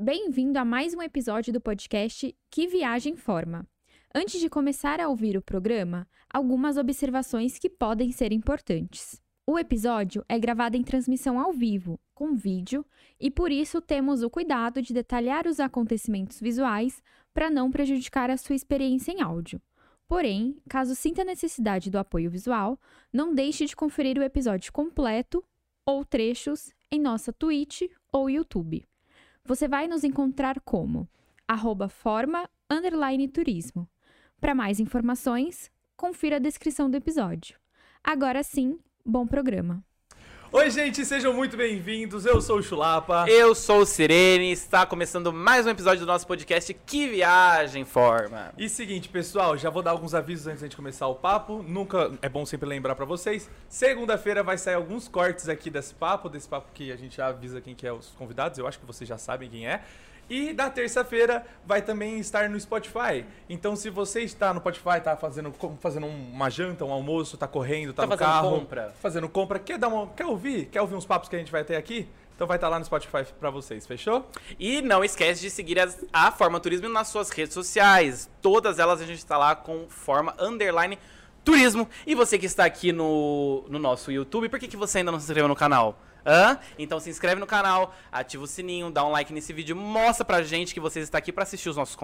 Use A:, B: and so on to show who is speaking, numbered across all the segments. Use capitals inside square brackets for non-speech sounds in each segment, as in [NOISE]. A: Bem-vindo a mais um episódio do podcast Que Viagem Forma. Antes de começar a ouvir o programa, algumas observações que podem ser importantes. O episódio é gravado em transmissão ao vivo, com vídeo, e por isso temos o cuidado de detalhar os acontecimentos visuais para não prejudicar a sua experiência em áudio. Porém, caso sinta necessidade do apoio visual, não deixe de conferir o episódio completo ou trechos em nossa Twitch ou YouTube. Você vai nos encontrar como arroba forma underline turismo. Para mais informações, confira a descrição do episódio. Agora sim, bom programa.
B: Oi, gente, sejam muito bem-vindos. Eu sou o Chulapa.
C: Eu sou o Sirene, está começando mais um episódio do nosso podcast Que Viagem Forma.
B: E seguinte, pessoal, já vou dar alguns avisos antes de começar o papo. Nunca é bom sempre lembrar pra vocês. Segunda-feira vai sair alguns cortes aqui desse papo, desse papo que a gente já avisa quem que é os convidados. Eu acho que vocês já sabem quem é. E na terça-feira vai também estar no Spotify. Então, se você está no Spotify, está fazendo, fazendo uma janta, um almoço, está correndo, está
C: Tá
B: no
C: fazendo
B: carro,
C: compra.
B: fazendo compra, quer dar uma, quer ouvir, quer ouvir uns papos que a gente vai ter aqui? Então vai estar lá no Spotify pra vocês, fechou?
C: E não esquece de seguir as- a Forma Turismo nas suas redes sociais. Todas elas a gente está lá com Forma Underline Turismo. E você que está aqui no, no nosso YouTube, por que, que você ainda não se inscreveu no canal? Hã? Então se inscreve no canal, ativa o sininho, dá um like nesse vídeo, mostra pra gente que você está aqui pra assistir os nossos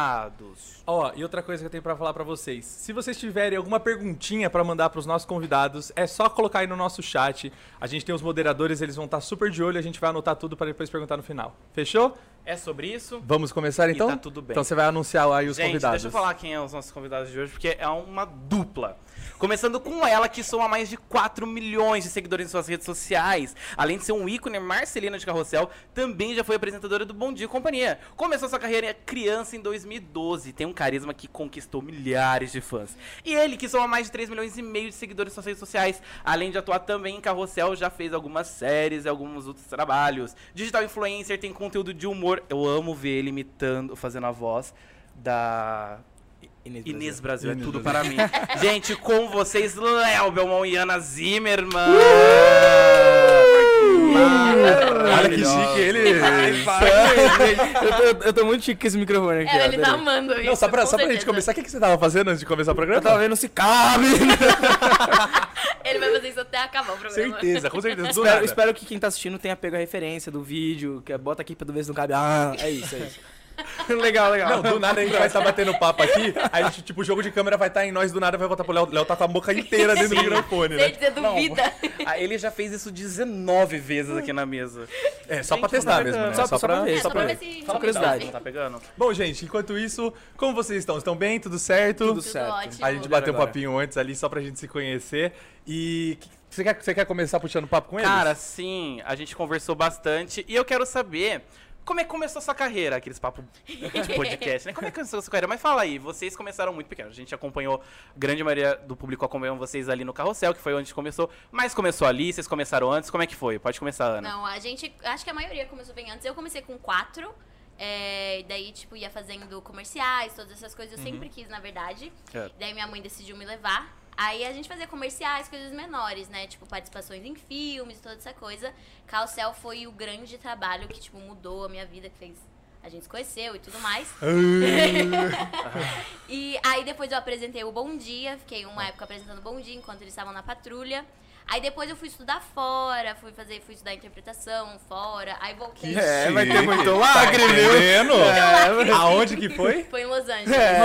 C: convidados.
B: Ó, e outra coisa que eu tenho pra falar pra vocês. Se vocês tiverem alguma perguntinha pra mandar pros nossos convidados, é só colocar aí no nosso chat. A gente tem os moderadores, eles vão estar super de olho, a gente vai anotar tudo pra depois perguntar no final. Fechou?
C: É sobre isso?
B: Vamos começar então?
C: tá tudo bem.
B: Então você vai anunciar aí os
C: Gente,
B: convidados.
C: deixa eu falar quem é os nossos convidados de hoje, porque é uma dupla. Começando com ela, que soma mais de 4 milhões de seguidores em suas redes sociais. Além de ser um ícone, Marcelina de Carrossel também já foi apresentadora do Bom Dia e Companhia. Começou sua carreira criança em 2012. Tem um carisma que conquistou milhares de fãs. E ele, que soma mais de 3 milhões e meio de seguidores em suas redes sociais. Além de atuar também em Carrossel, já fez algumas séries e alguns outros trabalhos. Digital Influencer tem conteúdo de humor. Eu amo ver ele imitando, fazendo a voz da Inês, Brasil. é tudo para mim. [LAUGHS] Gente, com vocês, Léo Belmont e Ana Zimmermann.
D: Olha que
C: Maravilhosa.
D: chique ele. ele fala.
E: Eu tô- eu tô, eu tô muito chique com esse microfone aqui.
F: É,
E: ó,
F: ele tá
E: peraí.
F: amando isso.
B: Não, só pra,
F: com
B: só pra gente
F: certeza.
B: começar, o que, que você tava fazendo antes de começar o
E: Eu
B: programa?
E: tava vendo se cabe.
F: Ele vai fazer isso até acabar o programa.
B: Certeza, com certeza. [LAUGHS] do
E: [LAUGHS] espero,
B: nada.
E: espero que quem tá assistindo tenha pego a referência do vídeo. Que é, bota aqui pra tu ver se não cabe. Ah, é isso, é
F: [LAUGHS]
E: isso. legal, legal.
B: Não, do nada a gente vai estar batendo papo aqui, aí a gente, tipo, o jogo de câmera vai estar em nós, do nada vai voltar pro Léo. Léo tá com a boca inteira dentro do microfone, né?
F: Certeza, duvida. [LAUGHS]
C: Ah, ele já fez isso 19 vezes aqui na mesa.
B: É, só pra testar mesmo, né?
E: Só- só pra ver,
F: É, só pra ver se...
E: Só curiosidade.
C: Não tá pegando?
B: Bom, gente, enquanto isso, como vocês estão? Estão bem? Tudo certo?
E: Tudo
F: Tudo
E: certo.
F: ótimo.
B: A gente bateu um
C: Agora.
B: papinho antes ali, só pra gente se conhecer. E que- você quer, você quer começar puxando papo com eles?
C: Cara, sim, a gente conversou bastante e eu quero saber como é que começou sua carreira, aqueles papos de podcast, né? Como é que começou sua carreira? Mas fala aí, vocês começaram muito pequeno. A gente acompanhou, grande maioria do público acompanhou vocês ali no Carrossel, que foi onde começou. Mas começou ali, vocês começaram antes, como é que foi? Pode começar,
B: né?
C: Ana.
F: Não, a gente... Acho que a maioria começou bem antes. Eu comecei com quatro. é, e daí, tipo, ia fazendo comerciais, todas essas coisas. Eu
B: Uhum.
F: sempre quis, na verdade.
C: É.
F: Daí minha mãe decidiu me levar. Aí a gente fazia comerciais, coisas menores, né? Tipo, participações em filmes, toda essa coisa. Calcel foi o grande trabalho que, tipo, mudou a minha vida, que fez... A gente se conheceu e tudo mais. [LAUGHS] E aí depois eu apresentei o Bom Dia, fiquei uma época apresentando o Bom Dia enquanto eles estavam na patrulha. Aí depois eu fui estudar fora, fui fazer, fui estudar interpretação fora, aí voltei.
E: É, vai ter
B: Chique.
E: muito lacre, viu?
B: Tá Entendendo?
E: É,
B: Aonde que foi?
F: Foi em Los Angeles.
E: é.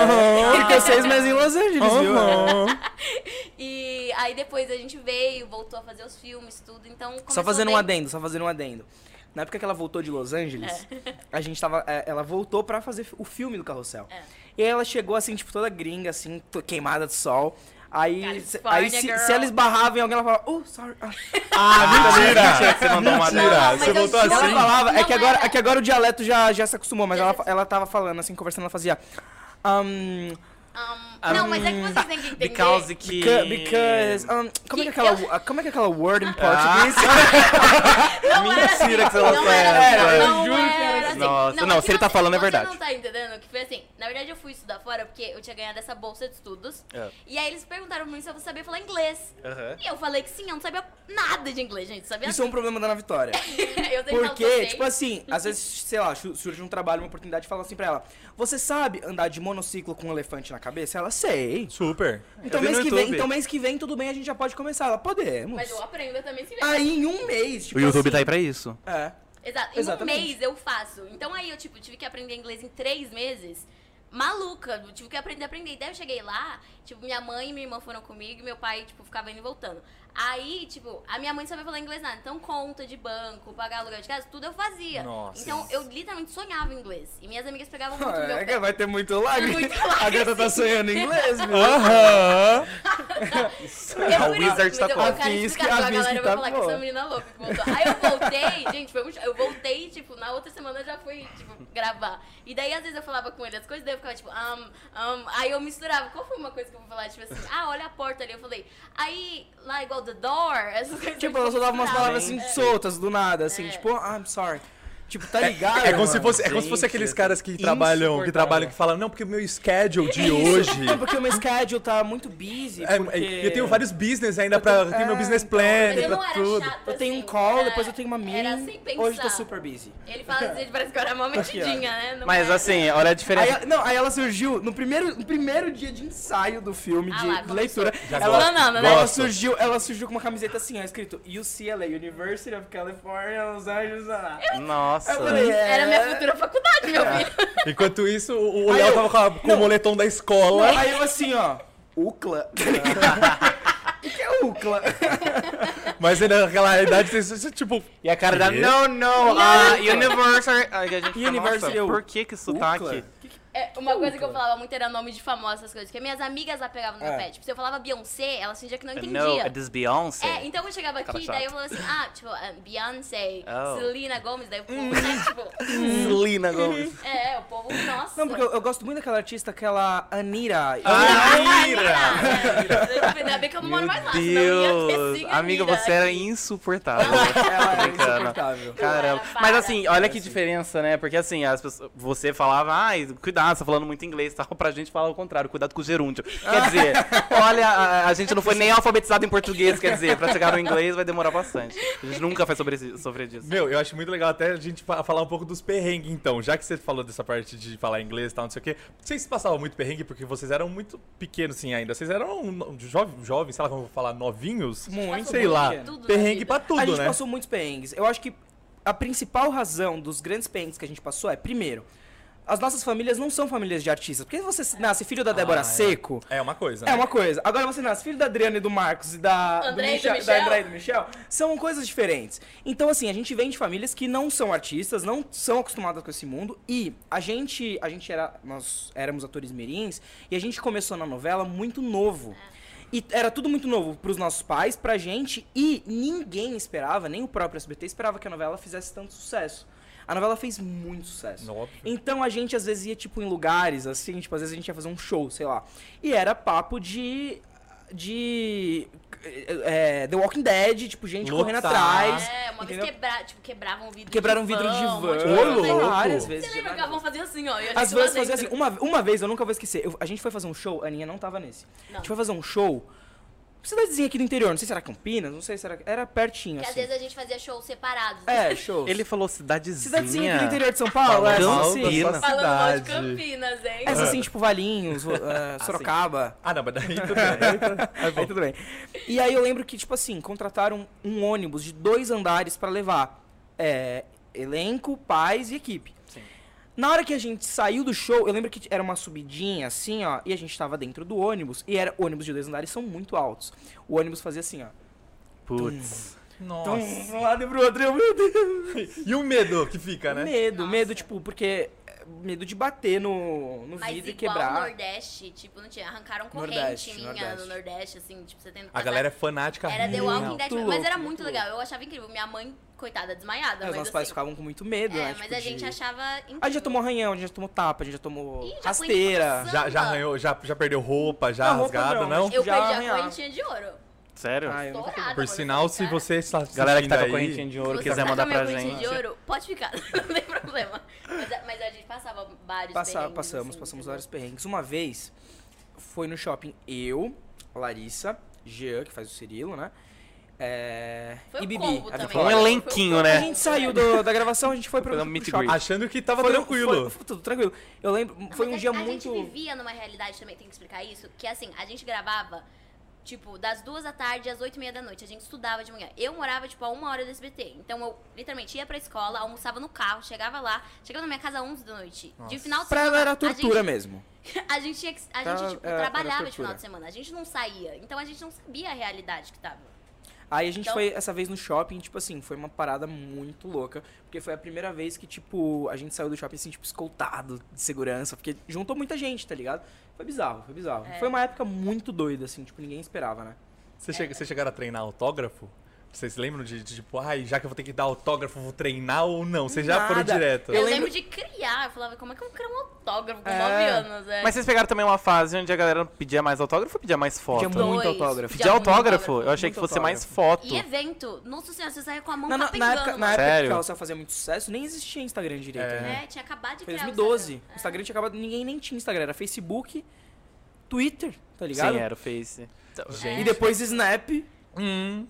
E: Porque vocês mas em Los Angeles, viu?
F: E aí depois a gente veio, voltou a fazer os filmes, tudo, então começou
E: Só fazendo um
F: bem.
E: adendo, só fazendo um adendo. Na época que ela voltou de Los Angeles, a gente tava. é, Ela voltou pra fazer o filme do carrossel.
F: É.
E: E aí ela chegou assim, tipo, toda gringa, assim, to- queimada de sol. Aí, se, aí
F: California
E: se,
F: girl.
E: se ela esbarrava em alguém, ela falava, oh, sorry. Ah.
B: Ah, mentira!
C: Ah, Você mandou uma
B: Mentira!
F: Não, mas
B: você
F: eu
B: voltou
F: juro-
E: Ela
B: assim?
E: falava, é
F: Não
E: que, agora,
F: era.
E: é que agora o dialeto já, já se acostumou, mas
F: Já
E: ela,
F: se-
E: fa- ela tava falando, assim, conversando, ela fazia. Um,
F: Um,
C: Hum.
F: não, mas é que vocês têm que entender.
C: Because que.
E: because. because, um, como, é que
F: Que-
E: aquela,
F: eu-
E: ah, como é que aquela word em português?
C: [LAUGHS]
F: não era assim,
C: Mentira que você não
F: não era,
C: sabe.
F: não
C: Juro que
F: era assim.
C: Nossa, não,
F: mas
C: se ele tá
F: você-
C: falando é
F: Você
C: verdade.
F: não tá entendendo que foi assim. Na verdade, eu fui estudar fora porque eu tinha ganhado essa bolsa de estudos.
C: É.
F: E aí eles perguntaram pra mim se eu sabia falar inglês.
C: Aham.
F: E eu falei que sim, eu não sabia nada de inglês, gente. Sabia assim.
E: Isso é um problema da Ana Vitória.
C: um
F: [LAUGHS] eu tentava
E: Porque,
F: fazer.
E: tipo assim, às vezes, sei lá, su- surge um trabalho, uma oportunidade, fala assim pra ela: Você sabe andar de monociclo com um elefante na cabeça? Ela, sei.
B: Super. É
E: Então
C: vi
E: mês,
C: no
E: que vem,
C: YouTube.
E: então mês que vem, tudo bem, a gente já pode começar. Ela, podemos.
F: Mas eu aprendo também
C: Ah,
F: se
E: Aí em um mês, tipo
C: O YouTube tá
E: assim,
C: aí pra isso.
E: É.
F: Exato. Em
E: Exatamente.
F: um mês eu faço. Então aí eu, tipo, tive que aprender inglês em três meses. Maluca, eu tive que aprender, aprender. Daí eu cheguei lá, tipo, minha mãe e minha irmã foram comigo e meu pai, tipo, ficava indo e voltando. Aí, tipo, a minha mãe não sabia falar inglês nada. Então, conta de banco, pagar aluguel de casa, tudo eu fazia.
B: Nossa.
F: Então, eu literalmente sonhava em inglês. E minhas amigas pegavam muito no meu
E: [LAUGHS] É,
F: pé.
E: que vai ter muito lag.
F: Muito
E: [LAUGHS] A Greta tá sonhando em inglês, viu?
B: Aham.
F: Eu
C: A
F: juro,
C: Wizard
F: mas
C: tá
F: eu
C: com-
F: vou
E: A
F: ficar
E: Fisk-
F: explicando,
E: a
F: a galera
E: Fisk
F: vai
E: tá
F: falar que
E: boa.
F: essa menina louca que voltou. Aí eu voltei, [LAUGHS] gente, foi um cho- eu voltei, tipo, na outra semana eu já fui, tipo, gravar. E daí, às vezes, eu falava com ele as coisas, daí eu ficava, tipo, um, um, aí eu misturava. Qual foi uma coisa que eu vou falar? Tipo assim, ah, olha a porta ali. Eu falei, aí, lá igual the door, essas coisas.
E: Tipo,
F: eu
E: ela só dava umas
F: misturava.
E: palavras assim soltas, do nada,
F: É.
E: assim, tipo, ah, I'm sorry. Tipo, tá ligado?
B: É como, se
E: mano? é
B: fosse, é como se fosse
C: Gente,
B: aqueles caras que trabalham, que
C: insuportável.
B: trabalham, que falam, não, porque o meu schedule de
E: Isso.
B: hoje.
E: Não, porque o meu schedule tá muito busy.
B: É,
E: porque...
B: Eu tenho vários business ainda pra. Eu tenho meu
E: é,
B: business
E: então.
B: plan,
F: Mas eu não
B: pra
F: era
B: tudo.
F: chata,
E: Eu tenho um
F: assim,
E: call,
F: era-
E: depois eu tenho uma
F: Era sem
E: meeting.
F: pensar.
E: Hoje eu tô super busy.
F: Ele fala assim, parece que eu era mó metidinha, né? Não
C: Mas
F: era.
C: assim, olha a
E: Aí,
C: diferença.
E: ela- não, aí ela surgiu no primeiro, no primeiro dia de ensaio do filme,
F: Ah
E: de
F: lá, começou.
E: leitura.
B: Já
E: ela,
B: gosto.
F: Não, não, não,
E: ela
B: Gosto.
E: surgiu, ela surgiu com uma camiseta assim, ó, escrito UCLA, University of California, Los Angeles. ah.
C: Nossa.
E: Eu falei, é.
F: Era minha futura faculdade, meu
C: É.
F: filho.
B: Enquanto isso, o o
E: Aí
B: Léo
E: eu-
B: tava com, a- com o moletom da escola.
E: Aí eu assim, ó, [LAUGHS] UCLA. O que é UCLA?
B: Mas aí, naquela realidade, você- você, tipo.
C: E a cara da.
B: Quê?
C: Não, não. A Universal. Aí a gente fica,
E: Universal.
C: nossa, Por que que sotaque?
E: UCLA? Que que-
F: É, uma coisa que eu falava muito era nome de famosa, essas coisas. Porque minhas amigas lá pegavam no meu
E: É.
F: pé. Tipo, se eu falava Beyoncé, elas fingiam que não
C: No,
F: entendiam.
C: é this Beyoncé.
F: É, então eu chegava
C: Cara
F: aqui,
C: chato.
F: daí eu falava assim, ah, tipo, ah, Beyoncé,
C: Oh.
F: Selena Gomes, daí o
E: Hum.
F: povo, né, tipo,
C: Selena Gomes.
F: é, é, o povo, nossa.
E: Não, porque eu, eu gosto muito daquela artista, aquela Anira.
F: Ah, Mira! É, Ainda bem que eu não moro mais lá, senão eu ia ter
C: Deus.
F: sim a
C: Amiga,
F: Mira.
C: você era insuportável. [LAUGHS]
E: Ela é
C: Brincando.
E: insuportável.
C: Caramba.
F: Cara,
C: Mas
F: para.
C: assim, olha que diferença, né? Porque assim, as pessoas, você falava, ai, cuidado, você tá falando muito inglês e tal. Pra gente falar o contrário, cuidado com o gerúndio. Quer dizer, [LAUGHS] olha, a, a gente não foi nem alfabetizado em português, quer dizer, pra chegar no inglês vai demorar bastante. A gente nunca vai sobre, esse- sofrer disso.
B: Meu, eu acho muito legal até a gente fa- falar um pouco dos perrengues, então. Já que você falou dessa parte de falar inglês e tal, não sei o quê. Vocês passavam muito perrengue porque vocês eram muito pequenos, assim, ainda. Vocês eram no- jovens, jovens, sei lá como eu vou falar, novinhos.
E: Muito.
B: sei lá.
F: pequeno. Tudo na
B: perrengue
F: vida.
B: pra tudo,
E: a gente
B: né?
E: passou muitos perrengues. Eu acho que a principal razão dos grandes perrengues que a gente passou é, primeiro, as nossas famílias não são famílias de artistas. Porque você nasce filho da Débora
B: é.
E: Seco,
B: É uma coisa.
E: é
B: né?
E: uma coisa. Agora você nasce filho da Adriana e do Marcos e da
F: André e
E: do Michel,
F: do Michel.
E: da André e do Michel, são coisas diferentes. Então assim, a gente vem de famílias que não são artistas, não são acostumadas com esse mundo e a gente, a gente era, nós éramos atores mirins e a gente começou na novela muito novo. E era tudo muito novo pros nossos pais, pra gente, e ninguém esperava, nem o próprio SBT esperava que a novela fizesse tanto sucesso. A novela fez muito sucesso.
B: Óbvio.
E: Então a gente às vezes ia, tipo, em lugares, assim, tipo, às vezes a gente ia fazer um show, sei lá. E era papo de. de. é, The Walking Dead, tipo, gente
B: Lotar.
E: correndo atrás.
F: É, uma vez
E: entendeu?
F: quebra, tipo, quebravam o vidro
E: Quebraram
F: de
E: vidro de
F: um monte de
E: van.
B: Ô,
F: coisa.
B: louco.
E: Várias vezes.
F: Você lembra que
E: várias
F: a vão fazia assim, ó, e a gente
E: às
F: lá
E: vezes fazia assim,
F: dentro.
E: uma, uma vez, eu nunca vou esquecer, eu- a gente foi fazer um show, a Aninha não tava nesse. A gente foi fazer um show, cidadezinha aqui do interior, não sei se era Campinas, não sei se era. Era pertinho,
F: Que às
E: assim.
F: vezes a gente fazia shows separados. né?
E: É, show.
C: Ele falou cidadezinha.
E: Cidadezinha aqui do interior de São Paulo, é,
C: Falando
E: são
C: mal
E: assim.
C: da
B: Nossa
F: Falando mal de
B: cidade.
F: Campinas, hein?
B: É.
E: Essa assim, tipo
B: [LAUGHS]
E: Valinhos, eh, Sorocaba.
B: Ah, não, mas daí tudo bem.
E: [LAUGHS]
B: Aí tá- aí
E: Aí
B: bom.
E: tudo bem. E aí eu lembro que, tipo assim, contrataram um ônibus de dois andares pra levar é, elenco, pais e equipe. Na hora que a gente saiu do show, eu lembro que era uma subidinha assim, ó, e a gente tava dentro do ônibus, e era ônibus de dois andares são muito altos. O ônibus fazia assim, ó.
C: Putz.
E: Tum,
B: Nossa.
E: de um lado e pro outro, eu, meu Deus.
B: E o medo que fica, né?
E: Medo,
F: Nossa.
E: medo, tipo, porque. é, Medo de bater no, no
F: Mas
E: vidro e
F: igual o
E: quebrar.
F: Nordeste, tipo, não tinha. Arrancaram corrente
E: Nordeste,
F: minha
E: Nordeste.
F: no Nordeste, assim, tipo, você tendo
B: A galera é fanática.
F: Era The
B: real.
F: Walking Dead, mas era
E: louco,
F: muito legal. Eu achava incrível. Minha mãe, coitada, desmaiada.
E: Os
F: mas
E: nossos
F: assim,
E: pais ficavam com muito medo, né?
F: É, mas
E: tipo,
F: a gente
E: de-
F: achava incrível.
E: A gente já tomou arranhão, a gente já tomou tapa, a gente já tomou
F: Ih, já foi
E: rasteira.
F: infecção.
B: Já, já arranhou, já, já perdeu roupa, já
E: Não, roupa
B: rasgada,
E: não.
B: não?
F: Eu
E: já É,
F: perdi a
E: arranhava.
F: correntinha de ouro.
C: Sério?
E: Ai, eu nunca fui-
F: Dourada.
B: Por
F: mano,
B: sinal, se
F: cara.
B: você está
C: Galera que tá com a
B: assistindo aí-
C: correntinha de ouro
F: Se
C: quiser
F: você tá
C: mandar
F: com a
C: pra
F: minha [LAUGHS] correntinha
C: gente.
F: de ouro, pode ficar, não tem problema. Mas, passava vários
E: Passa-
F: perrengues,
E: passamos,
F: assim,
E: passamos
F: entendeu?
E: vários perrengues. Uma vez foi no shopping eu, Larissa, Jean, que faz o Cirilo, né? É,
F: Foi
E: e
F: um
E: Bibi.
F: combo
E: a
F: também.
E: Bipolar.
F: né?
C: Um elenquinho,
F: Foi um
E: A
C: né?
F: combo,
E: gente saiu do- da gravação, a gente foi pro,
C: Foi um
E: pro
C: meet and
E: shopping.
C: greet.
B: Achando que tava
E: Foi um-
B: tranquilo.
E: foi- foi tudo tranquilo. Eu lembro,
F: Não,
E: foi um
F: mas a-
E: dia
F: a
E: muito...
F: gente vivia numa realidade também, tem que explicar isso, que assim, a gente gravava, tipo, das duas da tarde às oito e meia da noite. A gente estudava de manhã. Eu morava, tipo, a uma hora do SBT. Então eu literalmente ia pra escola, almoçava no carro, chegava lá, chegava na minha casa às 11 da noite. De final de
E: Pra
F: semana.
E: ela era
F: a gente-
E: tortura mesmo.
F: [LAUGHS] A gente, tinha que- a
E: Pra-
F: gente tipo,
E: era- era
F: trabalhava de
E: tortura.
F: final de semana. A gente não saía. Então a gente não sabia a realidade que tava.
E: Tá. Aí a gente
F: Então-
E: foi essa vez no shopping, tipo assim, foi uma parada muito louca, porque foi a primeira vez que, tipo, a gente saiu do shopping assim, tipo, escoltado de segurança, porque juntou muita gente, tá ligado? Foi bizarro, foi bizarro.
F: É.
E: Foi uma época muito doida, assim, tipo, ninguém esperava, né?
B: Vocês chega- vocês chegaram a treinar autógrafo? Vocês lembram de, de, tipo, ai, já que eu vou ter que dar autógrafo, vou treinar ou não? Vocês já foram
E: Nada.
B: direto.
E: Eu
F: Eu,
E: lembro-
F: lembro... de criar. Eu falava, como é que eu vou criar um autógrafo com
E: É.
F: 9 anos? É.
C: Mas vocês pegaram também uma fase onde a galera pedia mais autógrafo ou pedia mais foto?
E: Pedia
F: Dois,
E: muito autógrafo.
C: Pedia autógrafo?
F: muito
C: Eu achei
E: Muito
C: que fosse mais
E: autógrafo.
C: foto.
F: E é evento. Nossa senhora, você saia com a mão
E: Na,
F: tá
E: na-
F: pegando.
E: na época, na
F: mano.
E: época que
C: Sério?
E: o Carrossel fazia muito sucesso, nem existia Instagram direito, né?
F: É, tinha acabado de
E: Foi
F: criar o
E: 2012.
F: Instagram.
E: O Instagram tinha acabado, ninguém nem tinha Instagram, era Facebook, Twitter, tá ligado?
C: Sim, era o Face.
F: É.
E: E depois Snap.
B: Hum,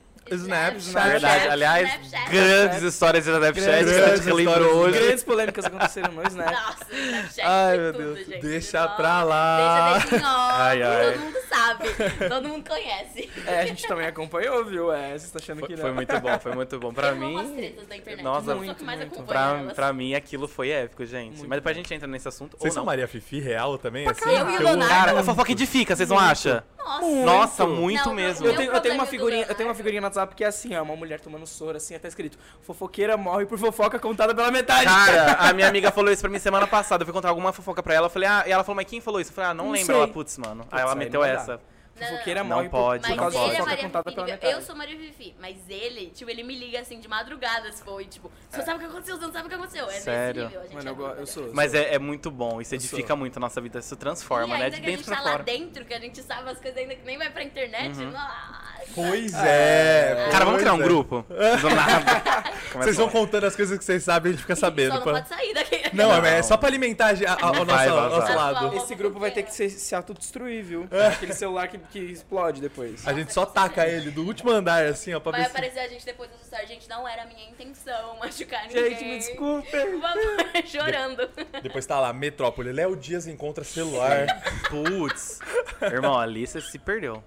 B: snap,
F: Snap, Snapchat.
B: snap.
C: Verdade, aliás,
F: Snapchat.
C: grandes histórias de Snapchat que a
B: Grandes
C: gente lembrou
B: histórias.
C: hoje.
E: Grandes polêmicas aconteceram
C: [LAUGHS]
E: no Snap.
F: Nossa, Snapchat
B: Ai,
F: foi
B: meu
F: tudo,
B: Deus.
F: gente.
B: Deixa
F: Nossa.
B: pra lá.
F: Deixa, deixa em off,
C: [LAUGHS] Ai, ai.
F: todo mundo sabe, todo mundo conhece.
E: É, a gente também acompanhou, viu? É, vocês tá achando que
C: Foi,
E: não.
C: foi muito bom, foi muito bom. Pra
F: eu amo as
C: mim,
F: tretas da internet,
C: Nossa,
F: eu sou a
E: muito,
F: que mais
E: muito.
F: acompanho
C: pra,
F: elas.
C: pra mim aquilo foi épico, gente.
E: Muito
C: Mas depois a gente entra nesse assunto
B: Vocês
C: ou
B: são
C: não.
B: Maria Fifi real também? assim?
F: caralho. Eu e o
B: Porque
F: Leonardo.
C: Cara, a fofoca edifica, vocês não acham?
F: Nossa,
C: Nossa, tipo, muito
F: Não,
C: mesmo.
E: Eu
F: Meu
E: tenho, eu tenho
F: problema
E: uma
F: do né?
E: figurinha, eu tenho uma
F: Leonardo.
E: figurinha no WhatsApp que é assim, ó, uma mulher tomando soro, assim, até escrito, fofoqueira morre por fofoca contada pela metade.
C: Cara, a minha amiga falou isso pra mim semana passada. Eu fui contar alguma fofoca pra ela. Eu falei, ah, e ela falou, mas quem falou isso? Eu falei, ah, não,
E: Não
C: lembro.
E: sei.
C: Ela, putz, mano. aí ela
E: aí
C: meteu
E: não dá.
C: essa.
F: Não,
E: Fofoqueira
C: não
E: morre
C: pode,
E: por,
F: Mas
E: por
C: não
E: causa de
F: ele é
E: fofoca
F: Maria
E: contada pela
F: Fifi.
E: metade.
F: Eu sou Maria Fifi, mas ele, tipo, ele me liga assim de madrugada se for e tipo, você não sabe o que aconteceu, você não sabe o que aconteceu. É
C: Sério?
F: nesse nível, a gente
E: Mano,
F: é
E: eu, go-
F: muito
E: eu sou.
C: Mas
E: eu
C: é, é muito bom, isso edifica muito a nossa vida, isso transforma,
F: e
C: né?
F: ainda
C: De
F: que a gente
C: dentro
F: tá
C: pra
F: lá
C: fora. Uhum.
F: dentro, que a gente sabe as coisas ainda que nem vai pra internet, nossa.
B: Pois é. pois
C: Cara, vamos criar um
B: é.
C: grupo? Do nada.
B: Vocês vão contando as coisas que vocês sabem e a gente fica sabendo.
F: Só não
B: pra-
F: pode sair daqui. [LAUGHS]
B: Não,
C: Não.
B: é só pra alimentar a- a- o
C: Não
B: nosso,
C: vai
B: o nosso
C: vazar.
B: lado.
E: sou. Esse grupo vai ter que se, se autodestruir, viu?
C: É.
E: Aquele celular que, que explode depois.
B: A gente só taca ele do último andar, assim, ó, pra
F: Vai
B: ver se...
F: aparecer a gente depois do story. Gente, não era a minha intenção machucar ninguém.
E: Gente, me desculpem.
F: Vamos [LAUGHS] chorando.
B: Depois tá lá, Metrópole, Léo Dias encontra celular.
C: [LAUGHS] Putz. Irmão, ali você se perdeu.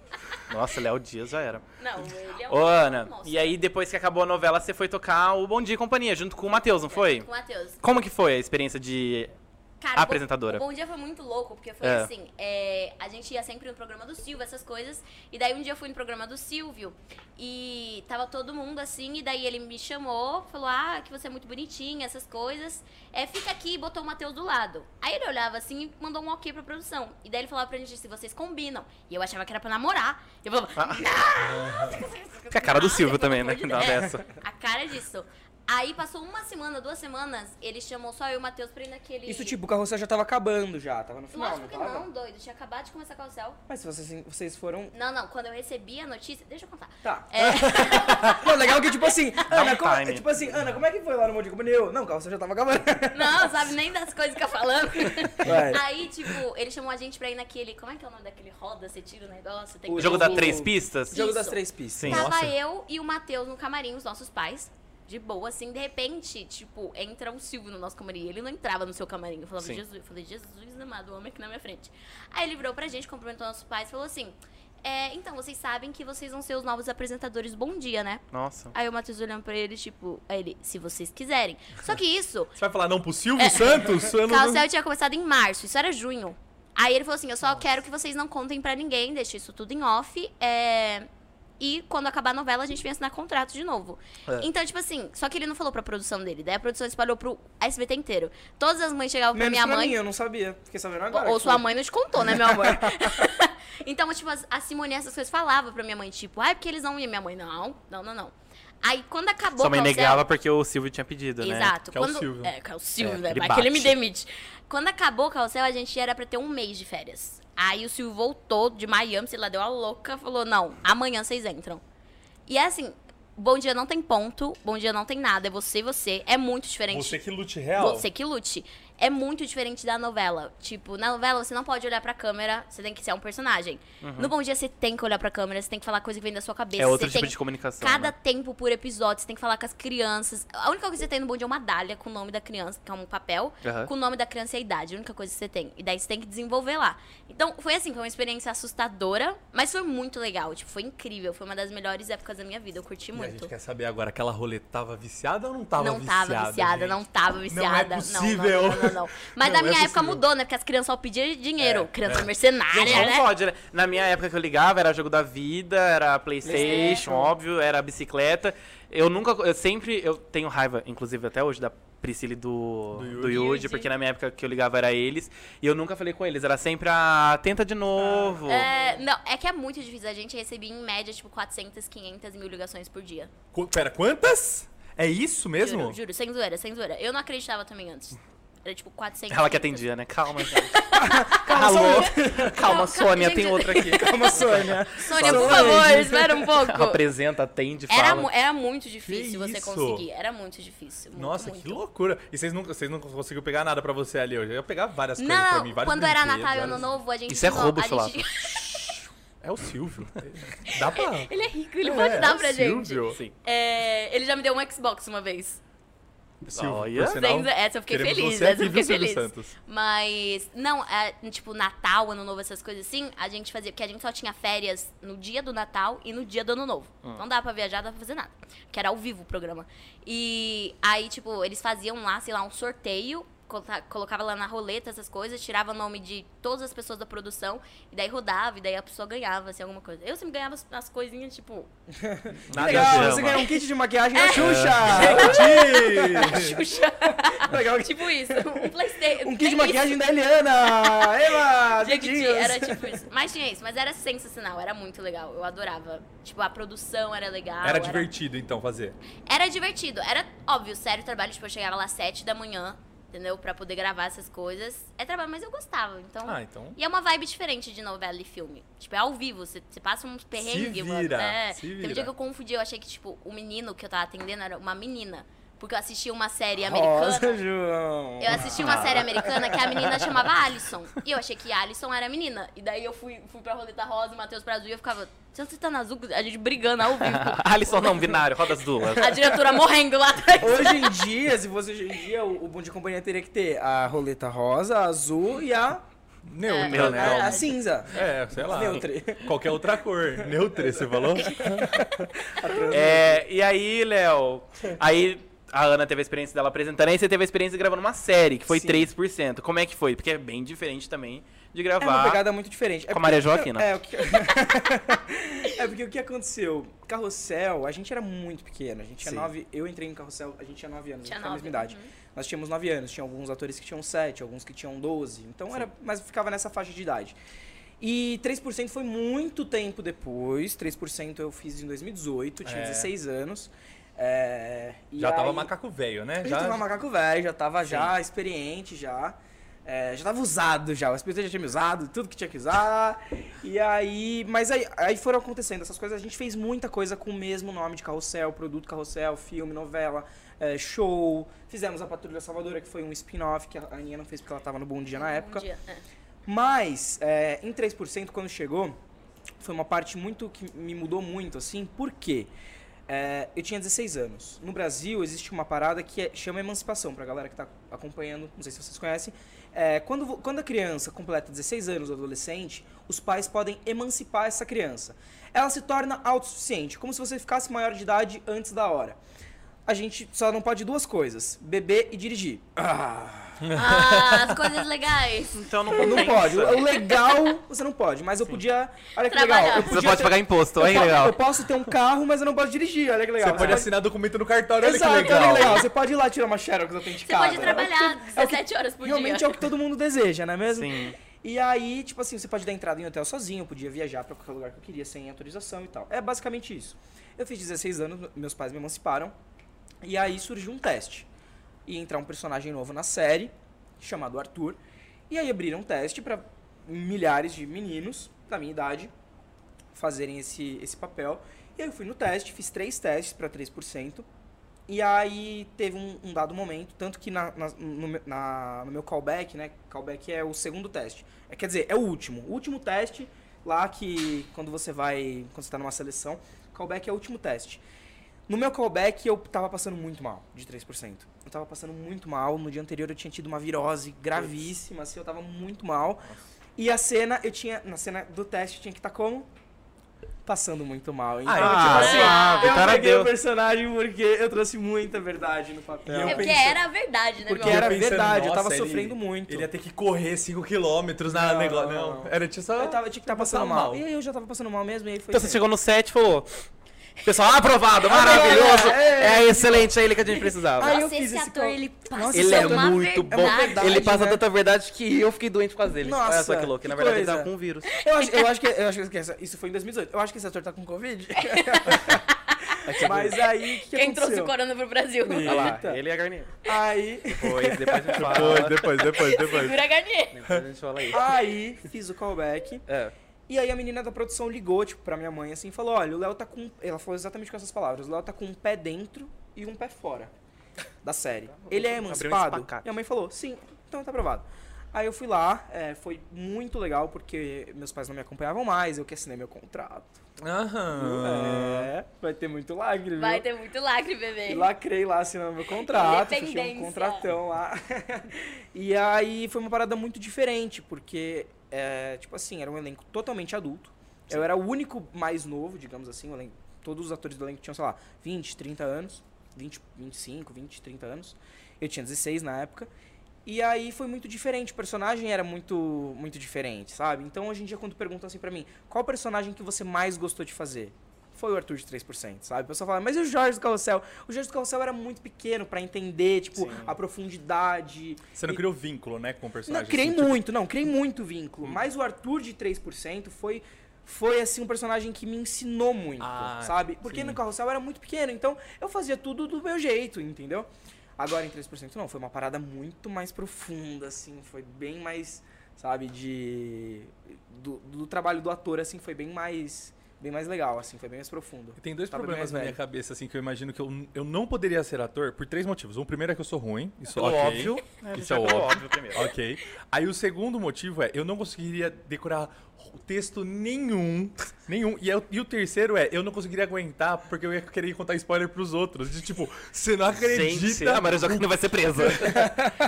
C: Nossa, Léo Dias já era.
F: Não, ele é um.
C: Ô, Ana,
F: Nossa.
C: e aí depois que acabou a novela, você foi tocar o Bom Dia e Companhia, junto com o Matheus, não foi?
F: Com o Matheus.
C: Como que foi a experiência de...
F: Cara, o
C: Apresentadora.
F: Bom, o Bom Dia foi muito louco, porque foi
C: É.
F: assim, é, a gente ia sempre no programa do Silvio, essas coisas, e daí um dia eu fui no programa do Silvio, e tava todo mundo assim, e daí ele me chamou, falou, ah, que você é muito bonitinha, essas coisas, é, fica aqui, e botou o Matheus do lado. Aí ele olhava assim e mandou um ok pra produção, e daí ele falava pra gente, se vocês combinam, e eu achava que era pra namorar, e eu falava,
C: Porque a cara Ah, do
F: Nossa,
C: Silvio
F: pelo
C: também,
F: amor
C: né?
F: de
C: Que dá
F: Deus.
C: dessa.
F: a cara disso. Aí passou uma semana, duas semanas, ele chamou só eu e o Matheus pra ir naquele...
E: Isso, tipo, o carrossel já tava acabando já, tava no final,
F: Lógico que
E: tava?
F: não, doido. Tinha acabado de começar com o céu.
E: Mas se vocês, vocês foram...
F: Não, não, quando eu recebi a notícia. Deixa eu contar.
E: Tá.
F: É, [LAUGHS]
E: [LAUGHS] Não, legal que, tipo assim, Ana, como,
C: um time.
E: tipo assim, Ana, como é que foi lá no Monte de Companhia? Eu, Não, o carrossel já tava acabando. [LAUGHS]
F: não, sabe nem das coisas que eu falando.
E: Vai.
F: Aí, tipo, ele chamou a gente pra ir naquele. Como é que é o nome daquele roda? Você tira o negócio? Tem
E: O
C: O
F: que-
C: jogo da
E: jogo-
C: três pistas?
E: Jogo
F: Isso.
E: das três pistas.
C: Sim.
F: Tava
C: Nossa.
F: eu e o Matheus no camarim, os nossos pais. De boa, assim, de repente, tipo, entra um Silvio no nosso camarim. Ele não entrava no seu camarim. Eu falava,
C: Sim.
F: Jesus, eu falei, Jesus amado, o homem aqui na minha frente. Aí ele virou pra gente, cumprimentou nossos pais e falou assim: é, então, vocês sabem que vocês vão ser os novos apresentadores do Bom Dia, né?
C: Nossa.
F: Aí o Matheus olhando pra ele, tipo, aí ele, se vocês quiserem. Só que isso,
E: [LAUGHS]
B: Você vai falar não pro Silvio
F: É.
B: Santos? Eu não-
F: Carrossel tinha começado em março, isso era junho. Aí ele falou assim: eu só quero que vocês não contem pra ninguém, deixe isso tudo em off. é, E quando acabar a novela, a gente vem assinar contrato de novo.
E: É.
F: Então, tipo assim, só que ele não falou pra produção dele, daí a produção espalhou pro SBT inteiro. Todas as mães chegavam pra
E: Menos
F: minha
E: pra
F: mãe.
E: mim, eu não sabia. Fiquei sabendo
F: Ou-
E: agora.
F: Ou
E: que
F: sua
E: foi.
F: mãe não te contou, né,
E: [LAUGHS]
F: meu amor? [LAUGHS] então, tipo, as- a Simone essas coisas falava pra minha mãe, tipo, ai, porque eles não iam. Minha mãe, não, não, não, não. Aí quando acabou
C: Sua mãe
F: o Carrossel-
C: negava porque o Silvio tinha pedido, né?
F: Exato.
B: Que é o
F: Quando-
B: Silvio.
F: É, que é o Silvio,
C: É,
F: né?
C: ele
F: Vai que ele me
C: bate.
F: demite. Quando acabou o carrossel, a gente era pra ter um mês de férias. Aí o Silvio voltou de Miami, sei lá, deu a louca, falou: não, amanhã vocês entram. E é assim, bom dia não tem ponto, bom dia não tem nada, é você e você. É muito diferente.
B: Você que lute real.
F: Você que lute. é muito diferente da novela. Tipo, na novela você não pode olhar pra câmera, você tem que ser um personagem. No Bom Dia você tem que olhar pra câmera, você tem que falar coisa que vem da sua cabeça.
C: Uhum. É outro
F: você
C: tipo
F: tem-
C: de comunicação.
F: Cada
C: né?
F: tempo por episódio, você tem que falar com as crianças. A única coisa que você tem no Bom Dia é uma dália com o nome da criança, que é um papel,
C: Aham.
F: com o nome da criança e a idade. A única coisa que você tem. E daí você tem que desenvolver lá. Então, foi assim, foi uma experiência assustadora, mas foi muito legal. Tipo, foi incrível. Foi uma das melhores épocas da minha vida. Eu curti
B: E a
F: muito.
B: gente quer saber agora, aquela rolê tava viciada ou não tava
F: não
B: viciada?
F: tava viciada,
B: gente?
F: não tava
B: Não é
F: viciada.
B: possível.
F: Não, não, não, não, não. Mas
B: Não
F: na
B: é
F: minha
B: possível.
F: época
B: É,
F: mudou, né? Porque as crianças só pediam dinheiro. criança
C: Gente,
F: mercenária,
C: não
B: um
F: né?
C: pode, né? Na minha época que eu ligava, era jogo da vida, era Playstation, óbvio, era bicicleta. Eu nunca. Eu sempre. Eu tenho raiva, inclusive até hoje, da Priscila e do,
B: Do Yuji.
C: do Yuji, porque na minha época que eu ligava era eles. E eu nunca falei com eles. Era sempre a. Tenta de novo.
F: É, não, é que é muito difícil. A gente recebia em média, tipo, 400, 500 mil ligações por dia.
B: Qu- Pera, quantas? É isso mesmo?
F: Juro, juro, sem zoeira, sem zoeira. Eu não acreditava também antes. Era tipo 400.
C: Ela que atendia, né? Calma,
F: [LAUGHS]
C: gente. Alô? Calma, Sônia, tem
F: gente.
C: outra
F: [LAUGHS]
C: aqui.
E: Calma, Sônia.
F: Sônia, por
B: [LAUGHS]
F: favor, espera um pouco.
C: Apresenta, atende,
F: Era,
C: fala.
F: mu- era muito difícil
B: Que
F: você
B: isso?
F: conseguir. Era muito difícil. muito,
B: Nossa,
F: muito.
B: que loucura. E vocês nunca, vocês nunca conseguiram pegar nada pra você ali hoje. Eu ia pegar várias coisas pra
F: Não,
B: mim, vários
F: quando era
B: brinquedos,
F: Natal e Ano
B: vários-
F: Novo, a gente.
C: Isso é
F: não-
C: roubo,
F: a gente... [LAUGHS]
B: É o Silvio. Dá pra...
F: Ele é rico, ele
B: É,
F: pode dar
B: é
F: pra
B: o
F: gente.
B: Silvio.
C: Sim.
F: É, ele já me deu um Xbox uma vez.
B: Silvio,
C: Olha.
B: por sinal,
F: Sem- essa é, eu fiquei
B: queremos
F: feliz,
B: você
F: essa
B: aqui,
F: eu fiquei
B: viu, Silvio
F: feliz.
B: Santos?
F: Mas, não, é, tipo, Natal, Ano Novo, essas coisas assim, a gente fazia, porque a gente só tinha férias no dia do Natal e no dia do Ano Novo.
B: Ah.
F: Não dava pra viajar, dava pra fazer nada. Que era ao vivo o programa. E aí, tipo, eles faziam lá, sei lá, um sorteio, cota- colocava lá na roleta essas coisas, tirava o nome de todas as pessoas da produção, e daí rodava, e daí a pessoa ganhava, assim, alguma coisa. Eu sempre ganhava as, as coisinhas, tipo,
C: Nada
E: Legal,
C: drama.
E: você ganhou um kit de maquiagem
F: É.
E: da Xuxa.
F: [LAUGHS]
E: [LAUGHS]
B: Gente!
F: Xuxa,
E: Legal, tipo,
F: tipo isso, um é Playstation.
E: um kit de
F: nem
E: maquiagem da
F: [LAUGHS]
E: Eliana. Eba,
F: Jequiti,
E: dedinhos.
F: era tipo isso. Mas tinha isso, mas era sensacional, era muito legal. Eu adorava. Tipo, a produção era legal.
B: Era divertido, então, fazer.
F: Era divertido. Era, óbvio, sério o trabalho. Tipo, eu chegava lá às 7 da manhã, entendeu? Pra poder gravar essas coisas. É trabalho, mas eu gostava, então...
B: Ah, então...
F: E é uma vibe diferente de novela e filme. Tipo, é ao vivo, você, você passa uns perrengues, mano.
B: vira,
F: É.
B: se
F: Teve um
B: vira.
F: dia que eu confundi, eu achei que, tipo, o menino que eu tava atendendo era uma menina. Porque eu assistia uma série americana.
E: Rosa, João.
F: Eu assisti uma série americana que a menina chamava Alison. E eu achei que Alison era a menina. E daí eu fui, fui pra roleta rosa, o Matheus pra azul e eu ficava. Se você tá na azul, a gente brigando ao
E: [LAUGHS]
F: vivo.
C: Alisson não, binário, roda as duas.
F: A diretora morrendo lá atrás.
E: Hoje em dia, se fosse hoje em dia, o, o bom de companhia teria que ter a roleta rosa, a azul e a,
F: É.
B: Neutra,
C: Meu,
B: né?
E: a, a cinza.
B: É, sei lá.
E: Neutra.
B: Qualquer outra cor. Neutra, você falou?
C: É, e aí, Léo? Aí a Ana teve a experiência dela apresentando, aí você teve a experiência gravando uma série, que foi
E: Sim.
C: 3%. Como é que foi? Porque é bem diferente também de
E: É uma
C: gravar.
E: pegada muito diferente. É
C: Com a Maria
E: porque-
C: Joaquina.
E: É, o que... [LAUGHS] é porque o que aconteceu? Carrossel, a gente era muito pequeno. A gente tinha
B: Sim.
E: nove. Eu entrei em Carrossel, a gente tinha nove anos,
F: Tinha
E: a gente tinha a
F: nove, uhum.
E: mesma idade. Nós tínhamos nove anos, tinha alguns atores que tinham sete, alguns que tinham 12. Então era. Mas ficava nessa faixa de idade. E 3% foi muito tempo depois. 3% eu fiz em 2018, tinha
B: É.
E: 16 anos. É, [LAUGHS] e
B: Já tava
E: aí-
B: macaco velho, né?
E: já tava um macaco velho, já tava já experiente, já. É, já tava usado já, o SPT já tinha me usado, tudo que tinha que usar. E aí. Mas aí, aí foram acontecendo essas coisas. A gente fez muita coisa com o mesmo nome de carrossel, produto carrossel, filme, novela, é, show. Fizemos a Patrulha Salvadora, que foi um spin-off que a Aninha não fez porque ela tava no Bom Dia na época.
F: Um dia, é.
E: Mas é, em 3%, quando chegou, foi uma parte muito que me mudou muito, assim, porque é, eu tinha 16 anos. No Brasil existe uma parada que é- chama emancipação, pra galera que tá acompanhando, não sei se vocês conhecem. É, quando, vo- quando a criança completa 16 anos, ou adolescente, os pais podem emancipar essa criança. Ela se torna autossuficiente, como se você ficasse maior de idade antes da hora. A gente só não pode duas coisas: beber e dirigir. Ah!
F: Ah, as coisas legais.
C: Então não
F: [LAUGHS] É
E: Não
C: compensa.
E: pode. O legal, você não pode. Mas eu podia. Olha que
F: Trabalhar.
E: legal. Eu
C: Você
E: podia
C: pode
E: ter-
C: pagar imposto,
E: eu,
C: hein,
E: po-
C: legal?
E: eu posso ter um carro, mas eu não posso dirigir. Olha que legal.
B: Você pode assinar documento no cartório, olha
E: Exato,
B: que legal.
E: Você pode ir lá tirar uma Xerox
F: Você
E: autenticada.
F: pode trabalhar
E: É o que-
F: 17 horas por dia.
E: Realmente é o que todo mundo deseja, não é mesmo?
C: Sim.
E: E aí, tipo assim, você pode dar entrada em hotel sozinho, eu podia viajar pra qualquer lugar que eu queria sem autorização e tal. É basicamente isso. Eu fiz 16 anos, meus pais me emanciparam, e aí surgiu um teste. Ia entrar um personagem novo na série, chamado Arthur, e aí abriram um teste pra milhares de meninos da minha idade fazerem esse, esse papel. E aí eu fui no teste, fiz três testes pra 3%. E aí teve um, um dado momento, tanto que na, na- no, meu- na- no meu callback, né? Callback é o segundo teste. É, quer dizer, é o último. O último teste lá que quando você vai. Quando você tá numa seleção, callback é o último teste. No meu callback eu tava passando muito mal, de 3%. Eu tava passando muito mal. No dia anterior eu tinha tido uma virose gravíssima, assim, eu tava muito mal. E a cena, eu tinha. Na cena do teste eu tinha que estar como? Passando muito mal. Então,
C: Ah,
E: tipo assim,
F: suave,
E: eu
C: cara,
E: peguei
C: deu.
E: o personagem porque eu trouxe muita verdade no papel.
F: É porque era a verdade, né,
E: Porque
F: meu
E: era
F: amor?
B: Eu pensando,
E: verdade, eu tava
B: nossa,
E: sofrendo
B: ele-
E: muito.
B: Ele ia ter que correr 5km na
E: Não,
B: negócio.
E: não,
B: Não,
E: não.
B: era tinha só.
E: Eu, tava, eu tinha que estar passando
B: Passando
E: mal.
B: mal.
E: E aí eu já tava passando mal mesmo, e aí foi.
C: Então você
E: sempre.
C: chegou no set e falou. Pessoal, aprovado, maravilhoso! É excelente, é ele que a gente
E: é, Ai,
C: precisava.
E: Ah, eu
F: Nossa,
E: fiz
F: esse
E: esse
F: ator,
E: call.
F: ele passa
E: Nossa,
C: Ele
E: esse
C: é
E: ator
F: uma
C: muito bom.
F: verdade.
E: verdade,
C: ele passa
E: né?
C: tanta verdade que eu fiquei doente por causa dele.
E: Nossa,
C: Olha só que louco.
E: que
C: Na verdade, ele
E: coisa.
C: tava com um vírus.
E: Eu acho, eu acho que, eu acho que essa- isso foi em 2018. Eu acho que esse ator tá com Covid. [LAUGHS] Mas aí, o que, que
F: Quem trouxe
E: aconteceu?
F: o corona pro Brasil?
C: Olha lá,
E: Eita.
C: ele é a Garnier.
E: Aí,
C: Depois, depois a gente
D: Depois,
C: fala.
D: depois, depois,
F: [LAUGHS]
D: depois.
E: [LAUGHS]
F: Segura a Garnier.
C: Depois a gente fala isso.
E: aí, fiz o callback.
C: É.
E: E aí a menina da produção ligou, tipo, pra minha mãe, assim, e falou, olha, o Léo tá com... Ela falou exatamente com essas palavras. O Léo tá com um pé dentro e um pé fora da série. Ele é
C: um
E: emancipado?
C: espacate.
E: minha mãe falou, sim, então tá aprovado. Aí eu fui lá, é, foi muito legal, porque meus pais não me acompanhavam mais, eu que assinei meu contrato.
B: Aham.
E: É, vai ter muito lágrima.
F: Vai
E: viu?
F: ter muito lacre, bebê.
E: E lacrei lá, assinando meu contrato, fechei um
F: Independência.
E: contratão lá. [LAUGHS] e aí foi uma parada muito diferente, porque, é, tipo assim, era um elenco totalmente adulto. Eu era o único mais novo, digamos assim, o elenco- todos os atores do elenco tinham, sei lá, 20, 30 anos, 20, 25, 20, 30 anos. Eu tinha 16 na época. E aí foi muito diferente, o personagem era muito muito diferente, sabe? Então hoje em dia quando perguntam assim pra mim, qual personagem que você mais gostou de fazer? Foi o Arthur de 3%, sabe? O pessoal fala, mas e o Jorge do Carrossel? O Jorge do Carrossel era muito pequeno pra entender, tipo, a profundidade.
B: Você não criou vínculo, né, com o
E: É. Não,
B: personagem.
E: criei
B: assim, tipo,
E: muito, não, criei muito vínculo.
B: Hum.
E: Mas o Arthur de 3% foi, foi assim, um personagem que me ensinou muito,
B: Ah,
E: sabe? Porque
B: sim.
E: no Carrossel eu era muito pequeno, então eu fazia tudo do meu jeito, entendeu? Agora em 3% não, foi uma parada muito mais profunda, assim, foi bem mais, sabe, de... Do, do trabalho do ator, assim, foi bem mais... Bem mais legal, assim, foi bem mais profundo.
B: Tem dois
E: Tava bem
B: problemas
E: mais
B: na minha
E: velho.
B: cabeça, assim, que eu imagino que eu, eu não poderia ser ator por três motivos. Um primeiro é que eu sou ruim, isso
C: Pelo
B: ok.
C: óbvio.
B: Isso é o
C: Pelo
B: óbvio.
C: primeiro.
B: Ok. Aí o segundo motivo é, eu não conseguiria decorar texto nenhum. Nenhum. E, eu- e o terceiro é, eu não conseguiria aguentar porque eu ia querer contar spoiler pros outros. De tipo, você não acredita.
C: Gente,
E: Ah,
C: a Maria Joaquina vai ser presa.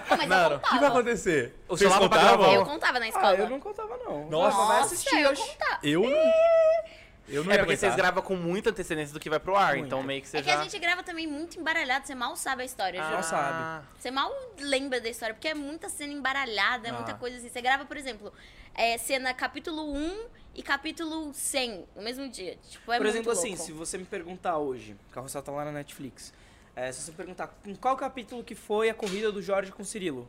F: Não, mas é um
B: Mano,
F: eu
B: o que vai
F: contava.
B: acontecer?
C: O
B: Vocês
C: celular vai pagar
B: contavam?
F: Eu contava na escola.
E: Ah, eu não contava, não.
B: Nossa.
E: Mas vai
F: Nossa,
E: assistir,
F: eu
E: acho.
F: contava.
B: Eu não. Eu não
C: É
B: ia
C: porque vocês
B: aguentar.
C: gravam com muita antecedência do que vai pro ar, então meio que você
F: É que
C: já...
F: a gente grava também muito embaralhado, você mal sabe a história,
C: Ah,
F: juro.
E: sabe.
F: Você mal lembra da história, porque é muita cena embaralhada, é muita
B: Ah.
F: coisa assim. Você grava, por exemplo, é, cena capítulo 1 e capítulo 100, no mesmo dia. Tipo, é
E: Por exemplo,
F: muito
E: assim,
F: louco.
E: se você me perguntar hoje, Carrossel tá lá na Netflix, é, se você me perguntar em qual capítulo que foi a corrida do Jorge com o Cirilo,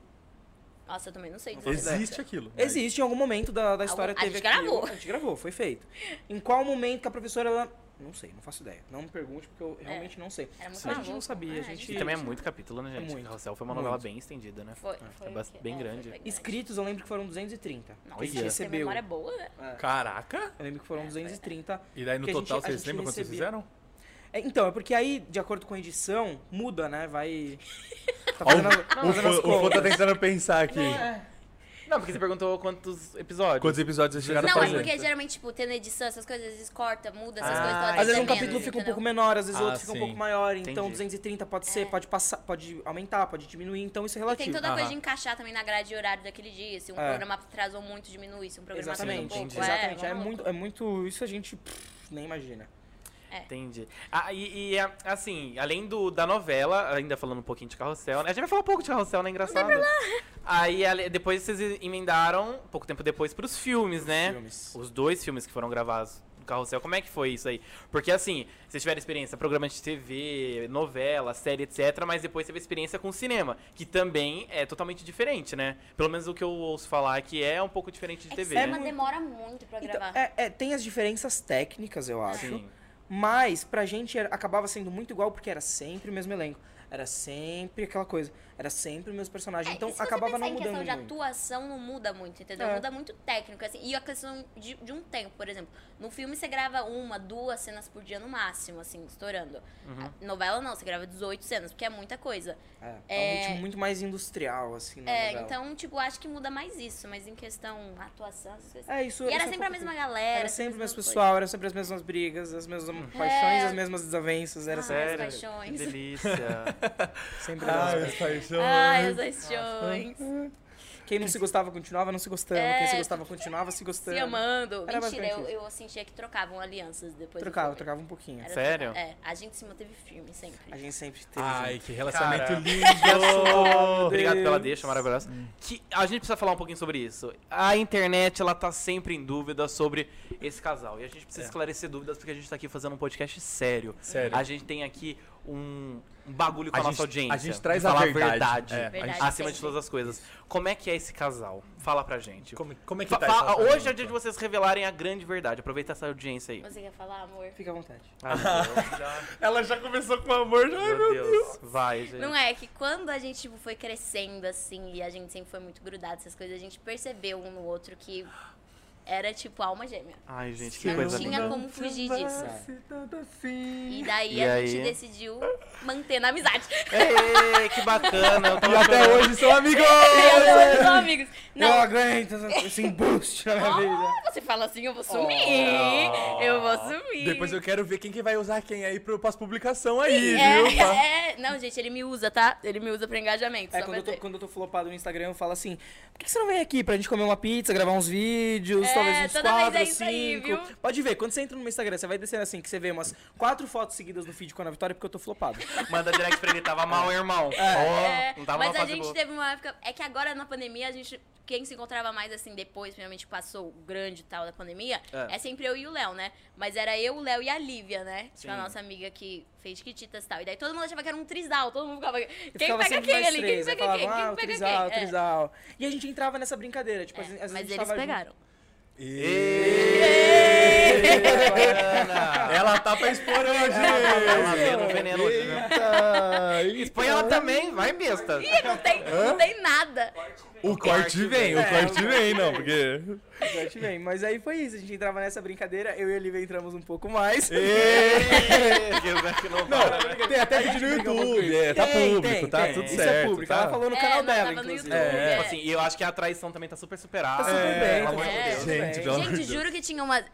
F: Nossa, eu também não sei. dizer.
C: é.
B: Existe aquilo. mas-
E: né? existe em algum momento da, da história
F: a
E: teve
F: gente
E: aquilo.
F: gravou.
E: A gente gravou, foi feito. Em qual momento que a professora, ela... Não sei, não faço ideia. Não me pergunte, porque eu realmente não sei.
F: É. Era muito
E: a gente não
F: maluco.
E: sabia,
F: É,
E: a gente...
C: E também é muito capítulo, né,
E: É
C: gente?
E: muito.
C: Carrossel foi uma novela
E: Muito.
C: bem estendida, né?
F: Foi, foi
C: bas-
F: o quê?
C: bem
F: É,
C: grande.
F: foi bem
E: Escritos, eu lembro que foram 230.
F: Nossa,
E: a gente
F: você tem
E: recebeu. É,
F: memória boa, né?
B: Caraca!
E: Eu lembro que foram 230.
B: E daí no
E: Porque a
B: total,
E: gente- a
B: vocês
E: gente
B: lembram quando vocês
E: recebia.
B: fizeram?
E: É, então, é porque aí, de acordo com a edição, muda, né?
F: [LAUGHS]
E: Vai... Tá
B: Ó,
E: fazendo, a- tá
B: o
E: fazendo as
B: Fo- o Fo tá
E: contas. é.
B: tentando pensar aqui.
C: Não, porque você perguntou quantos episódios.
B: Quantos episódios vocês chegaram a
F: Não, é
B: fazer?
F: porque geralmente, tipo, tendo edição, essas coisas, às vezes corta, muda, essas
C: Ah,
F: coisas. então
E: Às
F: até
E: vezes um
F: menos,
E: capítulo fica um
F: entendeu? É.
E: pouco menor, às vezes
B: Ah,
E: outro fica
B: sim.
E: um pouco maior, então
C: Entendi.
E: 230 pode ser, pode passar, pode aumentar, pode diminuir, então isso é
F: E tem
E: relativo.
F: toda a
B: Aham.
F: coisa de encaixar também na grade de horário daquele dia. Se um
E: É.
F: programa atrasou muito, diminui. Se um programa atrasou um
E: Exatamente,
F: pouco,
E: entendi. exatamente.
F: é,
E: É,
F: maluco.
E: muito, é muito, isso a gente pff, nem imagina.
C: Entendi. Ah, e, e, a- assim, além do, da novela, ainda falando um pouquinho de carrossel, né? A gente vai falar um pouco de carrossel, né? Engraçado. Aí ale- depois vocês emendaram, pouco tempo depois, pros filmes, né?
E: Filmes.
C: Os dois filmes que foram gravados do carrossel. Como é que foi isso aí? Porque assim, vocês tiveram experiência, programa de TV, novela, série, etc. Mas depois teve experiência com cinema, que também é totalmente diferente, né? Pelo menos o que eu ouço falar que é um pouco diferente de
F: É que
C: TV,
F: cinema
C: né?
F: demora muito pra
E: Então,
F: gravar.
E: é- é, tem as diferenças técnicas, eu acho.
C: Sim.
E: Mas pra gente era- acabava sendo muito igual porque era sempre o mesmo elenco. Era sempre aquela coisa. Era sempre os meus personagens.
F: É,
E: então
F: e se você
E: acabava
F: pensar
E: não
F: em
E: mudando.
F: questão de
E: muito.
F: atuação não muda muito, entendeu?
E: É.
F: Muda muito técnico, assim. E a questão de, de um tempo, por exemplo. No filme você grava uma, duas cenas por dia no máximo, assim, estourando.
E: Uhum.
F: A novela não, você grava 18 cenas, porque é muita coisa.
E: É, é um
F: É.
E: ritmo muito mais industrial, assim, na
F: É,
E: novela.
F: então, tipo, acho que muda mais isso, mas em questão atuação, essas coisas.
E: É, isso,
F: e era
E: isso é um
F: sempre a
E: pouco-
F: mesma galera.
E: Era sempre o mesmo
F: mesma coisa. É.
E: pessoal, era sempre as mesmas brigas, as mesmas paixões, as mesmas desavenças, era
F: Ah,
E: sempre,
F: as paixões.
C: Que delícia.
E: sempre as
B: Ai,
E: mesmas.
B: as paixões.
F: Ai, Ah, as paixões.
E: Quem não se gostava continuava não se gostando, quem se gostava continuava se gostando.
F: É. Se amando.
E: Era
F: Mentira,
E: basicamente
F: eu,
E: isso.
F: eu sentia que trocavam alianças depois. do
E: Trocava,
F: filme.
E: trocava um pouquinho.
F: Era-
C: Sério?
F: É, a gente se manteve firme sempre.
E: A gente sempre teve.
C: um.
B: Ai, que relacionamento
C: [LAUGHS]
B: lindo.
C: Obrigado pela
E: Deus.
C: deixa maravilhosa. Que a gente precisa falar um pouquinho sobre isso. A internet, ela tá sempre em dúvida sobre esse casal. E a gente precisa esclarecer dúvidas porque a gente tá aqui fazendo um podcast sério.
B: Sério.
C: A gente tem aqui um, um bagulho com a,
B: A
C: nossa
B: gente-
C: audiência.
B: a gente
C: de
B: traz a
C: falar
B: verdade.
C: verdade.
B: É, a
F: Verdade,
C: Acima de
F: sempre.
C: todas as coisas. Como é que é esse casal? Fala pra gente.
B: Como, como é que
C: Tipo, Fa-
B: tá
C: fa-
B: esse
C: hoje é o dia
B: relacionamento?
C: de vocês revelarem a grande verdade. Aproveita essa audiência aí.
F: Você quer falar, amor?
E: Fica à vontade.
C: Ai, meu Deus.
B: Ela já começou com amor, já.
C: Meu Deus. Vai, gente.
F: Não é que quando a gente tipo, foi crescendo assim e a gente sempre foi muito grudado essas coisas, a gente percebeu um no outro que era tipo alma gêmea.
C: Ai, gente, que
F: Não
C: coisa
F: tinha
C: linda.
F: como fugir disso. é.
E: É.
C: assim.
F: E daí
C: E
F: a
C: aí?
F: gente decidiu manter na
C: [LAUGHS]
F: amizade. [LAUGHS]
C: Ei, que bacana. Eu
B: E
C: tava
B: até hoje são amigos.
F: Eu sou amigos.
E: Eu
F: Não,
E: aguento esse- esse embuste
C: É
E: na minha vida.
F: você fala assim, eu vou
C: Oh.
F: sumir. Eu vou sumir.
B: Depois eu quero ver quem que vai usar quem aí pro, pras publicação aí, viu? Pra-
F: [LAUGHS] é, é, não, gente, ele me usa, tá? Ele me usa pra engajamento.
E: tá? É,
F: só
E: quando eu, tô,
F: pra ter.
E: quando eu tô flopado no Instagram, eu falo assim: por que, que você não vem aqui pra gente comer uma pizza, gravar uns vídeos,
F: É,
E: talvez uns
F: toda vez
E: quatro,
F: é isso
E: cinco?
F: aí, viu?
E: Pode ver, quando você entra no meu Instagram, você vai descendo assim, que você vê umas quatro fotos seguidas no feed com a Ana Vitória, é porque eu tô flopado.
C: Manda direct pra ele, tava mal, irmão.
F: É,
C: Ó, não tava
F: mas
C: numa
F: a
C: fase
F: gente
C: boa.
F: teve uma época. É que agora na pandemia, a gente. Quem se encontrava mais assim depois, realmente passou o grande tal da pandemia,
C: É.
F: é, sempre eu e o Léo, né? Mas era eu, o Léo e a Lívia, né? Tipo, a
C: Sim.
F: nossa amiga que fez quititas e tal. E daí todo mundo achava que era um trisal, todo mundo ficava. Quem
E: ficava
F: pega
E: sempre
F: quem
E: nós
F: ali? Quem
E: três, aí
F: pega quem?
E: falavam, ah,
F: Quem
E: o
F: pega
E: Trisal, o
F: quem? É,
E: Trisal. E a gente entrava nessa brincadeira, tipo, às vezes-
F: é,
E: às vezes a
F: Mas
E: gente
F: eles
E: tava junto.
F: pegaram. [LAUGHS]
B: Ela tá pra expor
C: Tá
B: hoje.
C: lamendo um veneno hoje, né? Põe ela também, vai besta.
F: Ih, não tem, não tem nada.
B: O corte vem,
C: né?
B: o corte vem, não, porque...
E: Já te vem. Mas aí foi isso, a gente entrava nessa brincadeira, eu e a Lívia entramos um pouco mais. [LAUGHS]
C: né?
B: Não, tem até vídeo no YouTube, é, tá
E: Tem,
B: público,
E: tem,
B: tá
E: tem.
B: tudo
E: Isso
B: certo.
E: é público,
B: tá?
E: ela falou no
F: É,
E: canal
F: não,
E: dela,
F: tava no
E: inclusive.
F: YouTube.
B: É.
C: Tipo assim, e eu acho que a traição também tá super superada.
E: Tá super
C: É,
E: bem,
C: pelo
E: tá
C: amor de
E: super
F: bem.
C: Deus.
B: Gente,
E: bem. um
B: pelo amor
F: Gente,
B: de Deus.
F: juro que tinha umas.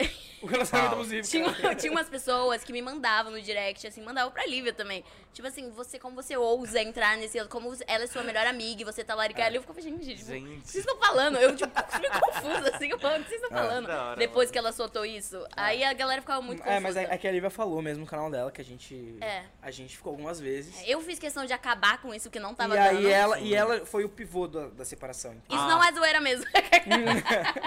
E: O relacionamento
C: Fala.
E: abusivo. [LAUGHS]
F: Tinha,
C: [LAUGHS]
E: cara.
F: tinha umas pessoas que me mandavam no direct, assim, mandavam pra Lívia também. Tipo assim, você, como você ousa entrar nesse. Como você- ela é sua melhor amiga e você tá laricando. Eu ficava, gente, gente, tipo,
C: Gente.
F: vocês estão falando? Eu, tipo, [LAUGHS] meio confusa, assim, eu falando, o que vocês estão falando?
C: É, da hora, É.
F: Depois que ela soltou isso. Aí a galera ficava muito confusa.
E: É, mas é, é que a Lívia falou mesmo no canal dela, que a gente.
F: É.
E: A gente ficou algumas vezes.
F: Eu fiz questão de acabar com isso que não tava
E: e
F: dando.
E: aí ela, e ela foi o pivô da, da separação. então.
F: Isso
C: Ah. tá
F: não é zoeira mesmo.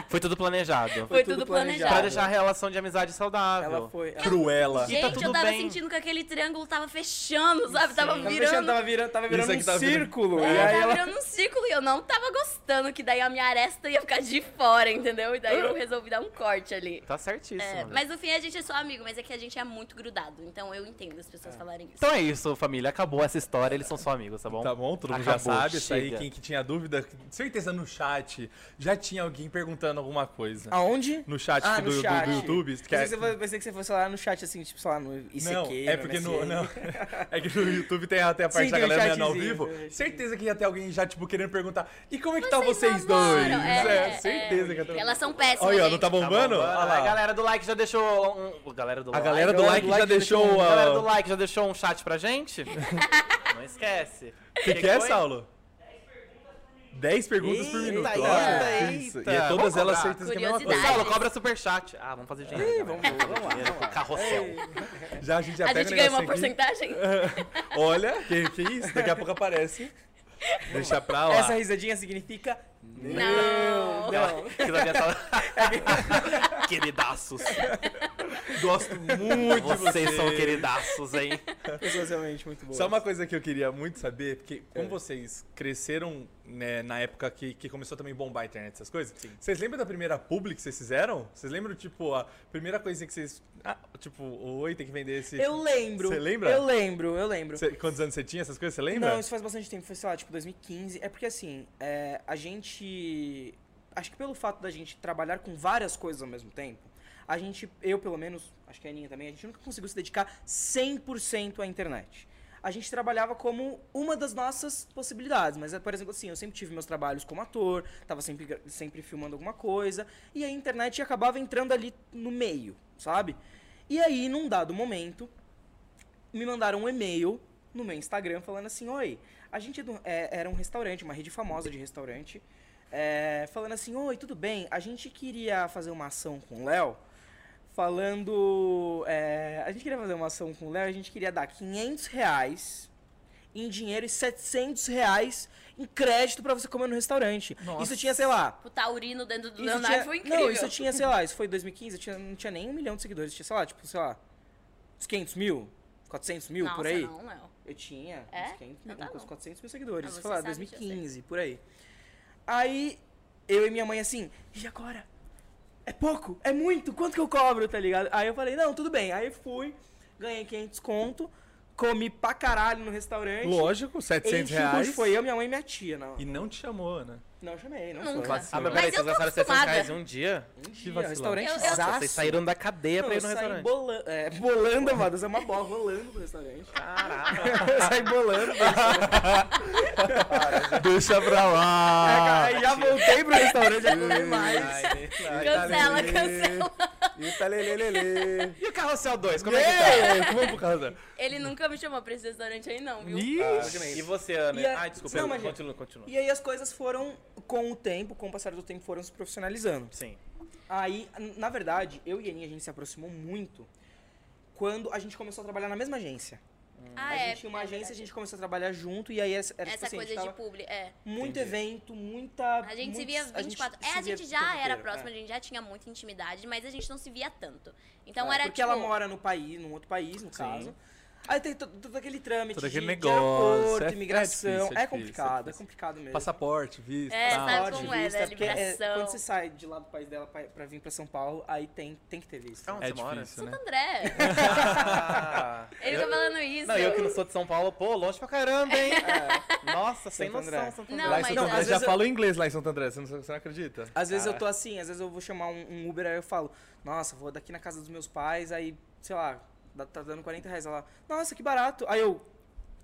C: Foi tudo planejado.
F: Foi
E: tudo
F: tudo planejado.
C: Pra deixar a relação de amizade saudável.
E: Ela foi. Ela
B: Cruela.
C: E tá
F: [LAUGHS] Gente, eu
C: tudo
F: tava
C: bem.
F: sentindo que aquele triângulo tava fechando, sabe? Tava
E: tava,
F: virando.
E: fechando, tava virando, tava virando
B: aqui
E: um
B: tava virando-
E: círculo.
F: É,
E: E aí
F: tava
E: ela.
F: virando um círculo e eu não tava gostando, que daí a minha aresta ia ficar de fora, entendeu? E daí eu resolvi dar um corte ali.
C: Tá certíssimo.
F: É, mas no fim a gente é só amigo, mas é que a gente é muito grudado. Então eu entendo as pessoas falarem isso.
C: Então é isso, família. Acabou essa história, eles são só amigos, tá bom?
B: Tá bom, todo mundo já
C: Acabou,
B: sabe. Isso aí,
C: chega.
B: quem que tinha dúvida, certeza no chat, já tinha alguém perguntando alguma coisa.
E: Aonde?
B: No chat
E: Ah,
B: do,
E: no
B: do- do
E: chat.
B: YouTube.
E: Pensei
B: Que é-
E: que você fosse- Pensei que você fosse lá no chat, assim, tipo, sei lá, no ICQ.
B: Não, é
E: né, no
B: porque no,
E: MSN.
B: não, [LAUGHS] é que no YouTube tem até a parte
E: Sim,
B: da
E: tem um
B: galera vendo ao
E: chatzinho,
B: vivo.
E: tem um chatzinho.
B: Certeza que ia ter alguém já, tipo, querendo perguntar. E como é que tá
F: Vocês
B: vocês dois?
F: namoram? É, é,
B: certeza que ia ter.
F: Elas são péssimas.
B: Olha, ó, não
F: gente.
B: tá bombando? Olha
C: Mano, a
B: lá.
C: galera do like já deixou um. o Galera do
B: A
C: like.
B: galera do
E: galera
B: like já
E: do like já
B: deixou.
E: deixou
C: A galera do
B: O
C: like já deixou um chat pra gente? Não esquece. O
B: que, que é, Saulo? 10 perguntas por
C: Eita,
B: minuto.
C: eita,
B: Olha, isso.
C: eita.
B: E é todas
C: Vamos
B: elas
C: cobrar.
B: certeza que é a mesma coisa.
F: Curiosidade.
C: Saulo, cobra super chat. Ah, vamos fazer dinheiro.
E: Ih,
C: galera.
E: Vamos, vamos lá.
C: Dinheiro com carrossel.
B: Já a gente já
F: A
B: pega
F: gente
B: o
F: ganha uma
B: negócio aqui.
F: porcentagem?
E: [LAUGHS]
B: Olha, que, que isso? Daqui a pouco aparece. Deixa pra lá.
E: Essa risadinha significa
F: Não. tá
C: [LAUGHS] Queridaços.
B: Gosto muito de vocês.
C: Vocês são queridaços, hein?
E: Pessoas realmente muito boas.
B: Só uma coisa que eu queria muito saber, porque como vocês cresceram né, na época que, que começou também a bombar a internet, essas coisas, vocês lembram da primeira publi que vocês fizeram? Vocês lembram, tipo, a primeira coisinha que vocês. Ah, tipo, oi, tem que vender esse.
E: Eu lembro.
B: Você lembra?
E: Eu lembro, eu lembro.
B: Cê- quantos anos você tinha, essas coisas, você lembra?
E: Não, isso faz bastante tempo, foi, sei lá, tipo 2015. É porque assim, é, a gente. Acho que pelo fato da gente trabalhar com várias coisas ao mesmo tempo, a gente, eu pelo menos, acho que a Aninha também, a gente nunca conseguiu se dedicar 100% à internet. A gente trabalhava como uma das nossas possibilidades, mas, é, por exemplo, assim, eu sempre tive meus trabalhos como ator, tava sempre, gra- sempre filmando alguma coisa, e a internet acabava entrando ali no meio, sabe? E aí, num dado momento, me mandaram um e-mail no meu Instagram falando assim: Oi, a gente é do- é, era um restaurante, uma rede famosa de restaurante, é, falando assim: Oi, tudo bem? A gente queria fazer uma ação com o Léo. Falando. é, a gente queria fazer uma ação com o Léo, a gente queria dar 500 reais em dinheiro e 700 reais em crédito pra você comer no restaurante. Isso tinha, sei lá,
F: O taurino dentro do
E: isso
F: Leonardo
E: tinha-
F: foi incrível.
E: Não, isso tinha, sei lá, isso foi 2015, eu tinha, não tinha nem um milhão de seguidores, tinha, sei lá, tipo, sei lá, uns 500 mil, 400 mil,
F: Nossa,
E: por aí.
F: não, Léo.
E: Eu tinha
F: É?
E: uns, 500 mil,
F: Então tá
E: uns
F: bom.
E: 400 mil
F: Ah,
E: seguidores,
F: você
E: sei lá,
F: sabe, já sei.
E: 2015, por aí. Aí, eu e minha mãe assim, e agora? É pouco? É muito? Quanto que eu cobro, tá ligado? Aí eu falei, não, tudo bem. Aí fui, ganhei 500 conto, comi pra caralho no restaurante.
B: Lógico,
E: Enchi
B: 700
E: o bucho,
B: reais.
E: Foi eu, minha mãe e minha tia, não.
B: E não te chamou, né?
E: Não chamei, não
F: Nunca.
E: foi.
C: Ah, mas
F: Mas
C: peraí,
F: eu
C: vocês
F: tô
C: gastaram 700 reais em
F: acostumada.
C: um dia?
E: Um
B: Que
E: dia,
B: vacilão.
E: restaurante
F: Eu- tipo, eu-
E: zaço.
C: Nossa, vocês saíram da cadeia pra ir no
E: eu saí
C: restaurante.
E: bola- é, [LAUGHS] bolando, mano. Isso é uma bola rolando no restaurante.
C: Caraca.
E: sai bolando.
D: Deixa pra
C: Ah,
D: lá.
E: aí É, já voltei pro restaurante, já comi mais. [LAUGHS]
B: tá
F: Cancela, cancela.
D: Italelelele.
C: E o Carrossel 2, como é
B: tá?
C: que
D: Ei, Vamos pro casa.
F: Ele nunca me chamou pra esse restaurante aí, não, viu?
C: tá?
D: Ixi.
C: E você, Ana?
E: E a-
C: Ah, desculpa,
E: Não,
C: eu-
E: mas-
C: continua, continua.
E: E aí as coisas foram, com o tempo, com o passar do tempo, foram se profissionalizando.
C: Sim.
E: Aí, na verdade, eu e a Aninha, a gente se aproximou muito quando a gente começou a trabalhar na mesma agência.
F: Ah,
E: a
F: é.
E: gente tinha uma
F: é
E: agência, a
F: verdade.
E: gente começou a trabalhar junto e aí era, era tipo
F: Essa
E: assim, a
F: coisa
E: gente
F: de
E: tava
F: publi, é.
E: muito
C: Entendi.
E: evento, muita...
F: A gente
E: muitos-
F: se via
E: a gente
F: 24.
E: se
F: é, a
E: via
F: gente
E: o
F: já
E: tempo
F: era
E: inteiro,
F: próxima,
E: é.
F: a gente já tinha muita intimidade, mas a gente não se via tanto. Então
E: É,
F: era
E: Porque
F: tipo,
E: ela mora no país, num outro país, no caso. Aí tem to- todo aquele trâmite
B: Todo aquele
E: de,
B: negócio,
E: de aeroporto,
B: é- é
E: imigração. É,
B: difícil, é
E: complicado,
B: difícil, é
E: é complicado mesmo.
B: Passaporte, visto.
F: É,
B: tal.
F: sabe
E: Passaporte,
F: como é,
E: visto,
F: né?
E: porque é,
F: Liberação.
E: quando você sai de lá do país dela pra, pra vir pra São Paulo, aí tem, tem que ter visto.
C: Então,
B: É
C: você mora? [LAUGHS]
E: [LAUGHS]
B: difícil, né?
F: Santo André.
C: Ah,
F: Ele
C: eu-
F: tá falando isso.
C: Não, eu que não sou de São Paulo, pô, longe pra caramba, hein? Nossa, sem
E: É. Santo
C: noção,
E: André.
C: Santo
F: Não,
C: André.
B: Lá em
F: é, mas
B: Santo
F: às
B: André já
E: vezes eu-
B: fala inglês lá em Santo André, você não, você não acredita?
E: Às vezes eu
C: Caraca.
E: tô assim, às vezes eu vou chamar um, um Uber, aí eu falo, nossa, vou daqui na casa dos meus pais, aí, sei lá, dá- tá dando 40 reais. Ela, nossa, que barato. Aí eu,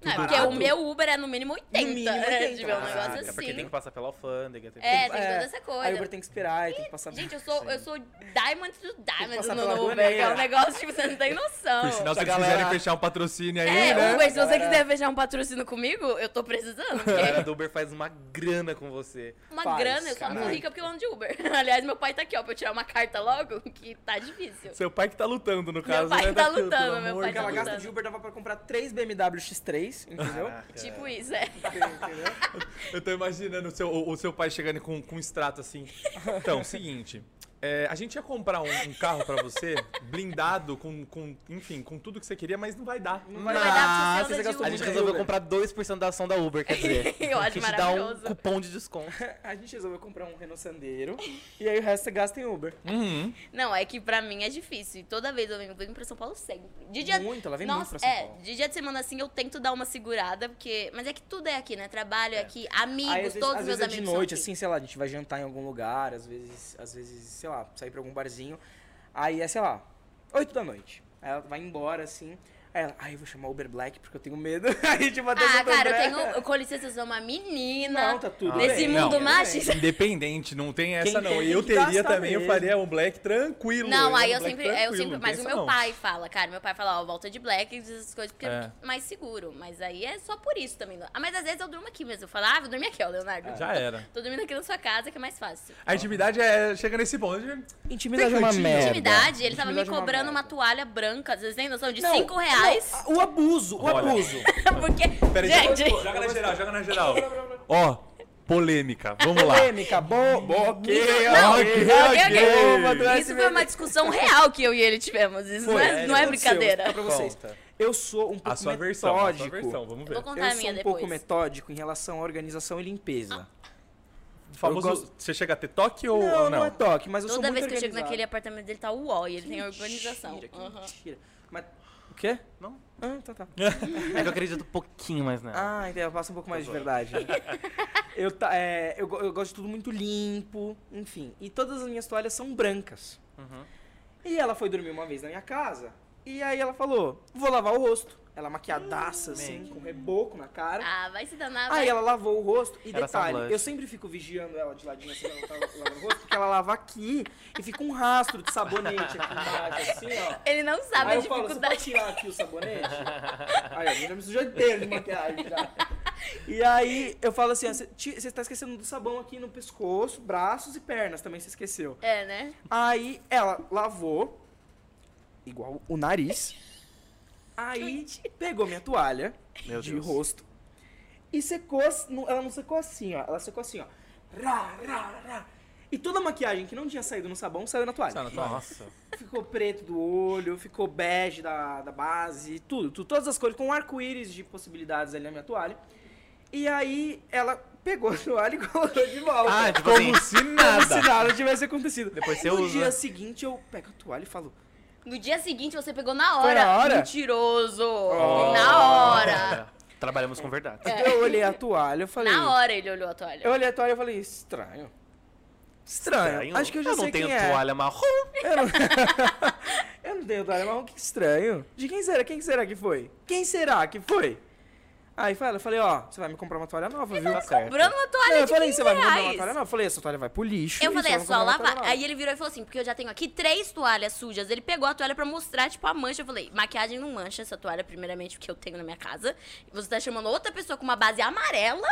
F: Não, é porque o meu Uber é no mínimo 80.
E: No mínimo
F: né?
E: 80,
F: [LAUGHS] Tipo, é um
E: caraca,
F: negócio
C: É porque tem
F: assim.
C: que passar pela alfândega. Tem
F: É,
C: que...
F: tem toda essa
E: aí o
F: coisa.
E: Uber tem que esperar, aí tem que passar... [LAUGHS]
F: Gente, eu sou, eu sou Diamond to
E: que
F: Diamond
E: passar
F: no
E: pela
F: Uber,
E: aduaneira.
F: que é um negócio, tipo, você não tem noção.
B: Por sinal, se
C: a
B: eles
C: galera-
B: quiserem fechar um patrocínio aí,
F: É,
B: né?
F: Uber, se você quiser fechar um patrocínio comigo, eu tô precisando.
C: [LAUGHS] A galera
F: Porque é
C: do Uber faz uma grana com você.
F: uma
E: Faz,
F: grana, eu só não sou
E: caralho.
F: rica porque eu ando de Uber. [LAUGHS] Aliás, meu pai tá aqui, ó, pra eu tirar uma carta logo, que tá difícil.
B: Seu pai que tá lutando, no caso.
F: pai
B: né,
F: tá
B: daquilo,
F: lutando,
B: pelo
F: meu
B: amor
F: pai
B: de
E: Porque ela
B: Deus.
E: gasta de Uber, dava pra comprar 3 BMW X3, entendeu?
F: Tipo isso, é. [LAUGHS]
E: entendeu?
B: Eu tô imaginando o seu, o, o seu pai chegando com, com um extrato assim. Então, seguinte. é, a gente ia comprar um, um carro pra você, blindado, com, com, enfim, com tudo que você queria, mas não vai dar.
E: Não vai
F: Vai
E: dar.
F: dar
E: você
F: pra você andar de
E: gastou
C: A
F: Uber.
C: gente
E: Uber.
C: resolveu comprar 2% da ação da Uber, quer dizer.
F: [LAUGHS] Eu acho
C: que te dá um
F: maravilhoso.
C: cupom de desconto.
E: A gente resolveu comprar um Renault Sandeiro e aí o resto você gasta em Uber.
B: Uhum.
F: Não, é que pra mim é difícil. E toda vez eu venho, venho pra São Paulo sempre. De dia...
E: Muito, ela vem
F: Nossa,
E: muito pra São
F: é,
E: Paulo.
F: de dia de semana assim eu tento dar uma segurada, porque. Mas é que tudo é aqui, né? Trabalho é aqui, amigos,
E: Aí, às vezes,
F: todos
E: às
F: meus
E: vezes é
F: amigos.
E: de noite,
F: são aqui.
E: assim, sei lá, a gente vai jantar em algum lugar, às vezes, às vezes, sei lá, sair pra algum barzinho. Aí é, sei lá, 8 da noite. Aí ela vai embora, assim. Aí ela, ai, eu vou chamar Uber Black porque eu tenho medo. [LAUGHS] aí, tipo, até
F: Ah,
E: Santo
F: cara, eu
E: André.
F: tenho. eu, Com licença, eu sou uma menina.
E: Não, tá tudo
F: Nesse
E: bem.
B: Não,
F: mundo
B: tudo
F: machista.
B: Independente, não tem essa
E: Quem
B: não.
E: tem
B: E eu
E: que
B: teria
E: gastar
B: também, eu
E: mesmo.
B: faria um black tranquilo.
F: Não, aí
B: um
F: eu
B: black
F: sempre, eu
B: tranquilo,
F: sempre,
B: não
F: mas o
B: pensa
F: meu
B: não.
F: pai fala, cara, meu pai fala, ó, volta de black, e essas coisas, porque
B: É.
F: é mais seguro. Mas aí é só por isso também. Ah, mas às vezes eu durmo aqui mesmo. Eu falo, ah, vou dormir aqui, ó, Leonardo.
B: Já
E: é.
B: era.
F: Tô dormindo aqui na sua casa, que é mais fácil.
B: A intimidade é, chega nesse ponto.
E: Intimidade é uma
B: Tem cantinho.
E: merda.
F: Intimidade, ele tava me
E: Intimidade é uma
F: cobrando uma
E: merda.
F: toalha branca, vocês têm noção, de
E: Não,
F: 5 reais. [LAUGHS]
E: não, o abuso, o
B: Olha.
E: abuso.
F: Porque,
B: Peraí,
F: gente,
B: joga, joga na geral, joga na geral. Ó,
D: Polêmica, vamos
F: [LAUGHS]
D: lá.
E: Polêmica, bo boqueia.
F: Não,
D: ok,
F: ok, ok.
D: ok.
F: Isso foi uma discussão real que eu e ele tivemos. Isso não é, não
E: aconteceu,
F: é
E: vou
F: brincadeira.
E: explicar Pra vocês.
D: Conta.
E: Eu sou um pouco
B: A sua versão, a
E: metódico.
B: sua versão, vamos
F: Eu
B: ver.
F: vou
E: Eu
F: contar a
E: sou
F: minha
E: um
F: depois. Ah,
E: pouco metódico em relação à organização e limpeza.
B: O famoso,
E: eu gosto-
B: você chega a ter toque ou ou
E: não,
B: não?
E: não é toque, mas eu sou
F: Toda
E: muito
F: vez que eu chego
E: organizado.
F: naquele apartamento dele tá uó e ele tem organização.
E: Mentira, que
F: Aham.
E: mentira. Mas, o quê?
C: Não.
E: Ah,
B: [LAUGHS]
E: tá, tá.
C: É que eu acredito um pouquinho mais nela.
E: Ah, então eu passo um pouco mais de verdade. né?
F: [LAUGHS]
E: eu, ta- é, eu, go- eu gosto de tudo muito limpo, enfim. E todas as minhas toalhas são brancas.
B: Uhum.
E: E ela foi dormir uma vez na minha casa. E aí ela falou, vou lavar o rosto. Ela maquiadaça, assim, com reboco na cara.
F: Ah, vai se danar, vai.
E: Aí ela lavou o rosto. E
C: Era só
E: detalhe,
C: blush.
E: eu sempre fico vigiando ela de ladinho assim, ela tá lavando o rosto, porque ela lava aqui e fica um rastro de sabonete aqui embaixo, assim, ó.
F: Ele não sabe
E: Aí
F: a
E: eu falo, assim, você pode
F: dificuldade.
E: tirar aqui o sabonete? Aí, ó, menina me sujou inteiro de maquiagem já. E aí eu falo assim, ó, você ti- você tá esquecendo do sabão aqui no pescoço, braços e pernas também, você esqueceu.
F: É, né?
E: Aí ela lavou, igual o nariz. Aí pegou minha toalha
C: Meu
E: de
C: Deus.
E: rosto e secou. as- não- Ela não secou assim, ó. Ela secou assim, ó. Rá, rá, rá. E toda a maquiagem que não tinha saído no sabão saiu na toalha.
B: Saiu na toalha.
C: Nossa.
E: Ficou preto do olho, ficou bege da, da base, tudo, tudo. Todas as cores, com um arco-íris de possibilidades ali na minha toalha. E aí ela pegou a toalha e [LAUGHS] colocou de volta.
C: Ah, tipo assim,
B: Como se
E: Como se
B: nada.
E: nada tivesse acontecido.
C: Depois você
E: no
C: usa.
E: dia seguinte eu pego a toalha e falo,
F: No dia seguinte você pegou na
E: Foi
F: hora.
E: na hora? Oh.
F: Mentiroso. Na hora.
C: Trabalhamos com verdade.
F: É.
E: eu olhei a toalha, eu falei,
F: Na hora ele olhou a toalha.
E: eu olhei a toalha e falei, estranho. Estranho. Acho que eu já
C: não
E: sei
C: tenho
E: quem
C: toalha marrom.
E: é. Eu não... eu não tenho toalha marrom, que estranho. De quem será? Quem será que foi? Quem será que foi? Aí fala, eu falei, ó, você vai me comprar uma toalha nova, viu?
C: Tá certo.
F: Comprando uma toalha
E: Não, eu
F: de
E: falei,
F: 15
E: você vai me comprar uma
F: reais.
E: toalha nova? Eu falei, essa toalha vai pro lixo.
F: Eu
E: e
F: falei,
E: você
F: é
E: vai me
F: só
E: comprar uma toalha
F: lavar.
E: nova.
F: Aí ele virou e falou assim, porque eu já tenho aqui três toalhas sujas. Ele pegou a toalha pra mostrar, tipo, a mancha. Eu falei, maquiagem não mancha essa toalha, primeiramente, porque eu tenho na minha casa. Você tá chamando outra pessoa com uma base amarela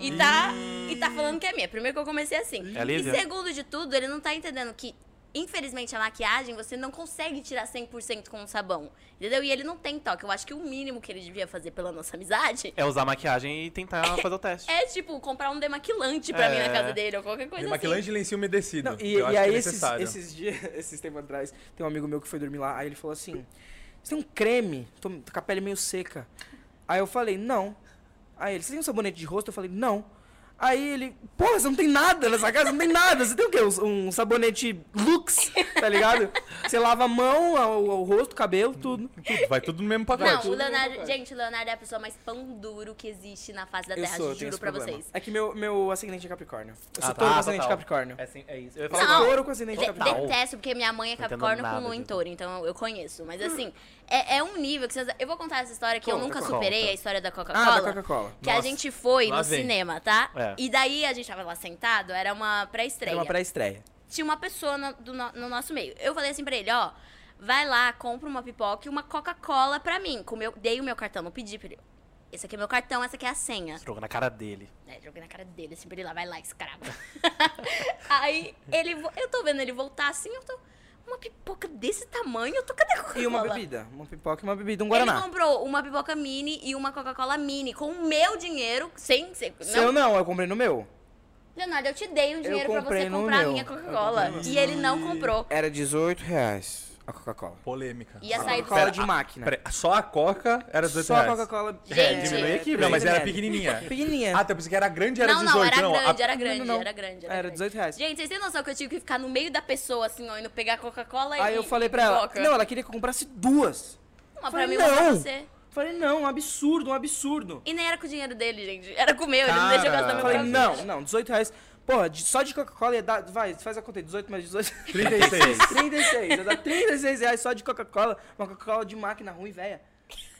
F: e, tá, e tá falando que é minha. Primeiro que eu comecei assim.
C: Hum. É
F: e
C: Lívia?
F: segundo de tudo, ele não tá entendendo que... Infelizmente, a maquiagem você não consegue tirar 100% com o sabão, entendeu? E ele não tem toque. Eu acho que o mínimo que ele devia fazer pela nossa amizade [LAUGHS]
C: É usar maquiagem e tentar fazer o teste.
F: é, tipo, comprar um demaquilante pra mim na
C: É.
F: casa dele ou qualquer coisa
B: Maquilante
F: assim.
B: de lencinho umedecido.
E: Não, e,
B: eu acho
E: e
B: que
E: aí
B: é
E: esses,
B: necessário.
E: esses dias, [LAUGHS] esses tempos atrás, tem um amigo meu que foi dormir lá, aí ele falou assim, você tem um creme? Tô, tô com a pele meio seca. Aí eu falei, não. Aí ele, você tem um sabonete de rosto? Eu falei, não. Aí ele, porra, você não tem nada nessa casa, não tem nada. Você tem o quê? Um, um sabonete Lux, tá ligado? Você lava a mão, o, o rosto, o cabelo, tudo.
B: Tudo, vai tudo no mesmo pacote.
F: Não, o Leonardo. Gente, o Leonardo é a pessoa mais pão duro que existe na face da
E: Eu
F: Terra,
E: sou, eu tenho
F: juro
E: esse
F: pra
E: problema.
F: vocês.
E: É que meu, meu ascendente é Capricórnio. Eu sou
C: Ah, tá,
E: touro com ascendente
C: total.
E: Capricórnio.
C: É, assim, é isso. Eu ia
E: Eu
C: falar
E: sou
F: Não.
E: touro com ascendente
F: De-
E: Capricórnio.
F: detesto, porque minha mãe é
C: Não entendo
F: Capricórnio com
C: nada
F: lua em
C: disso.
F: touro, então eu conheço. Mas assim, é, é um nível que vocês. Eu vou contar essa história que eu
C: Conta,
F: nunca
C: conta.
F: superei a história da
E: Ah,
F: Coca-Cola.
E: da Coca-Cola.
F: Que a
B: Nossa,
F: gente foi
B: lá
F: no
B: vem.
F: cinema, tá?
C: É.
F: E daí a gente tava lá sentado, era uma pré-estreia.
E: É uma pré-estreia.
F: tinha uma pessoa no, do no- no nosso meio. Eu falei assim pra ele, ó, vai lá, compra uma pipoca e uma Coca-Cola pra mim. Com o meu, dei o meu cartão, não pedi pra ele. Esse aqui é meu cartão, essa aqui é a senha.
C: Jogo na cara dele.
F: Né, joguei na cara dele, assim, pra ele lá, vai lá, escravo. [LAUGHS] Aí, ele, vo- eu tô vendo ele voltar assim, eu tô... Uma pipoca desse tamanho, eu tô... Cadê a Coca-Cola?
E: E uma bebida. Uma pipoca e uma bebida. Um
F: Ele
E: Guaraná.
F: comprou uma pipoca mini e uma Coca-Cola mini, com o meu dinheiro, sem... sem não,
E: Seu não, eu comprei no meu.
F: Leonardo, eu te dei o dinheiro pra
E: comprei
F: você
E: no
F: comprar a
E: meu.
F: minha
E: Eu
F: Coca-Cola. E ele não comprou.
E: Era 18 reais a Coca-Cola.
B: Polêmica.
F: Ia
E: A
F: sair do
E: Coca-Cola de
B: Pera,
E: máquina.
B: Pera, só a Coca era 18
E: Só a
B: reais.
E: Coca-Cola.
F: Gente,
B: É, Diminui aqui,
E: velho.
B: não, mas era pequenininha.
E: É. Pequenininha.
B: Ah, tá, pensei que era grande era
F: não,
B: 18.
F: não, era
B: a-
F: grande, era grande,
E: Não, não, não.
F: era grande, era
E: Era
F: grande.
E: 18 reais.
F: Gente, vocês têm noção que eu tive que ficar no meio da pessoa, assim, ó, indo pegar Coca-Cola e
E: Aí eu falei pra ela.
F: pipoca?
E: Não, ela queria que eu comprasse duas.
F: Uma pra
E: falei,
F: mim, uma pra
E: não.
F: você.
E: Falei, não, um absurdo, um absurdo.
F: E nem era com o dinheiro dele, gente. Era com o meu, ele não deixa eu gastar
B: Cara.
E: Eu
F: meu
E: falei,
F: próprio.
E: não, não, 18 reais. Porra, de- só de Coca-Cola ia dar. Vai, faz a conta aí, 18 mais 18. [LAUGHS]
B: 36.
E: 36. Ia dar 36 reais só de Coca-Cola. Uma Coca-Cola de máquina ruim, velha.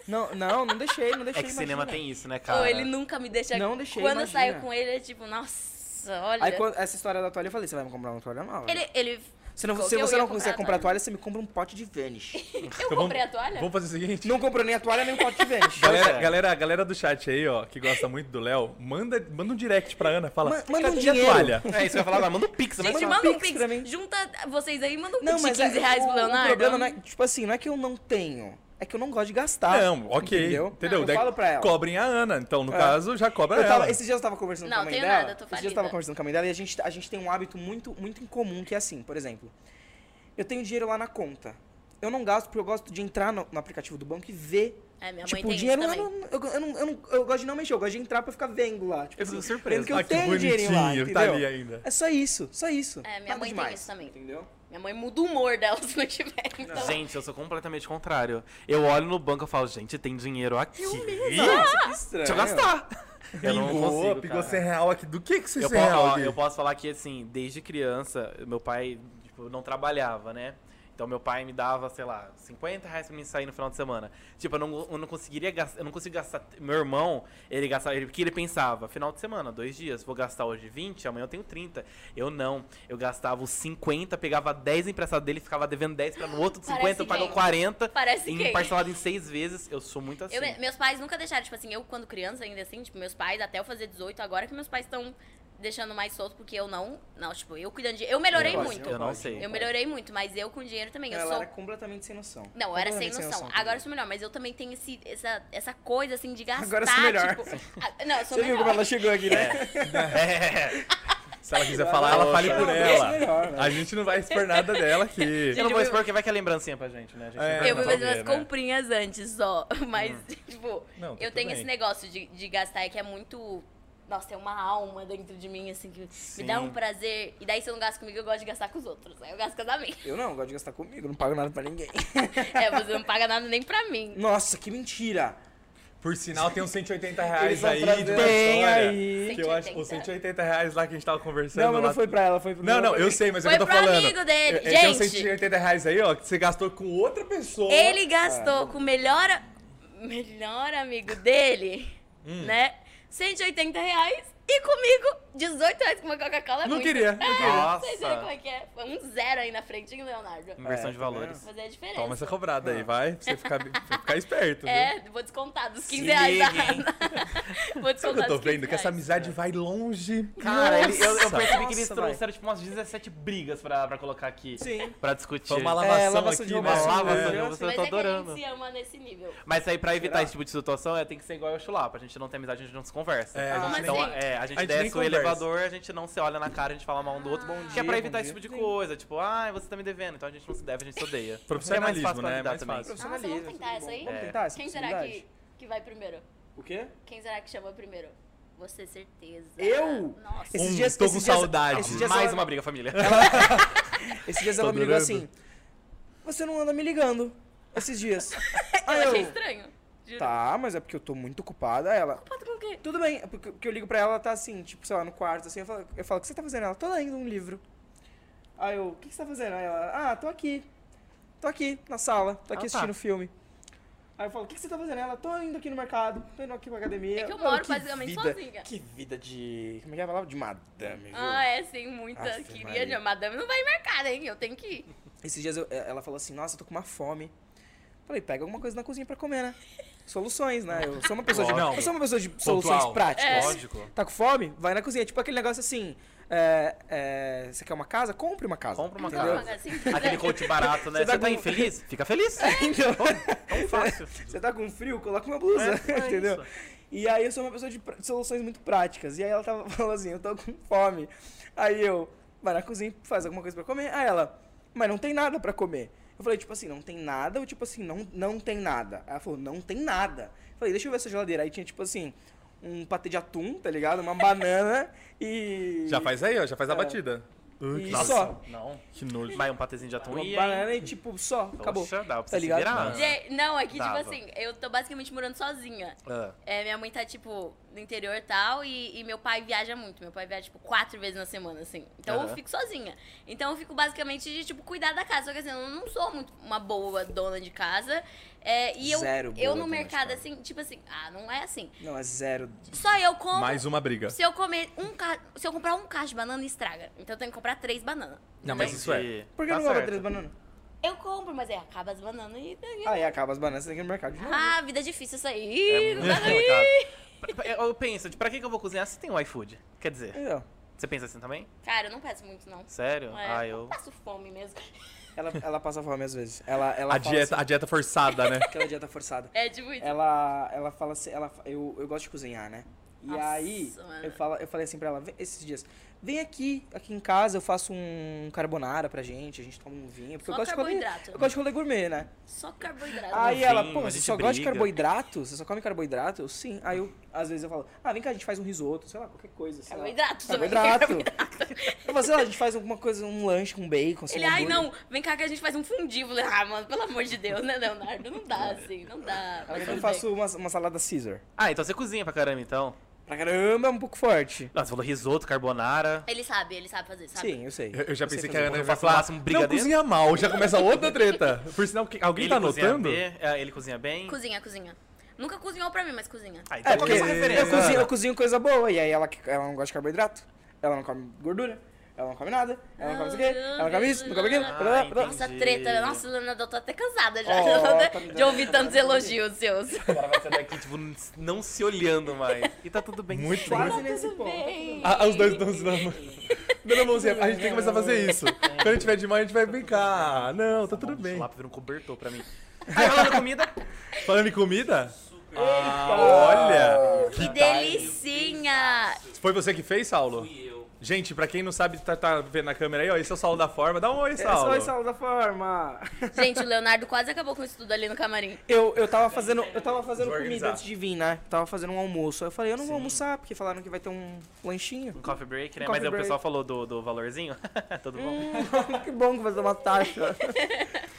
E: Não, não, não deixei, não
C: É
E: deixei.
C: que cinema
E: imagina.
C: tem isso, né, cara?
F: Pô, ele nunca me deixa.
E: Não deixei,
F: Quando
E: imagina.
F: eu saio com ele, é tipo, nossa, olha.
E: Aí quando- essa história da toalha, eu falei, você vai me comprar uma toalha nova? né?
F: Ele. ele...
E: Se, não-
F: Qual
E: se
F: que eu
E: você
F: ia
E: não
F: comprar
E: quiser
F: a
E: comprar
F: toalha?
E: toalha, você me compra um pote de Vanish.
F: Eu
B: Então vamos-
F: comprei a toalha?
B: Vamos fazer o seguinte.
E: não comprou nem a toalha, nem um pote de Vanish.
B: Galera,
C: é.
B: galera, galera do chat aí, ó, que gosta muito do Léo, manda, manda um direct pra Ana, fala,
E: Ma- manda um
B: "Cadê a
E: dinheiro?"
B: toalha?
C: É isso que eu ia falar, agora, manda um pix, né?
F: Gente,
E: Manda um
F: manda um
E: pix
F: pix.
E: pra mim.
F: Junta vocês aí, manda um
E: Não,
F: pix de
E: mas é
F: 15 reais
E: o,
F: pro
E: o
F: Leonardo.
E: problema é não é, tipo assim, não é que eu não tenho. é que eu não gosto de gastar.
B: Não, ok. Entendeu?
E: Entendeu? Ah, Eu
B: Daí
E: falo pra ela.
B: Cobrem a Ana. Então, no
E: É.
B: caso, já cobra
E: Eu tava-
B: ela.
E: esses dias eu tava conversando
F: Não,
E: com a mãe
F: tenho
E: dela.
F: nada, eu tô
E: esses dias eu
F: falida.
E: tava conversando com a mãe dela e a gente, a gente tem um hábito muito, muito incomum que é assim, por exemplo. Eu tenho dinheiro lá na conta. Eu não gasto porque eu gosto de entrar no, no aplicativo do banco e ver.
F: É, minha mãe
E: tipo,
F: tem
E: o dinheiro
F: isso
E: lá
F: também.
E: no- eu, eu, não, eu, não, eu gosto de não mexer, eu gosto de entrar pra ficar vendo lá. Tipo,
C: Eu
E: assim,
C: sou surpreso.
E: vendo que eu
B: Ah, que
E: tenho dinheiro lá,
B: bonitinho. Tá
E: entendeu?
B: ali ainda.
E: É só isso, só isso.
F: É, minha
E: Nada
F: mãe
E: demais,
F: tem isso também.
E: Entendeu?
F: Minha mãe muda o humor dela [LAUGHS] se não tiver. Então,
C: Gente, eu sou completamente contrário. Eu olho no banco e falo, gente, tem dinheiro aqui.
E: Não, isso que estranho.
C: Deixa eu gastar.
E: É
C: Eu não consigo,
B: pingou
C: cara.
B: 100 é real aqui. Do que que você
C: Eu
B: 100
C: posso,
B: real
C: ó,
B: aqui?
C: eu posso falar que, assim, desde criança, meu pai tipo, não trabalhava, né? Então meu pai me dava, sei lá, 50 reais pra mim sair no final de semana. Tipo, eu não, eu não conseguiria gastar. Eu não consigo gastar. Meu irmão, ele gastava. Ele, porque ele pensava, final de semana, dois dias, vou gastar hoje 20, amanhã eu tenho 30. Eu não. Eu gastava os 50, pegava 10 emprestado dele, ficava devendo 10 pra no outro
F: Parece
C: 50, eu pagava
F: quem?
C: 40.
F: Parece
C: em
F: quem?
C: parcelado em seis vezes. Eu sou muito assim.
F: Eu- meus pais nunca deixaram, tipo assim, eu quando criança ainda assim, tipo, meus pais até eu fazer 18, agora que meus pais estão deixando mais solto, porque eu não, não, tipo, eu cuidando de, eu melhorei
C: Eu-
F: muito.
C: Eu não sei.
F: Eu melhorei muito, mas eu com dinheiro também, eu
E: Ela
F: sou...
E: era completamente sem noção.
F: Não, eu era sem
E: Completamente
F: noção.
E: também.
F: Agora eu sou melhor, mas eu também tenho esse, essa, essa coisa, assim, de gastar,
E: Agora eu sou melhor.
F: tipo... Ah, não, eu sou
E: Você viu
F: melhor.
E: como ela chegou aqui,
B: É,
E: né?
B: [LAUGHS] Se ela quiser falar, ela fale por
E: Nossa,
B: ela.
E: melhor, né?
B: A gente não vai expor nada dela aqui.
C: Eu não
F: Gente,
C: vou
F: eu-
C: expor porque vai que é lembrancinha pra gente, né? A gente
B: É.
C: vai
F: Eu vou
C: fazer
F: fazer umas
B: né?
F: comprinhas antes só, mas, tipo,
B: Não, tá
F: eu
B: tudo
F: tenho
B: bem.
F: esse negócio de, de gastar, é que é muito... Nossa, tem uma alma dentro de mim, assim, que me dá
C: Sim.
F: um prazer. E daí, se eu não gasto comigo, eu gosto de gastar com os outros. Aí eu gasto com a da minha.
E: Eu não, eu gosto de gastar comigo, não pago nada pra ninguém. [LAUGHS]
F: É, você não paga nada nem pra mim.
E: Nossa, que mentira!
B: Por sinal, tem uns 180
E: Eles
B: reais
E: vão
B: aí.
E: trazer-
B: de uma
E: Tem
B: história.
E: aí.
B: Que eu acho, os 180 reais lá que a gente tava conversando.
E: Não, mas
B: lá-
E: não foi pra ela, foi pro
B: é Não,
E: meu
B: não, eu
E: amigo.
B: sei, mas
F: Foi
B: é o que eu tô
F: pro
B: falando.
F: amigo dele.
B: É, é, tem uns
F: Gente.
B: 180 reais aí, ó, que você gastou com outra pessoa.
F: Ele gastou com o melhor, a- melhor amigo dele,
B: Hum.
F: né? 180 reais e comigo 18 reais com uma Coca-Cola. [LAUGHS] é
B: Não
F: muito.
B: queria, não queria.
C: Nossa.
F: Vocês viram como é que é? Foi um zero aí na frente, hein, Leonardo?
C: Inversão
E: É,
C: de
E: tá vendo?
C: valores.
F: Fazer a diferença.
B: Toma essa cobrada aí, vai. Pra você ficar, pra você ficar esperto, viu?
F: É, vou descontar dos 15
C: Se
F: reais. da-
C: liga, hein?
B: Sabe
F: [LAUGHS] vou
B: o
F: descontar
B: que eu tô
F: dos 15
B: vendo? Que essa
F: reais.
B: amizade vai longe.
C: Cara, ele- eu, eu
B: Nossa.
C: percebi que
E: Nossa,
C: eles
E: vai.
C: trouxeram tipo umas 17 brigas pra, pra colocar aqui.
E: Sim.
C: Pra discutir.
B: Foi uma
E: É,
B: lavação
E: lavação
B: aqui,
E: de
B: né?
C: Uma
E: roupa.
C: lavação
B: É.
C: de
E: Mas
C: roupas, eu
F: Mas
C: tô
F: é que a
C: adorando.
F: gente se ama nesse nível.
C: Mas aí, pra evitar
E: Será?
C: esse tipo de situação, é, tem que ser igual eu e o Chulapa. A gente não tem amizade, a gente não se conversa.
B: É, a
F: Ah, gente
C: então,
F: nem-
C: é, a gente,
B: A gente nem
C: desce o
B: conversa. Ah,
C: elevador, a gente não se olha na cara, a gente fala mal um do outro. que é
E: dia,
C: pra evitar
E: bom
C: esse tipo
E: dia.
C: de coisa. Tipo, ah, você tá me devendo, então a gente não se deve, a gente se
B: [LAUGHS]
C: odeia.
B: Profissionalismo,
C: É mais fácil pra
B: né?
C: lidar
B: Mais
C: também.
B: fácil.
F: Nossa, vamos tentar essa aí?
E: Vamos
C: É.
E: tentar essa
F: Quem será que,
E: possibilidade?
F: que vai primeiro?
E: O quê?
F: Quem será que chama primeiro? Você, certeza.
E: Eu?
F: Nossa.
E: Esses
B: Hum,
E: dias-
B: tô com
E: esses dias-
B: saudade.
E: esses dias
C: Mais
E: ela-
C: uma briga, família.
E: Esses dias ela
B: Tô
E: me ligou
B: adorando.
E: assim: Você não anda me ligando. Esses
F: [LAUGHS]
E: dias.
F: Eu
E: Aí
F: achei
E: eu.
F: estranho. Juro.
E: Tá, mas é porque eu tô muito ocupada. Aí Ela.
F: Pode com o quê?
E: Tudo bem, é porque porque eu ligo pra ela, ela tá assim, tipo, sei lá, no quarto, assim. Eu falo, eu falo o que você tá fazendo? Ela, tô lendo um livro. Aí eu, o que que você tá fazendo? Aí ela, ah, tô aqui. Tô aqui, na sala, tô aqui
C: Ah, tá.
E: assistindo filme. Aí eu falo, o que que você tá fazendo? Ela, tô indo aqui no mercado, tô indo aqui pra academia.
F: É que eu
E: Mano,
F: moro basicamente
E: vida,
F: sozinha.
E: Que vida de. Como é que é a palavra? De madame, viu?
F: Ah, é, sim, muita.
E: Aff,
F: queria,
E: Maria.
F: não. Madame não vai em mercado, hein? Eu tenho que ir.
E: Esses dias eu- ela falou assim, nossa, eu tô com uma fome. Falei, pega alguma coisa na cozinha pra comer, né? Soluções, né? Eu sou uma pessoa de.
B: Lógico.
E: Eu sou uma pessoa de soluções
B: Pontual.
F: É.
E: práticas.
B: Lógico.
E: Tá com fome? Vai na cozinha. Tipo aquele negócio assim. É, é, você quer uma casa? Compre uma casa.
C: Compra uma
E: [LAUGHS]
F: Não,
C: casa.
F: assim,
C: Aquele coach barato, né?
E: Você
C: Você
E: tá
C: tá,
E: com-
C: infeliz? Fica feliz.
F: É.
E: Então,
C: Tão fácil.
E: você tá com frio? Coloca uma blusa.
C: É, é
E: [LAUGHS] entendeu?
C: isso.
E: E aí eu sou uma pessoa de, pr- de soluções muito práticas. E aí ela tava [LAUGHS] falando assim, eu tô com fome. Aí eu, vai na cozinha, faz alguma coisa pra comer. Aí ela, mas não tem nada pra comer. Eu falei, tipo assim, não tem nada? Ou tipo assim, não, não tem nada? Ela falou, não tem nada. Eu falei, deixa eu ver essa geladeira. Aí tinha, tipo assim, um patê de atum, tá ligado? Uma banana e...
B: Já faz aí, ó. Já faz a
E: É.
B: batida.
E: E
B: Ui,
E: só.
C: Não.
B: Que nojo.
C: Vai um patezinho de atum
E: Uma
C: e aí-
E: banana e, tipo, só, acabou. Tá
C: Poxa, dá pra você se
E: ligado?
C: virar.
F: Gente, não, é que, tipo
E: Tá,
C: Dava.
F: assim, eu tô basicamente morando sozinha.
C: Ah.
F: É, minha mãe tá, tipo, no interior e tal, e, e meu pai viaja muito. Meu pai viaja, tipo, quatro vezes na semana, assim. Então
C: Aham.
F: eu fico sozinha. Então eu fico basicamente de, tipo, cuidar da casa. Só que assim, eu não sou muito uma boa dona de casa. É, e eu,
E: Zero boa
F: eu
E: dona
F: no
E: de
F: mercado,
E: casa.
F: assim, tipo assim, ah, não é assim.
E: Não, é zero.
F: Só eu como.
E: um.
B: Mais uma briga.
F: Se eu comer um ca... Se eu comprar um cacho de banana, estraga. Então eu tenho que comprar três bananas. Então,
B: Não, mas isso é.
C: Entendi.
E: Por que
C: Tá
E: não compra
C: certo.
E: três bananas?
F: Eu compro, mas aí acaba as bananas e.
E: Aí acaba as bananas, você tem que ir no mercado de novo.
F: Ah, vida é difícil isso
C: É
F: aí.
C: muito complicado. Eu penso, de pra que que eu vou cozinhar se tem o um iFood? Quer dizer,
E: Entendeu?
C: Você pensa assim também?
F: Cara, eu não peço muito, não.
C: Sério?
F: É,
C: Ah,
F: eu
C: eu.
F: passo fome mesmo.
E: Ela, ela passa fome às vezes. Ela, ela
B: A
E: fala
B: dieta, a
E: assim-
B: dieta forçada, né?
E: aquela dieta forçada.
F: É tipo isso.
E: Ela, ela fala assim, ela, fa- eu, eu gosto de cozinhar, né? E
F: Nossa,
E: aí,
F: mano.
E: eu, fala, eu falei assim pra ela, "Vem- esses dias, vem aqui, aqui em casa, eu faço um carbonara pra gente, a gente toma um vinho, porque
F: Só
E: eu gosto de rolê,
F: carboidrato.
E: eu gosto é. de rolê gourmet, né?
F: Só carboidrato.
E: Aí
C: vinho,
E: ela, pô,
C: a
E: mas você
C: gente
E: só gosta de
C: briga."
E: carboidrato? Você só come carboidrato? Eu, sim. Aí eu, às vezes eu falo, ah, vem cá, a gente faz um risoto, sei lá, qualquer coisa. sei lá.
F: Carboidrato também.
E: Carboidrato. Eu falo, sei lá, a gente faz alguma coisa, um lanche com bacon, sei
F: Ele,
E: lá. um
F: ai
E: hambúrguer."
F: não, vem cá que a gente faz um fundivo. Eu falei, Ah, mano, pelo amor de Deus, né, Leonardo? Não dá assim, não dá.
E: Ela
F: Mas
E: quer que
F: tudo
E: É. eu faço uma, uma salada Caesar.
C: Ah, então você cozinha pra caramba, então.
E: Pra caramba, é um pouco forte.
C: Não, você falou risoto, carbonara.
F: bem. Ele sabe, ele sabe fazer, sabe?
E: Sim, eu sei.
B: Eu, eu já
E: sei é
B: pensei que a
E: fazer.
B: Ana ia
C: faço
B: falar,
C: massa, um
B: não
C: brigadeiro."
B: cozinha mal, já começa outra treta. Por sinal, que- alguém tá
C: cozinha
B: anotando?
C: bem, é, ele cozinha bem.
F: Cozinha, cozinha. Nunca cozinhou pra mim, mas cozinha.
C: Ah, então
E: É,
C: qual
E: porque
C: que é a
E: eu
C: sua referência?
E: cozinho, eu cozinho coisa boa, e aí ela, que- ela não gosta de carboidrato, ela não come gordura, ela não come nada, É, ela não come isso aqui, ela não come isso, não come aquilo.
F: Ah,
E: blá, blá, blá.
C: entendi.
F: Nossa, treta. Nossa, Leonardo, eu tô até cansada já
E: Ó,
F: [LAUGHS]
E: tá me
F: de
E: dando-
F: ouvir tantos elogios seus.
C: O cara vai sair daqui, tipo, n- não se olhando mais. E tá tudo bem.
B: Muito
C: sim.
E: Quase nesse ponto.
F: Bem.
B: Ah, ah, os dois estão se dando. [LAUGHS] Dando a mãozinha, a gente tem que começar a fazer isso. Quando a gente tiver demais, a gente vai brincar. Ah, não, tá tudo
C: Deixa
B: bem.
C: lá pra virar um cobertor pra mim. Aí falando comida.
B: Falando em comida? Ah, olha!
F: Que delicinha!
B: Foi você que fez, Saulo?
C: Fui eu.
B: Gente, pra quem não sabe, tá, tá vendo na câmera aí, ó, esse é o Saulo da Forma. Dá um oi,
E: Essa
B: Saulo.
E: foi sal da forma.
F: Gente, o Leonardo quase acabou com isso tudo ali no camarim.
E: Eu, eu tava fazendo, eu tava fazendo
B: Desorganizar.
E: comida antes de vir, né? Tava fazendo um almoço. Aí eu falei, eu não vou almoçar, porque falaram que vai ter um lanchinho. [LAUGHS]
C: Um coffee break, né?
E: Um
C: Mas aí
E: coffee Hum.
C: o pessoal falou do, do valorzinho. [LAUGHS] Tudo bom?
E: que bom que vai ter uma taxa.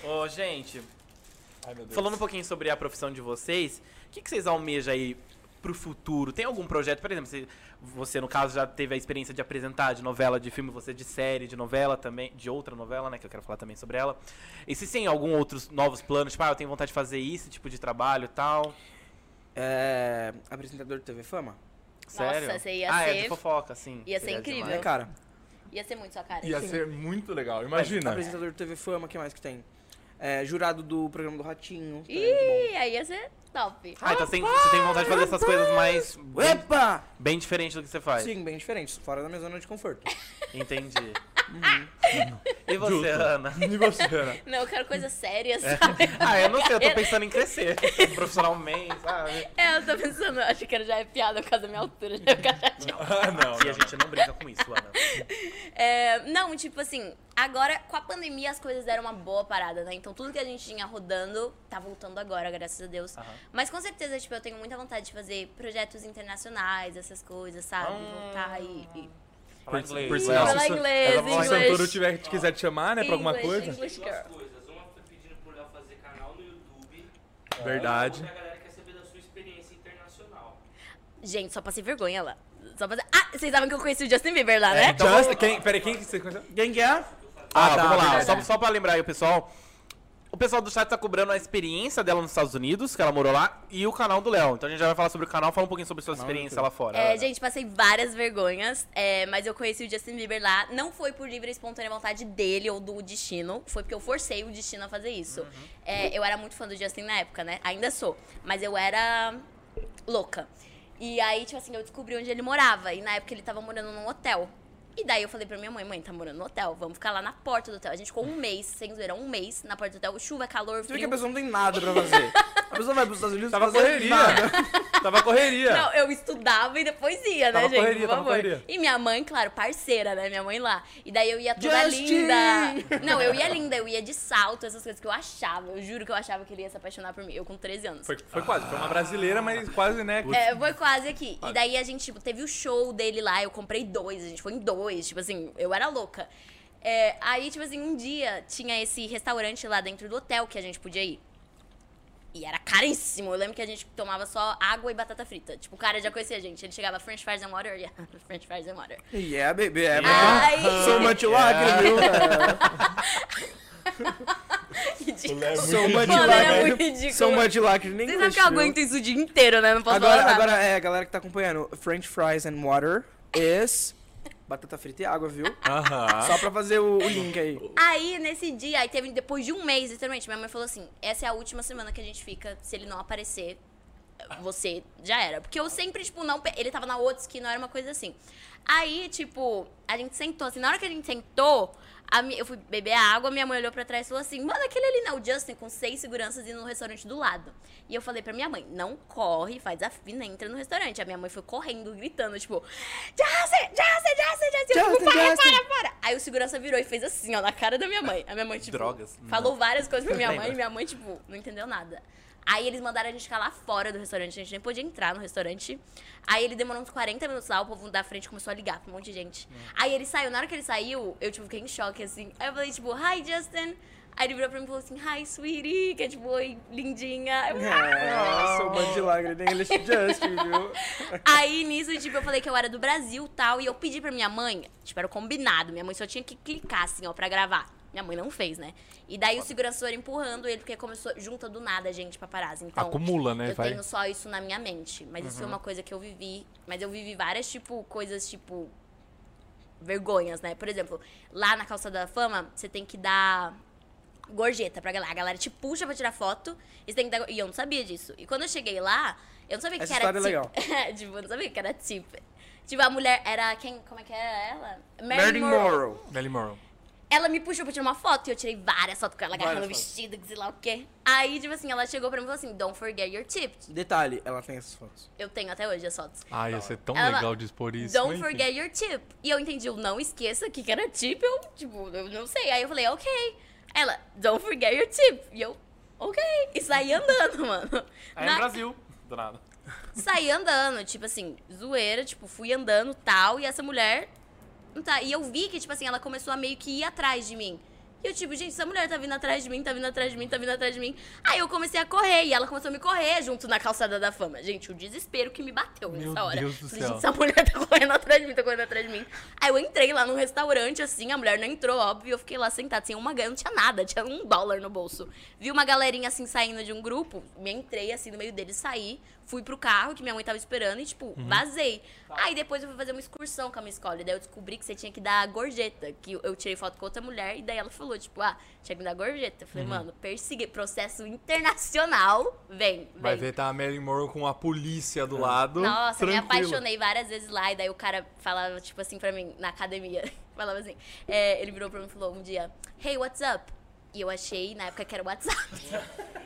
C: Ô, gente,
B: Ai, meu Deus.
C: falando um pouquinho sobre a profissão de vocês, o que, que vocês almejam aí pro futuro? Tem algum projeto, por exemplo, você, você, no caso já teve a experiência de apresentar de novela, de filme, você de série, de novela também, de outra novela, né, que eu quero falar também sobre ela. E se tem algum outros novos planos, tipo, ah, eu tenho vontade de fazer isso, tipo de trabalho e tal?
E: [LAUGHS] É. Apresentador de TV Fama?
C: Sério?
F: Nossa, você ia
C: ah, é
F: ser-
C: de fofoca, sim.
F: ia ser
C: Seria
F: incrível.
E: Né,
C: demais.
E: cara?
F: Ia ser muito sua cara.
B: Ia ser muito legal, imagina.
E: Apresentador de TV Fama, o que mais que tem? É, jurado do programa do Ratinho. também
B: Tá,
E: é muito
F: Ih, aí ia ser top.
C: Ah, então você tem, você tem vontade de fazer essas coisas mais
E: bom.
C: bem,
E: Epa!
C: bem diferente do que você faz.
E: Sim, bem diferente, fora da minha zona de conforto. [LAUGHS]
C: Entendi. Uhum. E você,
B: Justo.
C: Ana?
B: E você,
C: [LAUGHS]
B: Ana?
F: Não, eu quero coisa séria,
B: É.
F: sabe?
C: Ah, eu não sei, eu tô pensando em crescer profissionalmente, sabe?
F: [LAUGHS] É, eu tô pensando, eu acho que era já é piada por causa da minha altura, já é por causa de-
B: Ah, não.
C: E a gente não brinca com isso, Ana.
F: É, não, tipo assim, agora com a pandemia as coisas deram uma boa parada, né? Então tudo que a gente tinha rodando tá voltando agora, graças a Deus.
C: Aham.
F: Mas com certeza, tipo, eu tenho muita vontade de fazer projetos internacionais, essas coisas, sabe?
B: Ah.
F: Voltar e. e...
C: Fala
B: Por-
C: inglês.
B: por
C: Não.
B: sinal,
F: Fala
B: se-
F: inglês,
B: se o
F: inglês.
B: Santoro tiver, quiser te chamar, né, pra alguma
F: English,
B: coisa.
F: English girl.
G: coisas. Uma foi pedindo por ela fazer canal no YouTube.
B: Verdade.
G: E a outra galera quer saber da sua experiência internacional.
F: Gente, só passei vergonha lá. Só passei... Ah, vocês sabem que eu conheci o Justin Bieber
E: É,
F: lá, né?
B: Então, Just, quem, peraí, quem que você conheceu?
E: Quem que é?
C: Ah,
B: Ah, tá,
C: vamos lá.
B: verdade.
C: Só, só pra lembrar aí o pessoal. O pessoal do chat tá cobrando a experiência dela nos Estados Unidos, que ela morou lá, e o canal do Léo. Então a gente já vai falar sobre o canal, fala um pouquinho sobre a sua experiência lá fora.
F: É,
C: Ana.
F: gente, passei várias vergonhas, é, mas eu conheci o Justin Bieber lá. Não foi por livre e espontânea vontade dele ou do destino, foi porque eu forcei o destino a fazer isso.
E: Uhum.
F: É, eu era muito fã do Justin na época, né? Ainda sou, mas eu era louca. E aí, tipo assim, eu descobri onde ele morava. E na época ele tava morando num hotel. E daí eu falei pra minha mãe, mãe, tá morando no hotel, vamos ficar lá na porta do hotel. A gente ficou um mês, sem zoeira, um mês na porta do hotel, chuva, calor,
E: Você vê que
F: frio.
E: a pessoa não tem nada pra fazer. A pessoa vai pros Estados Unidos
B: Tava
E: fazer
B: correria.
E: nada.
B: [LAUGHS] Tava correria.
F: Não, eu estudava e depois ia, né,
B: Tava
F: gente?
B: correria,
F: Por
B: tava
F: favor.
B: correria.
F: E minha mãe, claro, parceira, né? Minha mãe lá. E daí eu ia toda
E: Justin!
F: linda. Não, eu ia linda, eu ia de salto, essas coisas que eu achava. Eu juro que eu achava que ele ia se apaixonar por mim. Eu com 13 anos.
B: Foi, foi quase, foi uma brasileira, mas quase, né?
F: É, foi quase aqui. E daí a gente, tipo, teve o show dele lá, eu comprei dois, a gente foi em dois, tipo assim, eu era louca. É, aí, tipo assim, um dia tinha esse restaurante lá dentro do hotel que a gente podia ir. E era caríssimo. Eu lembro que a gente tomava só água e batata frita. Tipo, o cara já conhecia a gente. Ele chegava French fries and water. [LAUGHS] Yeah, French fries and water.
E: Yeah, baby, é.
F: Ai,
E: So much
B: É.
E: lacrimal.
F: ridículo.
B: É muito
E: So much
F: Mano, era
E: lacrimal.
F: muito ridículo.
E: So much lacrimal.
F: Vocês sabem que eu aguento isso o dia inteiro, né? Não posso
E: Agora,
F: falar nada.
E: agora, é, a galera que tá acompanhando, French fries and water is batata frita e água, viu?
B: Aham.
E: Só pra fazer o, o link aí.
F: Aí, nesse dia, aí teve depois de um mês, literalmente, minha mãe falou assim: essa é a última semana que a gente fica, se ele não aparecer. você já era. Porque eu sempre, tipo, não. pe- Ele tava na outra esquina, era uma coisa assim. Aí, tipo, a gente sentou assim. Na hora que a gente sentou, a mi- eu fui beber a água, minha mãe olhou pra trás e falou assim: Mano, aquele ali não, o Justin, com seis seguranças indo no restaurante do lado. E eu falei pra minha mãe: Não corre, faz a fina, entra no restaurante. A minha mãe foi correndo, gritando, tipo: Justin, Justin, Justin, Justin. Eu,
E: Justin,
F: tipo, para,
E: Justin."
F: para, para. Aí o segurança virou e fez assim, ó, na cara da minha mãe. A minha mãe, tipo,
B: Drogas.
F: falou várias coisas pra minha mãe
B: Lembra.
F: e minha mãe, tipo, não entendeu nada. Aí eles mandaram a gente ficar lá fora do restaurante, a gente nem podia entrar no restaurante. Aí ele demorou uns 40 minutos lá, o povo da frente começou a ligar pra um monte de gente. Aí ele saiu, na hora que ele saiu, eu tipo, fiquei em choque, assim. Aí eu falei, tipo, hi, Justin. Aí ele virou pra mim e falou assim, hi, sweetie, que é tipo, oi, lindinha. Eu, "Ah,
E: É, sou bando de lágrimas em English Justin, viu?
F: Aí, nisso, tipo, eu falei que eu era do Brasil e tal. E eu pedi pra minha mãe, tipo, era combinado. Minha mãe só tinha que clicar, assim, ó, pra gravar. Minha mãe não fez, né? E daí o segurança foi empurrando ele, porque começou junta do nada a gente paparazzi. Então,
B: Acumula, né?
F: eu
B: Vai.
F: tenho só isso na minha mente. Mas isso foi
E: Uhum.
F: uma coisa que eu vivi. Mas eu vivi várias, tipo, coisas, tipo. Vergonhas, né? Por exemplo, lá na calçada da fama, você tem que dar gorjeta pra galera. A galera te puxa pra tirar foto e você tem que dar. E eu não sabia disso. E quando eu cheguei lá, eu não sabia
E: Essa
F: que
E: história
F: era.
E: é
F: [LAUGHS]
E: legal.
F: tip. É, tipo, eu não sabia que era tip. Tipo, a mulher era. quem Como é que era ela?
E: Marilyn Monroe.
B: Nelly Morrow.
F: Ela me puxou pra tirar uma foto e eu tirei várias fotos com ela agarrando o
E: Várias
F: vestido, que sei lá o quê. Aí, tipo assim, ela chegou pra mim e falou assim: Don't forget your tip.
E: Detalhe, ela tem essas fotos.
F: Eu tenho até hoje as fotos.
B: Ah, ia ser tão
F: Ela-
B: legal de expor isso.
F: Don't
B: mas enfim.
F: forget your tip. E eu entendi, eu não esqueça que que era tip, eu, tipo, eu não sei. Aí eu falei, ok. Ela, don't forget your tip. E eu, ok. E saí andando, [LAUGHS] mano.
B: Aí
F: Na-
B: no Brasil, do nada.
F: Saí andando, tipo assim, zoeira, tipo, fui andando tal, e essa mulher. não Tá, e eu vi que, tipo assim, ela começou a meio que ir atrás de mim. E eu, tipo, gente, essa mulher tá vindo atrás de mim, tá vindo atrás de mim, tá vindo atrás de mim. Aí eu comecei a correr, e ela começou a me correr junto na calçada da fama. Gente, o desespero que me bateu
B: Meu
F: nessa hora.
B: Deus do
F: Falei,
B: céu.
F: Gente, essa mulher [LAUGHS] tá correndo atrás de mim, tá correndo atrás de mim. Aí eu entrei lá num restaurante, assim, a mulher não entrou, óbvio, e eu fiquei lá sentada, sem uma ganha, não tinha nada, tinha um dólar no bolso. Vi uma galerinha, assim, saindo de um grupo, me entrei, assim, no meio deles, saí, fui pro carro que minha mãe tava esperando e, tipo,
B: Uhum.
F: vazei. Aí depois eu fui fazer uma excursão com a minha escola, e daí eu descobri que você tinha que dar gorjeta, que eu tirei foto com outra mulher, e daí ela falou, tipo, ah, tinha que dar gorjeta. Eu
B: Uhum.
F: falei, mano, perseguir, processo internacional, vem, vem.
B: Vai ver, tá a Marilyn Monroe com a polícia do lado.
F: Nossa,
B: tranquilo.
F: me apaixonei várias vezes lá. E daí o cara falava, tipo assim, pra mim, na academia. [LAUGHS] Falava assim, é, ele virou pra mim e falou um dia, Hey, what's up? E eu achei, na época que era WhatsApp.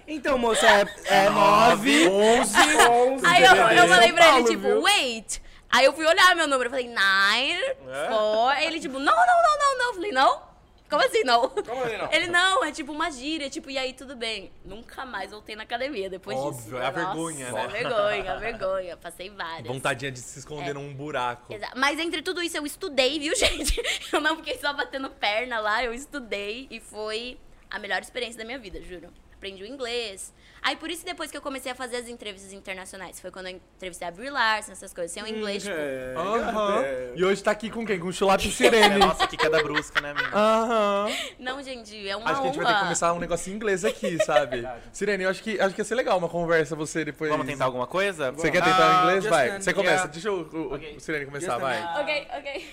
E: Então, moça, é, é 9, 11, 11.
F: Aí eu,
E: DVD.
F: eu falei pra ele,
E: é Paulo,
F: tipo,
E: viu?
F: wait. Aí eu fui olhar meu número, eu falei, nine, four. Aí Ele, tipo, não, não, não, não, não. Eu falei, não? Como assim, não?
E: Como assim, não?
F: Ele, não, é tipo uma gíria, tipo, e aí tudo bem. Nunca mais voltei na academia depois disso.
B: Óbvio, é a
F: Nossa,
B: vergonha, né?
F: A vergonha, a vergonha. Passei várias.
B: Vontadinha de se esconder num buraco.
F: É. Exa- Mas entre tudo isso eu estudei, viu, [LAUGHS] gente? Eu não fiquei só batendo perna lá, eu estudei e foi a melhor experiência da minha vida, juro. Aprendi o inglês. Aí por isso depois que eu comecei a fazer as entrevistas internacionais, foi quando eu entrevistei a Brie Larson, essas coisas, sem o
B: Hum,
F: inglês, tipo,
E: É.
B: Aham. E hoje tá aqui com quem? Com o
F: [LAUGHS]
B: Chulap Sirene.
C: É, Nossa, que queda brusca, né, menina?
B: Aham.
F: não, gente, é uma
B: Acho que a gente vai ter que
F: honra.
B: começar um negócio em inglês aqui, sabe? Sirene, eu acho que, acho que ia ser legal uma conversa você depois.
C: Vamos tentar alguma coisa?
B: Você quer tentar
E: Ah,
B: em inglês?
E: just
B: Vai.
E: then,
B: Você começa.
E: yeah.
B: Deixa o, o, o Sirene começar,
E: Just
B: vai.
E: then.
F: [LAUGHS] OK, OK.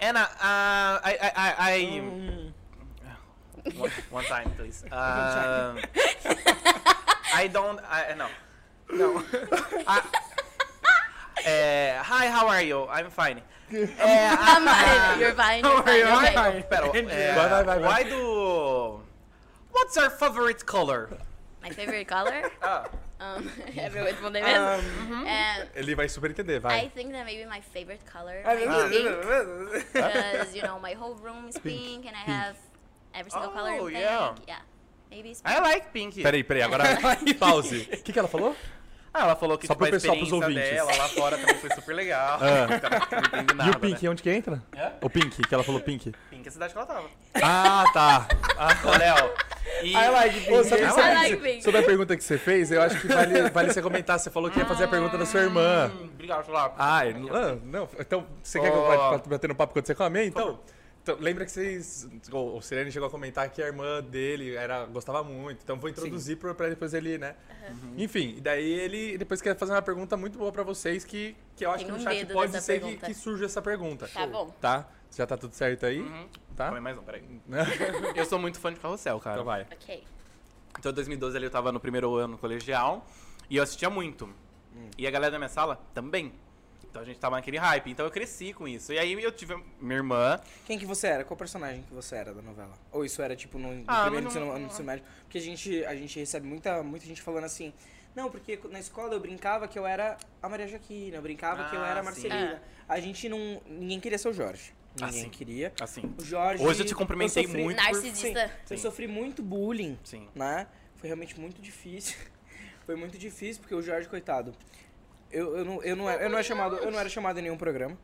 C: Anna, uh, I, I, I, I
F: Hum.
E: Hum.
C: one, one time,
F: [LAUGHS]
C: please. Uh, I don't. I uh, no, [LAUGHS] no. I, uh, hi, how are you? I'm fine. Uh,
F: [LAUGHS]
B: Ah,
F: I'm
C: I-
F: fine. You're fine.
C: How
F: You're
C: are you?
F: fine.
C: I'm
F: okay.
C: fine. Pero, uh,
B: Vai, vai, vai, vai.
C: Why do? What's our favorite color?
F: My favorite
B: [LAUGHS]
F: color?
C: Ah.
F: Um, [LAUGHS] é pra eu responder mesmo? É,
B: Ele vai super entender, Ah,
F: I
B: uhum. vai. É
F: think that maybe my favorite color
E: É
F: might be pink. because you know [LAUGHS] my whole room is pink, and I have every single color in
C: Oh,
F: pink.
C: yeah.
F: Yeah. maybe it's pink.
C: I like pink.
B: Peraí, peraí, agora pause. O que, que ela falou?
C: Ah, ela falou que
B: Só
C: tipo,
B: pro
C: a
B: pessoal, pros ouvintes.
C: experiência
B: Ah.
C: dela lá fora também foi super legal. [LAUGHS] Então, Não entendi nada,
B: e o Pink,
C: Né?
B: onde que entra?
C: Hã?
B: O Pink, que ela falou Pink.
C: Pink é a cidade que ela tava.
B: Ah, tá.
C: Ô, Léo. E...
E: I
F: Ah, é.
E: like
B: Ô,
E: being
B: sabe,
E: gay.
B: sabe-
F: I like pink.
B: sobre a pergunta que você fez, eu acho que vale, vale você comentar. Você falou que ia fazer a pergunta da sua irmã.
C: Hum, Obrigado, Chulapa.
B: Ai, Ah, não, não. Então, você quer que eu
C: Ó.
B: vá vá batendo papo quando você come? Então, então, lembra que vocês. O, o Sirene chegou a comentar que a irmã dele era, gostava muito. Então, vou introduzir pra, pra depois ele, né? Enfim, e daí ele depois quer fazer uma pergunta muito boa pra vocês que, que eu acho
F: Tenho
B: que no chat
F: um medo
B: pode
F: dessa
B: ser que,
F: pergunta.
B: que surja essa pergunta.
F: Tá bom.
B: Tá? Já tá tudo certo aí? Tá?
C: Põe mais um, peraí.
B: Né?
C: Eu sou muito fã de carrossel, cara.
B: Então vai.
F: Ok.
C: Então, em 2012 ali eu tava no primeiro ano colegial e eu assistia muito.
E: Hum.
C: E a galera da minha sala também. Então a gente tava naquele hype. Então eu cresci com isso. E aí eu tive minha irmã.
E: Quem que você era? Qual personagem que você era da novela? Ou isso era, tipo, no, no
C: Ah,
E: primeiro
C: mas
E: ensino,
C: não-
E: no ensino médio? Porque a gente, a gente recebe muita, muita gente falando assim... Não, porque na escola eu brincava que eu era a Maria Jaquina, eu brincava que eu
C: Ah,
E: era a
C: sim.
E: Marcelina. A gente não... Ninguém queria ser o Jorge.
C: Ah,
E: Ninguém
C: sim.
E: queria.
C: Assim.
E: O Jorge...
C: Hoje eu te cumprimentei
E: sofri-
C: muito.
F: Narcisista.
E: Sim, Eu sofri muito bullying,
C: Sim.
E: né? Foi realmente muito difícil. [LAUGHS] Foi muito difícil porque o Jorge, coitado... Eu, eu, não, eu, não, era, eu, não era chamado, eu não era chamado em
C: [LAUGHS]
E: nenhum programa.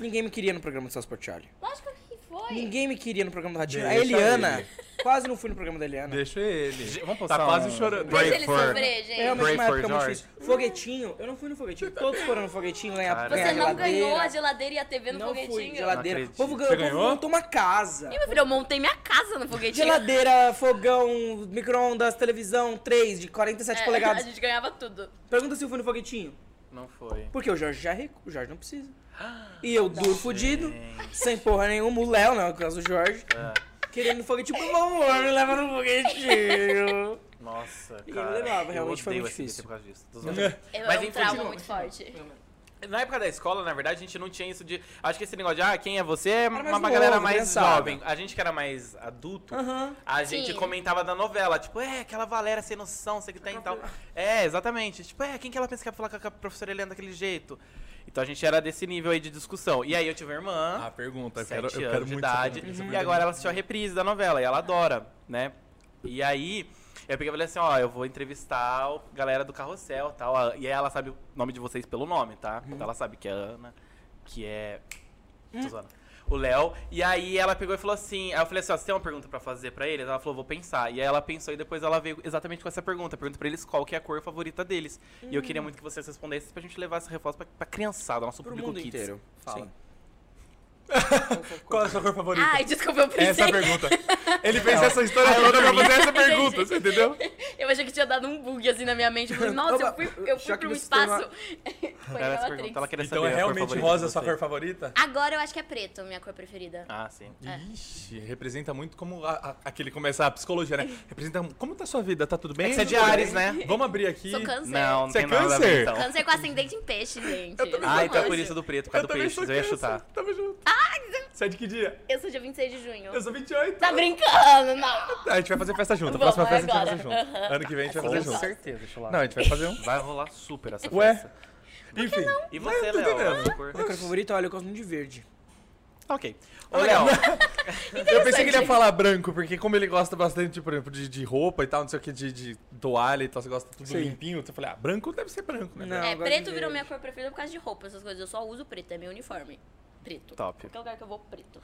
E: Ninguém me queria no programa do Celso Portiolli.
F: Lógico que foi.
E: Ninguém me queria no programa do Ratinho. a
D: Deixa
E: Eliana,
D: ele.
E: quase não fui no programa da Eliana.
D: Deixa ele.
C: Vamos
D: Tá quase
C: um-
D: chorando.
F: Deixa
C: Brave
F: ele
C: for-
F: sofrer,
E: É
F: gente.
E: realmente uma
C: Pray for
E: época muito
C: George.
E: difícil. Foguetinho, eu não fui no foguetinho. Todos foram no foguetinho ganhar
C: Cara.
E: ganhar
F: Você não
E: geladeira.
F: ganhou a geladeira e a TV no
E: Não fui,
F: foguetinho.
E: geladeira.
C: Não
E: O povo
C: acredito.
E: ganhou,
B: Você
E: o povo
B: ganhou?
E: montou uma casa.
F: E meu filho, eu montei minha casa no foguetinho.
E: Geladeira, fogão, micro-ondas, televisão, 3 de 47
C: tipo,
F: É, A
E: polegadas.
F: gente ganhava tudo.
E: Pergunta se eu fui no foguetinho.
C: Não foi.
E: Porque o Jorge já é rico, o Jorge não precisa. E eu duro fudido, sem porra nenhuma, o Léo, não, por causa do Jorge, querendo no foguetinho, por favor, me leva no foguetinho.
C: Nossa,
E: E eu
C: cara.
E: levava, realmente foi
C: odeio
E: muito
C: SBT
E: difícil.
C: Por causa
E: [LAUGHS]
C: disso. Dos
E: Não.
C: outros.
F: É
C: Mas,
F: um
C: enfim,
F: trauma
C: continua.
F: muito forte.
C: Na época da escola, na verdade, a gente não tinha isso de. Acho que esse negócio de, ah, quem é você? É
E: mais
C: uma
E: novo,
C: galera mais
E: criançada.
C: jovem. A gente que era mais adulto,
E: Aham.
C: a gente
F: Sim.
C: comentava da novela. Tipo, é, aquela Valéria sem noção, sei que tem e tal. É, exatamente. Tipo, é, quem que ela pensa que vai falar com a professora Helena daquele jeito? Então a gente era desse nível aí de discussão. E aí eu tive uma irmã.
B: Ah, pergunta. Eu
C: sete
B: quero, eu
C: anos
B: quero
C: de
B: muito
C: idade.
B: saber.
C: E agora ela assistiu a reprise da novela e ela adora, né? E aí, eu peguei e falei assim, ó, eu vou entrevistar o galera do carrossel e tal. a- E aí ela sabe o nome de vocês pelo nome, tá?
B: Uhum.
C: Então ela sabe que é Ana, que é... Tô zoando. O Léo. E aí ela pegou e falou assim... Aí eu falei assim, ó, você tem uma pergunta pra fazer pra eles? Ela falou, vou pensar. E aí ela pensou e depois ela veio exatamente com essa pergunta. Pergunta pra eles qual que é a cor favorita deles. E eu queria muito que vocês respondessem pra gente levar essa resposta pra, pra criançada, nosso
E: Pro
C: público
E: mundo
C: kids.
E: inteiro.
C: Fala.
E: Sim.
B: Qual é a sua cor favorita?
F: Ai, desculpa, eu
B: Essa é a
F: pensei.
B: pergunta. Ele fez essa história toda pra fazer essa pergunta, você entendeu?
F: Eu achei que tinha dado um bug assim na minha
C: [LAUGHS]
F: mente. Eu falei, nossa, eu
E: Opa,
F: fui, eu
E: já
F: fui
E: que você
F: pra um
E: tem uma-
F: espaço. [LAUGHS] Foi
C: Era essa
F: aquela
C: pergunta,
F: Trix.
C: ela queria
B: Então
C: saber
B: é
C: a cor
B: realmente
C: favorita de
B: rosa a sua
C: vocês.
B: cor favorita?
F: Agora eu acho que é preto a minha cor preferida.
C: Ah, sim.
F: É.
B: Ixi, representa muito como a- a- aquele começa a psicologia, né? Representa como tá a sua vida, tá tudo bem?
C: É que você é de
B: Tudo bem?
C: Ares, né?
B: Vamos abrir aqui.
F: Sou câncer.
C: Não, não
B: Você
C: tem
B: é
C: nada a
B: câncer?
C: ver, então.
F: Câncer com ascendente em peixe, gente.
C: Ah,
F: Não
C: então é
F: manjo.
C: por isso do preto,
B: Tá
C: por causa do peixe. Eu ia
B: câncer,
C: chutar.
B: Tamo junto. Você é de que dia?
F: Eu sou dia 26 de junho.
B: Eu sou 28.
F: Tá brincando, não.
B: A gente vai fazer festa junto. A
F: Vamos,
B: próxima festa a gente vai
F: agora.
B: fazer junto. Ano que vem a gente vai fazer junto.
C: certeza, deixa eu
B: Não, a gente vai fazer um.
C: Vai rolar super essa
B: Ué?
C: festa.
B: Enfim.
C: E você,
B: eu tô
C: Léo? a
B: entendendo.
C: sua cor? Tá
E: Minha cor favorita, olha, eu gosto muito de verde.
C: Ok. Ô, Léo,
B: Eu pensei que ele ia falar branco, porque como ele gosta bastante, por exemplo, de, de roupa e tal, não sei o que, de, de toalha e tal, você gosta tudo limpinho, então eu falei, ah, branco deve ser branco, né?
E: Não.
F: É,
E: eu gosto
F: preto
E: de
F: virou
E: verde.
F: minha cor preferida por causa de roupa, essas coisas. Eu só uso preto, é meu uniforme. Preto.
C: Top.
F: Qualquer lugar que eu vou, preto.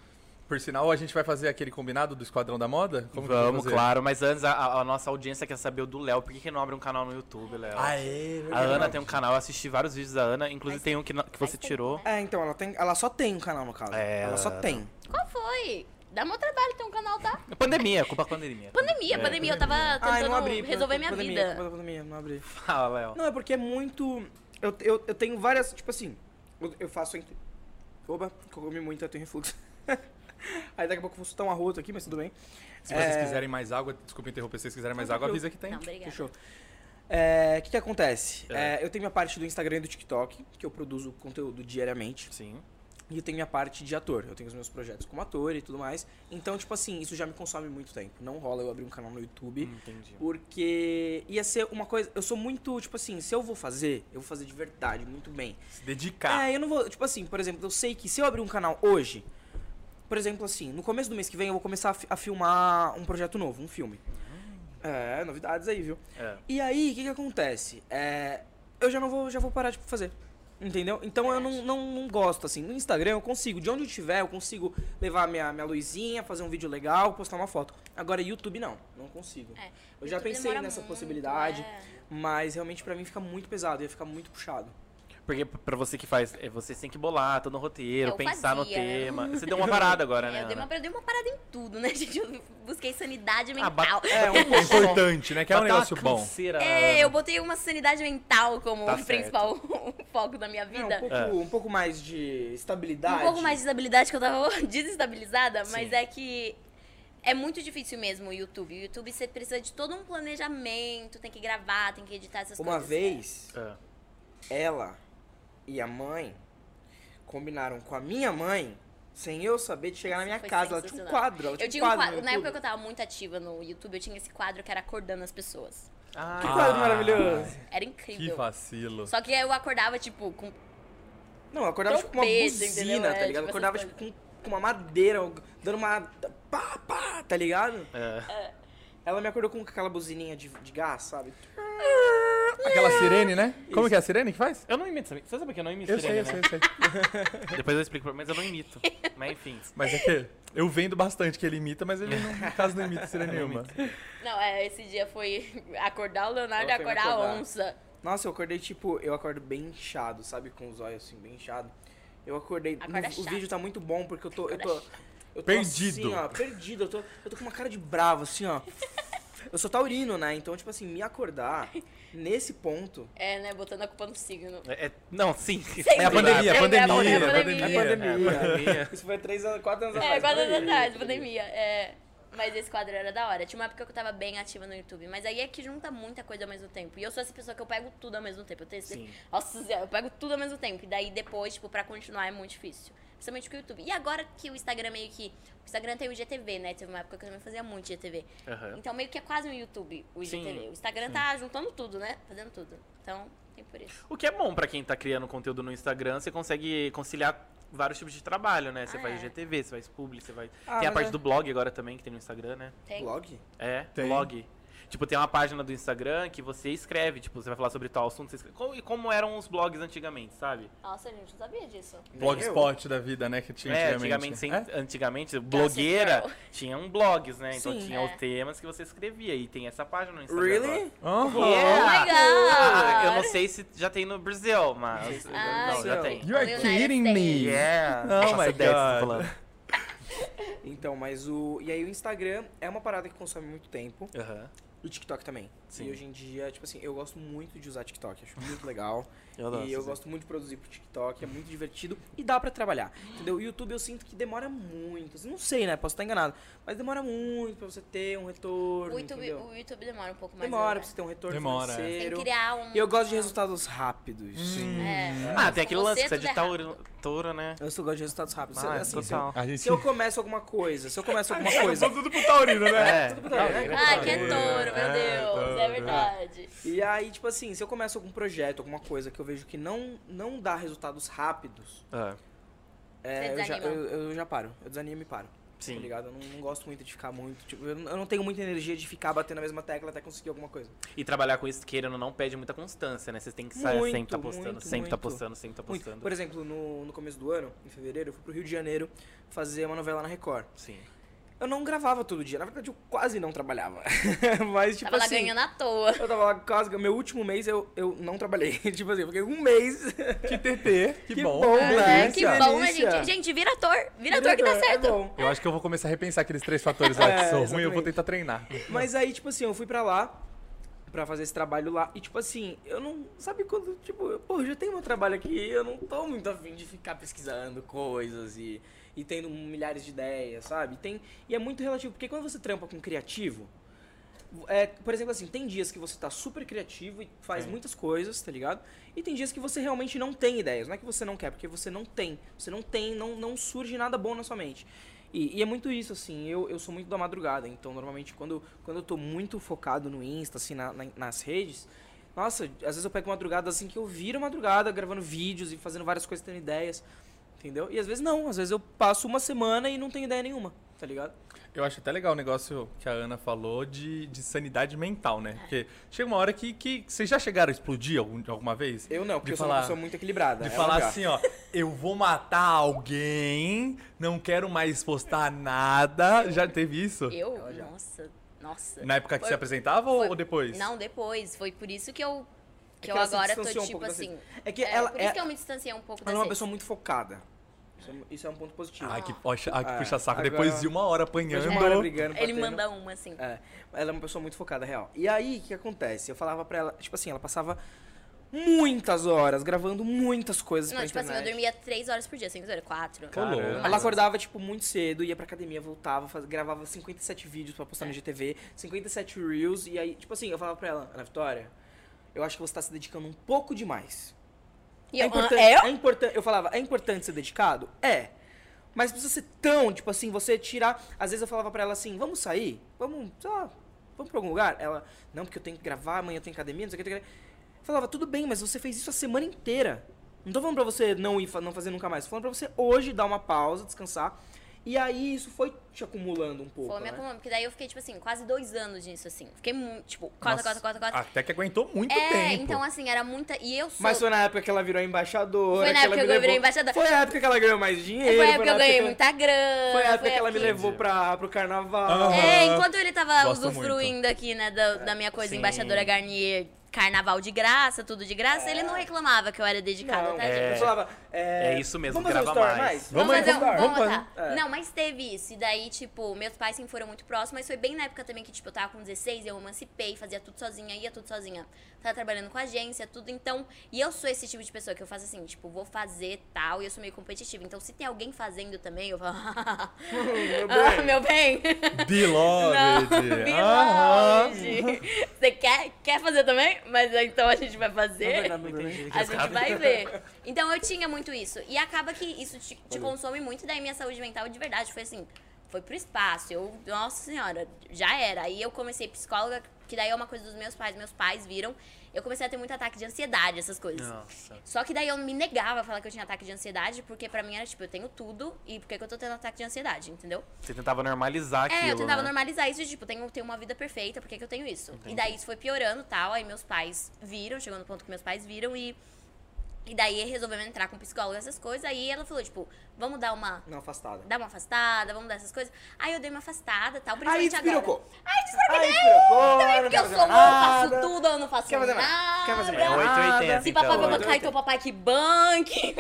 B: Por sinal, a gente vai fazer aquele combinado do Esquadrão da Moda? Como que eu vou
C: vamos,
B: fazer?
C: claro. Mas antes, a, a nossa audiência quer saber o do Léo. Por que, que não abre um canal no YouTube, Léo?
B: Ah, é,
C: a
B: verdade.
C: Ana tem um canal, eu assisti vários vídeos da Ana. Inclusive tem um que, na- que você
F: tempo,
C: tirou.
E: É, então, ela, tem, ela só tem um canal, no caso.
C: É,
E: ela só
C: ela-
E: tem.
F: Qual foi? Dá meu trabalho ter um canal da
C: Pandemia, culpa da pandemia.
F: pandemia. pandemia, eu tava
E: É, Ai,
F: tentando
E: não abri. por-
F: resolver minha
E: pandemia,
F: vida.
E: culpa da pandemia, não abri.
C: Fala, Léo.
E: Não, é porque é muito... Eu, eu, eu tenho várias, tipo assim... Eu, eu faço entre... Oba, que eu comi muito, eu tenho refluxo. [LAUGHS] Aí daqui a pouco eu vou soltar um arroto aqui, mas tudo bem.
B: Se vocês
E: É.
B: quiserem mais água, desculpa interromper, se vocês quiserem mais
E: Não,
B: água,
E: tranquilo.
B: avisa que tem.
F: Não, obrigada.
E: Fechou. É, O que, que acontece? É, eu tenho minha parte do Instagram e do TikTok, que eu produzo conteúdo diariamente.
C: Sim.
E: E eu tenho minha parte de ator. Eu tenho os meus projetos como ator e tudo mais. Então, tipo assim, isso já me consome muito tempo. Não rola eu abrir um canal no YouTube.
B: Hum.
C: Entendi.
E: Porque ia ser uma coisa. Eu sou muito, tipo assim, se eu vou fazer, eu vou fazer de verdade, muito bem.
B: Se dedicar.
E: É, eu não vou. Tipo assim, por exemplo, eu sei que se eu abrir um canal hoje. Por exemplo, assim, no começo do mês que vem eu vou começar a, fi- a filmar um projeto novo, um filme. É, novidades aí, viu?
C: É.
E: E aí, o que que acontece? É, eu já não vou, já vou parar de fazer. Entendeu? Então eu não, não, não gosto, assim. No Instagram eu consigo, de onde eu tiver, eu consigo levar minha, minha luzinha, fazer um vídeo legal, postar uma foto. Agora, YouTube não, não consigo.
F: É,
E: eu já
F: YouTube
E: pensei
F: demora
E: nessa
F: muito,
E: possibilidade,
F: é.
E: mas realmente pra mim fica muito pesado, ia ficar muito puxado.
C: Porque pra você que faz, é, vocês têm que bolar todo o roteiro,
F: Eu
C: pensar no
F: fazia, né?
C: tema. Você
F: [LAUGHS]
C: deu uma parada agora, né?
F: É, eu, dei
C: Ana?
F: uma, eu dei uma parada em tudo, né, [LAUGHS] gente? Eu busquei sanidade mental.
C: bate- [LAUGHS]
E: É, um
B: É importante, né? Que é um
C: Bateu Ah, uma
B: negócio bom.
C: canseira,
F: É, eu botei uma sanidade mental como
C: Tá
F: o principal [LAUGHS] foco da minha vida.
E: É, um, pouco,
C: É.
E: um pouco mais de estabilidade.
F: Um pouco mais de estabilidade, que eu tava [LAUGHS] desestabilizada, mas
C: Sim.
F: é que é muito difícil mesmo o YouTube. O YouTube você precisa de todo um planejamento, tem que gravar, tem que editar essas
E: Uma
F: coisas.
E: vez,
C: Ah,
E: ela e a mãe combinaram com a minha mãe, sem eu saber, de chegar na
F: Isso
E: minha
F: foi
E: casa. Ela tinha um
F: sensacional.
E: quadro. Ela
F: Eu
E: tinha
F: tinha um
E: quadro.
F: quadro,
E: no
F: na época que
E: YouTube.
F: eu tava muito ativa no YouTube, eu tinha esse quadro que era acordando as pessoas.
B: Ah.
E: Que quadro maravilhoso.
F: Era
B: Que
F: incrível.
B: vacilo.
F: Só que eu acordava, tipo, com.
E: Não, eu acordava tipo com uma
F: Trompete, entendeu?
E: buzina, tá
F: É, tipo
E: ligado? Eu
F: essas
E: acordava tipo com, com uma madeira, dando uma. pá, pá, tá ligado?
F: É.
E: Ela me acordou com aquela buzininha de, de gás, sabe?
B: Aquela sirene, né? Como que é a sirene que faz?
C: Eu não imito, sabe? Você sabe que eu não imito
B: Eu sei,
C: sirene,
B: eu sei,
C: né?
B: eu sei.
C: Depois eu explico, mas eu não
F: [LAUGHS]
C: imito. Mas enfim.
B: Mas é que eu vendo bastante que ele imita, mas ele, não, no caso, [LAUGHS] não imita sirene nenhuma.
F: Não, é, esse dia foi [LAUGHS] acordar o Leonardo e
E: Ela foi me
F: acordar a
E: acordar.
F: onça.
E: Nossa, eu acordei tipo, eu acordo bem inchado, sabe? Com os olhos assim, bem inchado. Eu acordei. no-
F: Acorda
E: o
F: chato.
E: vídeo tá muito bom porque eu tô. Eu tô,
F: Acorda
E: eu tô
B: Perdido.
E: Assim, ó, perdido. Eu tô, eu tô com uma cara de bravo, assim,
F: [LAUGHS]
E: ó. Eu sou taurino, né? Então, tipo assim, me acordar nesse ponto.
F: É, né? Botando a culpa no signo.
C: É- é- não, sim. [LAUGHS]
B: É a pandemia, a
F: Sempre é a
B: pandemia, a
F: pandemia.
B: pandemia.
C: pandemia.
E: é Isso foi três anos, quatro anos
F: É,
E: atrás. né?
F: quatro anos atrás, pandemia. É. Mas esse quadro era da hora. Tinha uma época que eu tava bem ativa no YouTube. Mas aí é que junta muita coisa ao mesmo tempo. E eu sou essa pessoa que eu pego tudo ao mesmo tempo. Eu tenho esse...
C: Sim.
F: Nossa, Zé, eu pego tudo ao mesmo tempo. E daí depois, tipo, pra continuar é muito difícil. Principalmente com o YouTube. E agora que o Instagram meio que. O Instagram tem o IGTV, né? Teve uma época que eu também fazia muito IGTV.
C: Aham.
F: Então meio que é quase um YouTube o
C: Sim,
F: IGTV. O Instagram tá juntando tudo, né? Fazendo tudo. Então, tem por isso.
C: O que é bom pra quem tá criando conteúdo no Instagram, você consegue conciliar vários tipos de trabalho, né? Você
F: Ah,
C: faz
F: é.
C: GTV, você faz publi, você vai.
E: Ah,
C: tem a
E: mas
C: parte
E: é-
C: do blog agora também que tem no Instagram, né?
F: Tem.
E: Blog?
C: É,
B: Tem.
C: blog. Tipo, tem uma página do Instagram que você escreve, tipo, você vai falar sobre tal assunto, você escreve. Co- E como eram os blogs antigamente, sabe?
F: Nossa, gente, não sabia disso.
B: Blogspot da vida, né? Que tinha
C: É, antigamente,
B: antigamente.
C: sem,
B: É?
C: antigamente blogueira, tinham blogs, né? Então
E: Sim.
C: tinha
F: É.
C: os temas que você escrevia e tem essa página no Instagram. agora.
E: Really?
B: É? Aham.
C: Yeah! Ah,
F: Oh my God!
C: Eu não sei se já tem no Brasil, mas.
F: Ah,
C: não, já
E: sim.
C: tem.
B: You are
F: United
B: kidding me.
C: Yeah!
B: Oh
C: Nossa,
B: my
C: ideia que você tá
B: God.
C: falando.
E: Então, mas o. E aí o Instagram é uma parada que consome muito tempo.
C: Aham.
E: E o TikTok também.
C: Sim.
E: E hoje em dia, tipo assim, eu gosto muito de usar TikTok, acho muito legal.
C: Eu adoro
E: e eu
C: fazer.
E: gosto muito de produzir pro TikTok, é muito divertido e dá pra trabalhar. Entendeu? O YouTube eu sinto que demora muito. assim, Não sei, né? Posso estar enganado. Mas demora muito pra você ter um retorno.
F: O YouTube,
E: entendeu?
F: o YouTube demora um pouco mais.
E: Demora
F: né?
E: pra você ter um retorno
B: Demora, é.
F: Tem que
E: financeiro.
F: criar um.
E: E eu gosto de resultados rápidos. Sim.
F: É.
C: Ah, tem aquele
F: Você
C: lance que você é
F: tudo
C: de tauro, touro, né?
E: Eu só gosto de resultados rápidos.
C: Ah,
E: assim, se, eu,
C: total.
B: A gente... [LAUGHS]
E: se eu começo alguma coisa, se eu começo alguma
B: É
E: coisa. né?
B: tudo pro Taurino,
C: É.
F: Ai, que é touro, meu
B: É,
F: Deus.
B: touro.
F: É verdade.
E: E aí, tipo assim, se eu começo algum projeto, alguma coisa que eu vejo que não, não dá resultados rápidos,
C: Ah,
E: É,
F: Você
E: eu já,
F: desanima.
E: eu, eu já paro. Eu desanimo e paro. Tá
C: sim.
E: ligado? Eu não, não gosto muito de ficar muito. Tipo, eu, não- eu não tenho muita energia de ficar batendo a mesma tecla até conseguir alguma coisa.
B: Tá
C: E trabalhar com isso, queirando ou não, pede muita constância, né? Você tem que sair,
E: Muito,
C: sempre tá postando,
E: muito,
C: sempre tá
E: muito.
C: postando, sempre tá
E: Muito.
C: postando.
E: Por exemplo, no, no começo do ano, em fevereiro, eu fui pro Rio de Janeiro fazer uma novela na Record.
C: Sim.
E: Eu não gravava todo dia. Na verdade, eu quase não trabalhava. [LAUGHS] Mas, tipo
F: Tava lá
E: assim.
F: ganhando à [LAUGHS] toa.
E: Eu tava lá quase. Meu último mês eu, eu não trabalhei. [LAUGHS] tipo assim, eu fiquei um mês.
B: Que TT,
E: [LAUGHS]
B: que, bom.
E: né?
F: É, que bom, né,
E: delícia.
F: gente? Gente, vira ator. Vira ator que dá
E: É
F: certo.
E: bom.
B: Eu acho que eu vou começar a repensar aqueles três fatores lá que
E: É,
B: são ruins eu vou
E: exatamente.
B: tentar treinar.
E: Mas aí, tipo assim, eu fui pra lá pra fazer esse trabalho lá. E, tipo assim, eu não. Sabe quando, tipo, eu, pô, eu já tenho meu trabalho aqui, eu não tô muito afim de ficar pesquisando coisas e, e tendo milhares de ideias, sabe? Tem, e é muito relativo, porque quando você trampa com criativo. É, por exemplo, assim, tem dias que você tá super criativo e faz muitas coisas, tá ligado? E tem dias que você realmente não tem ideias. Não é que você não quer, porque você não tem. Você não tem, não, não surge nada bom na sua mente. E, e é muito isso, assim, eu, eu sou muito da madrugada, então normalmente quando, quando eu tô muito focado no Insta, assim, na- na- nas redes, nossa, às vezes eu pego madrugada assim que eu viro madrugada gravando vídeos e fazendo várias coisas, tendo ideias, entendeu? E às vezes não, às vezes eu passo uma semana e não tenho ideia nenhuma, tá ligado?
B: Eu acho até legal o negócio que a Ana falou de, de sanidade mental, né? Porque chega uma hora que, que vocês já chegaram a explodir algum- alguma vez?
E: Eu não, porque
B: De
E: eu sou uma
B: falar-
E: pessoa muito equilibrada. é um
B: De
E: ela
B: falar
E: já.
B: assim, ó, eu vou matar alguém, não quero mais postar nada. Já teve isso?
F: Eu? Nossa. Nossa.
B: Na época que
F: Foi-
B: você apresentava ou-
F: foi-
B: ou depois?
F: Não, depois. Foi por isso que eu.
E: É que
F: Que, eu
E: ela se
F: agora tô
E: distanciou um
F: tipo
E: pouco da
F: assim.
E: É que
F: É,
E: ela,
F: por
E: é,
F: isso que eu me distanciei um pouco da
E: ela é uma pessoa muito focada. Isso é, isso é um ponto positivo.
B: Ah, que, poxa, ah, que
E: É,
B: puxa saco.
E: agora-
B: Depois de uma hora apanhando.
E: Uma hora é brigando,
F: Ele
E: batendo.
F: manda uma, assim.
E: É, ela é uma pessoa muito focada, real. E aí, o que acontece? Eu falava pra ela, tipo assim, ela passava muitas horas gravando muitas coisas
F: Não,
E: pra
F: tipo assim, eu
E: internet.
F: dormia três horas por dia, cinco horas, quatro.
B: Ô, louco.
E: Ela acordava, tipo, muito cedo, ia pra academia, voltava, faz- gravava 57 vídeos pra
F: É.
E: postar no GTV, 57 Reels, e aí, tipo assim, eu falava pra ela, Ana Vitória, eu acho que você tá se dedicando um pouco demais.
F: E [LAUGHS] eu,
E: é, importante,
F: "Ah, eu?"
E: é importante. Eu falava, é importante ser dedicado? É. Mas precisa ser tão, tipo assim, você tirar. Às vezes eu falava pra ela assim, vamos sair? Vamos, sei lá, vamos pra algum lugar? Ela, não, porque eu tenho que gravar, amanhã eu tenho academia, não sei o que. não sei o que." Eu falava, tudo bem, mas você fez isso a semana inteira. Não tô falando pra você não ir, fa- não fazer nunca mais. Tô falando pra você hoje dar uma pausa, descansar. E aí isso foi te acumulando um pouco.
F: Foi me
E: né?
F: acumulando, porque daí eu fiquei, tipo assim, quase dois anos nisso, assim. Fiquei muito, tipo, cota, cota, cota, cota.
D: Até que aguentou muito
F: é,
D: tempo.
F: então assim, era muita. E eu sou.
E: Mas foi na época que ela virou embaixadora.
F: Foi na
E: que ela
F: época que
E: me
F: eu virei
E: levou-
F: embaixadora.
E: Foi a época que ela ganhou mais dinheiro.
F: Foi a época que eu
E: na
F: ganhei
E: ela-
F: muita grana.
E: Foi a época que ela me
F: aquilo.
E: levou pra, pro carnaval.
C: Ah.
D: Aham.
F: É, enquanto ele tava
B: Gosto
F: usufruindo aqui, né, da, da minha coisa
E: Sim.
F: embaixadora Garnier, carnaval de graça, tudo de graça, ele não reclamava que eu era dedicada,
E: É. Não,
F: tá,
E: é.
F: gente?
E: Eu falava, é,
C: É isso mesmo,
E: vamos fazer um
C: grava
E: story
C: mais.
E: mais.
D: Vamos
F: fazer um,
D: botar,
F: vamos
D: vamos
F: botar.
E: fazer. É.
F: Não, mas teve isso. E daí, tipo, meus pais sempre foram muito próximos, mas foi bem na época também que, tipo, eu tava com 16, eu emancipei, fazia tudo sozinha, ia tudo sozinha. Tava trabalhando com agência, tudo, então. E eu sou esse tipo de pessoa que eu faço assim, tipo, vou fazer tal, e eu sou meio competitiva. Então, se tem alguém fazendo também, eu falo. [LAUGHS] ah, meu bem!
D: Beloved.
F: Não,
D: Aham.
F: Beloved. Você quer, quer fazer também? Mas então a gente vai
E: Na
F: fazer.
E: verdade, não entendi.
F: A gente vai ver. Então eu tinha muito isso. E acaba que isso te, te consome muito, daí minha saúde mental de verdade foi assim, foi pro espaço. Eu, nossa senhora, já era. Aí eu comecei psicóloga, que daí é uma coisa dos meus pais, meus pais viram. Eu comecei a ter muito ataque de ansiedade, essas coisas.
C: Nossa.
F: Só que daí eu me negava a falar que eu tinha ataque de ansiedade, porque pra mim era tipo, eu tenho tudo e por que que eu tô tendo ataque de ansiedade, entendeu?
C: Você tentava normalizar aquilo,
F: É, eu tentava
C: né?
F: normalizar isso, de, tipo, tenho, tenho uma vida perfeita, por que, que eu tenho isso? E daí isso foi piorando e tal, aí meus pais viram, chegou no ponto que meus pais viram e. E daí resolvemos entrar com psicólogo essas coisas, aí ela falou, tipo, vamos dar uma.
E: Não, afastada.
F: Dar uma afastada, vamos dar essas coisas. Aí eu dei uma afastada e tal,
E: Aí
F: principalmente agora.
E: despirocou.
F: Aí despirocou.
E: Aí despirocou. não
F: Porque eu
E: fazer
F: sou boa, eu
E: nada.
F: faço tudo, eu não faço
E: Quer fazer
F: nada.
E: nada? Quer fazer
C: É
E: nada?
C: 880,
F: Se papai
C: então.
F: vai bancar, então papai que banque.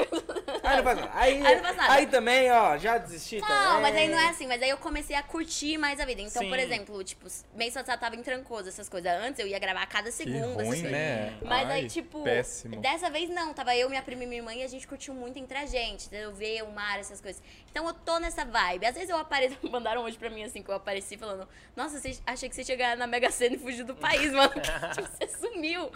E: Aí não faz nada. Aí,
F: Aí não faz nada.
E: aí também, ó, já desisti
F: Não,
E: também.
F: mas aí não é assim, mas aí eu comecei a curtir mais a vida. Então, por
C: Sim.
F: exemplo, tipo, mês passado tava em Trancoso, essas coisas. Antes eu ia gravar a cada
B: Que
F: segundo, essas
B: ruim,
F: coisas.
B: né?
F: Mas
B: Ai,
F: aí, tipo,
B: Péssimo.
F: dessa vez não, tava eu, minha prima e minha irmã e a gente curtiu muito entre a gente, entendeu? Ver o mar, essas coisas. Então eu tô nessa vibe. Às vezes eu apareço, [LAUGHS] mandaram hoje pra mim assim, que eu apareci falando: Nossa, você, achei que você tinha ganhado na Mega Sena e fugiu do
B: [LAUGHS]
F: país, mano. [LAUGHS] tipo, você sumiu.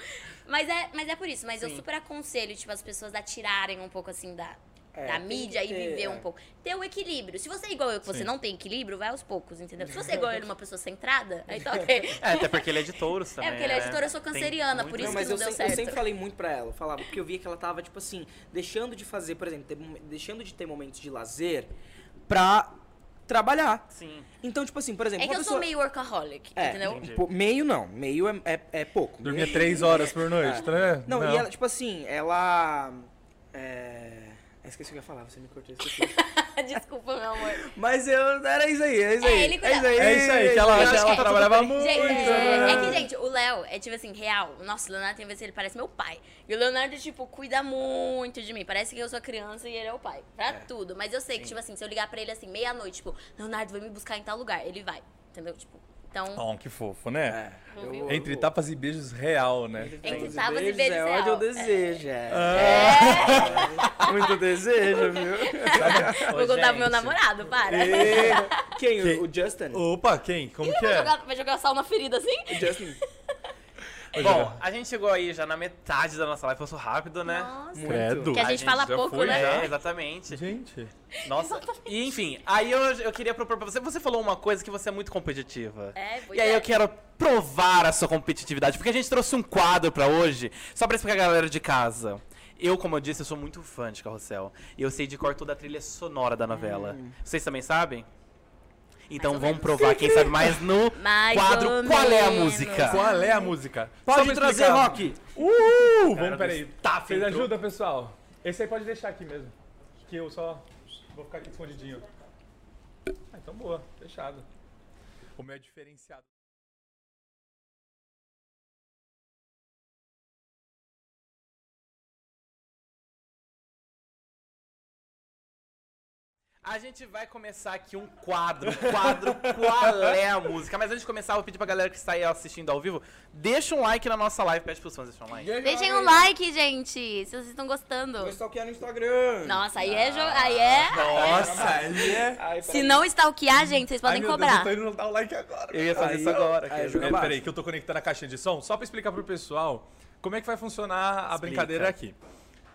F: Mas é, mas é por isso, mas eu super aconselho, tipo, as pessoas a tirarem um pouco assim da,
E: É,
F: da
E: tem que
F: mídia e
E: ter,
F: viver
E: é.
F: um pouco. Ter o equilíbrio. Se você é igual eu, que você não tem equilíbrio, vai aos poucos, entendeu? Se você é igual eu, uma pessoa centrada, aí tá ok.
C: É, até porque ele é de touros também.
F: É, porque ele é
C: né?
F: de touro, eu sou
C: Tem
F: canceriana,
C: muito
F: por
E: Não,
F: isso que
E: mas
F: não
E: eu, sem-
F: deu
E: eu
F: certo.
E: sempre falei muito pra ela, eu falava, porque eu via que ela tava, tipo assim, deixando de fazer, por exemplo, ter mom- deixando de ter momentos de lazer pra trabalhar.
C: Sim.
E: Então, tipo assim, por exemplo,
F: [LAUGHS] É que
E: uma
F: eu
E: pessoa...
F: sou meio workaholic,
E: É,
F: entendeu?
E: um po- meio não, meio é, é, é pouco.
B: Dormia três horas por noite, tá né?
E: Não, e ela, tipo assim, ela. É. eu Esqueci o que eu ia falar, você me cortou, esqueci.
F: [LAUGHS] Desculpa, meu amor.
E: [LAUGHS] Mas eu. Era isso aí, é isso
F: É,
E: aí.
F: ele cuidava.
B: É isso aí, que ela,
F: Eu acho
B: ela
F: que é.
B: trabalhava muito.
F: Gente,
B: né?
F: é, é que, gente, o Léo é tipo assim, real. Nossa, o Leonardo tem vezes que ele parece meu pai. E o Leonardo, tipo, cuida muito de mim. Parece que eu sou criança e ele é o pai. Pra tudo. Mas eu sei que, tipo assim, se eu ligar pra ele assim, meia-noite, tipo, Leonardo, vai me buscar em tal lugar. Ele vai. Entendeu? Tipo, então.
B: Oh, que fofo, né?
E: É, eu-
B: Entre tapas e beijos, real, né?
E: Entre
F: Entre tábuas e
E: beijos,
F: beijos,
E: É
F: é
E: onde eu
F: alto.
E: desejo, é. Muito desejo, viu?
F: [LAUGHS] Vou contar pro meu namorado, para.
E: E- É. Quem? O- O Justin?
B: Opa, quem? Como que
F: [LAUGHS] Vai
B: é?
F: jogar, vai jogar sal na ferida assim?
E: O Justin.
C: Bom, a gente chegou aí já na metade da nossa live, passou rápido, né?
F: Nossa.
B: Credo.
F: Que a gente fala
B: já
F: pouco,
B: foi,
F: né?
B: já.
C: É,
F: [LAUGHS]
C: exatamente.
B: Gente,
C: Nossa. E enfim, aí eu, eu queria propor pra você. Você falou uma coisa que você é muito competitiva.
F: É, pois
C: E aí
F: é.
C: eu quero provar a sua competitividade, porque a gente trouxe um quadro pra hoje, só pra explicar a galera de casa. Eu, como eu disse, eu sou muito fã de Carrossel. E eu sei de cor toda a trilha sonora da novela.
E: Hum.
C: Vocês também sabem? Então
F: ou
C: vamos
F: menos.
C: provar quem sabe mais no
F: [LAUGHS] Mais ou
C: quadro Qual é a
F: menos.
C: música?
B: qual é a música? Só
E: Pode
B: pra
E: trazer,
B: explicar.
E: Rock! tá
B: Uhul! Vamos,
C: do
B: peraí.
C: staff
B: Vocês
C: entrou.
B: ajudam, pessoal? Esse aí pode deixar aqui mesmo. Que eu só vou ficar aqui escondidinho. Ah, então boa. Fechado. O meu é diferenciado.
C: A gente vai começar aqui um quadro, um quadro Qual é a música? Mas antes de começar, eu vou pedir pra galera que está aí assistindo ao vivo, deixa um like na nossa live, pede pros fãs deixar um like.
F: Deixem um like, gente, se vocês estão gostando.
E: Vou stalkear no Instagram.
F: Nossa, aí é. jo- Aí
B: Ah,
F: é...
B: Nossa, aí é.
E: Ai,
F: Se não stalkear, gente, vocês podem
B: Ai, meu
F: cobrar.
B: Deus, eu tô indo dar o like agora.
C: Eu ia fazer
E: Aí,
C: isso agora,
E: aí,
C: cara.
E: Ju-
B: É,
E: Joga
B: peraí,
E: baixo.
B: que eu tô conectando a caixinha de som, só pra explicar pro pessoal como é que vai funcionar a brincadeira aqui.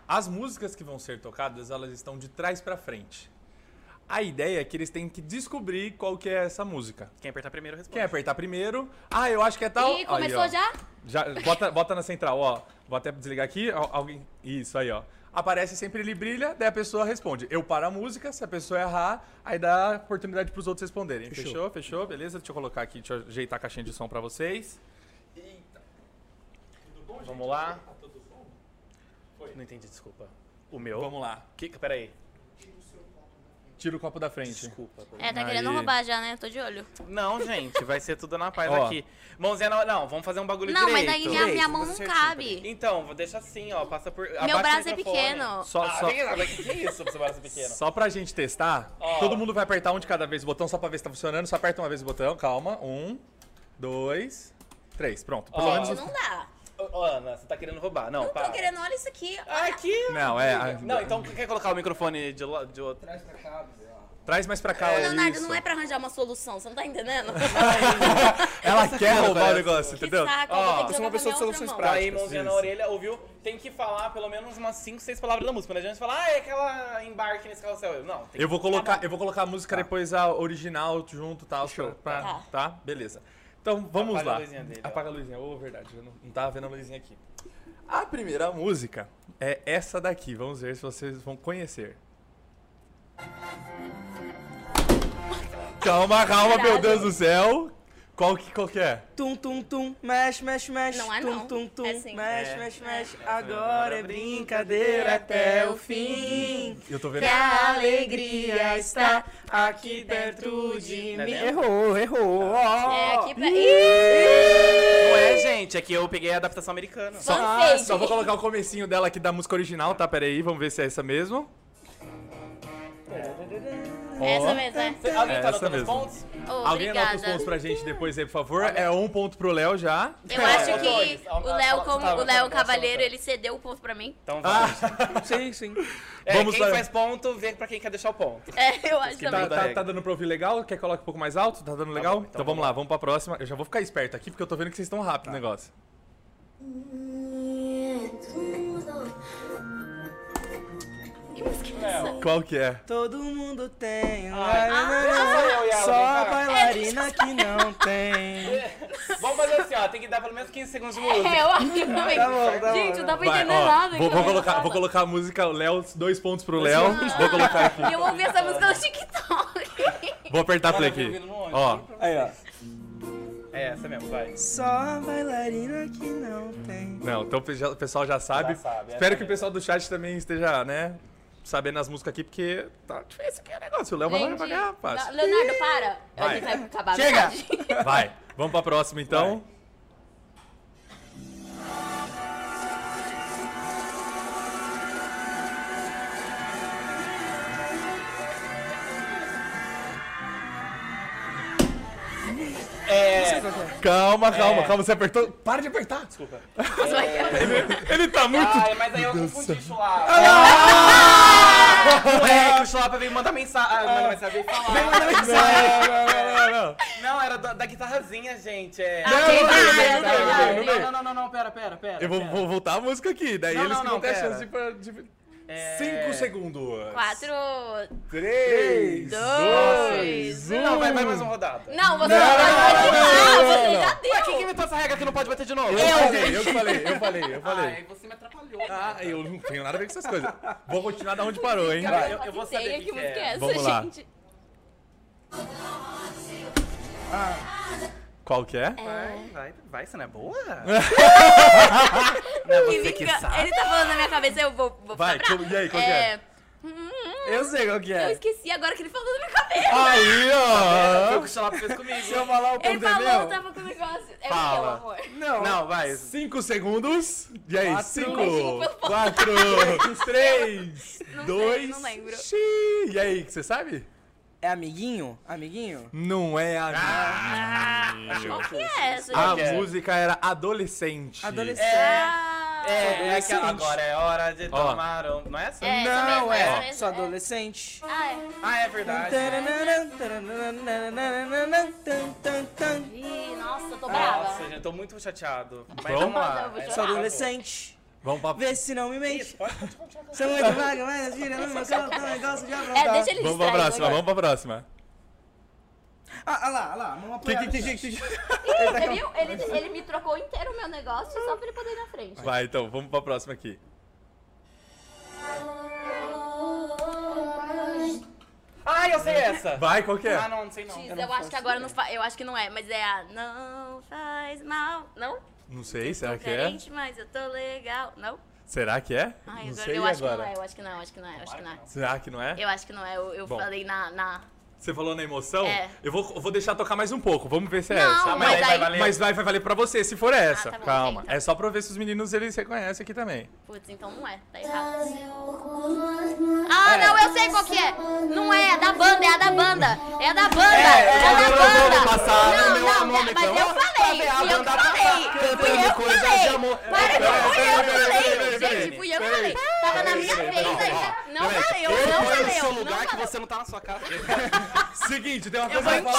B: As músicas que vão ser tocadas, elas estão de trás pra frente. A ideia é que eles têm que descobrir qual que é essa música.
C: Quem apertar primeiro responde.
B: Quem apertar primeiro? Ah, eu acho que é tal.
F: Ih, começou
B: Aí, ó.
F: já?
B: Já, bota, bota na central, ó. Vou até desligar aqui. al- Alguém. Isso aí, ó. Aparece sempre ele brilha, daí a pessoa responde. Eu paro a música, se a pessoa errar, aí dá oportunidade pros outros responderem. Fechou, fechou, beleza? Deixa eu colocar aqui, deixa eu ajeitar a caixinha de som pra vocês.
C: Vamos lá. Não entendi, desculpa. O meu?
B: Vamos lá.
C: Que, peraí.
B: Tira o copo da frente.
C: Desculpa. pô.
F: É, tá
B: Aí.
F: querendo roubar já, né? Tô de olho.
C: Não, gente, vai ser tudo na paz
B: Ó.
C: aqui. Mãozinha na... Não, vamos fazer um bagulho
F: Não, mas
C: direito.
F: daí minha, minha
E: Direito,
F: mão
E: você
F: não
E: certinho,
F: cabe.
C: Então, vou deixar assim, ó. Passa por.
F: Meu
C: abaixa o
F: braço é
C: microfone.
F: pequeno.
B: Só,
C: ah,
B: só,
C: que, que isso, seu braço é pequeno?
B: só pra gente testar,
C: Ó.
B: todo mundo vai apertar um de cada vez o botão só pra ver se tá funcionando. Só aperta uma vez o botão, calma. Um, dois, três. Pronto. Pelo
C: Ó.
B: menos.
F: Gente, não dá.
C: Ô, ô, Ana, você tá querendo roubar. Não,
F: Não
C: para.
F: tô querendo, olha isso aqui.
C: Ah,
F: Olha.
C: Aqui.
B: Não, é. a-
C: Não, então quer colocar o microfone de, lo- de outro?
B: Traz mais pra cá,
F: Ô,
B: ó,
F: Leonardo,
B: isso.
F: não é pra arranjar uma solução, você não tá entendendo?
B: Ela quer roubar o
C: parece.
B: negócio,
F: que
B: entendeu? Tá,
F: saco,
C: Ó,
F: eu vou ter que
E: eu sou uma pessoa
F: jogar
E: de
F: na minha
E: soluções
F: outra mão.
E: práticas.
C: Aí, mãozinha na
B: isso.
C: orelha, ouviu? Tem que falar pelo menos umas 5, 6 palavras da música. Não adianta falar, ah, é aquela embarque nesse carrossel. Eu, não, tem
B: Eu vou
C: que-
B: colocar, eu vou colocar a música
C: Tá.
B: depois a original junto, tal, pra-
F: Tá.
B: tá? Beleza. Então vamos
C: Apaga a
B: lá.
C: luzinha dele, ó.
B: Apaga a luzinha. Ô, verdade, eu não, não tava vendo a luzinha aqui. A primeira música é essa daqui. Vamos ver se vocês vão conhecer. Calma, calma, meu
F: Caralho.
B: Deus do céu. Qual que, qual que é?
E: Tum, tum, tum, mexe, mexe, mexe.
F: Não é
E: tum,
F: não.
E: tum, tum,
F: É sim.
E: mexe,
C: É.
E: mexe, mexe. Agora é brincadeira até o fim.
B: Eu tô vendo.
E: Que a alegria está aqui dentro de
C: Não é
E: mim.
C: mesmo?
E: Errou, errou. ó.
F: É, aqui pra... Ih!
C: Não é, gente, é que eu peguei a adaptação americana.
F: Só-
B: Ah,
F: fake.
B: só vou colocar o comecinho dela aqui da música original, tá? Pera aí, vamos ver se é essa mesmo.
F: Essa mesmo, né?
C: Alguém
B: É, Essa
C: tá anotando os
B: mesmo.
C: pontos?
F: Ô,
B: Alguém anota os
F: Obrigada.
B: pontos pra gente depois aí, por favor. É um ponto pro Léo já.
F: Eu acho
C: É, Dois. um
F: que o Léo, como o Léo Cavaleiro, ele cedeu o ponto pra mim. [LAUGHS]
C: Então
B: [LAUGHS]
C: vamos.
E: Sim, sim.
C: É,
B: Ah. Vamos
C: quem
B: lá.
C: faz ponto, vê pra quem quer deixar o ponto.
F: É, eu acho
C: que
B: Tá,
F: também.
C: dá-
B: tá-
C: regra.
B: tá dando pra ouvir legal? Quer colocar um pouco mais alto? Tá dando legal?
C: bom,
B: então
C: então
B: vamos
C: vamos
B: lá, vamos pra próxima. Eu já vou ficar esperto aqui, porque eu tô vendo que vocês estão rápido o negócio. Qual que é?
E: Todo mundo tem.
B: Ah,
C: eu e ela,
E: Ah, só a
C: vem cá.
E: bailarina que não tem.
C: Vamos fazer assim, ó. Tem que dar pelo menos 15 segundos de música.
F: [LAUGHS] É, eu acho que também.
E: Tá bom, tá bom,
F: Gente, não dá pra
B: Vai,
F: entender
B: ó,
F: nada.
B: Vou,
F: que
B: vou
F: eu
B: colocar,
F: tava.
B: vou colocar a música Léo, dois pontos pro Léo. Vou colocar aqui.
F: E eu ouvi essa música no TikTok.
B: Vou apertar play aqui.
C: Maravilha, não é?
B: Ó,
E: Aí, ó.
C: É essa mesmo, vai.
E: Só a bailarina que não tem.
B: não, então o pe- já- o pessoal já sabe.
C: Já sabe,
B: Espero
C: é essa
B: que o
C: mesmo.
B: pessoal do chat também esteja, né, sabendo as músicas aqui, porque tá difícil aqui o negócio. O Léo vai lá
F: Gente,
B: pagar,
F: não,
B: rapaz.
F: Leonardo, para. A
B: Vai.
F: gente vai acabar. a
B: Chega!
F: metade.
B: Vai, vamos pra próxima então.
C: É.
B: Calma, calma, calma, você apertou. Para de apertar!
C: Desculpa.
B: Ele tá muito.
C: Ai, mas aí eu confundi chulapa. Ah! Ué, que o chulapa veio mandar mensagem. Ah, manda mensagem, veio falar.
B: Não, não, não, não.
C: Não, era da, da guitarrazinha, gente. É.
F: Ah, quem
B: não,
F: vai,
B: não,
F: é
B: não, não, não,
F: verdade.
B: não, não,
C: não, não, não, não, pera, pera, pera.
B: [LAUGHS] Eu vou, vou voltar a música aqui, daí
C: Não,
B: eles
C: não,
B: que vão
C: não,
B: ter a
C: pera.
B: chance de. pra- de...
C: É.
B: Cinco segundos.
F: Quatro.
B: Três.
F: dois,
B: Dois. Um.
C: Não, vai, vai mais uma rodada.
F: Não, você não, vai
B: não, não,
F: continuar. Você
B: não.
F: já
C: Ué, quem
F: deu.
C: que inventou essa regra que não pode bater de novo?
B: Eu falei, eu falei, eu falei, eu falei.
C: Ai, você me atrapalhou.
B: Ah, eu não tenho nada a ver com essas coisas. Vou continuar da onde parou, hein?
C: Vai.
F: Eu,
C: eu- eu vou saber que
F: que,
C: que
F: música é
C: é.
F: essa,
B: Vamos lá.
F: gente.
B: Qual que é?
C: Vai, vai, vai, você não é boa?
F: Que vinga- Ele tá falando na minha cabeça, eu vou, vou
B: Vai,
F: ficar
B: como-
F: brava.
B: e aí, qual que é?
F: Hum,
E: Eu sei qual que
F: Eu
E: é.
F: esqueci agora que ele falou na minha cabeça.
B: Aí,
C: Foi o
B: ó.
C: que o chulapa fez comigo.
E: Se eu falar o
F: ele
E: ponto é
F: falou, eu
E: meu?
F: tava com o negócio. É o meu
C: Fala.
F: amor.
E: Não.
C: Não, vai.
B: Cinco segundos. E aí,
E: Quatro.
B: cinco, quatro, três,
F: Não sei,
B: dois.
F: não lembro.
B: xiii. E aí, que você sabe?
E: É amiguinho? Amiguinho?
B: Não é a
F: Qual que é essa,
B: A
F: gente?
C: é.
B: música era Adolescente.
E: Adolescente.
F: Ah,
C: É, é
E: adolescente.
C: aquela, agora é hora de
B: Ó.
C: tomar um... Não é essa?
F: É, essa
E: Não,
F: mesmo, essa
E: é.
F: mesmo,
E: Sou adolescente.
F: Ah, é.
C: Ah, é verdade.
F: Ih, nossa, eu tô brava. é.
C: Nossa, ah, é gente, eu tô muito chateado. Mas
B: Vamos
C: vamos
B: lá.
F: Eu vou
C: lá.
F: chorar.
E: Sou adolescente.
B: Vamos pra...
E: Vê se não me mente. Você não é vaga, mas gira, não me solta, não me gosta de
F: É,
E: aprontar.
F: deixa ele
B: Vamos pra
F: distrair
B: próxima,
F: agora.
B: vamos pra próxima.
E: Ah, ah lá, ah lá, mão
D: Que,
E: apoiada.
D: que, que, que, que,
F: Ih, Você viu? Ele, ele me trocou inteiro o meu negócio só pra ele poder ir na frente.
B: Vai, então, vamos pra próxima aqui.
C: Ai, Ah, eu sei essa!
B: Vai, qual que é?
C: Ah, não, não sei não.
F: Diz, eu acho que agora não fa... Eu acho que não é, mas é a. Não faz mal. Não?
B: Não sei, será
F: Tô
B: que é?
F: carente, mas eu tô legal. Não?
B: Será que é?
F: Ai,
B: não
F: agora
B: sei
F: eu
B: e
F: acho
B: agora.
F: que não é, eu acho que não, eu acho que não é, eu acho que não é.
B: Será que não é?
F: Eu acho que não é, eu, eu
B: Bom.
F: falei na. na...
B: Você falou na emoção?
F: É.
B: Eu vou, eu vou deixar tocar mais um pouco, vamos ver se é
F: Não,
B: essa.
F: mas Mas aí vai aí-
C: valer.
B: Mas vai, vai valer pra você, se for essa.
F: Ah, tá bom,
B: Calma.
F: então.
B: É só pra eu ver se os meninos eles reconhecem aqui também.
F: Putz, então não é, tá errado. Ah, não, eu sei qual que é! Não é, é da banda, é a da banda! É a da banda! É, a da
C: eu não
F: banda!
C: vou passar,
F: não,
C: meu
F: não,
C: amor,
F: não, mas
C: então.
F: eu falei!
C: Pra ver a
F: Fui eu que
C: banda
F: falei! Fui eu que
C: coisas
F: falei!
C: de amor.
F: Para que
C: Peraí,
F: fui eu
C: peraí, peraí,
F: que falei!
C: peraí,
F: Gente, fui eu que falei! Tava na minha vez aí! Não valeu, não
C: ponho no seu
F: valeu!
C: lugar
F: Não
C: que
F: valeu!
C: você não tá na sua casa.
B: Seguinte, tem uma coisa pra
F: embora.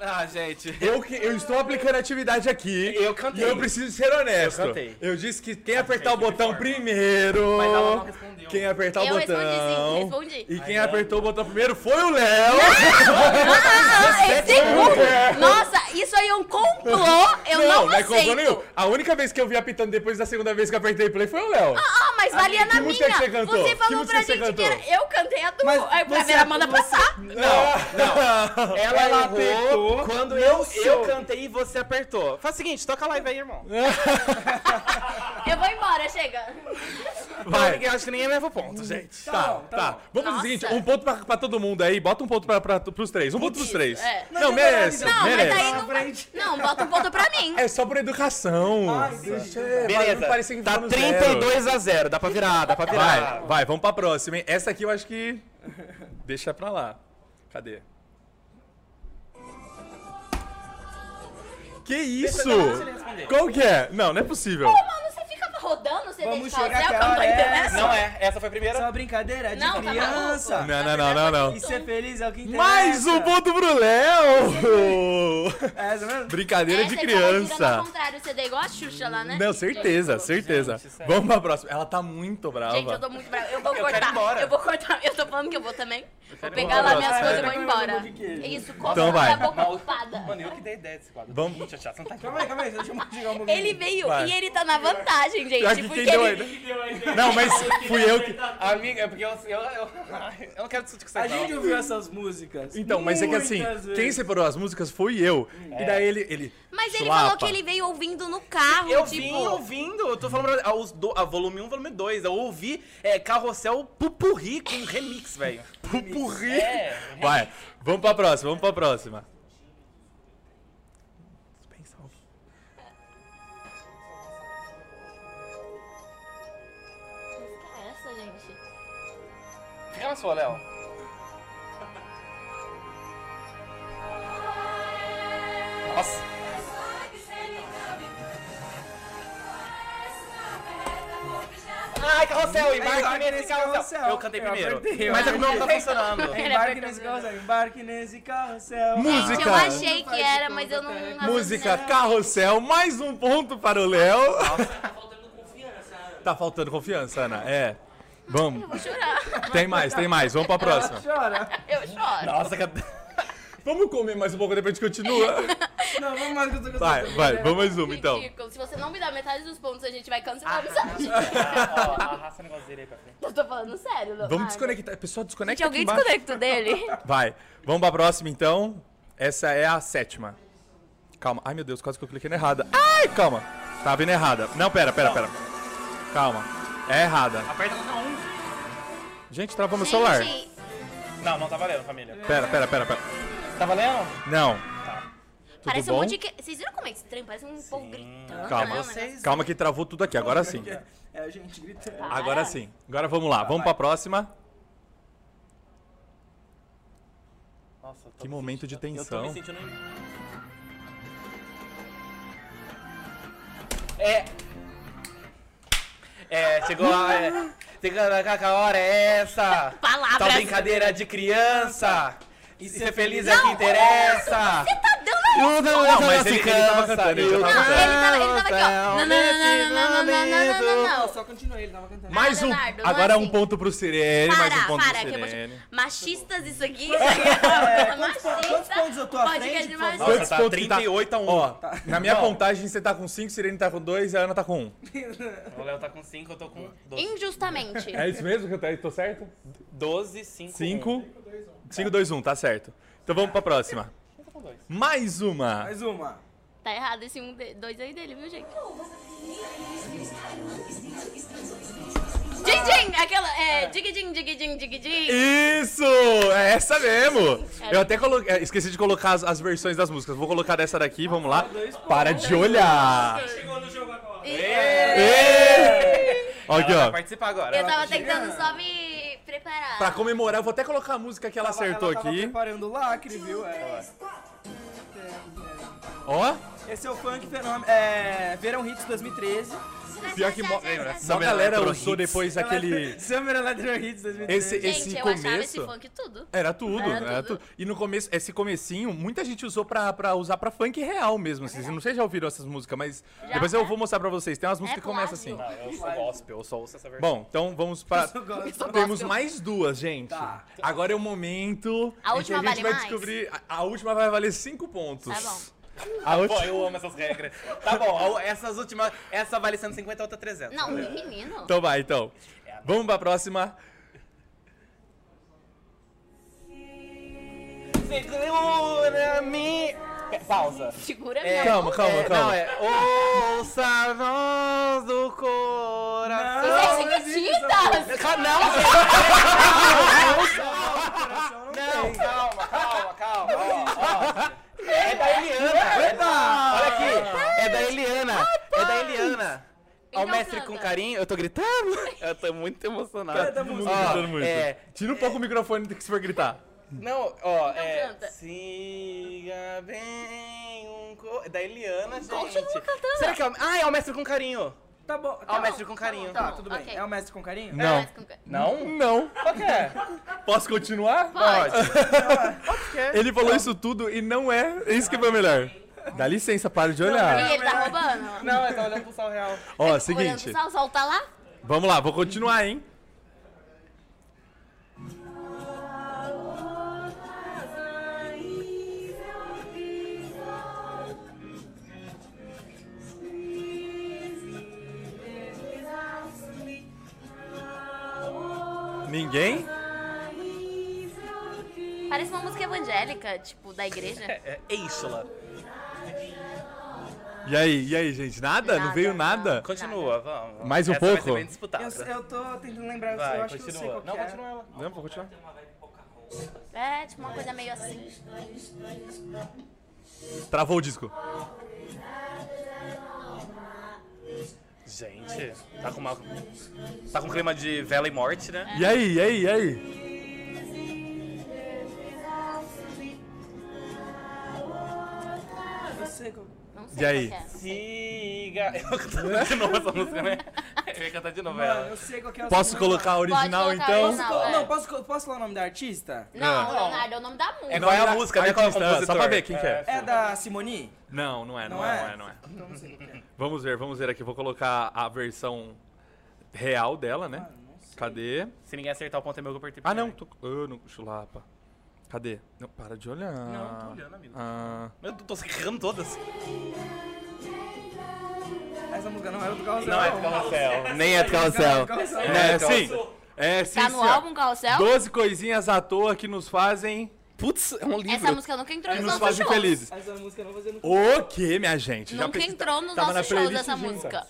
C: ah, gente.
B: Eu, que- eu estou aplicando a atividade aqui.
C: Eu cantei.
B: E eu preciso ser honesto.
C: Eu cantei.
B: Eu disse que quem apertar o
C: que me
B: botão
C: forma.
B: primeiro.
C: Mas ela não respondeu.
B: Quem apertar
F: Eu
B: o botão.
F: respondi, sim, respondi.
B: E quem apertou o botão primeiro foi o Léo.
F: Ah, é segundo! Nossa, isso aí é um complô! Eu não,
B: não é complô nenhum.
F: aceito!
B: A única vez que eu vi apitando depois da segunda vez que eu apertei play foi o Léo.
F: Ah, mas valia na
B: que música
F: minha!
B: que você cantou? Que
F: falou
B: música
F: pra
B: que você
F: gente que
B: cantou?
F: era. Eu cantei a
E: Mas
F: tua. Aí o
E: você-
F: Vera manda
E: você-
B: [LAUGHS]
F: passar.
B: Não,
C: Ela,
E: Ela
C: errou
E: apertou,
C: quando
E: não
C: eu,
E: sou.
C: eu cantei e você apertou. Faz o seguinte, toca a live aí, irmão.
F: Eu vou embora, chega.
C: Não,
B: Vai.
C: ninguém- acho que ninguém leva o ponto, gente.
B: Tá,
E: Tá
B: tá.
E: bom, tá bom.
B: Vamos fazer o seguinte,
F: Nossa.
B: um ponto pra, pra todo mundo aí, bota um ponto pra, pra, pros três. Um ponto pros
F: Isso,
B: três.
F: é.
B: Não,
E: Não,
B: merece,
F: Não,
B: merece.
F: mas aí não.
E: frente.
F: Não, bota um ponto pra mim.
B: É só por educação. Deixa-
C: Beleza,
B: não parecer que
C: tá
B: ficou no
C: 32
B: zero.
C: a 0, dá pra virar, dá pra virar.
B: Vai, vai, vamos pra próxima, hein? Essa aqui eu acho que. Deixa pra lá. Cadê? Que isso? Qual que é? Não, não é possível.
F: Mano, você fica rodando o CD de
E: Vamos
F: Carrossel
E: chegar
F: que
E: que a
F: eu não tô
E: hora é
F: entendendo.
C: Não é, essa foi a primeira.
E: Isso é uma brincadeira de
F: Não, tá
E: criança.
B: Não, não, não, não, não.
E: E ser feliz é o que interessa.
B: Mais um ponto pro [LAUGHS] Léo!
E: É isso mesmo?
B: Brincadeira
F: É,
B: de
F: você tava girando ao
B: criança.
F: contrário, o CD igual a Xuxa lá, né?
B: Não, certeza,
F: Gente,
B: certeza.
C: Gente, sério.
B: Vamos pra próxima. Ela tá muito brava.
F: Gente, eu tô muito brava. Eu vou
C: quero ir
F: cortar.
C: embora.
F: Eu vou cortar. Eu tô falando que eu vou também. Vou
C: ir
F: pegar
C: embora.
F: lá minhas
B: É,
C: Nossa,
F: coisas
E: vai
F: e vou
E: comer um
F: embora.
E: pouco de queijo.
F: Isso, como
B: Então
F: a
B: vai.
F: boca ocupada.
C: Mano, eu que dei ideia desse quadro.
B: Vamos-
C: Gente, já, você não tá aqui.
E: Calma aí, calma aí, deixa eu um modificar o movimento.
F: Ele veio
B: Vai.
F: e ele tá na vantagem, gente.
B: Pior que
F: porque
B: quem deu
F: ele...
B: ainda. Não,
F: [LAUGHS]
B: mas fui eu que.
C: Amiga, é porque eu, eu, eu, [LAUGHS] eu não quero discutir com você.
E: A
C: não.
E: gente ouviu essas músicas.
B: Então, mas é que assim,
E: muitas
B: quem
E: vezes.
B: separou as músicas foi eu. E daí ele. ele
F: Mas ele
B: Chulapa.
F: falou que [LAUGHS] ele veio ouvindo no carro,
C: Eu
F: tipo...
C: vim ouvindo, eu tô falando pra, ah, os do, a volume 1, volume 2. Eu ouvi é, Carrossel Pupurri com remix, velho.
B: Pupurri.
C: É.
B: Vai, vamos pra próxima, vamos pra próxima.
F: Que é essa, gente?
C: Fica na sua, Léo. Nossa. Ai, carrossel, embarque
E: Embarque
C: nesse
E: nesse
C: carrossel.
E: carrossel.
C: Eu cantei
E: Eu
C: primeiro.
E: apertei, eu
C: Mas é que [LAUGHS] não tá funcionando.
E: Embarque nesse carrossel, embarque nesse carrossel.
F: Gente,
B: Música.
F: eu achei que era, mas eu não...
B: Música
F: não-
B: Carrossel, mais um ponto para o Léo.
G: Tá faltando confiança.
B: Tá faltando confiança, Ana. É. Vamos.
F: Vou chorar. [LAUGHS]
B: Tem mais, tem mais. Vamos pra próxima.
E: Chora.
F: Eu choro.
C: Nossa, que...
B: Vamos comer mais um pouco, depois a gente continua.
E: Não, vamos mais que eu tô gostando.
B: Vai, vai, vamos mais uma então. Ah.
F: Ridículo. Se você não me dá metade dos pontos, a gente vai cancelar a amizade. [LAUGHS]
C: Ó, arrasta o negócio dele aí pra frente.
F: Eu tô falando sério. Lu.
B: Vamos
F: Ai,
B: desconectar. Pessoal,
F: Gente,
B: desconecta aqui
F: alguém
B: embaixo.
F: desconecta
B: [LAUGHS]
F: o dele?
B: Vai, vamos pra próxima então. Essa é a sétima. Calma. Ai meu Deus, quase que eu cliquei na errada. Ai, calma. Tá vindo errada. Não, pera, pera, pera. Calma. É errada.
C: Aperta no um.
B: Gente, travou meu celular.
F: Gente,
C: Não, não tá valendo, família.
B: Pera, pera, pera, pera.
C: Tá valendo?
B: Não.
C: Tá.
B: Tudo
F: parece um
B: bom?
F: monte de... que- Vocês viram como é estranho? Parece um povo gritando.
B: Calma,
F: né?
B: calma que travou tudo aqui. Agora sim.
E: É a gente gritando.
B: Agora sim. Agora vamos lá. Vamos
E: vai.
B: pra próxima.
C: Nossa, eu tô
B: Que
C: me
B: momento de
C: sentindo- Eu tô
B: tensão.
C: me sentindo... É... É, chegou a... É, chegou a, a hora é essa? Tá
F: Palavras.
B: Tá
C: Tal brincadeira de criança. E ser feliz é o que
F: Não,
C: interessa.
F: Você tá dando a
D: Eu não,
C: Não, mas ele- ele tava cantando, ele tava
F: Não, ele tava, ele tava aqui, ó. Não, não, não, não, não, não, não, não, não, não.
E: Só continua, ele tava cantando.
D: Mais um.
F: Leonardo, não
D: Agora
F: é
D: um
F: assim.
D: ponto pro Sirene, mais um
F: Para,
D: ponto
F: para,
D: pro
F: que eu vou te...
D: Sirene.
F: Machistas isso
E: [LAUGHS]
F: aqui?
E: É, quantos po- quantos pontos eu tô à
F: Pode
E: frente,
F: que é
E: por favor?
F: demais.
D: Quantos
C: tá
D: pontos que
C: 38
B: um.
C: a 1.
D: Ó,
B: Tá.
D: na minha contagem você tá com 5, Sirene tá com 2 e a Ana tá
B: um.
D: com 1.
C: O Léo tá com 5, eu tô com 12.
F: Injustamente.
B: É isso mesmo que eu tô- tô certo?
C: 12, 5.
B: 5, 5, 2, 1, tá certo. Então vamos pra próxima. Mais uma.
E: Mais uma.
F: Tá errado esse um, de- dois aí dele, viu, gente? Din din, aquela é dig din dig din dig din.
B: Isso! É essa mesmo! Eu até coloquei, é, esqueci de colocar as, as versões das músicas. Vou colocar dessa daqui, vamos lá. Para de
F: Ah.
B: olhar!
G: Chegou no jogo agora.
B: Ê! Ó, Aqui,
C: Vai
B: ó.
C: participar agora.
F: Eu
C: Ela tá
F: tava tentando só me preparar.
B: Pra comemorar, eu vou até colocar a música que ela acertou
E: Ela tava
B: aqui.
E: preparando o lacre, viu? É.
B: Ó,
E: Esse é o funk fenômeno. É. Verão Hits 2013.
F: é
B: pior que mo-
F: Lembra?
B: só a
C: Summer
B: galera
C: Electro
B: usou
C: Hits.
B: depois aquele.
E: Summer Electro Hits 2013.
B: Esse,
F: Gente,
B: esse
F: eu achava esse
B: começo.
F: funk tudo.
B: Era tudo,
F: Era
B: era,
F: tudo.
B: tudo. E no começo, esse comecinho, muita gente usou pra, pra usar pra funk real mesmo. Vocês não sei se já ouviram essas músicas, mas
F: Já, É
B: depois
F: né?
B: eu vou mostrar pra vocês. Tem umas músicas que
F: plágio.
B: começam assim.
C: Ah, Eu sou gospel, eu só ouço essa versão.
B: Bom, então vamos pra. Temos mais duas, gente.
E: Tá.
B: Agora é o momento.
F: A
B: em que
F: última
B: a gente
F: vale
B: vai
F: mais?
B: descobrir. A, a última vai valer cinco pontos.
F: Tá bom.
B: A
C: Pô,
B: última.
C: eu amo essas regras. Tá bom, a- essas últimas. Essa vale 150, a outra 300.
F: Não, menino.
B: Então vai, então. Vamos pra próxima.
C: Segura-me. Pausa.
F: Segura a
C: É,
F: minha mão.
B: Calma, calma,
C: É, Não,
B: calma.
C: é. Ouça a voz do coração.
F: Vocês são
E: é
F: metidas!
C: Não, não, não, calma, calma, calma. ó, ó. É da Eliana. Olha aqui. É da Eliana. É da Eliana. Ao
F: Então
C: mestre
F: canta.
C: com carinho, eu tô gritando. Eu tô muito emocionado.
E: Canta a música.
C: Ó,
B: Gritando muito.
C: É,
B: Tira um pouco o microfone do que se for gritar.
C: não, ó, é.
F: canta.
C: Siga bem um co... É da Eliana, gente.
F: Continua cantando.
C: Será que é o. Ah, é o mestre com carinho.
E: Tá bom.
C: É o
E: Tá,
C: mestre com carinho.
E: tá, tudo bem.
F: Ok.
E: É o mestre com carinho?
B: Não.
F: Mas com-
C: Não?
B: Não.
C: Qual que é? Ah,
B: Posso continuar?
F: Pode.
B: Ele falou isso tudo e não é isso que foi melhor. Dá licença, para de olhar.
F: E ele tá
E: É.
F: roubando?
C: Não, eu tava olhando pro sal real.
B: Ó,
F: Olhando
B: seguinte.
F: pro sol, o sol tá lá?
B: Vamos lá, vou continuar, hein? Ninguém?
F: Parece uma música evangélica, tipo, da igreja.
C: É, é Ísola.
B: E aí, e aí, gente? Nada? Não
F: Nada,
B: veio
F: não.
B: nada?
C: Continua, vamos. vamos.
B: Mais um
C: Essa Vai
B: pouco?
C: ser bem disputada.
E: Eu, eu tô tentando lembrar,
C: Ah, tá. Vai,
E: eu acho que eu sei
C: continua.
E: qual
C: Não,
E: que é.
C: continua ela.
B: Não, vou continuar.
F: É, tipo, uma coisa meio assim.
B: Travou o disco.
C: Gente, tá com uma. Tá com clima de vela e morte, né?
B: E aí, e aí, e aí?
E: Eu sei qual...
F: Não
B: E
F: sei
B: aí?
F: qual que é.
C: Siga. Eu vou cantar de novo essa música, né? Eu ia cantar de novo
E: Mano,
C: ela.
E: eu sei qual que é o
B: Posso
E: segundo.
B: colocar um? a original
F: colocar a
B: então?
E: Posso
F: Não,
E: col-
F: é.
E: Não, posso, co- posso falar o nome da artista?
F: Não, Leonardo, é o nome da música.
B: Ah. É
C: Qual é a
B: Não,
C: música, né? Qual é o
B: artista,
C: compositor?
B: só pra ver quem que é.
E: É da Simoni?
B: Não, não é, não,
E: Não
B: é,
E: é?
B: não é, não é.
E: Então não sei qual que é.
B: Vamos ver, vamos ver aqui. Vou colocar a versão real dela,
C: Ah,
B: né? Cadê?
C: Se ninguém acertar o ponto é meu que eu perdi.
B: Ah, não. Tô... Ah, não, chulapa. Cadê? Não, para de olhar.
C: Não, tô olhando, amigo.
B: Ah.
C: Eu tô errando todas.
E: Essa música não era do Carrossel.
C: Não é do
B: então.
C: carrossel. Nem é do carrossel.
E: Carrossel.
B: É,
C: então-
B: sim. É, sim,
F: Tá no
B: sim, ó.
F: álbum Carrossel?
B: Doze coisinhas à toa que nos fazem...
C: Putz, é um livro.
F: Essa música nunca entrou
B: Que
F: nos
B: nos
F: nossos
B: fazem
F: shows.
B: felizes.
E: Essa música não fazendo...
B: O quê, minha gente? Já
F: Nunca
B: pensei- tá-
F: entrou nos
B: tava na
F: nossos shows
B: playlist
F: essa
B: junto.
F: música.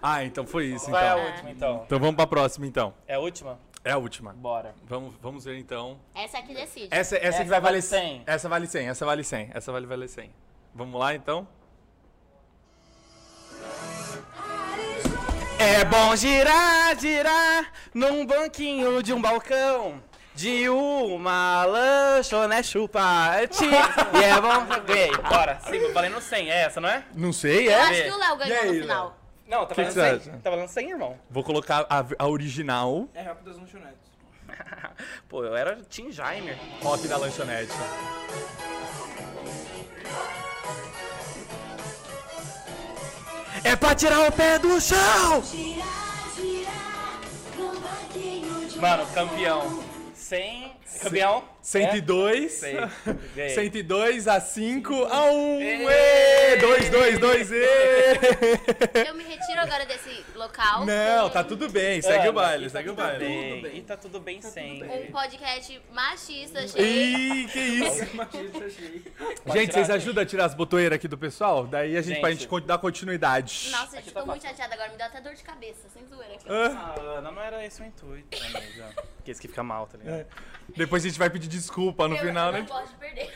B: Ah, então foi isso,
C: Vai a
B: então.
C: última, então.
B: Então vamos pra próxima, então.
C: É a última?
B: É a última.
C: Bora.
B: Vamos, vamos ver, então.
F: Essa aqui decide.
B: Essa, essa,
C: Essa
B: que vai
C: vale
B: valer
C: 100.
B: Essa vale 100, essa vale 100, essa vale valer 100. Vamos lá então?
C: É bom girar, girar num banquinho de um balcão. De uma lanchonete chupate. e é bom. Ganhei, bora. Sim, valendo 100, é essa, não é?
B: Não sei,
F: Eu
B: é?
F: acho que o Léo ganhou
B: E aí,
F: no final.
C: Não, tá valendo
B: que você
C: 100.
B: acha?
C: Tá valendo 100, irmão.
B: Vou colocar a, a original
E: É Rápidos Lanchonetes.
C: [LAUGHS] Pô, eu era Tim Jaimer.
B: rock da lanchonete.
C: É pra tirar o pé do chão! Mano, campeão. 100. Campeão?
B: 102.
C: É. Sei. Ganhei.
B: 102 a 5 a 1.
C: Ê!
B: 2, 2, 2,
C: [LAUGHS]
B: e...
F: Eu me retiro agora desse local.
B: Não,
F: com
B: tá tudo bem. Segue
C: Ana,
B: o baile,
C: e
B: segue
C: tá
B: o
C: tudo
B: baile.
C: bem, E tá tudo bem sem.
F: Um podcast machista, cheio.
B: Ih, que isso. Gente, vocês ajudam a tirar as botoeiras aqui do pessoal? Daí a gente, pra
C: Gente.
B: gente con- dar continuidade.
F: Nossa, gente,
C: tá
F: tô muito chateada agora, me deu até dor de cabeça, sem zoeira.
C: Ah, Ana, não era esse o intuito, né, amiga. Porque esse [LAUGHS] que fica mal, tá ligado?
B: Depois a gente vai pedir desculpa no
F: eu
B: final,
F: não
B: né?
F: gosto de perder.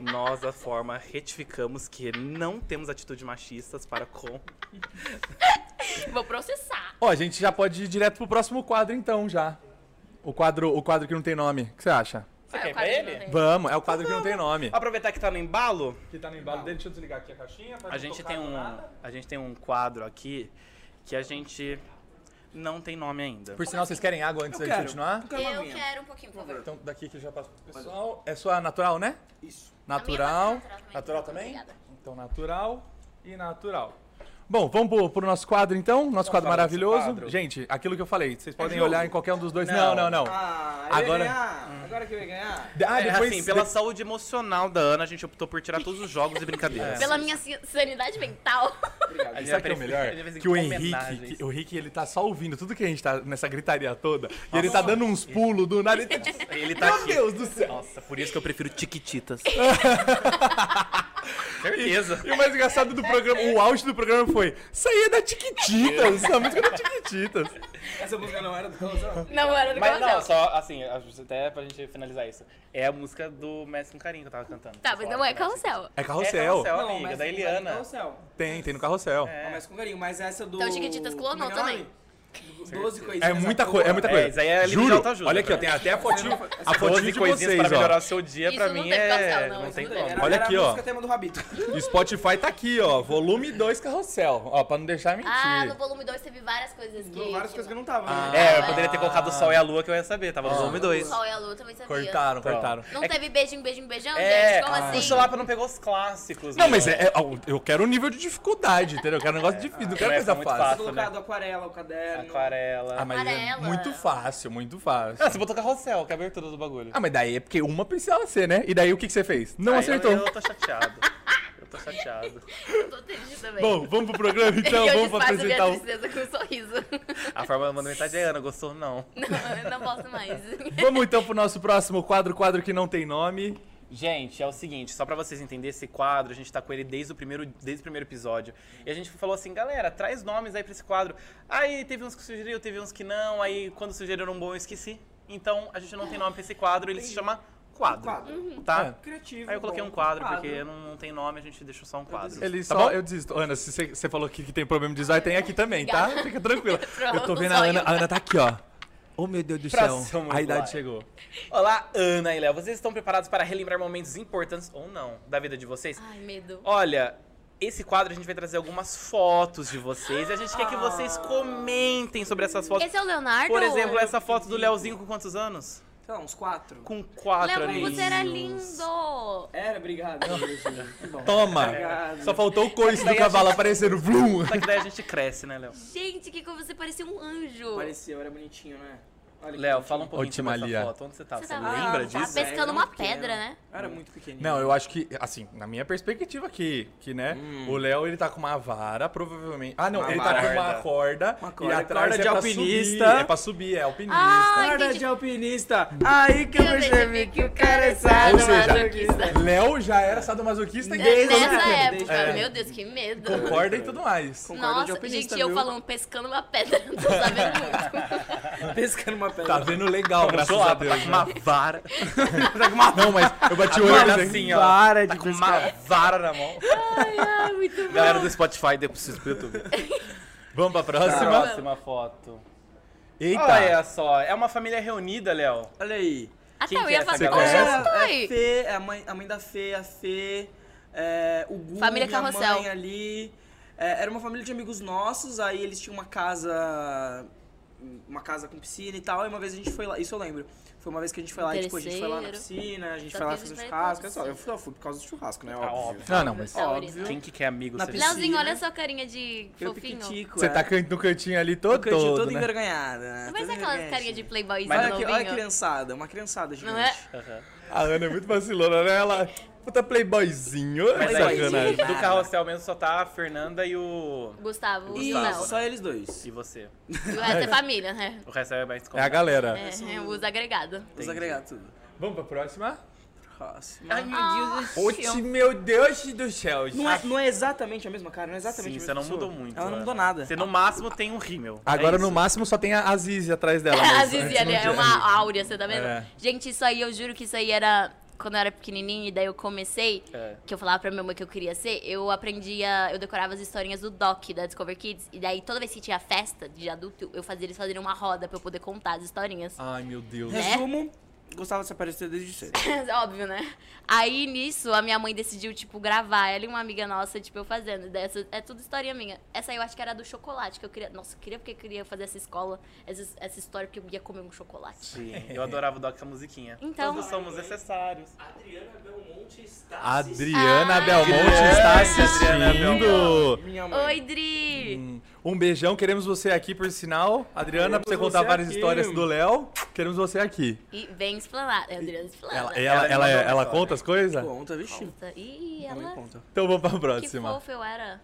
C: Nós, da forma, retificamos que não temos atitude machistas para com.
F: Vou processar.
B: Ó, a gente já pode ir direto pro próximo quadro então, já. O quadro, o quadro que não tem nome. O que você acha?
C: Você
F: Ah,
C: quer
F: o quadro
C: ver
F: não
C: ele?
F: tem.
B: Vamos, é o quadro que não tem nome.
C: Aproveitar que tá no embalo,
B: Que tá no embalo dele, deixa eu desligar aqui a caixinha.
C: a gente tem um, a gente tem um quadro aqui que a gente não tem nome ainda.
B: Por sinal, vocês querem água antes da gente
E: quero.
B: continuar?
E: Calma,
F: eu
E: aguinha.
F: quero um pouquinho, por favor.
B: Então, daqui que eu já passo pro pessoal. É sua natural, né?
E: Isso.
F: A
B: Natural.
F: minha é pode ser
B: Natural também?
F: Obrigada.
B: Então, natural e natural. Bom, vamos pro, pro nosso quadro então, nosso quadro
E: falar desse
B: maravilhoso.
E: quadro.
B: Gente, aquilo que eu falei,
C: É
B: vocês podem
E: jogo?
B: olhar em qualquer um dos dois. Não, não, não.
E: Ah, eu
B: Agora-
E: ia ganhar. Agora que eu ia ganhar.
B: Ah,
C: É, assim, pela saúde emocional da Ana, a gente optou por tirar todos os jogos e
B: É.
C: brincadeiras.
F: [LAUGHS] Pela minha si- sanidade mental. [LAUGHS]
E: Obrigado.
C: gente
B: Sabe o
C: vai
B: que é o
C: preferir-
B: melhor?
C: a gente vai fazer
B: Que o
C: homenagens.
B: Henrique, que- o Henrique, ele tá só ouvindo tudo que a gente tá nessa gritaria toda. E ele tá dando uns pulos do nada. Ele tá tipo,
C: Ele tá
B: Meu
C: aqui.
B: Deus do céu.
C: Nossa, por isso que eu prefiro tiquititas.
B: [LAUGHS]
C: Certeza.
B: E o mais engraçado do programa, o auge do programa foi: saía da Tiquititas, a música da Tiquititas.
E: Essa música não era do Causal.
F: Não, era do
C: Mas não,
F: Gonzalo.
C: só assim, até pra gente finalizar isso. É a música do Mestre com Carinho que eu tava cantando.
F: Tá, mas não é carrossel.
B: É
C: É
B: carrossel.
C: carrossel, amiga, da Eliana.
E: Causal.
B: Tem, tem no carrossel.
E: É. Mas com carinho, mas essa do.
F: Então, Chiquititas clonou
E: como é que é o
F: também.
E: nome? Do- Doze coisinhas.
B: É muita
E: à
B: coisa, é
E: toa.
B: muita
C: É,
B: coisa.
C: isso aí é livro de
B: Juro.
C: autoajuda,
B: Olha aqui,
C: né?
B: ó, tem até a fotinho, a
C: Doze
B: fotinho de
C: coisinhas
B: vocês,
C: pra melhorar o
B: ó.
C: seu dia,
F: Isso
C: pra
F: não
C: mim
F: tem
C: é.
F: carrossel, não, isso
C: tem
F: não tem.
C: como.
E: Era-
B: Olha
E: era
B: aqui,
E: a
B: ó.
E: música tema do Rabito.
B: O Spotify tá aqui, ó, volume 2 carrossel, ó, pra não deixar mentir.
F: Ah, no volume 2 teve várias coisas que. tipo,
E: Várias coisas que não tava.
B: Ah,
E: né?
C: É, eu poderia ter colocado o Sol e a Lua que eu ia saber, tava no volume 2.
F: O Sol e a Lua também sabia.
B: Cortaram, cortaram. É,
F: Não teve beijinho, beijinho, beijão,
C: É,
F: gente? Como assim?
C: o Chulapa não pegou os clássicos. né?
B: Não,
C: mano.
B: mas é, é- ó, eu quero um nível de dificuldade, entendeu? Eu quero um negócio difícil, não quero
C: é,
B: coisa
C: foi muito
E: Você
B: fácil.
C: fácil.
E: colocado aquarela, o caderno.
C: Aquarela.
B: Ah, mas é
F: Amarela.
B: muito fácil, muito fácil.
C: Ah, você botou carrossel, que é a abertura do bagulho.
B: Ah, mas daí é porque uma precisava ser, né? E daí o que, que você fez? Não
C: Aí
B: acertou.
C: Eu, eu tô chateado. Eu tô chateado.
F: Eu tô triste também.
B: Bom, vamos pro
F: [LAUGHS]
B: programa então,
F: E eu
B: vamos pra
F: disfarço minha
B: apresentar o...
F: tristeza com um sorriso. [LAUGHS]
C: A forma mandou metade é Ana, gostou? Não.
F: Não, eu não posso mais.
B: [LAUGHS] Vamos então pro nosso próximo quadro, quadro que não tem nome.
C: Gente, é o seguinte, só pra vocês entenderem esse quadro, a gente tá com ele desde o primeiro, desde o primeiro episódio. E a gente falou assim, galera, traz nomes aí pra esse quadro. Aí teve uns que sugeriu, teve uns que não, aí quando sugeriram um bom eu esqueci. Então a gente não tem nome pra esse quadro, ele se chama quadro.
E: um Quadro.
B: Uhum.
C: Tá?
E: Criativo.
C: Aí eu coloquei
E: bom,
C: um quadro, porque não, não tem nome, a gente deixou só um quadro.
B: Ele
C: tá
B: só.
C: bom?
B: Eu desisto. Ana, se você- você falou que, que tem problema de design, tem aqui também, tá? Fica
E: [LAUGHS]
B: tranquila. Eu
E: um
B: tô vendo a Ana. A Ana tá aqui, ó. Oh, meu Deus do
C: Pra
B: céu.
C: cima,
B: A idade
C: vai.
B: chegou.
C: Olá, Ana e Léo. Vocês estão preparados para relembrar momentos importantes ou não da vida de vocês?
F: Ai, medo.
C: Olha, esse quadro a gente vai trazer algumas fotos de vocês e a gente quer que vocês
B: Ah.
C: comentem sobre essas fotos.
F: Esse é o Leonardo?
C: Por exemplo, essa foto do Leozinho com quantos anos?
E: Sei lá, Então, uns quatro.
C: Com quatro
F: Léo, como
C: aninhos.
F: você era lindo!
E: Era, obrigado. Muito bom.
B: Toma!
E: Obrigado.
B: Só faltou o coice do
C: Daí a
B: cavalo aparecendo. Vlum!
C: Só que daí a gente cresce, né, Léo?
F: Gente, que como você parecia um anjo.
E: Pareceu, era bonitinho, né? Olha que
C: Léo,
E: bonitinho.
C: fala um pouquinho sobre
B: Timalia.
C: essa foto. Onde você tava?
F: Você
C: Você
F: tava-
C: lembra
E: Ah,
F: Tá
C: disso?
E: velho,
F: pescando
E: era
F: uma
E: muito pequeno.
F: pedra, né?
E: Era muito pequenininho.
B: Não, eu acho que, assim, na minha perspectiva aqui, que, né, o Léo, ele tá com uma vara, provavelmente... Ah, não,
E: Hum. Uma
B: ele tá com uma corda,
E: Uma corda.
B: e atrás
E: Corda
B: é
E: de
B: pra
E: alpinista.
B: subir, é pra subir, é alpinista.
F: Ah,
E: Cara
F: entendi.
E: de alpinista! Aí que eu
F: Eu
E: percebi que o cara é
B: Ou
E: sábio,
B: seja,
E: masoquista.
B: Léo já era sadomasoquista em
E: Desde
B: quando
F: Nessa
E: pequeno,
F: época.
E: desde-
F: Meu Deus, que medo.
B: Concorda e tudo mais.
E: Concordo de
F: Nossa,
E: alpinista,
F: gente, eu
E: viu?
F: falando pescando uma pedra, [LAUGHS] não tô sabendo muito.
E: Pescando uma pedra.
B: Tá vendo legal, graças
C: Olá,
B: a
C: tá
B: Deus.
C: com
B: né?
C: uma vara.
B: Não, mas eu bati o olho
C: Olha
B: assim.
C: assim, ó.
E: Para de
C: Com uma vara na mão.
F: Ai, ai, Tá muito bom.
C: Galera do Spotify, depois vocês pro YouTube.
B: Vamos pra próxima?
C: Tá, Próxima foto.
B: Eita!
C: Tá. Olha só, é uma família reunida, Léo.
E: Olha aí.
F: Até
C: Quem
F: eu
C: que é
F: ia
C: essa
F: fazer
B: galera?
F: conjunto
E: a
F: aí.
E: Fê, é a mãe, a mãe da Fê, a Fê, é, o Gu,
F: Família
E: minha
F: Carrossel.
E: mãe ali. É, era uma família de amigos nossos, aí eles tinham uma casa. Uma casa com piscina e tal, e uma vez a gente foi lá, isso eu lembro. Foi uma vez que a gente foi lá, e, tipo, a gente foi lá na
F: Interesseiro.
E: piscina, a gente
F: Só
E: foi lá
F: fiz
E: fazer um
F: os
E: churrasco.
F: maridos.
E: Só, eu fui, eu fui por causa do churrasco, né?
C: Ah,
E: Óbvio.
C: óbvio.
B: Não, não, mas.
F: Da
E: óbvio.
F: urina.
C: Quem que quer amigo?
E: Na
C: seja?
E: piscina.
F: Tá, Leozinho, olha só a carinha de
E: Eu
F: fofinho.
E: piquitico,
B: Você
E: é.
B: tá can- no cantinho ali
E: No
B: todo,
E: cantinho todo,
B: todo né?
E: envergonhada, né? Toda
F: Mas é aquelas
E: envergonhadinha.
F: carinha de playboyzinho
E: Mas olha, que,
F: novinho.
E: olha a criançada, uma criançada gigante.
F: Não é?
B: A Ana é muito vacilona, né? Ela. Puta playboyzinho.
C: Mas aí,
B: sacanagem.
C: do carrossel mesmo só tá a Fernanda e o.
F: Gustavo,
E: Isso,
F: Gustavo.
E: só eles dois.
C: E você.
F: E o resto é família, né?
C: O resto é mais
B: É a
C: complicado.
B: galera.
F: É, os agregados.
E: Os agregados tudo.
B: Vamos pra próxima?
E: Próximo.
C: Ai, meu Deus do céu.
B: Oxi, meu Deus do céu.
E: Ah. Não é, não é exatamente a mesma cara, não é exatamente
C: Sim, você
E: a mesma
C: não
E: pessoa.
C: mudou muito.
E: Ela não
C: né?
E: mudou nada.
C: Você no máximo tem um rímel.
B: Agora
C: É
B: no
C: isso.
B: máximo só tem a Aziz atrás dela.
F: [LAUGHS]
B: né?
F: A
B: mas
F: Zizi
B: antes
F: ali
B: não
F: é
B: tinha.
F: uma áurea, você tá vendo?
B: É.
F: Gente, isso aí, eu juro que isso aí era quando eu era pequenininha e daí eu comecei,
C: É.
F: que eu falava pra minha mãe que eu queria ser, eu aprendia, eu decorava as historinhas do Doc, da Discover Kids, e daí toda vez que tinha festa de adulto, eu fazia eles fazerem uma roda pra eu poder contar as historinhas.
B: Ai, meu Deus.
F: Né?
E: Resumo, gostava de se aparecer desde cedo.
F: [LAUGHS] Óbvio, né? Aí nisso, a minha mãe decidiu, tipo, gravar ela e uma amiga nossa, tipo, eu fazendo. Daí essa- é tudo historinha minha. Essa aí eu acho que era do chocolate, que eu queria. Nossa, eu queria porque eu queria fazer essa escola, essa, essa história, porque eu ia comer um chocolate.
C: Sim, eu adorava o Doc com a musiquinha.
F: Então-
C: Todos somos necessários.
G: Adriana Belmonte está assistindo.
B: Adriana
F: Ah.
B: Belmonte está assistindo.
E: Minha mãe.
F: Oi, Dri!
B: Um beijão, queremos você aqui, por sinal. Adriana, pra você
E: Queremos
B: contar
E: você
B: várias
E: aqui.
B: histórias do Léo, queremos você aqui.
F: E vem explanar. É Adriana explanar.
B: Ela, ela, né?
C: me
B: ela,
C: mandou uma
B: ela
C: história.
B: conta as coisas?
E: Conta, vixi.
F: Ih,
E: Minha mãe
F: ela.
E: conta.
B: Então vamos pra
F: Que
B: próxima.
F: fofa eu era.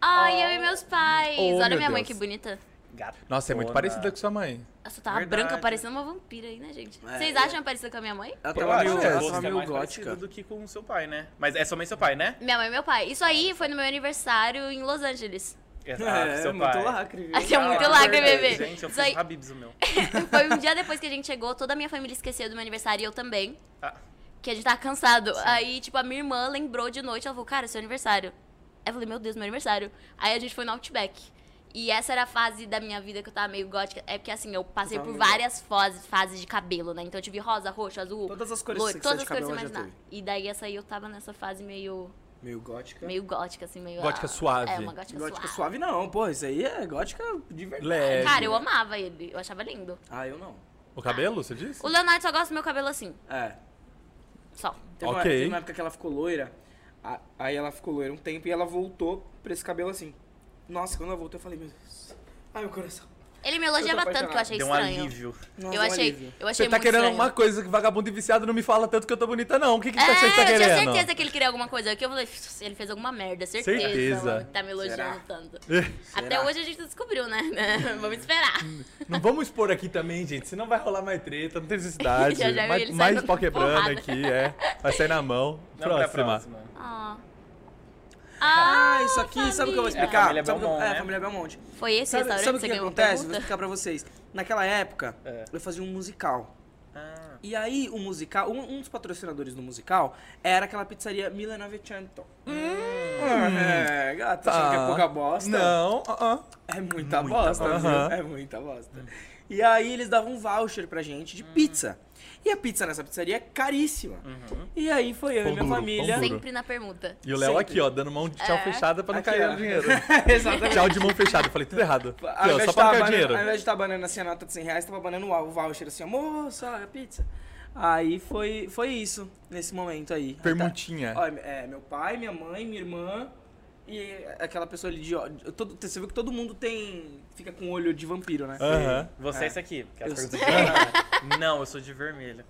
F: Ai, eu e meus pais.
B: Oh,
F: Olha
B: meu
F: minha mãe,
B: Deus.
F: que bonita.
C: Gato.
B: Nossa, é muito parecida com sua mãe.
F: Eu só tava
C: Verdade.
F: branca, parecendo uma vampira aí, né, gente?
E: É.
F: Vocês acham eu parecida com a minha mãe?
E: Ela
C: Eu
E: tava
C: acho
E: meio,
C: que
E: ela
C: você
E: tava
C: é
E: meio
C: mais parecido
E: gótica.
C: do que com o seu pai, né? Mas é somente seu pai, né?
F: Minha mãe e meu pai. Isso
B: É.
F: aí foi no meu aniversário em Los Angeles. [LAUGHS]
C: É,
E: [LAUGHS] É,
C: seu
E: muito
C: pai.
E: lacre, viu?
F: Assim, é muito
C: Ah,
F: lacre,
C: verdade,
F: bebê.
C: Gente, eu
F: Isso
C: fiz
F: aí-
C: rabibs o meu.
F: foi um dia depois que a gente chegou, toda a minha família esqueceu do meu aniversário e eu também.
C: Ah.
F: Que a gente tava cansado. Aí, tipo, a minha irmã lembrou de noite, ela falou, cara, seu aniversário. Aí eu falei, meu Deus, meu aniversário. Aí a gente foi no Outback. E essa era a fase da minha vida que eu tava meio gótica. É porque assim, eu passei
E: Tava
F: por
E: meio
F: várias fases, fases de cabelo, né? Então eu tive rosa, roxo, azul.
E: Todas as cores
F: loiro,
E: que você
F: todas
E: de
F: as cores que
E: cabelo
F: você
E: já
F: imaginar. E daí essa aí eu tava nessa fase meio.
E: Meio gótica.
F: meio gótica, assim, meio.
B: Gótica
F: ah,
B: suave.
F: É, uma gótica,
E: Gótica suave
F: suave.
E: não, pô, isso aí é gótica de verdade.
B: Leve.
F: Cara, eu amava ele, eu achava lindo.
E: Ah, eu não.
B: O cabelo, você disse?
F: O Leonardo só gosta do meu cabelo assim,
E: É.
F: só.
E: Teve, uma,
B: Ok.
E: teve uma época que ela ficou loira, a- aí ela ficou loira um tempo e ela voltou pra esse cabelo assim. Nossa, quando ela voltou eu falei, meu Deus. Ai, meu coração.
F: Ele me elogiava tanto que eu achei
C: Deu um
F: estranho.
C: alívio.
E: Nossa,
F: Eu
E: um
F: achei,
E: alívio.
F: eu achei
B: Você tá
F: muito
B: querendo
F: estranho.
B: alguma coisa que vagabundo e viciado não me fala tanto que eu tô bonita, não. O que, que
F: É,
B: você tá
F: eu
B: querendo?
F: tinha certeza que ele queria alguma coisa. Que eu falei, "Pff, ele fez alguma merda, certeza.
B: Certeza.
F: mano, que tá me elogiando
E: Será?
B: [LAUGHS]
F: tanto. Até
E: Será?
F: hoje a gente não descobriu, né? [LAUGHS] Vamos esperar.
B: Não vamos expor aqui também, gente, senão vai rolar mais treta, não tem necessidade.
F: [LAUGHS] Já, já vi
B: mais
F: ele
B: mais
F: saindo
B: pau quebrando
F: porrada.
B: aqui, é. Vai sair na mão.
C: Vamos pra
B: próxima.
C: próxima.
F: Ó.
E: Ah,
F: Ah,
E: isso aqui, sabe o que eu vou
F: família.
E: explicar?
C: Família
E: Sabe o que-
C: Belmont,
E: É,
C: né?
E: família Belmonte.
F: Foi esse
E: Sabe,
F: restaurante
E: sabe o que,
F: que você ganhou uma
E: acontece? Vou
F: pergunta?
E: explicar pra vocês. Naquela época,
C: É.
E: eu fazia um musical.
C: Ah,
E: E aí, o musical, um, um dos patrocinadores do musical era aquela pizzaria Milena Vecento.
F: Hum.
E: É, gata, achando que é pouca bosta.
B: Tá. Não, ah, ah.
E: É muita, bosta, viu?
B: Aham.
E: É muita bosta. E aí eles davam um voucher pra gente de pizza. E a pizza nessa pizzaria é caríssima. E aí foi eu
B: Uhum. Pão
E: e minha
B: duro,
E: família.
B: pão
F: Sempre na permuta.
B: E o Léo
E: Sempre.
B: aqui, ó, dando mão de tchau
F: É.
B: fechada pra não
E: Aqui,
B: cair
E: ó.
B: o [LAUGHS] dinheiro.
E: [LAUGHS] Exatamente.
B: tchau de mão fechada, falei tudo errado.
E: Ao
B: Aqui, ó,
E: invés,
B: só
E: de
B: pra não cair
E: tava
B: o
E: banando,
B: dinheiro.
E: ao invés de tá banando assim a nota de 100 reais, tava banando o voucher assim, ó, moço, olha a pizza. Aí foi, foi isso, nesse momento aí.
B: Permutinha.
E: Ó, é, meu pai, minha mãe, minha irmã e aquela pessoa ali de ó, todo, Você viu que todo mundo tem. fica com olho de vampiro, né?
B: Aham.
C: você é esse aqui. que elas
E: Eu sou-
C: perguntam
E: [LAUGHS]
C: de- Não, eu sou de vermelho.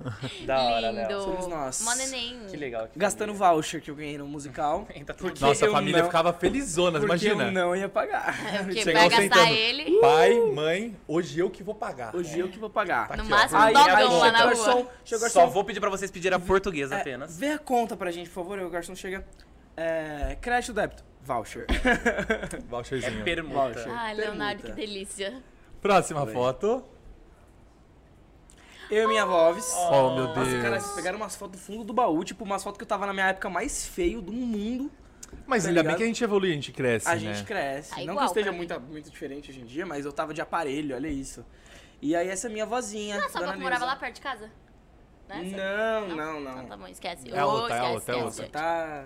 C: Da hora,
F: Lindo.
C: Léo.
E: Somos nós.
F: Mó neném.
C: Que legal. que
E: Gastando
C: família.
E: voucher que eu ganhei no
F: [LAUGHS]
E: musical.
C: Tá tudo
E: Porque-
B: Nossa, a
E: eu
B: família
E: não-
B: ficava felizona,
E: Porque
B: imagina.
E: eu não ia
F: [LAUGHS]
E: pagar.
F: É, Porque
B: Chegou
F: vai
B: sentando.
F: gastar ele.
B: Pai, mãe, hoje eu que vou pagar.
E: [LAUGHS] Hoje eu que vou pagar.
C: aqui,
F: No
C: ó.
F: máximo, um
C: Aí,
F: dogão lá
C: agora,
F: na
E: garçom,
F: rua.
E: Chegou
C: Só
E: garçom,
C: vou pedir pra vocês pedir a portuguesa
E: é,
C: apenas.
E: Vê a conta pra gente, por favor. Aí O garçom chega. É, crédito ou débito? Voucher.
B: Voucherzinho.
C: É permuta.
E: Voucher.
F: Ai, Ah, Leonardo, que
E: Permuta.
F: delícia.
B: Próxima foto.
E: Eu e minha avó Alves.
B: Oh, meu Deus.
E: Nossa, cara, vocês pegaram umas fotos do fundo do baú, tipo, umas fotos que eu tava na minha época mais feio do mundo.
B: Mas
E: tá
B: ainda bem
E: ligado?
B: que a gente evolui, a gente cresce,
E: a
B: né?
E: gente cresce.
F: Tá
E: não
F: igual
E: que esteja
F: pra mim.
E: muito, muito diferente hoje em dia, mas eu tava de aparelho, olha isso. E aí essa é minha vozinha.
F: Ah, sua avó
E: dona
F: que morava lá
E: Neuza.
F: perto de casa? Né?
E: Não, não,
F: Então tá
E: não.
F: bom, esquece.
B: É
F: Ô,
B: outra, é
F: esquece,
B: outra, é
F: esquece.
B: outra.
E: Tá.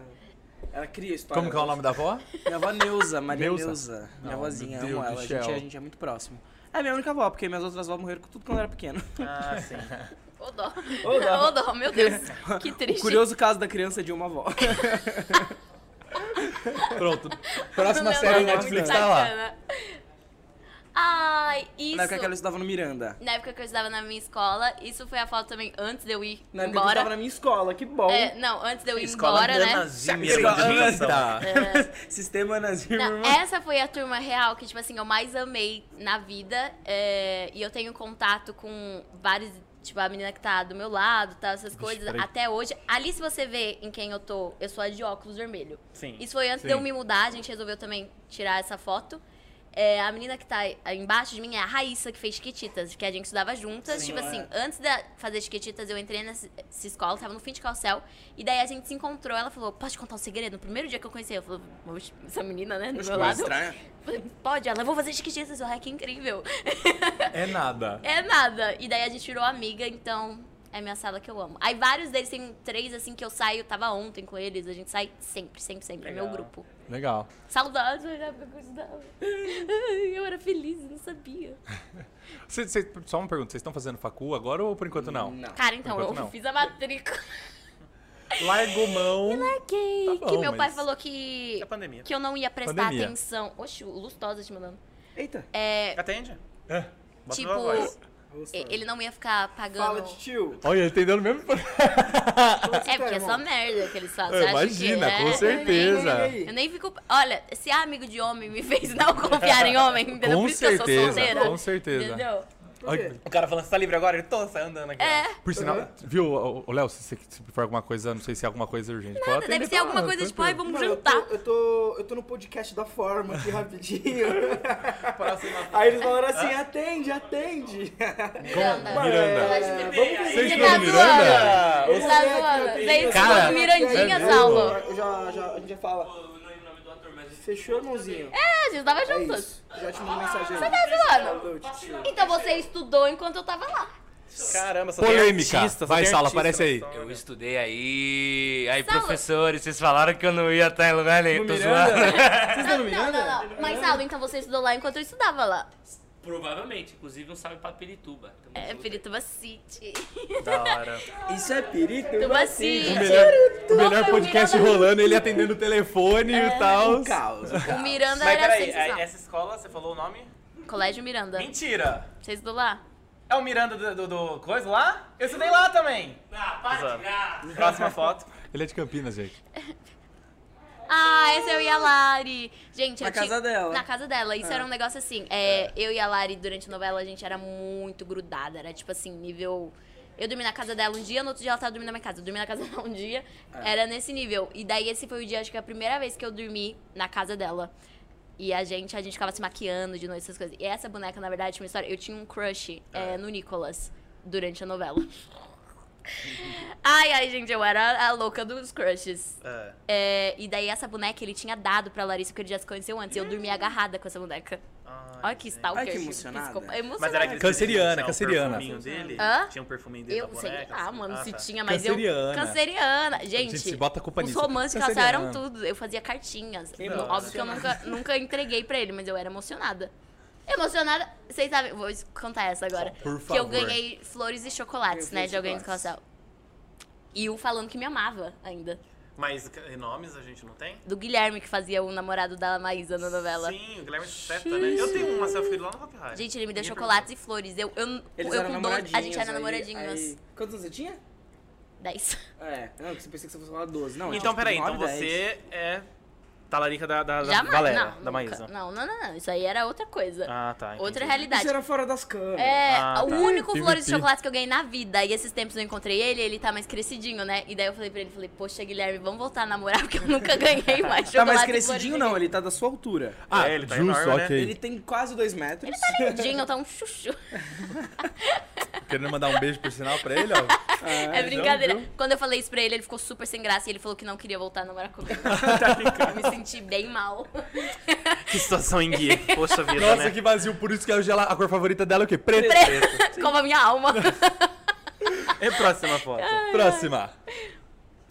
E: Ela cria história.
B: Como que é o nome da avó?
E: Minha avó Neuza, Maria
B: Neuza?
E: Neuza. Minha
B: Não, meu
E: vozinha, amo
B: Deus
E: ela.
B: do
E: A gente,
B: céu.
E: é- a gente é muito próximo. É a minha única avó, porque minhas outras avós morreram com tudo quando eu era
F: [LAUGHS]
E: pequeno.
C: Ah, sim.
F: Ô dó.
E: Ô, dó.
F: [LAUGHS] Ô dó, meu Deus. Que triste.
E: Curioso caso da criança de uma avó.
B: Pronto.
F: Meu
D: Próxima
F: Deus,
D: série
F: é muito
D: Netflix tá lá.
F: bacana. Ai, isso.
E: Na época que ela estudava no Miranda.
F: Na época que eu estudava na minha escola, isso foi a foto também antes de eu ir
E: Na época que eu
F: embora.
E: estava na minha escola, que bom.
F: É, não, antes de eu ir
C: Escola
F: embora, né?
C: Nanazimira,
E: Escola-
C: indignação.
B: Tá.
E: Sistema nazismo.
F: Não, é essa foi a turma real que, tipo assim, eu mais amei na vida. é, e eu tenho contato com vários. Tipo, a menina que tá do meu lado, tá, essas coisas,
B: peraí.
F: até hoje. Ali, se você vê em quem eu tô, eu sou a de óculos vermelho.
C: Sim.
F: Isso foi antes de eu me mudar, a gente resolveu também tirar essa foto. É, a menina que tá aí embaixo de mim é a Raíssa, que fez Chiquititas, que a gente estudava juntas. tipo assim, antes de fazer Chiquititas, eu entrei nessa nessa escola, tava no fim de calcel. E daí a gente se encontrou, ela falou, posso te contar um segredo? No primeiro dia que eu conheci, eu falei, "Oxe, essa menina, né, do meu lado. Falei, Pode, ela, eu vou fazer Chiquititas, o hack é incrível. [LAUGHS]
D: É nada.
F: É nada. E daí a gente virou amiga, então é minha sala que eu amo. Aí vários deles, tem três assim que eu saio, tava ontem com eles, a gente sai sempre, sempre, sempre. É meu grupo.
D: Legal.
F: Saudades, eu era época que eu estudava. Ai, Eu era feliz, não sabia.
B: Cê- cê- só uma pergunta, vocês estão fazendo facu agora ou por enquanto não?
E: Não.
F: Cara, então,
B: Por
F: eu
B: enquanto, não.
F: fiz a matrícula.
D: Largou mão.
F: Que,
D: Tá bom,
F: [LAUGHS] que meu pai
D: mas-
F: falou que,
C: É pandemia.
F: que eu não ia prestar
B: Pandemia.
F: atenção. Oxe, o Lustosa te mandando.
E: Eita.
C: Atende.
B: É.
C: Bota
F: tipo,
C: pela voz.
F: e- ele tá não ia ficar pagando.
E: Fala de tio.
D: Olha, ele entendeu no mesmo.
F: É porque é só merda que eles fazem.
D: Eu
F: Você acha
D: imagina,
F: que é?
D: com certeza.
F: Eu nem fico. Olha, se a amigo de homem me fez não confiar em homem, entendeu?
B: Com
F: Por isso que eu sou
B: certeza,
F: solteira.
B: com certeza.
F: Entendeu?
B: Olha,
C: O cara falando, você tá livre agora? Ele tô, sai andando aqui.
F: É.
B: Por sinal, viu, ô, ô, Léo, se, se- se for alguma coisa, não sei se é alguma coisa urgente. pode atender,
F: Deve ser alguma
B: tá,
F: coisa tipo, ai,
B: tranquilo.
F: vamos
H: Mano, eu
F: jantar.
H: tô, eu, tô, eu tô no podcast da forma aqui
E: [LAUGHS]
H: rapidinho.
C: Próxima.
H: Aí eles falaram assim: atende, atende.
F: Miranda.
D: Miranda. Vocês
F: Você
D: estão
F: tá
D: no Miranda?
F: zoando. Você tá zoando. Vem
C: Cara,
F: zoando Mirandinha, salva.
H: Eu já, já, a gente já fala.
G: Eu não lembro o nome do ator, mas
H: Fechou, mãozinho.
F: A gente tava
H: É
F: juntos.
H: isso. Já te mandei mensagem. Você
F: Tá zoando. Então você estudou enquanto eu tava lá.
C: Caramba, só
B: Polêmica.
C: tem artista, só
B: Vai,
C: tem
B: Sala,
C: artista
B: aparece
C: na
B: aí.
C: história.
I: Eu estudei aí. Aí,
F: Saulo.
I: professores, vocês falaram que eu não ia estar em lugar nenhum. Tô zoando.
F: Não, não, não, não. Mas Saulo, então você estudou lá enquanto eu estudava lá.
G: provavelmente. Inclusive, um salve pra Pirituba. Tamo
F: É,
G: junto.
F: Pirituba City.
C: Da hora.
E: Isso é perito.
F: Pirituba City.
B: [LAUGHS]
D: Melhor, o melhor
F: Opa,
D: podcast
F: o Miranda-
B: é
D: rolando, ele atendendo o telefone
F: É,
D: e
F: um
D: tal.
E: É um Caos.
F: O Miranda
C: Mas
F: era
C: peraí, aí,
F: assim, sensacional.
C: essa escola, você falou o nome?
F: Colégio Miranda.
C: Mentira!
F: Você estudou lá?
C: É o Miranda do, do- do coisa lá? Eu estudei lá também!
G: Ah, para de graça.
C: Próxima foto.
D: Ele é de Campinas, gente.
F: Ah, essa eu e a Lari. Gente,
E: Na
F: eu tinha-
E: casa dela. Ah.
F: Na casa dela. Isso era um negócio assim. é, Eu e a Lari, durante a novela, a gente era muito grudada. Era tipo assim, nível. Eu dormi na casa dela um dia, no outro dia ela tava dormindo na minha casa. Eu dormi na casa [LAUGHS] dela um dia.
E: É.
F: Era nesse nível. E daí esse foi o dia, acho que é a primeira vez que eu dormi na casa dela. E a gente, a gente ficava se maquiando de noite, essas coisas. E essa boneca, na verdade, tinha uma história. Eu tinha um crush é, no Nicolas durante a novela. [LAUGHS] Ai, ai, gente, eu era a louca dos crushes.
C: É.
F: É, e daí essa boneca ele tinha dado pra Larissa porque ele já se conheceu antes. E eu dormia agarrada com essa boneca.
C: Ai,
F: Olha que
C: gente.
F: stalker.
E: Ai, que
F: gente,
E: emocionada.
F: psicopata.
C: Ah,
F: É
C: Mas era
F: emocionada.
C: aquele
D: Canceriana,
C: tinha o
D: canceriana.
C: perfuminho dele?
F: Hã?
C: Tinha um perfuminho dele da
F: Eu sei
C: boneca,
F: lá,
C: assim.
F: mano,
C: Ah,
F: se
C: tá.
F: tinha, mas eu.
D: Canceriana.
F: Canceriana. Gente,
D: gente se bota a culpa
F: os
D: nisso.
F: romances que elas
D: Canceriana.
F: eram tudo. Eu fazia cartinhas.
C: da hora.
F: Óbvio que eu nunca, nunca entreguei pra ele, mas eu era emocionada. Emocionada, vocês sabem, vou contar essa agora.
D: Por
F: Que eu
D: favor.
F: ganhei flores e chocolates, né, de alguém do casal. E o falando que me amava ainda.
C: Mas eh, nomes a gente não tem?
F: Do Guilherme, que fazia o namorado da Maísa na novela.
C: Sim, o Guilherme Seta, né? Eu tenho uma selfie lá no Rock High.
F: Gente, ele me deu
C: Ninguém
F: chocolates e flores. Eu, eu,
E: Eles
F: eu
E: eram
F: com 12. A
E: namoradinhos,
F: gente era
E: aí-
F: namoradinhos.
E: aí- Quantos anos você tinha?
F: 10.
E: É, não, eu pensei que você fosse falar 12. Não,
C: perguntou. Então,
E: tipo,
C: peraí, então
E: 9, 10.
C: você é talarica da, da, da
F: Jamais.
C: Valéria,
F: não,
C: da
F: nunca.
C: Maísa.
F: Não, não, não, não. Isso aí era outra coisa.
C: Ah, tá. entendi.
F: outra
E: Isso
F: realidade.
E: era fora das câmeras.
F: É,
C: Ah,
F: o
C: tá.
F: único
D: Ih,
F: flores de
D: pipi.
F: chocolate que eu ganhei na vida. E esses tempos eu encontrei ele, ele tá mais crescidinho, né? E daí eu falei pra ele, falei, poxa, Guilherme, vamos voltar a namorar, [LAUGHS] porque eu nunca ganhei mais chocolate.
E: Tá mais
F: e flores
E: crescidinho
F: de
E: não,
F: ninguém."
E: ele tá da sua altura.
D: Ah,
C: É, ele tá
D: justo,
C: enorme, né?
D: ok.
E: Ele tem quase 2 metros.
F: Crescidinho, tá um chuchu.
D: Querendo mandar um beijo por sinal pra ele, ó.
F: É, brincadeira. Quando eu falei isso pra ele, ele ficou super sem graça e ele falou que não queria voltar a namorar
E: [LAUGHS]
F: comigo.
E: Tá
F: eu me senti bem mal. [LAUGHS]
C: Que [LAUGHS] situação em guia. Poxa vida,
D: Nossa,
C: né?
D: que vazio. Por isso que a Angela, a cor favorita dela é o quê? Preto.
F: Como a minha alma.
E: [LAUGHS]
C: E próxima foto?
D: Próxima.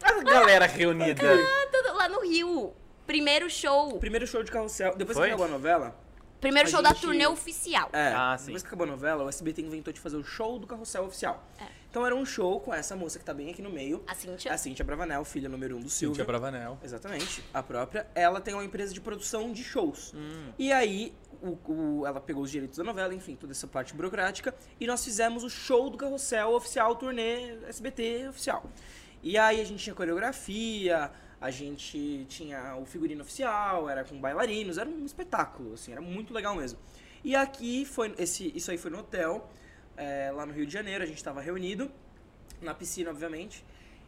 C: A galera reunida.
F: Tudo lá no Rio. Primeiro show.
E: Primeiro show de carrossel. Depois
C: Foi?
E: que acabou a novela,
F: Primeiro
E: A
F: show da
E: gente-
F: turnê oficial.
E: É,
C: Ah, sim.
E: depois que acabou a novela, o SBT inventou de fazer o show do carrossel oficial. Então era um show com essa moça que tá bem aqui no meio,
F: A Cíntia.
E: a Cintia Bravanel, filha número um do Silvio.
B: Cíntia Bravanel.
E: Exatamente, a própria. Ela tem uma empresa de produção de shows. E aí, o- o- ela pegou os direitos da novela, enfim, toda essa parte burocrática. E nós fizemos o show do Carrossel oficial, turnê SBT oficial. E aí a gente tinha coreografia, a gente tinha o figurino oficial, era com bailarinos, era um espetáculo, assim, era muito legal mesmo. E aqui foi. Esse, isso aí foi no hotel, é, lá no Rio de Janeiro, a gente estava reunido, na piscina, obviamente.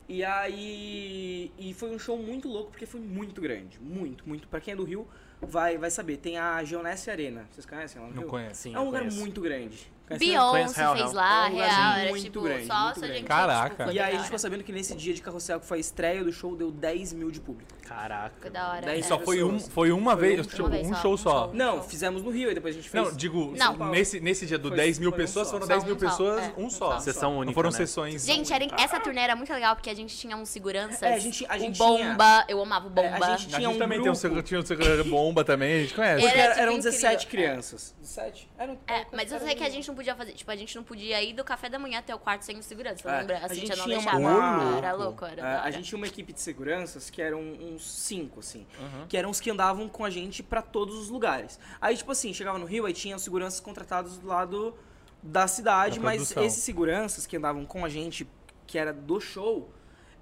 E: E aí. E foi um show muito louco, porque foi muito grande. Muito, muito. Pra quem é do Rio, vai, vai saber. Tem a Geonesse Arena. Vocês conhecem lá no
B: Não
E: Rio?
B: conheço.
C: Sim,
E: É um lugar
C: conheço.
E: muito grande. Conhece?
F: Beyoncé
C: conheço Real,
F: fez
C: não.
F: lá,
E: É um lugar,
F: real,
E: assim,
F: era
E: muito
F: tipo,
E: grande,
F: só
E: muito
F: essa
E: grande.
F: gente.
B: Caraca.
F: Tipo, foi
E: E aí a
F: da
E: gente ficou
F: hora.
E: sabendo que nesse dia de carrossel, que foi a estreia do show, deu 10 mil de público.
C: Caraca.
F: Foi da hora.
E: assim, Daí
F: é.
B: E só foi, um,
E: pessoas.
B: foi uma
E: Foi
B: vez,
E: um-
B: tipo,
F: uma vez
B: um
F: só,
B: show
F: um
B: só.
F: show.
E: Não, fizemos no Rio, e depois a gente fez.
B: Não, digo,
F: Não.
B: nesse, nesse dia do
E: Foi-
B: 10 mil
E: foi um
B: pessoas,
E: só.
B: foram
F: Só
B: 10 mil
F: um só,
B: pessoas,
F: é,
B: um
F: um
B: só.
F: só.
C: Sessão
B: Não
C: única,
B: foram
C: né?
B: sessões.
F: Gente, era, essa turnê era muito legal, porque a gente tinha uns seguranças.
E: É, a gente- a gente
F: o Bomba, eu amava o Bomba.
E: É, a gente
B: A
E: tinha
B: gente
E: um
B: também
E: grupo.
B: tem um seg- tinha um segurança bomba também, a gente conhece.
E: Porque
F: Era,
E: era-
F: tipo,
E: eram
F: incrível.
E: 17
F: É.
E: crianças. 17? Eram
F: É, mas eu sei que a gente não podia fazer. Tipo, a gente não podia ir do café da manhã até o quarto sem o segurança,
E: É,
F: lembra?
E: a
F: A Cintia
E: gente
F: não
E: tinha uma-
F: deixava.
E: Ô,
F: Era
E: louco.
F: louco, era.
E: A,
F: da
E: a
F: hora.
E: gente tinha uma equipe de seguranças que eram uns cinco, assim. Que eram os que andavam com a gente pra todos os lugares. Aí, tipo assim, chegava no Rio, aí tinha os seguranças contratados do lado da cidade,
B: Da
E: mas
B: produção.
E: esses seguranças que andavam com a gente, que era do show,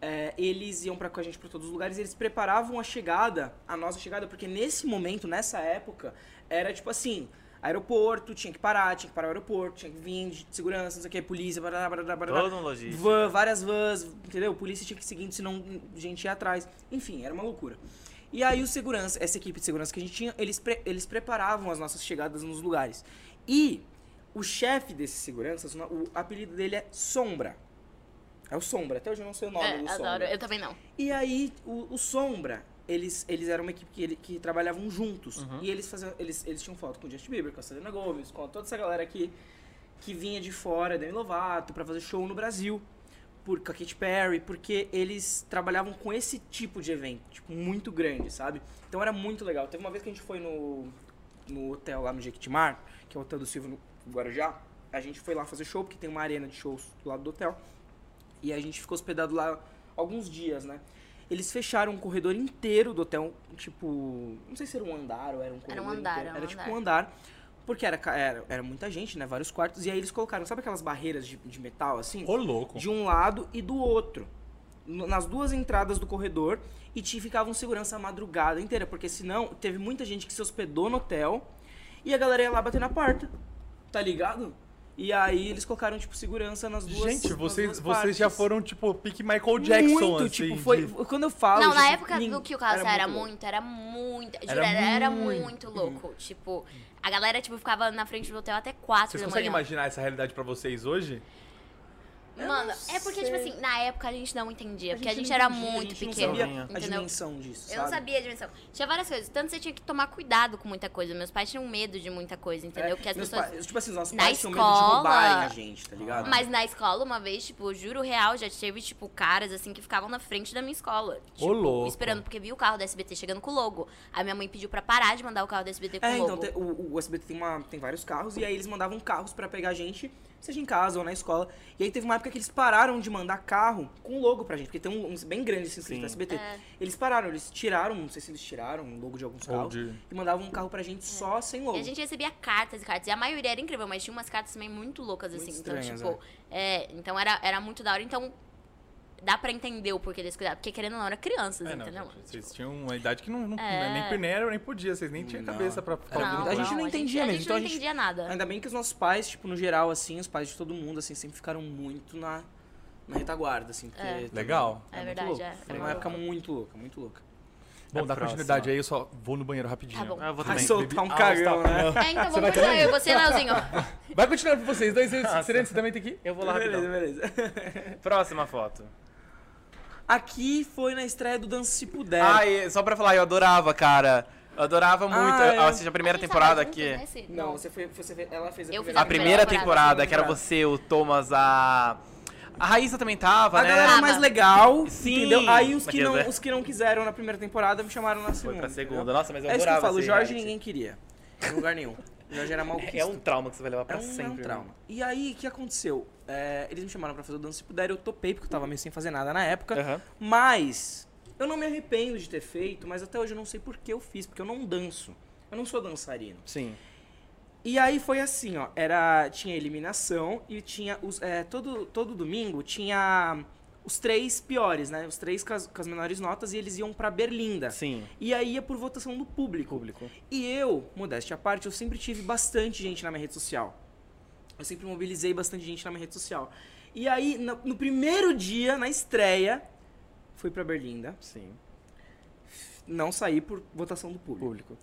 E: é, eles iam pra, com a gente pra todos os lugares, eles preparavam a chegada, a nossa chegada, porque nesse momento, nessa época, era tipo assim. Aeroporto, tinha que parar, tinha que parar o aeroporto, tinha que vir, de segurança, não sei o que, polícia, barará, barará, barará.
C: Todo um logística.
E: Van, várias vans, entendeu? Polícia tinha que ir seguindo, senão a gente ia atrás. Enfim, era uma loucura. E aí o segurança, essa equipe de segurança que a gente tinha, eles, pre- eles preparavam as nossas chegadas nos lugares. E o chefe desses seguranças, o no- o apelido dele é Sombra. É o Sombra, até hoje eu não sei o nome
F: É,
E: do
F: adoro.
E: Sombra.
F: Eu também não.
E: E aí, o, o Sombra, eles, eles eram uma equipe que, ele- que trabalhavam juntos. E eles, faziam, eles, eles tinham foto com o Justin Bieber, com a Selena Gomez, com toda essa galera que, que vinha de fora, Demi Lovato, pra fazer show no Brasil. Por, com a Katy Perry, porque eles trabalhavam com esse tipo de evento, tipo, muito grande, sabe? Então era muito legal. Teve uma vez que a gente foi no, no hotel lá no Jequitimar, que é o hotel do Silvio no Guarujá. A gente foi lá fazer show, porque tem uma arena de shows do lado do hotel. E a gente ficou hospedado lá alguns dias, né? Eles fecharam um corredor inteiro do hotel, tipo, não sei se era um andar ou era um corredor.
F: andar,
E: inteiro.
F: era um
E: era tipo
F: andar.
E: um andar. Porque era, ca- era, era muita gente, né? Vários quartos. E aí eles colocaram, sabe aquelas barreiras de, de metal assim?
B: Ô, louco.
E: de um lado e do outro. no- Nas duas entradas do corredor e te ficavam segurança a madrugada inteira, porque senão teve muita gente que se hospedou no hotel e a galera ia lá bater na porta. Tá ligado? E aí eles colocaram, tipo, segurança nas duas
B: Gente,
E: nas
B: vocês,
E: duas
B: vocês
E: partes.
B: já foram, tipo, pique Michael Jackson,
E: Muito,
B: assim.
E: tipo, foi.
B: de-
E: Quando eu falo.
F: não, na
E: gente,
F: época
E: tipo, nin-
F: do que o Calça era
E: louco.
F: muito, era muito. Juro,
B: Era
F: era, era
B: muito.
F: muito, louco. Tipo, a galera, tipo, ficava na frente do hotel até quatro
B: Vocês
F: da
B: conseguem
F: manhã.
B: imaginar essa realidade pra vocês hoje?
F: Mano, é porque, tipo assim, na época a gente não entendia, porque a gente, era
E: não entendia,
F: muito
E: a gente
F: pequeno.
E: Não sabia a
F: entendeu?
E: dimensão disso.
F: Eu não
E: sabe?
F: sabia a dimensão. Tinha várias coisas. Tanto você tinha que tomar cuidado com muita coisa. Meus pais tinham medo de muita coisa, entendeu?
E: É,
F: Porque as
E: meus
F: pessoas.
E: pais- tipo assim, os nossos
F: Na
E: pais tinham medo de
F: escola-
E: roubarem a gente, tá ligado?
F: Mas na escola, uma vez, tipo, juro real, já teve, tipo, caras assim que ficavam na frente da minha escola. Tipo,
B: louco.
F: esperando, porque viu o carro da SBT chegando com o logo. Aí minha mãe pediu pra parar de mandar o carro da SBT com
E: É,
F: o logo.
E: então te- o, o SBT tem, uma- tem vários carros e aí eles mandavam carros pra pegar a gente, seja em casa ou na escola. E aí teve uma época que eles pararam de mandar carro com logo pra gente, porque tem um, uns bem grande assim, escrito SBT.
F: É.
E: Eles pararam, eles tiraram, não sei se eles tiraram o logo de alguns
B: Ou
E: carros
B: de-
E: e mandavam um carro pra gente só sem logo.
F: É. E a gente recebia cartas e cartas. E a maioria era incrível, mas tinha umas cartas também muito loucas,
E: Muito
F: assim.
E: estranhas, né?
F: então, tipo, é, então era, era muito da hora. Então, dá pra entender o porquê desse cuidado. Porque querendo ou não, era crianças,
B: É, não,
F: entendeu?
B: gente, vocês tinham uma idade que não, não nem peneira, nem podia, vocês nem tinham cabeça pra ficar
E: Não,
B: ouvindo
E: a gente
B: coisa.
E: não entendia
F: a
E: mesmo,
F: gente
E: então a
F: Tipo, não
E: gente-
F: entendia nada.
E: Ainda bem que os nossos pais, tipo, no geral, assim, os pais de todo mundo, assim, sempre ficaram muito na, na retaguarda, assim. Porque também
B: Legal.
F: É
E: muito
F: verdade,
E: louco.
F: é.
E: Foi uma
F: É muito
E: época muito louca, muito louca.
B: Bom,
C: É
B: dá
C: próximo.
B: continuidade aí, eu só vou no banheiro rapidinho.
F: Tá bom.
C: Ah, eu vou
E: Vai
C: também.
E: soltar um
B: Ah,
E: cagão,
B: tá.
E: né? [LAUGHS]
F: É, então vamos continuar. Eu e você, Leozinho.
B: [LAUGHS] Vai continuar com vocês, dois excelentes, você também tem que ir?
C: Eu vou lá
E: Beleza,
C: rapidão.
E: beleza. [LAUGHS]
C: Próxima foto.
E: Aqui foi na estreia do Dança Se Puder.
C: Ai, só pra falar, eu adorava, cara. Eu adorava muito.
E: Ah,
C: Eu- eu
E: é.
C: assisti a primeira
F: A gente
C: temporada
F: tava junto
C: aqui.
F: nesse?
E: Não, você foi, você fez- ela fez a
F: Eu
E: primeira.
F: fiz
C: A primeira
F: assim,
C: temporada, que era
E: temporada.
C: você, o Thomas, a. A Raíssa também tava,
E: A
C: né?
E: galera
F: Tava.
E: mais legal,
C: Sim.
E: entendeu? Aí os que,
C: Matheus,
E: não,
C: né?
E: os que não quiseram na primeira temporada me chamaram na segunda.
C: Foi pra
E: entendeu?
C: segunda. Nossa, mas eu
E: É isso que eu
C: adorava
E: falo, o
C: esse
E: Jorge
C: reality.
E: ninguém queria. Em lugar nenhum. [LAUGHS] Eu já era malquista.
C: É um trauma que você vai levar
E: Era
C: pra
E: um,
C: sempre.
E: era um
C: né?
E: trauma. E aí, o que aconteceu? É, eles me chamaram pra fazer o Dança Se Puder, eu topei, porque eu tava meio sem fazer nada na época.
C: Aham.
E: Mas eu não me arrependo de ter feito, mas até hoje eu não sei por que eu fiz, porque eu não danço. Eu não sou dançarino.
C: Sim.
E: E aí foi assim, ó, era tinha eliminação e tinha os é, todo todo domingo tinha os três piores, né? Os três com as, com as menores notas e eles iam pra Berlinda.
C: Sim.
E: E aí ia por votação do público.
C: Público.
E: E eu, modéstia à parte, eu sempre tive bastante gente na minha rede social. Eu sempre mobilizei bastante gente na minha rede social. E aí, no, no primeiro dia, na estreia, fui pra Berlinda.
C: Sim.
E: Não saí por votação do público.
C: Público.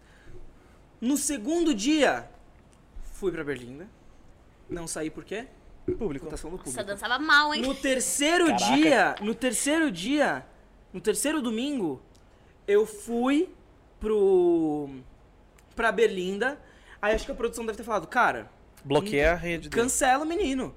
E: No segundo dia, fui pra Berlinda. Não saí por quê?
C: Público.
E: Votação do
F: Nossa, eu
E: público.
F: dançava mal, hein?
E: No terceiro
C: Caraca.
E: dia, no terceiro dia, no terceiro domingo, eu fui pro pra Berlinda. Aí acho que a produção deve ter falado, cara,
C: Bloqueia a rede dele.
E: cancela o menino,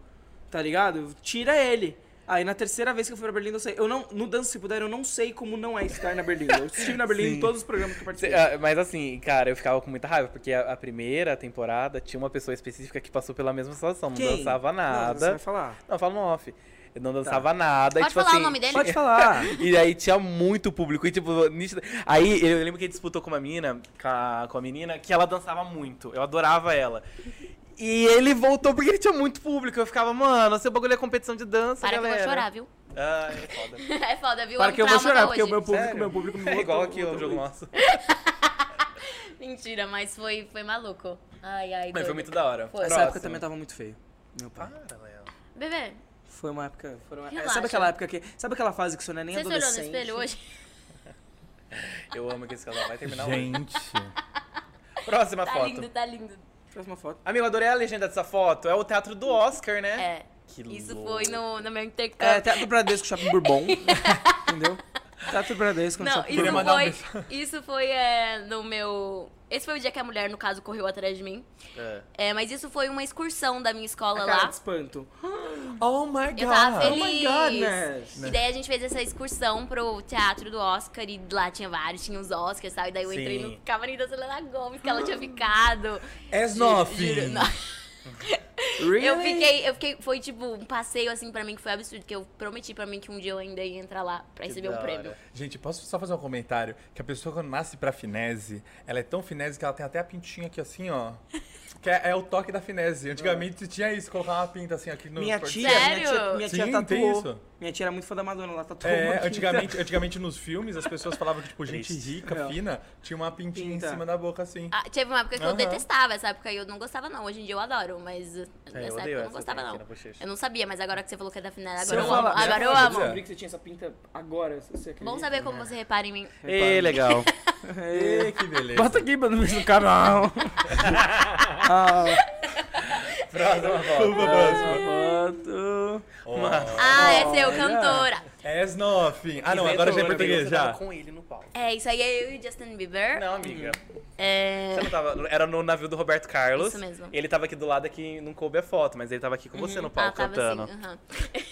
E: tá ligado? Tira ele. Aí na terceira vez que eu fui pra Berlinda, eu sei. Eu não, no Dança Se Puder, eu não sei como não é estar na Berlinda. Eu estive na Berlinda
C: Sim.
E: em todos os programas que eu
C: Cê-
E: participei.
C: ah, Mas assim, cara, eu ficava com muita raiva, porque a, a primeira temporada tinha uma pessoa específica que passou pela mesma situação, não
E: Quem?
C: dançava
E: Não, Tá. você
C: nada.
E: vai falar.
C: Não, fala no off. Eu não dançava nada. e,
F: Pode
C: tipo,
F: falar
C: assim,
F: o nome dele?
E: Pode falar.
C: E aí tinha muito público. E tipo, nítida- aí eu lembro que ele disputou com uma menina, com a, com a menina, que ela dançava muito. Eu adorava ela. E ele voltou porque ele tinha muito público. Eu ficava, mano, seu bagulho é competição de dança,
F: Para que eu
C: galera.
F: vou chorar, viu? [LAUGHS]
C: Ah, é foda.
F: É foda, viu? É
E: [LAUGHS] Para
F: um
E: que eu vou
F: trauma
E: chorar,
F: até
E: porque o
F: hoje.
E: meu público,
C: Sério?
E: meu público me
C: É igual
E: votou-
C: aqui o
E: votou
C: jogo
E: muito.
C: nosso.
F: Mentira, mas foi, foi maluco. Ai, ai,
C: Mas
F: doido.
C: foi muito da hora.
F: Foi.
E: Essa época
C: Próximo.
E: também tava muito feio. Meu pai.
C: Ah.
F: Bebê,
E: Foi uma época. Foi uma... é,
F: Relaxa.
E: sabe aquela época que. Sabe aquela fase que você não é nem
F: você se olhou no
E: adolescente?
F: espelho hoje?
C: Eu amo que esse casal vai terminar hoje.
B: Gente.
C: Próxima
F: Tá
C: foto.
F: lindo, tá lindo.
E: Próxima
F: [LAUGHS]
E: foto.
C: Amigo, adorei a legenda dessa foto. É o teatro do Oscar, né?
F: É.
C: Que
F: Isso
C: louco.
F: foi no, no meu intercâmbio.
E: É, Teatro Bradesco Shopping
F: [LAUGHS]
E: Bourbon. entendeu? Teatro Bradesco no
F: Não,
E: Shopping
F: isso
E: Bourbon.
B: mandar um
F: foi,
E: [LAUGHS]
F: isso foi é, no meu... Esse foi o dia que a mulher, no caso, correu atrás de mim.
C: É.
F: É, mas isso foi uma excursão da minha escola
E: A
F: é lá.
E: É cara de espanto.
B: [LAUGHS] Oh my god.
F: Eu tava
E: Oh my
F: feliz.
E: goodness.
F: e daí a gente fez essa excursão pro teatro do Oscar e lá tinha vários, tinha os Oscars e tal. E daí eu entrei
C: Sim.
F: no camarim da Selena Gomes, que ela tinha ficado.
B: És
F: Juro,
B: nothing.
F: não.
E: Really?
F: Eu fiquei, eu fiquei, foi tipo um passeio assim pra mim que foi absurdo, que eu prometi pra mim que um dia eu ainda ia entrar lá pra receber um
C: da
F: prêmio.
C: hora.
B: Gente, posso só fazer um comentário? Que a pessoa quando nasce pra finese, ela é tão finese que ela tem até a pintinha aqui assim, ó. Que é, é o toque da finese. Antigamente se tinha isso, colocar uma pinta assim aqui no...
E: Minha
B: por-
E: tia,
F: Sério?
E: minha tia, minha tia
B: Sim, tem
E: tatuou.
B: isso.
E: Minha tia era muito fã da Madonna, ela tatuou. um uma
B: É,
E: pinta.
B: antigamente, antigamente nos filmes as pessoas falavam que, tipo, gente
C: Triste.
B: rica,
E: É.
B: fina, tinha uma pintinha
E: Pinta.
B: em cima da boca assim.
F: Ah, teve uma época que eu
B: Aham.
F: detestava essa época e eu não gostava, não. Hoje em dia eu adoro, mas
C: É,
F: nessa
C: eu
F: época
C: odeio
F: eu
C: essa
F: não gostava,
C: aqui
F: não.
C: na bochecha. né?
F: Eu não sabia, mas agora que você falou que é da finale,
E: Se
F: agora
E: eu
F: eu,
E: falar-
F: amo. Agora eu
E: Eu
F: amo.
E: descobri que você tinha essa pinta agora, se você acredita.
F: Bom saber como você repara
C: [LAUGHS]
F: em mim.
C: Ei, legal.
B: Ê, que beleza.
E: Bota aqui pra não ver
C: [LAUGHS]
E: no canal. ah,
C: Próxima foto.
E: próxima foto.
F: Ah, essa é eu, cantora.
B: És nothing. Ah, não, agora já é
C: Inventora,
B: português,
C: você
B: já.
C: tava com ele no pau.
F: É, isso aí é eu e Justin Bieber.
C: Não, amiga.
F: É...
C: Você não tava- Era no navio do Roberto Carlos.
F: Isso mesmo.
C: Ele tava aqui do lado aqui, não coube a foto, mas ele tava aqui com você no palco
F: ah, tava
C: tá cantando.
F: assim, uhum. aham.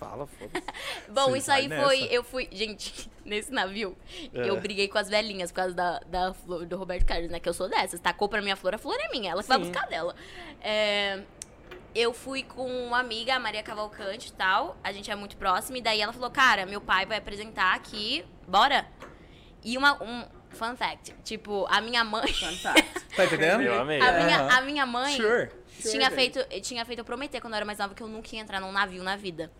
C: Fala, foda-se.
F: Bom,
B: Você
F: isso
B: vai
F: aí
B: nessa.
F: foi. Eu fui. Gente, [LAUGHS] nesse navio,
C: É.
F: eu briguei com as velhinhas por causa da, da flor do Roberto Carlos, né? Que eu sou dessas. Tacou pra minha flor, a flor é minha. Ela que vai buscar dela. É, eu fui com uma amiga, a Maria Cavalcante e tal. A gente é muito próxima. E daí ela falou: Cara, meu pai vai apresentar aqui. Bora! E uma, um. Fun fact: Tipo, a minha mãe.
B: Tá entendendo?
C: Eu amei.
F: [LAUGHS] A minha,
B: Aham.
F: a minha mãe
B: É. Sure.
F: tinha, feito, eu tinha feito eu prometer quando eu era mais nova que eu nunca ia entrar num navio na vida.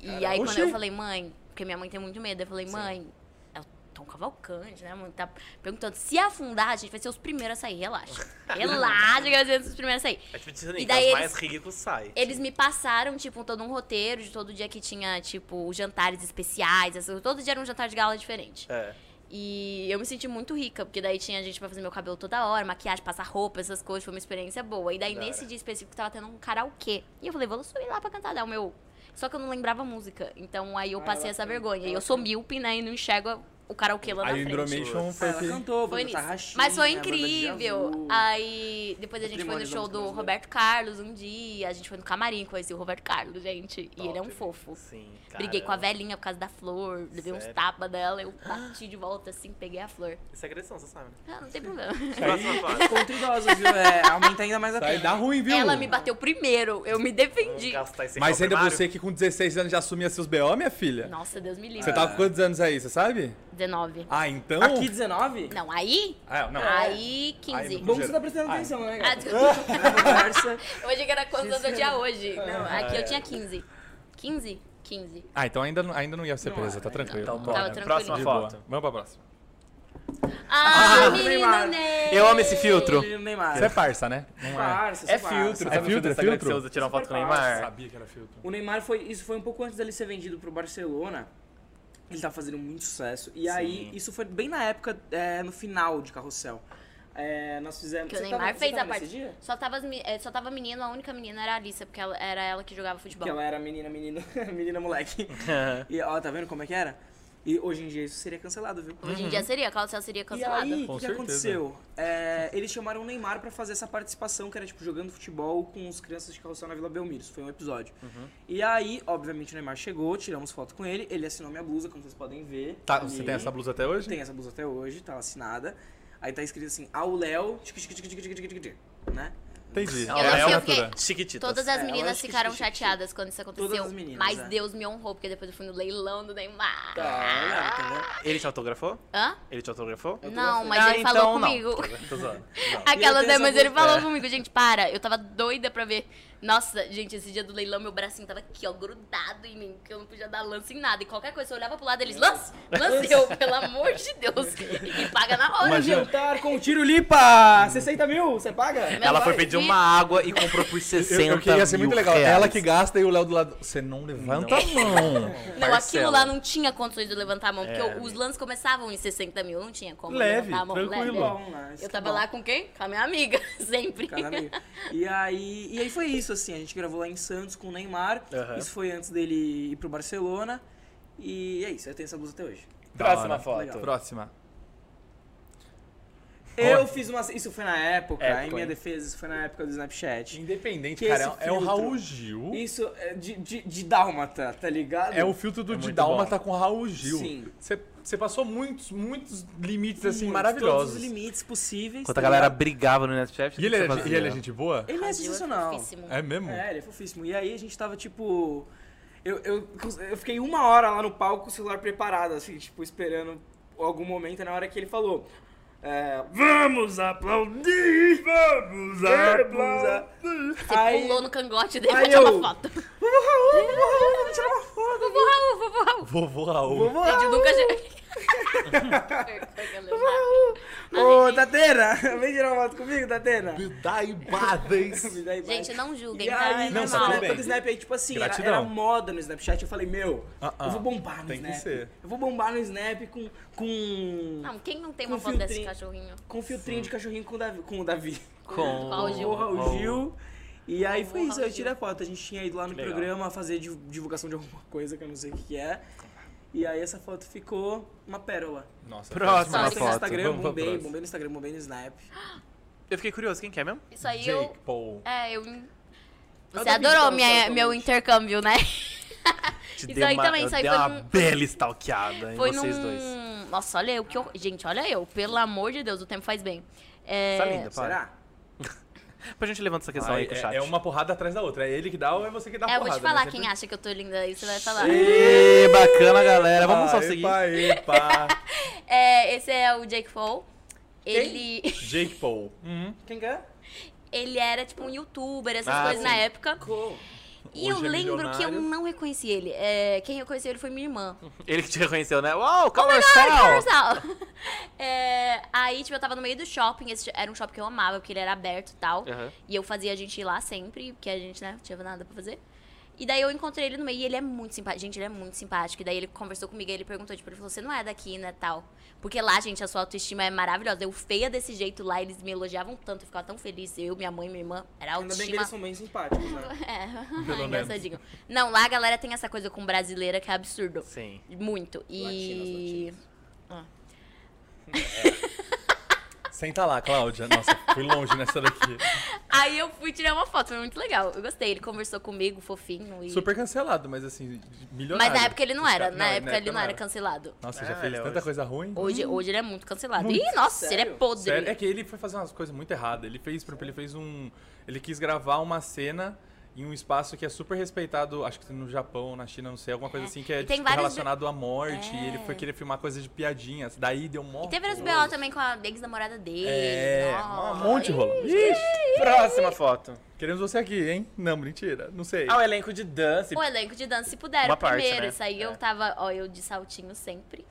F: E aí, quando eu falei, mãe, porque minha mãe tem muito medo, eu falei, mãe, é o Tom Cavalcante, né, mãe? Tá perguntando se afundar, a gente vai ser os primeiros a sair, relaxa. Relaxa, que vai ser os primeiros a sair.
C: É tipo Disney,
F: E
C: que os
F: daí eles-
C: mais ricos saem.
F: Eles me passaram, tipo, todo um roteiro de todo dia que tinha, tipo, jantares especiais, essas- todo dia era um jantar de gala diferente.
C: É.
F: E eu me senti muito rica, porque daí tinha gente pra fazer meu cabelo toda hora, maquiagem, passar roupa, essas coisas, foi uma experiência boa. E daí nesse dia específico tava tendo um karaokê. E eu falei, vou subir lá pra cantar, dar o Ah, meu. Só que eu não lembrava a música. Então aí eu passei essa vergonha. E eu sou míope, né? E não enxergo o karaokê lá na
B: A
F: frente.
B: Andromation
E: Ah,
B: foi
E: ela
B: que...
E: cantou,
F: Foi
E: foi
F: nisso.
E: Rachi,
F: Mas foi incrível. Ah. Aí depois a gente foi no
E: primórdio da
F: show
E: música
F: do
E: brasileira.
F: Roberto Carlos um dia. A gente foi no camarim, conheci o Roberto Carlos, gente. E ele é um fofo.
C: Sim, cara.
F: Briguei com a velhinha por causa da flor, levei uns
C: Sério?
F: tapas dela, eu bati de volta assim, peguei a flor.
C: Isso é agressão, você sabe, né?
F: Ah, não tem problema.
C: Próxima
F: [LAUGHS]
C: fase.
E: Contra idosos, viu? É, aumenta ainda mais a
B: Aí
E: pena.
B: dá ruim, viu?
F: Ela me bateu primeiro, eu me defendi.
C: Vamos gastar esse
B: Mas
C: pau
B: ainda
C: primário?
B: você que com 16 anos já assumia seus BO, minha filha?
F: Nossa, Deus me livre.
B: Você tá- tava com quantos anos aí, você sabe?
F: 19.
B: Ah, então...
E: Aqui 19?
F: Não, aí?
B: Ah, não.
F: é. Aí, 15.
B: Aí,
E: Bom que você tá prestando atenção, né,
F: Ah,
E: cara?
F: desculpa.
E: Conversa.
F: eu achei que era quantos anos eu tinha hoje. Não, aqui eu tinha 15. 15? 15.
B: Ah, então ainda, não- ainda não ia ser presa, tá tranquilo.
C: Então,
F: é, Tava
C: bora.
F: tranquilo.
C: Próxima
B: De boa.
C: foto.
B: Vamos pra próxima.
F: Ah, menino
E: Neymar.
F: Ney!
C: Eu amo esse filtro.
E: Neymar.
B: Você é parça, né?
E: Parça,
C: É
E: parça.
C: filtro,
B: É
C: sabe o filtro
B: filtro,
C: do
B: é
C: Instagram que
B: filtro?
C: você usa tirar uma foto com o
E: Super fácil.
C: Neymar?
B: Sabia que era filtro.
E: O Neymar foi. Isso foi um pouco antes dele ser vendido pro Barcelona. Ele tá fazendo muito sucesso. E aí, isso foi bem na época, é, no final de Carrossel. É, nós fizemos.
F: Que o
E: Você
F: Neymar
E: tava- você
F: fez
E: tava
F: a
E: nesse
F: parte.
E: dia?
F: Só tava, as me- eh, só tava menino, a única menina era a Alissa, porque ela, era ela que jogava futebol.
E: Que ela é era menina, [LAUGHS] menino, menina, moleque. e ó, tá vendo como é que era? E hoje em dia isso seria cancelado, viu?
F: Hoje em dia seria, a Calcel seria cancelada.
E: E aí, o que
B: Com
E: que
B: certeza.
E: aconteceu? É, eles chamaram o Neymar pra fazer essa participação, que era tipo jogando futebol com os crianças de carrossel na Vila Belmiro. Isso foi um episódio. E aí, obviamente, o Neymar chegou, tiramos foto com ele, ele assinou minha blusa, como vocês podem ver.
B: Tá,
E: ali.
B: você tem essa blusa até hoje?
E: Tem essa blusa até hoje, tá assinada. Aí tá escrito assim, ao Léo, tic, tic, tic, tic, tic, tic, tic, tic", né?
B: Entendi.
F: Eu
C: É
F: não sei,
C: uma
F: eu fiquei...
C: Chiquititas.
F: Todas as
E: É, eu
F: meninas
E: acho que
F: ficaram
E: sim, sim, sim.
F: chateadas quando isso aconteceu.
E: Todas as meninas,
F: mas
E: é.
F: Deus me honrou, porque depois eu fui no leilão do Neymar.
E: Tá, olha, tá vendo?
C: Ele te autografou?
F: Hã?
C: Ele te autografou?
F: Não, mas
C: Ah,
F: ele
C: então
F: falou
C: não.
F: comigo.
E: Tá
C: Tô zoando.
E: E
F: [LAUGHS] Aquela
E: eu É. tenho
F: né, mas
E: essa
F: ele falou comigo, gente, para. Eu tava doida pra ver. Nossa, gente, esse dia do leilão, meu bracinho tava aqui, ó, grudado em mim, que eu não podia dar lance em nada. E qualquer coisa, eu olhava pro lado, eles, lance,
E: [LAUGHS]
F: lance eu, pelo amor de Deus. E paga na hora.
E: Um jantar com o Tiro Lipa! 60 mil, você paga?
C: Ela foi
F: pai,
C: pedir
F: vi-
C: uma água e comprou por 60
B: Eu, eu queria ser muito
C: mil
B: legal.
C: reais.
B: Ela que gasta e o Léo do lado. Você não levanta a mão.
F: [LAUGHS] Não,
C: Marcelo.
F: aquilo lá não tinha condições de eu levantar a mão, porque
C: É,
F: eu- os lances começavam em 60 mil, não tinha como
B: Leve,
F: levantar a mão.
B: tranquilo.
F: leve.
E: Bom, né? Isso
F: Eu
E: que
F: tava
E: é bom.
F: lá com quem? Com a minha amiga, [LAUGHS] sempre.
E: Cada amigo. E aí, e aí foi isso, assim, a gente gravou lá em Santos com o Neymar.
C: Aham.
E: Isso foi antes dele ir pro Barcelona. E é isso, eu tenho essa blusa até hoje.
C: Próxima
E: Legal.
C: foto.
B: Próxima.
E: Eu fiz uma. Isso foi na época,
C: Época,
E: em minha
C: hein?
E: defesa, isso foi na época do Snapchat.
B: Independente,
E: Que
B: cara.
E: esse
B: É o
E: filtro-
B: Raul Gil.
E: Isso é de, de, de dálmata, tá ligado?
B: É o filtro do
C: Uhum. É muito
B: Didalma
C: bom.
B: tá com o Raul Gil.
E: Sim.
B: Você você passou muitos, muitos limites, assim,
E: Todos
B: maravilhosos.
E: os limites possíveis.
C: Enquanto a
E: tá
C: galera
E: ligado?
C: brigava no Netflix,
B: E ele, é, e ele é gente boa?
E: Ele é
F: Meu Deus,
E: sensacional.
F: fofíssimo.
B: É mesmo?
E: É, ele é fofíssimo. E aí a gente tava tipo. Eu, eu, eu fiquei uma hora lá no palco com o celular preparado, assim, tipo, esperando algum momento. Na hora que ele falou: é, Vamos aplaudir! Vamos aplaudir!
F: Você
E: Aí-
F: pulou Um no cangote dele pra
E: Aí
F: tirar
E: eu-
F: uma foto.
E: Vovô Raul, vovô Raul, vamos tirar uma foto!
F: Vovô Raul, vovô Raul.
B: Vovô Raul.
E: Vovô
F: Gente,
E: Raul,
F: eu nunca... Foi que eu lembrava.
E: Raul! Ô, Tatena, [LAUGHS] vem tirar uma foto comigo, Tatena!
B: Daibades.
E: Me dá aí, vai.
F: [LAUGHS] Gente, não julguem,
E: E
F: tá? É
E: aí,
B: Não,
E: não,
B: tá tudo
E: na
F: normal.
E: época
B: bem.
E: do Snap aí, tipo assim, era,
B: Gratidão.
E: era moda no Snapchat, eu falei, meu,
B: Ah, ah.
E: eu vou bombar no
B: Tem que
E: Snap.
B: ser.
E: Eu vou bombar no Snap com. com.
F: Não, quem não tem uma
E: Com
F: foto desse
E: filtrinho.
F: cachorrinho?
E: com filtrinho de cachorrinho com o Davi. Com o
F: [LAUGHS]
E: Davi.
C: Com
F: Raul Gil.
E: Com o Raul Gil. E aí foi
F: Com o
E: isso,
F: Raul
E: eu tirei a foto. A gente tinha ido lá no
C: legal.
E: programa fazer div- divulgação de alguma coisa que eu não sei o que que é. E aí essa foto ficou uma pérola.
B: Nossa,
C: Próxima
E: Só
F: Uma
E: no
C: foto.
E: Instagram,
B: Vamos pra
E: bombei,
B: próxima.
E: bombei no Instagram, bombei no Snap.
C: Eu fiquei curioso, quem que é mesmo?
F: Isso aí eu...
B: Jake Paul.
F: É, eu... Você
E: da
F: adorou
E: Beatles,
F: minha, meu
E: atualmente.
F: intercâmbio, né?
C: Te
F: Isso
C: dei
F: aí
C: uma,
F: também,
C: eu
F: isso aí
C: dei
F: foi
C: uma
F: num-
C: bela stalkeada em
F: Foi
C: vocês
F: num...
C: dois.
F: Nossa, olha eu que eu... Gente, olha eu. Pelo amor de Deus, o tempo faz bem. É...
C: Tá linda, para.
E: Será?
C: Depois a gente levanta essa questão
B: Ah,
C: aí com o chat.
B: é, é uma porrada atrás da outra. É ele que dá ou é você que dá a
F: É, eu vou
B: porrada?
F: te falar
B: né?
F: quem
B: Sempre-
F: acha que eu tô linda aí, você vai falar.
C: Ê, bacana, galera. Vamos só
B: Ah,
C: seguir.
B: Epa, epa.
F: É, esse é o Jake Paul. Ele, [LAUGHS]
B: Jake Paul.
E: Quem que é?
F: ele era tipo um youtuber, essas
C: Ah,
F: coisas
C: sim.
F: na época. E eu
B: Hoje é
F: lembro que eu
B: milionário.
F: não reconheci ele. É, quem reconheceu ele foi minha irmã.
C: Ele que te reconheceu, né? Uau,
F: Cara,
C: comercial!
F: Universal. [LAUGHS] É, aí, tipo, eu tava no meio do shopping. Esse era um shopping que eu amava, porque ele era aberto e tal.
C: Aham.
F: E eu fazia a gente ir lá sempre, porque a gente, né, não tinha nada pra fazer. E daí eu encontrei ele no meio e ele é muito simpático. Gente, ele é muito simpático. E daí ele conversou comigo e ele perguntou, tipo, ele falou, você não é daqui, né, tal. Porque lá, gente, a sua autoestima é maravilhosa. Eu feia desse jeito lá, eles me elogiavam tanto, eu ficava tão feliz. Eu, minha mãe, minha irmã, era
E: Ainda bem que
F: autoestima
E: eles são bem simpáticos, né?
F: [LAUGHS] é, engraçadinho. Não, lá a galera tem essa coisa com brasileira que é absurdo.
C: Sim.
F: Muito. E.
B: Senta lá, Cláudia. Nossa, fui longe nessa daqui.
F: Aí eu fui tirar uma foto, foi muito legal. Eu gostei. Ele conversou comigo, fofinho. E...
B: Super cancelado, mas assim, milionário.
F: Mas na época ele não era, na época ele não era
B: cancelado.
F: cancelado.
B: Nossa, já fez tanta coisa ruim.
F: Hoje, hoje ele é muito cancelado.
B: Hum. Muito.
F: Ih, nossa, ele é podre.
B: Sério, é que ele foi fazer umas coisas muito erradas. Ele fez, por exemplo, ele fez um. Ele quis gravar uma cena em um espaço que é super respeitado, acho que no Japão, na China, não sei, alguma coisa assim, que é
F: E tem
B: tipo,
F: vários-
B: relacionado à morte. E ele
F: É.
B: foi querer filmar coisas de piadinhas. Daí deu mó.
F: E teve as
B: rolo.
F: BO também com a ex-namorada dele.
B: É,
F: nossa.
B: um monte de rolo. Ixi,
C: Próxima foto.
B: queremos você aqui, hein? Não, mentira, não sei.
C: Ah, o elenco de dança.
F: O elenco de dança, se puder,
C: Uma
F: o
C: parte,
F: primeiro.
C: né?
F: Isso aí eu tava, ó, eu de saltinho sempre.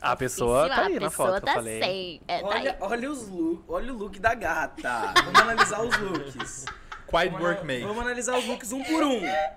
C: A pessoa
F: Isso,
C: tá
F: a
C: aí na
F: pessoa
C: foto que
F: tá
C: eu falei.
F: sem. É, tá
E: Olha,
F: aí.
E: olha, os look, olha o look da gata. Vamos analisar os looks.
B: Quiet Workmate.
E: Vamos analisar os looks um por um.
B: É.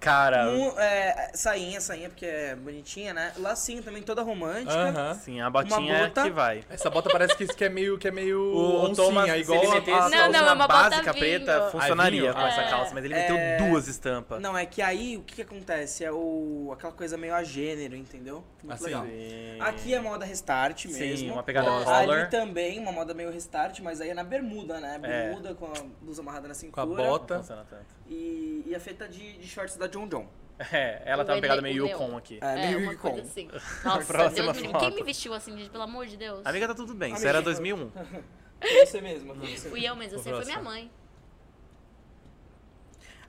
C: Cara,
E: um é, sainha, sainha, porque é bonitinha, né? Lacinho também, toda romântica.
B: Aham.
C: sim, a botinha é
E: bota.
C: que vai.
B: Essa bota parece que, que é meio, que é meio
C: O, o
B: oncinha,
C: Thomas,
E: é
B: igual
C: se ele
B: a-
C: metesse
B: a-
F: Não, não, é uma bota
C: básica
F: vinho.
C: preta, funcionaria
B: vinho?
C: com essa
F: É.
C: calça, mas ele meteu
E: É.
C: duas estampas.
E: Não, é que aí o que, que acontece? É o, aquela coisa meio a gênero, entendeu? Muito
B: Assim,
E: legal.
C: Sim.
E: Aqui é moda restart mesmo.
C: Sim, uma pegada
F: Ah,
C: collar.
E: Ali também, uma moda meio restart, mas aí é na bermuda, né? Bermuda com a blusa amarrada na
B: com a
E: cintura.
C: Não
B: bota.
C: funciona tanto. [LAUGHS]
E: E, e a feta de, de shorts da John John.
C: É, ela tá
F: O
C: uma pegada
F: ele-
C: meio
F: o meu.
C: Yukon aqui.
E: É,
F: É,
E: meio
F: uma
E: Yukon.
F: coisa assim. Nossa,
C: Próxima
F: Deus me livre. Quem
C: foto.
F: me vestiu assim, gente? Pelo amor de Deus.
C: Amiga, tá tudo bem. Isso
E: Amiga,
C: era
E: eu-
C: 2001.
E: Foi Você É mesmo. foi Você.
F: Fui eu, mas eu sei, foi
B: Próxima.
F: minha mãe.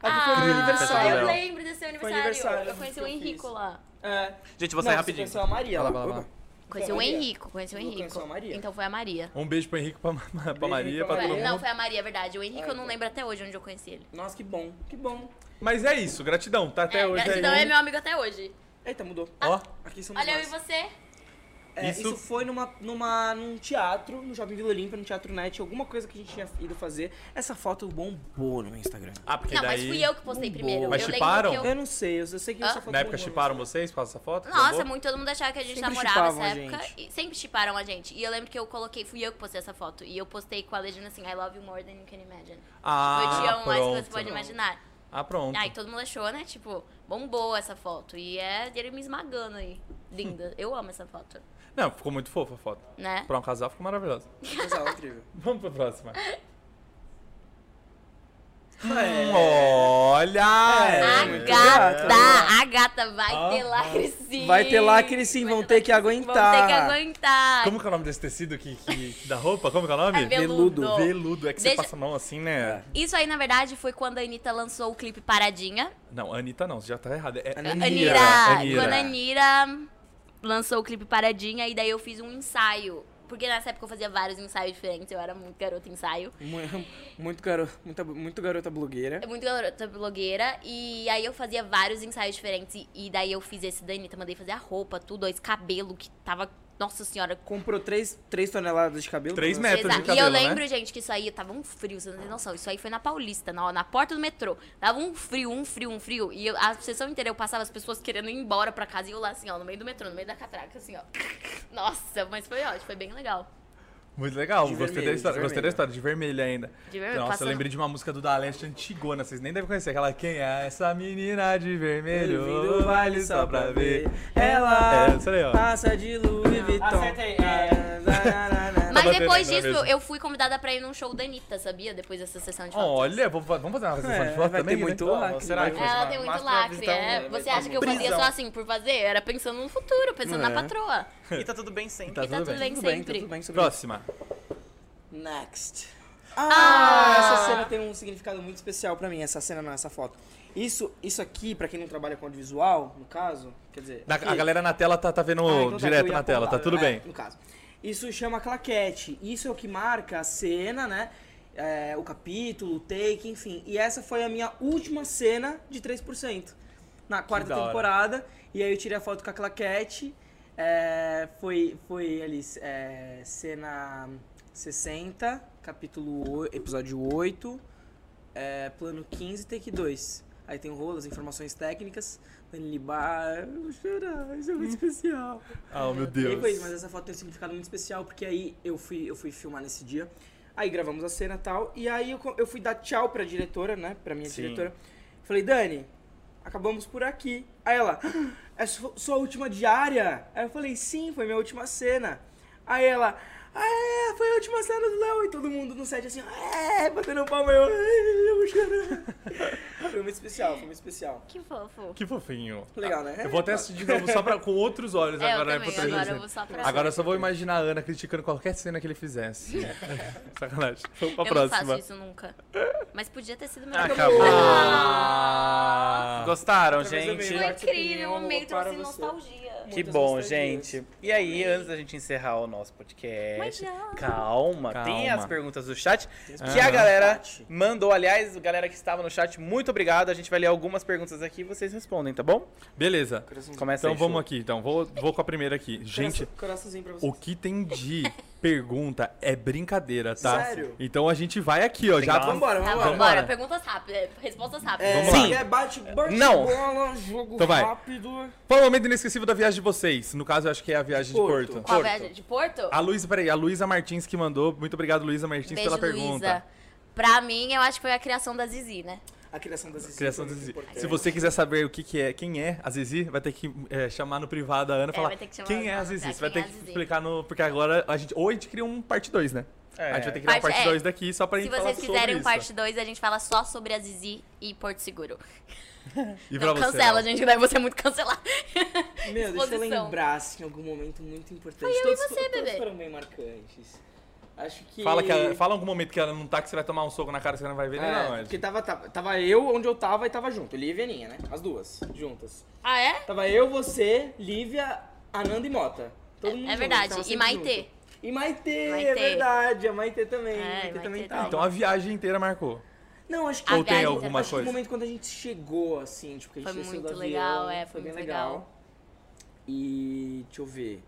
E: Ah, foi no meu aniversário.
F: eu lembro desse seu aniversário.
E: aniversário
F: Eu conheci
E: que
F: o
E: eu fiz.
F: Henrico lá.
E: É.
C: Gente, vou
E: Não,
C: sair
E: você
C: rapidinho.
E: conheceu a Maria.
B: Vai lá,
E: lá.
B: vai lá, vai lá.
F: Conheci
E: Foi a
F: o
E: Maria.
F: Henrico, conheci o
E: Eu
F: Henrico.
E: conheço a Maria.
F: Então foi a Maria.
B: Um beijo pro Henrique, pra, pra
E: Henrique,
B: Maria, pra
E: pra
B: todo
E: Maria.
B: mundo.
F: Não, foi a Maria, é verdade. O
E: Ah,
F: Henrico eu não
E: então.
F: lembro até hoje onde eu conheci ele.
E: Nossa, que bom. Que bom.
B: Mas é isso, gratidão, tá até
F: é,
B: hoje
F: gratidão
B: aí.
F: é meu amigo até hoje.
E: Eita, mudou.
B: Ó,
E: Aqui somos
F: Olha, eu e
E: nós.
F: você.
E: É, isso...
B: Isso-
E: foi numa, numa, num teatro, no Shopping Vila Olímpia, no Teatro Net, alguma coisa que a gente tinha ido fazer. Essa foto bombou no meu Instagram.
B: ah, porque
F: Não,
B: daí...
F: mas fui eu que postei primeiro.
B: Mas
F: eu
B: chiparam?
F: lembro que
E: Eu
F: eu...
E: não sei, eu, eu sei que
F: Hã?
E: essa foto
B: Na época
E: bombou.
B: chiparam vocês por causa dessa foto?
F: Nossa,
B: Bombou?
F: muito todo mundo achava que a gente
E: Sempre
F: namorava
E: chipavam
F: nessa
E: a
F: época.
E: gente.
F: E sempre chiparam a gente. E eu lembro que eu coloquei, fui eu que postei essa foto. E eu postei com a legenda assim, I love you more than you can imagine.
B: Ah,
F: eu te amo um mais que você
B: pronto.
F: pode imaginar.
B: Ah, pronto.
F: Aí todo mundo achou, né? Tipo, bombou essa foto. E é ele me esmagando aí. Linda. Eu amo essa foto.
B: Não, ficou muito fofa a foto.
F: Né?
B: Pra um casal ficou maravilhosa. [LAUGHS]
E: Casal,
F: [LAUGHS]
E: incrível.
B: Vamos pra próxima.
E: É.
B: Olha!
F: A
B: é.
F: gata, a gata vai ter lacre sim.
E: Vai ter lacre sim, vão ter que
F: Vão
E: aguentar.
F: ter que aguentar.
B: Como que é o nome desse tecido que, que- da roupa? Como que é o nome?
F: Ah, É veludo.
B: Veludo, veludo. É que você
F: Deixa-
B: passa a mão assim, né?
F: Isso aí, na verdade, foi quando a Anitta lançou o clipe Paradinha.
B: Não, Anitta não, você já tá errado. É
E: Anira.
F: Anira.
B: Anira.
F: Quando a Anira lançou o clipe Paradinha, e daí eu fiz um ensaio. Porque nessa época eu fazia vários ensaios diferentes, eu era muito garota ensaio.
E: Mu- [LAUGHS] Muito, garo, muita, muito garota blogueira.
F: É muito garota blogueira. E aí eu fazia vários ensaios diferentes. e- E daí eu fiz esse da Anitta, mandei fazer a roupa, tudo, esse cabelo que tava. Nossa senhora,
E: Comprou 3 toneladas de cabelo.
B: Três
E: né?
B: metros de
F: Exato. E
B: cabelo,
F: eu lembro,
B: né?
F: gente, que isso aí tava um frio, você não tem noção. Isso aí foi na Paulista, na, na porta do metrô. Tava um frio, um frio, um frio. E eu- a sessão inteira eu passava as pessoas querendo ir embora pra casa e eu lá assim, ó, no meio do metrô, no meio da catraca, assim, ó. Nossa, mas foi ótimo, foi bem legal.
B: Muito legal,
E: De
B: gostei da
E: vermelho,
B: história.
E: de
B: Gostei da
E: vermelho.
B: história, de vermelho ainda.
F: De vermelho,
B: Nossa,
F: passando-
B: eu lembrei de uma música do Da Leste antigona, vocês nem devem conhecer. Aquela, quem é essa menina de vermelho?
E: Eu vim do vale só pra ver ela.
B: É, isso aí, ó.
E: Passa de Louis Vuitton.
J: Acerta aí, é.
E: É.
F: Mas
B: batendo
F: depois
B: ainda
F: disso,
B: mesmo.
F: eu, eu fui convidada pra ir num show da Anitta, sabia? Depois dessa sessão de fotos.
B: Olha, vou- vamos fazer uma sessão
E: É,
B: de foto
E: vai
B: também?
E: ter
B: né?
E: muito
B: Vamos,
E: lacre,
B: Será
E: vai
B: que
E: ter
B: vai
F: Ela
B: ser
F: tem muito
K: mostra a
F: lacre,
K: visão,
F: é.
K: né?
F: Você
K: Vai
F: acha que eu
K: tomar
F: fazia só
K: prisão.
F: assim por fazer? Eu Era pensando no futuro, pensando na
E: É.
F: patroa.
C: E tá tudo bem sempre.
B: Tá
F: e tá
B: tudo
F: tudo
B: bem.
F: bem,
E: Tudo bem, tá
F: sempre.
E: tudo bem sobre
B: Próxima.
E: Next. Ah, Essa cena tem um significado muito especial pra mim, essa cena não, essa foto. Isso, isso aqui, pra quem não trabalha com audiovisual, no caso, quer dizer...
B: Na-
E: aqui-
B: a galera na tela tá, tá vendo
E: Ah, então tá, eu
B: direto
E: ia
B: na tela, tá
E: apontar,
B: tudo
E: é,
B: bem.
E: No caso. Isso chama claquete. Isso é o que marca a cena, né? É, o capítulo, o take, enfim. E essa foi a minha última cena de 3%. Na quarta
B: da hora.
E: temporada. E aí eu tirei a foto com a claquete. É, foi, foi ali, é, cena 60, capítulo oi- episódio 8, é, plano 15, take 2. Aí tem o rolo, as informações técnicas. Dani Libar, eu vou chorar, isso é
B: Hum.
E: muito especial.
B: Oh, meu
E: E aí Ah, foi
B: Deus.
E: isso, mas essa foto tem um significado muito especial, porque aí eu fui, eu fui filmar nesse dia. Aí gravamos a cena e tal. E aí eu, co- eu fui dar tchau pra diretora, né? Pra minha
C: Sim.
E: diretora. Falei, Dani, acabamos por aqui. Aí ela, "Ah, é su- sua última diária? Aí eu falei, sim, foi minha última cena. Aí ela, ah, é, foi a última cena do Léo. E todo mundo no set assim, é, batendo palma. Eu, "Ai, eu vou chorar." Foi muito especial, foi muito especial.
F: Que fofo.
B: Que fofinho.
E: Legal, né?
B: Eu vou até assistir de novo só pra, com outros olhos
F: É, eu
B: agora. né,
F: também,
B: pra trazer
F: agora eu
B: isso.
F: vou só pra
B: Agora eu só vou imaginar a Ana criticando qualquer cena que ele fizesse. [LAUGHS] Sacanagem. Vamos é pra
F: É. eu não
B: próxima.
F: faço isso nunca. Mas podia ter sido melhor.
C: Acabou.
B: Ah,
C: Gostaram,
E: Outra vez eu
C: gente?
E: vejo.
F: Foi
E: Arte opinião,
F: incrível, um eu amei,
E: eu paro
F: trouxe
E: você.
F: assim, nostalgia.
C: Que
E: Muitas
C: bom,
E: nostalgias.
C: gente. E aí, antes da gente encerrar o nosso podcast, calma, tem
B: Calma.
C: as perguntas do chat que
E: é
B: Aham.
C: a galera mandou. Aliás, a galera que estava no chat, muito obrigado. A gente vai ler algumas perguntas aqui e vocês respondem, tá bom?
B: Beleza.
C: Começa
B: Então
C: aí,
B: vamos
C: Chu.
B: aqui, então. Vou, vou com a primeira aqui. é? Gente,
E: Coração- coraçãozinho pra você.
B: o que tem de pergunta é brincadeira, tá?
E: Sério?
B: Então a gente vai aqui, ó. Já
C: Legal.
E: Vambora,
F: Tá
E: Então, vambora.
F: bom,
B: Vambora.
F: bora. Perguntas rápidas, respostas rápidas.
E: É,
B: Vamos lá.
E: Sim. É bate, bate
C: Não.
E: bola, jogo
B: Então vai.
E: rápido.
B: Qual o momento inesquecível da viagem de vocês? No caso, eu acho que é a viagem
E: Porto.
B: de Porto. Ah,
F: Qual a viagem? De Porto?
B: A Luísa, peraí, a Luísa Martins que mandou. Muito obrigado, Luísa Martins,
F: Beijo,
B: pela pergunta.
F: Luísa. Pra mim, eu acho que foi a criação da Zizi, né?
E: A criação da Zizi.
B: Criação
E: foi
B: do
E: muito
F: é
B: Zizi.
E: importante.
B: Se você quiser saber o que, que é, quem é a Zizi, vai ter que é, chamar no privado a Ana e falar
F: vai ter que chamar
B: quem é a
F: ela,
B: Zizi.
F: tá?
B: Você vai
F: Quem
B: ter
F: é a
B: que
F: Zizi?
B: explicar no. Porque agora a gente. Ou a gente cria um parte 2, né?
C: É.
B: A gente vai ter que criar um
F: Parte-
B: parte
F: é.
B: 2 daqui só pra
F: Se
B: gente falar
F: vocês
B: sobre
F: quiserem um
B: isso.
F: parte 2, a gente fala só sobre a Zizi e Porto Seguro.
B: E pra
F: Não,
B: você,
F: cancela,
B: Ana?
F: gente, que daí você é muito cancelado.
E: Meu, deixa eu
F: Exposição.
E: lembrar assim, em algum momento muito importante. Foi eu todos,
F: e você,
E: todos
F: bebê.
E: foram bem marcantes. Acho que.
B: Fala, que a- fala algum momento que ela não tá, que você vai tomar um soco na cara, você não vai ver nem não.
E: É,
B: mas-
E: porque tava, tava, tava eu onde eu tava e tava junto. Lívia e Aninha, né? As duas, juntas.
F: Ah, é?
E: Tava eu, você, Lívia, Ananda e Mota. Todo
F: É-
E: mundo
F: é
E: junto,
F: verdade.
E: tava
F: E
E: sempre
F: Maitê.
E: junto. E Maitê, é
F: Maitê.
E: verdade. A Maitê também.
F: É,
E: Maitê,
F: Maitê
E: também
F: também.
E: tava.
B: Então a viagem inteira marcou.
E: Não, acho que
F: A
B: Ou tem
F: viagem
B: alguma
E: acho que
B: coisa?
E: no momento quando a gente chegou, assim, tipo, que a gente
F: Foi
E: desceu do
F: muito
E: avião,
F: legal, é, foi
E: bem
F: muito legal.
E: E deixa eu ver.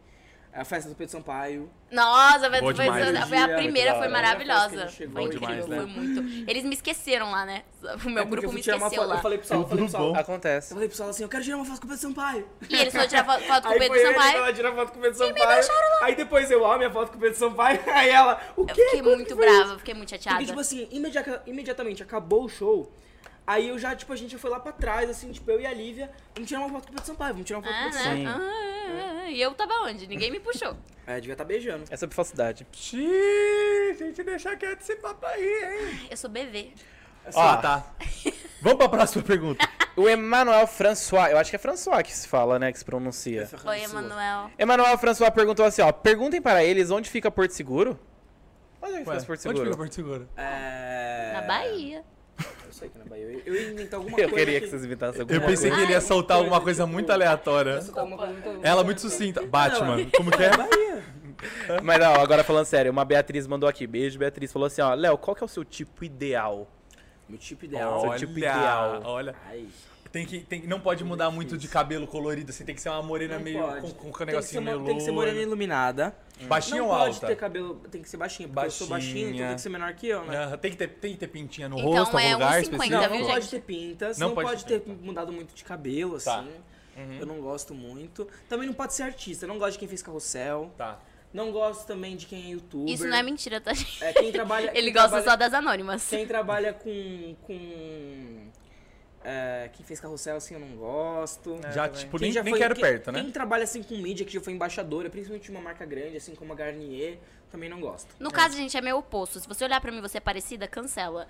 E: A festa do Pedro Sampaio.
F: Nossa, foi,
B: Bom
F: foi-
B: demais,
F: foi
B: né?
F: a
E: Dia,
F: primeira,
E: muito
F: foi
E: da hora.
F: maravilhosa. Foi
E: Bom
F: incrível,
B: demais, né?
F: foi muito. Eles me esqueceram lá, né? O meu
E: É porque eu
F: grupo
E: fui
F: me
E: tirar uma
F: esqueceu
E: foto-
F: lá.
E: Eu falei pro pessoal, eu falei pro pessoal. Eu
C: É, Acontece.
E: falei pro pessoal assim, eu quero tirar uma foto com o Pedro Sampaio.
F: E eles foram tirar fo- foto com o
E: Aí
F: Pedro
E: foi ele,
F: Sampaio.
E: ela tirar foto com o Pedro Sampaio. Aí depois eu, ó, minha foto com o Pedro Sampaio. [LAUGHS] Aí ela, o
F: Eu
E: quê?
F: fiquei
E: Quando
F: muito
E: que foi isso?
F: brava, fiquei muito chateada.
E: Porque, tipo assim, imediaca- imediatamente acabou o show, aí eu já, tipo, a gente foi lá pra trás, assim, tipo, eu e a Lívia, vamos tirar uma foto com o Pedro Sampaio, vamos tirar uma foto com
F: Ah,
E: o Pedro Sampaio.
F: né? Ah, ah, ah. E eu tava onde? Ninguém me puxou.
E: É, devia estar beijando.
C: É sobre falsidade.
B: Xiii, gente, deixa quieto esse papo aí, hein?
F: Eu sou bebê.
B: Ah, tá. Vamos pra próxima pergunta.
C: O Emmanuel François, eu acho que é François que se fala, né? Que se pronuncia.
F: Oi,
E: É,
F: Emanuel.
C: Emmanuel François perguntou assim, ó. Perguntem para eles onde fica Porto Seguro. Onde é que
B: Ué,
C: fica Porto
B: Onde
C: Seguro?
B: fica Porto Seguro?
E: É...
F: Na Bahia.
E: Eu sei que na Bahia. Eu, eu ia inventar
B: [LAUGHS]
E: alguma
C: Eu
E: coisa.
C: queria
E: que-
C: que vocês inventassem alguma
B: Eu pensei que ele ia soltar alguma coisa muito aleatória.
E: alguma coisa muito-
B: Ela é muito sucinta. Batman, como que é? [LAUGHS]
C: Mas não, agora falando sério, uma Beatriz mandou aqui. Beijo, Beatriz. Falou assim, ó, Léo, qual que é o seu tipo ideal?
E: Meu tipo ideal.
C: Olha. tipo ideal.
B: Olha.
E: Ai,
B: Tem que, tem, não pode mudar muito de cabelo colorido, assim, tem que ser uma morena
E: não
B: meio.
E: pode.
B: Com, com, um
E: tem, que
B: negocinho
E: ser, uma-
B: meio
E: tem que ser morena
B: louro.
E: iluminada.
B: Baixinha
E: não
B: ou
E: pode
B: alta?
E: ter cabelo, tem que ser baixinho, porque eu sou baixinho, então
B: Baixinha.
E: tem que ser menor que eu, né?
B: Aham, tem, que ter, tem que ter pintinha no
F: Então
B: rosto,
F: é
B: algum lugar
F: 1,50,
B: específico.
E: Não,
F: viu,
E: não
F: gente?
E: pode ter pintas, não,
B: Não
E: pode,
B: pode
E: ter
B: ter
E: mudado muito de cabelo, assim.
B: Tá.
E: Eu não gosto muito. Também não pode ser artista, não gosto de quem fez carrossel.
B: Tá.
E: Não gosto também de quem é youtuber.
F: Isso não é mentira, tá, gente?
E: É, quem trabalha.
F: [LAUGHS] Ele
E: quem
F: gosta
E: trabalha,
F: só das anônimas.
E: Quem trabalha com. com. é, quem fez carrossel, assim, eu não gosto.
B: já, tipo,
E: Quem
B: nem,
E: já
B: nem
E: foi-
B: quero
E: quem-
B: perto, né?
E: Quem trabalha assim com mídia, que já foi embaixadora, principalmente de uma marca grande, assim como a Garnier, também não gosto.
F: No caso, gente, é meu oposto. Se você olhar pra mim e você é parecida, cancela.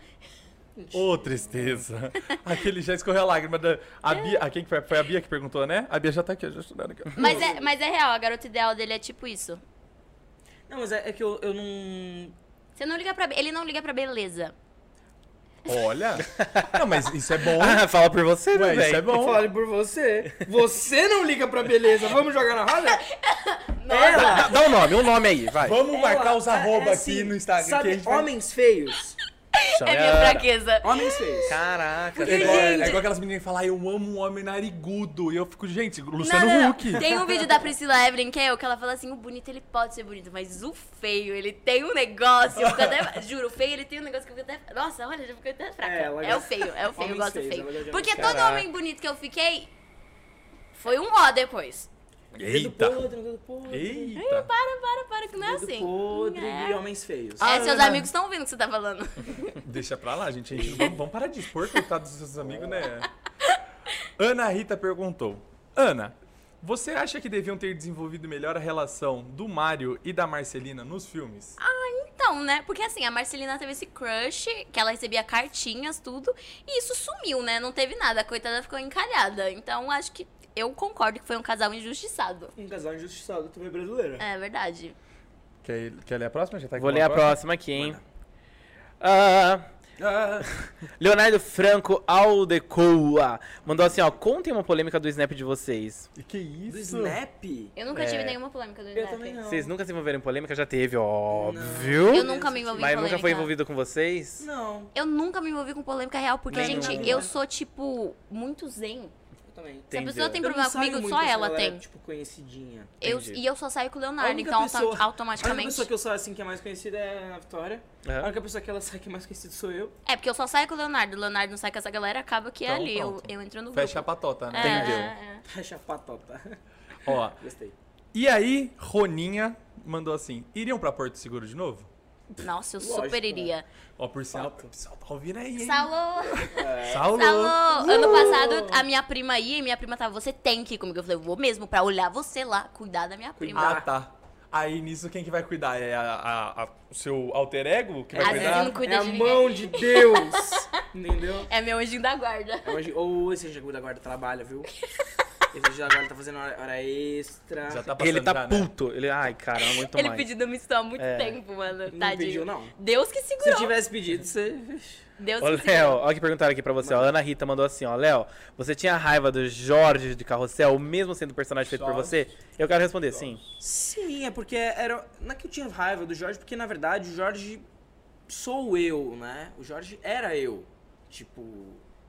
B: Ô, tristeza.
E: [LAUGHS]
B: Aquele já escorreu a lágrima da. A Bia,
F: É.
B: a quem que foi? Foi a Bia que perguntou, né? A Bia já tá aqui, já estudando aqui.
E: Hum.
F: Mas é, mas é real, a garota ideal dele é tipo isso.
E: Não, mas é, é que eu, eu não.
F: Você não liga pra be- Ele não liga pra beleza.
B: Olha. Não, mas isso é bom.
C: Ah, fala por você,
B: Ué,
C: né,
B: isso é
C: velho?
B: bom.
E: Fale por você. Você não liga pra beleza. Vamos jogar na [LAUGHS] roda? Ela.
C: [LAUGHS] Dá um nome, um nome aí, vai.
B: Vamos marcar os
E: ela-
B: arroba
E: é
B: aqui
E: assim,
B: no Instagram. que a
E: Sabe,
B: gente vai-
E: homens feios.
C: Chama
F: É
C: ela.
F: minha fraqueza.
E: Homens feios.
C: Caraca,
B: É
C: velho.
B: igual, é igual aquelas meninas que falam, "Ah, eu amo um homem narigudo. E eu fico, gente,
E: é
B: Luciano
F: Não, não, não.
B: Huck.
F: Tem um vídeo da Priscila Evelyn que é eu, que ela fala assim: o bonito ele pode ser bonito, mas o feio, ele tem um negócio. Eu
E: [LAUGHS]
F: fico até. Juro, o feio ele tem um negócio que eu fico até. Nossa, olha, já fico até fraca.
E: É, ela
F: É, o
E: gosta-
F: feio, é o feio, eu
E: Homens
F: gosto
E: feios,
F: do
E: ela gosta de
F: feio. Porque
C: homens.
F: todo
C: Caraca.
F: homem bonito que eu fiquei foi um ó depois.
E: Um Dedo
B: Eita.
E: podre, dedo podre. um
B: Eita.
F: Para, para, para, que não é
E: Dedo
F: assim.
E: podre e
F: É.
E: homens feios.
F: É, seus amigos estão ouvindo o que você tá falando.
B: Deixa pra lá, gente. A gente não- vamos, parar de expor, coitado dos seus amigos, né? Ana Rita perguntou: Ana, você acha que deviam ter desenvolvido melhor a relação do Mário e da Marcelina nos filmes?
F: Então, né? Porque assim, a Marcelina teve esse crush, que ela recebia cartinhas, tudo, e isso sumiu, né? Não teve nada, a coitada ficou encalhada. Então, acho que eu concordo que foi um casal injustiçado.
E: Um casal injustiçado também brasileiro.
F: É verdade.
B: Quer, quer ler a próxima? Já tá aqui
C: Vou
B: com
C: ler a próxima aqui, hein? Ah, Leonardo Franco Aldecoa mandou assim, ó, contem uma polêmica do Snap de vocês.
B: Que isso?
E: Do Snap?
F: Eu nunca
C: É.
F: tive nenhuma polêmica do
E: Eu
F: Snap.
E: também não.
C: Vocês nunca se envolveram em polêmica? Já teve, óbvio.
F: Eu nunca me envolvi
C: Mas
F: em polêmica.
C: nunca foi envolvido com vocês?
E: Não,
F: Eu nunca me envolvi com polêmica real, porque,
C: Nem
F: gente,
C: nunca.
F: eu sou, tipo, muito zen.
E: eu também.
F: Se a
C: Entendi.
F: pessoa tem
E: Eu não
F: problema
E: saio
F: comigo,
E: muito
F: só
E: com essa
F: ela
E: galera,
F: tem.
E: Tipo, conhecidinha.
F: Eu,
C: Entendi.
F: e eu só saio com o
E: A
F: Leonardo,
E: única
F: então auto-
E: pessoa- A única
F: automaticamente.
E: pessoa que eu saio assim que é mais conhecida é a Vitória.
C: Aham.
E: A única pessoa que ela sai que é mais conhecida sou eu. [LAUGHS]
F: É, porque eu só saio com o Leonardo. O Leonardo não sai com essa galera, acaba que é
B: Então,
F: ali. Eu,
B: pronto.
F: eu entro no grupo.
B: Fecha a patota, né?
F: É,
C: Entendeu.
F: é, é.
E: Fecha a patota. [LAUGHS]
B: Ó,
E: Gostei.
B: e aí, Roninha mandou assim: iriam pra Porto Seguro de novo?
F: Nossa, eu
E: Lógico,
F: super
E: né?
F: iria.
B: Ó, por sinal, o pessoal tá ouvindo aí, hein?
F: Salô!
B: Saulo.
F: Salô! Ano passado, a minha prima ia e minha prima tava, você tem que ir comigo. Eu falei, eu vou mesmo pra olhar você lá, cuidar da minha
B: Ah,
F: prima.
B: tá. Aí nisso, quem que vai cuidar? É a- a- a- o seu alter ego que vai
F: Às vezes
B: cuidar?
F: não cuida
E: é a
F: de
E: mão
F: ninguém.
E: de
F: [LAUGHS]
E: Deus! Entendeu?
F: É meu anjinho da guarda.
E: É hoje- Ou esse anjo da guarda trabalha,
F: [LAUGHS]
E: viu? Esse anjo da guarda tá fazendo hora, hora extra.
B: Já tá passando
C: Ele tá
B: já, né?
C: puto. Ele, ai, cara, não aguento
F: Ele
C: mais.
F: pediu domicílio há muito
C: É.
F: tempo, mano.
E: Não
F: Tadinho.
E: pediu, não.
F: Deus que
E: Se
F: segurou.
E: tivesse pedido, você... [LAUGHS]
F: Deus
C: Ô,
F: que segurou.
C: Léo, olha o que perguntaram aqui pra você, ó. Ana Rita mandou assim, ó. Léo, você tinha raiva do Jorge de Carrossel, mesmo sendo um personagem feito por você? Eu quero responder, sim.
E: Sim, é porque era. Não é que eu tinha raiva do Jorge, porque na verdade o Jorge sou eu, né? O Jorge era eu. Tipo,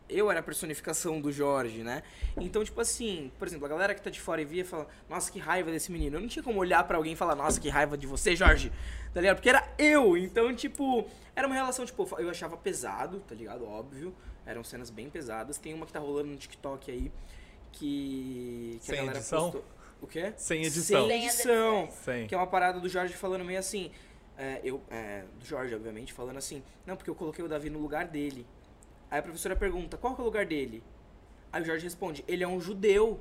E: eu era a personificação do Jorge, né? Então, tipo assim, por exemplo, a galera que tá de fora e via fala, nossa, que raiva desse menino. Eu não tinha como olhar pra alguém e falar, nossa, que raiva de você, Jorge. Tá ligado? Porque era eu. Então, tipo, era uma relação, tipo, eu achava pesado, tá ligado? Óbvio. Eram cenas bem pesadas. Tem uma que tá rolando no TikTok aí que. que
B: Sem
E: a galera
B: edição?
E: postou. O quê?
B: Sem edição.
E: Sem edição.
B: Sem.
E: Que é uma parada do Jorge falando meio assim. é, eu, é, do Jorge, obviamente, falando assim. Não, porque eu coloquei o Davi no lugar dele. Aí a professora pergunta: qual que é o lugar dele? Aí o Jorge responde: ele é um judeu.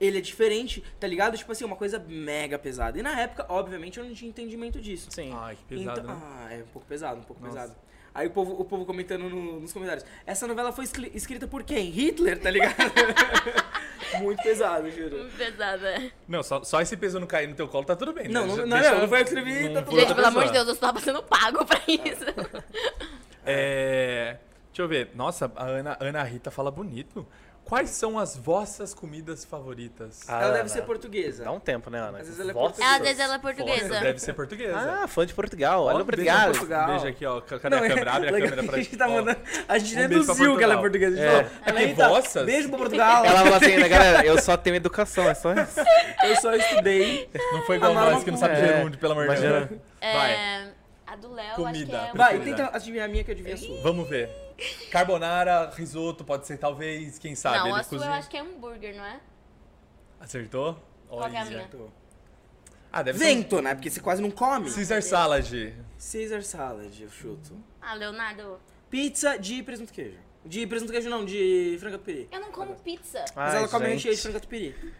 E: Ele é diferente, tá ligado? Tipo assim, uma coisa mega pesada. E na época, obviamente, eu não tinha entendimento disso.
C: Sim.
B: Ai, que pesado,
E: Então-
B: né?
E: Ah, é um pouco pesado, um pouco
B: Nossa.
E: pesado. Aí o povo, o povo comentando no- nos comentários. Essa novela foi escri- escrita por quem? Hitler, tá ligado? [LAUGHS] Muito pesado, juro.
F: Muito pesada.
B: Não, só, só esse peso não cair no teu colo tá tudo bem.
E: Não,
B: né?
E: não,
B: Já
E: não, é
B: deixa-
E: não, não foi eu que escrevi, tá tudo
B: foi outra
F: Gente, pelo amor
B: pessoa.
F: de Deus, eu só tava sendo pago pra isso.
B: É. Deixa eu ver. Nossa, a Ana, Ana Rita fala bonito. Quais são as vossas comidas favoritas?
C: Ah,
E: Ela deve
C: Ana,
E: ser portuguesa.
C: Dá um tempo, né, Ana?
E: Às vezes ela é
C: Vossa.
E: portuguesa.
F: Às vezes ela é
B: Nossa,
F: portuguesa.
B: deve ser portuguesa.
C: Ah, fã de Portugal.
B: Ó,
C: Olha,
B: um beijo
E: é
C: obrigado.
B: pra Portugal. Um beijo aqui, ó. Cadê a câmera? Abre a
E: legal
B: câmera
E: que
B: pra
E: a gente tá
B: ó.
E: mandando. A gente
B: um beijo pra
E: deduziu que ela é
B: Portugal.
C: É.
E: portuguesa.
B: É porque
E: Anitta,
B: vossas-
E: Beijo pra Portugal.
C: Ela fala assim, né, galera? Eu só tenho educação, é só isso.
E: Eu só [LAUGHS] estudei.
B: Não foi igual
E: Amar
B: nós que não sabe
C: é.
B: gerúndio, pelo amor de
C: Imagina.
B: Deus. Vai,
F: É, a do Léo, acho que
B: Comida.
F: é. uma-
E: Vai, tenta adivinhar a minha que eu adivinho a sua.
B: vamos ver. Carbonara, risoto, pode ser talvez, quem sabe?
F: Não,
B: ele
F: a sua
B: cozinha.
F: eu acho que é hambúrguer, não é?
B: Acertou?
F: Qual que é a
B: Olha.
F: minha?
B: Ah, deve ser. um
E: Vento, né? Porque você quase não come.
B: Caesar Salad.
E: Caesar salad, eu chuto.
F: Ah, Leonardo,
E: Pizza de presunto e queijo. De presunto e queijo não, de frango catupiry.
F: eu não como pizza.
E: Mas ela come
C: gente.
E: recheio de frango catupiry.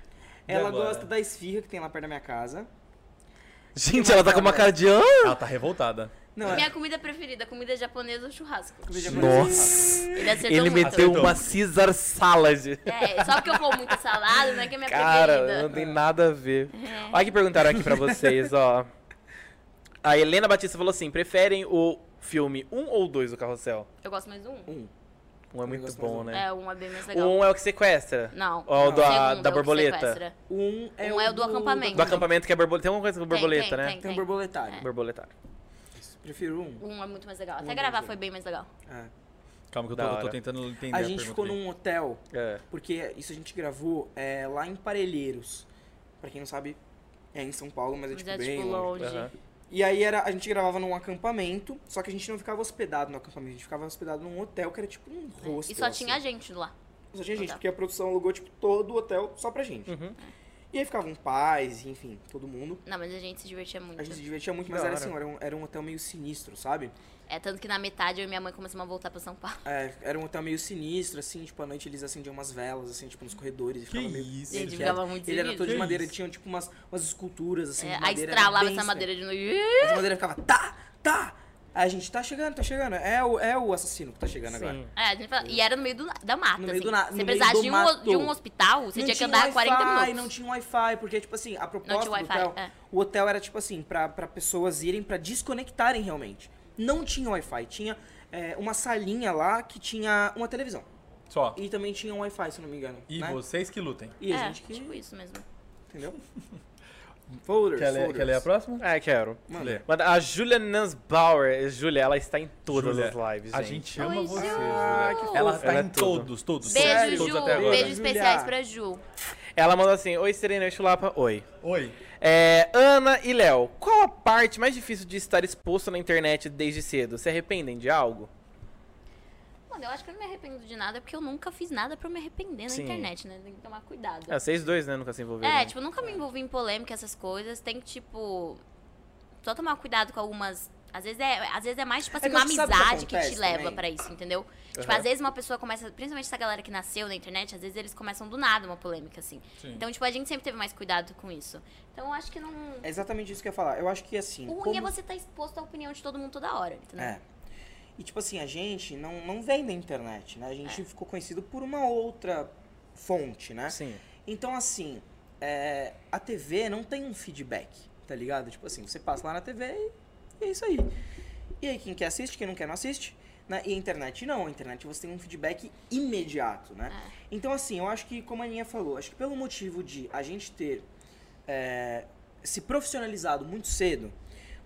E: Ela
B: agora?
E: gosta da esfirra que tem lá perto da minha casa.
C: Gente, ela tá com uma cara de... "Hã?"
B: Ela tá revoltada.
E: Não, é
F: Minha comida preferida, comida japonesa ou churrasco.
E: comida japonesa.
C: Nossa.
F: Ele acertou
C: Ele
F: muito.
C: meteu
B: Acertou.
C: uma Caesar Salad.
F: É, só porque eu como muita salada, não é que é minha
C: Cara, não
F: preferida.
C: tem nada a ver.
F: É.
C: Olha que perguntaram aqui pra vocês, ó. A Helena Batista falou assim: preferem o filme 1 ou 2 do Carrossel?
F: Eu gosto mais de um.
C: Um é muito
E: gosto mais
C: bom,
E: do
C: né?
F: É, um é bem mais
C: O
F: legal.
C: 1 é o que sequestra.
F: Não.
C: Ó, o
F: não,
C: da-
F: segundo
C: da
F: é o que
C: borboleta.
F: sequestra.
E: Um é,
F: Um
E: o
F: é o do acampamento.
C: Do acampamento que é borboleta. Tem alguma coisa com
F: Tem,
C: borboleta,
F: tem,
C: né?
F: tem, É.
E: Tem um
F: tem.
E: borboletário.
C: Borboletário.
E: Prefiro um.
F: Um é muito mais legal. Até
E: é
F: gravar
E: bem
F: foi bem mais legal.
E: É.
B: Calma que eu
C: Da
B: tô, eu tô
C: hora.
B: tentando entender
E: A gente
B: pergunta
E: ficou
B: dele.
E: num hotel,
C: É.
E: porque isso a gente gravou é, lá em Parelheiros. Pra quem não sabe, é em São Paulo, mas é
F: Mas
E: tipo
F: é
E: bem
F: tipo
E: longe.
F: longe.
C: Aham.
E: E aí era, a gente gravava num acampamento, só que a gente não ficava hospedado no acampamento, a gente ficava hospedado num hotel que era tipo um hostel.
F: É, E só
E: assim.
F: tinha gente lá.
E: Só tinha gente,
F: Hotel.
B: Uhum.
E: porque a produção alugou tipo todo o hotel só pra gente. E aí ficavam pais, enfim, todo mundo.
F: Não, mas a gente se divertia muito.
E: A gente se divertia muito, mas
B: Da
E: era
B: hora.
E: assim, era um, era um hotel meio sinistro, sabe?
F: É, tanto que na metade eu e minha mãe começamos a voltar pra São Paulo.
E: É, era um hotel meio sinistro, assim, tipo, à noite eles acendiam umas velas, assim, tipo, nos corredores. E ficava meio...
B: isso?
F: Gente,
E: Ele
F: ficava muito
E: Ele era
F: sinistro.
E: todo de
B: Que
E: madeira, ele tinha, tipo, umas, umas esculturas, assim,
F: É,
E: de
F: aí
E: madeira. era
F: estralava
E: bem
F: essa
E: estranho.
F: madeira de novo.
E: Mas a madeira ficava, tá, tá. Aí a gente, tá chegando, tá chegando. É o, é o assassino que tá chegando agora.
F: É, a gente fala- E era no meio do, da mata,
E: No meio
F: assim.
E: do na- no
F: Você
E: meio
F: precisasse
E: do
F: de, um,
E: mato.
F: de um hospital, você tinha que andar 40 minutos.
E: Não tinha Wi-Fi, porque, tipo assim, a
F: Não
E: proposta
F: tinha
E: do
F: Wi-Fi.
E: hotel...
F: é.
E: O hotel era, tipo assim, pra, pra pessoas irem pra desconectarem realmente. Não tinha Wi-Fi, tinha é, uma salinha lá que tinha uma televisão.
B: Só.
E: E também tinha um Wi-Fi, se eu não me engano.
B: E
E: né?
B: vocês que lutem.
E: E a
F: É,
E: gente que...
F: tipo isso mesmo.
B: [LAUGHS]
E: Entendeu? folders,
B: Quer ler,
E: folders.
B: quer ler a próxima?
C: É, quero.
E: Mano,
B: Lê.
C: Mas a Julia Nansbauer, Júlia, ela está em todas
B: Júlia,
C: as lives,
B: A
C: gente.
B: gente ama
F: Oi,
B: você,
F: Ju.
B: Júlia.
F: que
B: Ela
C: fofa.
B: tá
C: Ela é
B: em
C: tudo.
B: todos, todos.
F: Beijo,
B: todos
F: Ju.
B: até agora.
F: Beijos
E: Julia.
F: especiais pra Ju.
C: Ela mandou assim, Oi, Serena e Chulapa, oi.
B: Oi.
C: É, Ana e Léo, qual a parte mais difícil de estar exposto na internet desde cedo? Se arrependem de algo?
F: Mano, eu acho que eu não me arrependo de nada, porque eu nunca fiz nada pra eu me arrepender na
C: Sim.
F: internet, né? Tem que tomar cuidado.
C: É, vocês dois, né, nunca se envolveram.
F: É,
C: né?
F: tipo, nunca me envolvi em polêmica, essas coisas. Tem que, tipo. Só tomar cuidado com algumas. Às vezes é, às vezes é mais, tipo, assim,
E: que
F: uma
E: eu acho que sabe o que
F: amizade que, te
E: acontece
F: leva
E: também?
F: pra isso, entendeu? Tipo,
C: Aham.
F: às vezes uma pessoa começa. Principalmente essa galera que nasceu na internet, às vezes eles começam do nada uma polêmica, assim.
B: Sim.
F: Então, tipo, a gente sempre teve mais cuidado com isso. Então, eu acho que não.
E: É exatamente isso que eu ia falar. Eu acho que, assim...
F: O ruim
E: como-
F: é você estar exposto à opinião de todo mundo toda hora, entendeu?
E: É. E tipo assim, a gente não, não vem da internet, né? A gente ficou conhecido por uma outra fonte, né?
C: Sim.
E: Então assim, é, a TV não tem um feedback, tá ligado? Tipo assim, você passa lá na TV e é isso aí. E aí quem quer assiste, quem não quer não assiste. Né? E a internet não, a internet você tem um feedback imediato, né?
F: É.
E: Então assim, eu acho que, como a Aninha falou, acho que pelo motivo de a gente ter é, se profissionalizado muito cedo,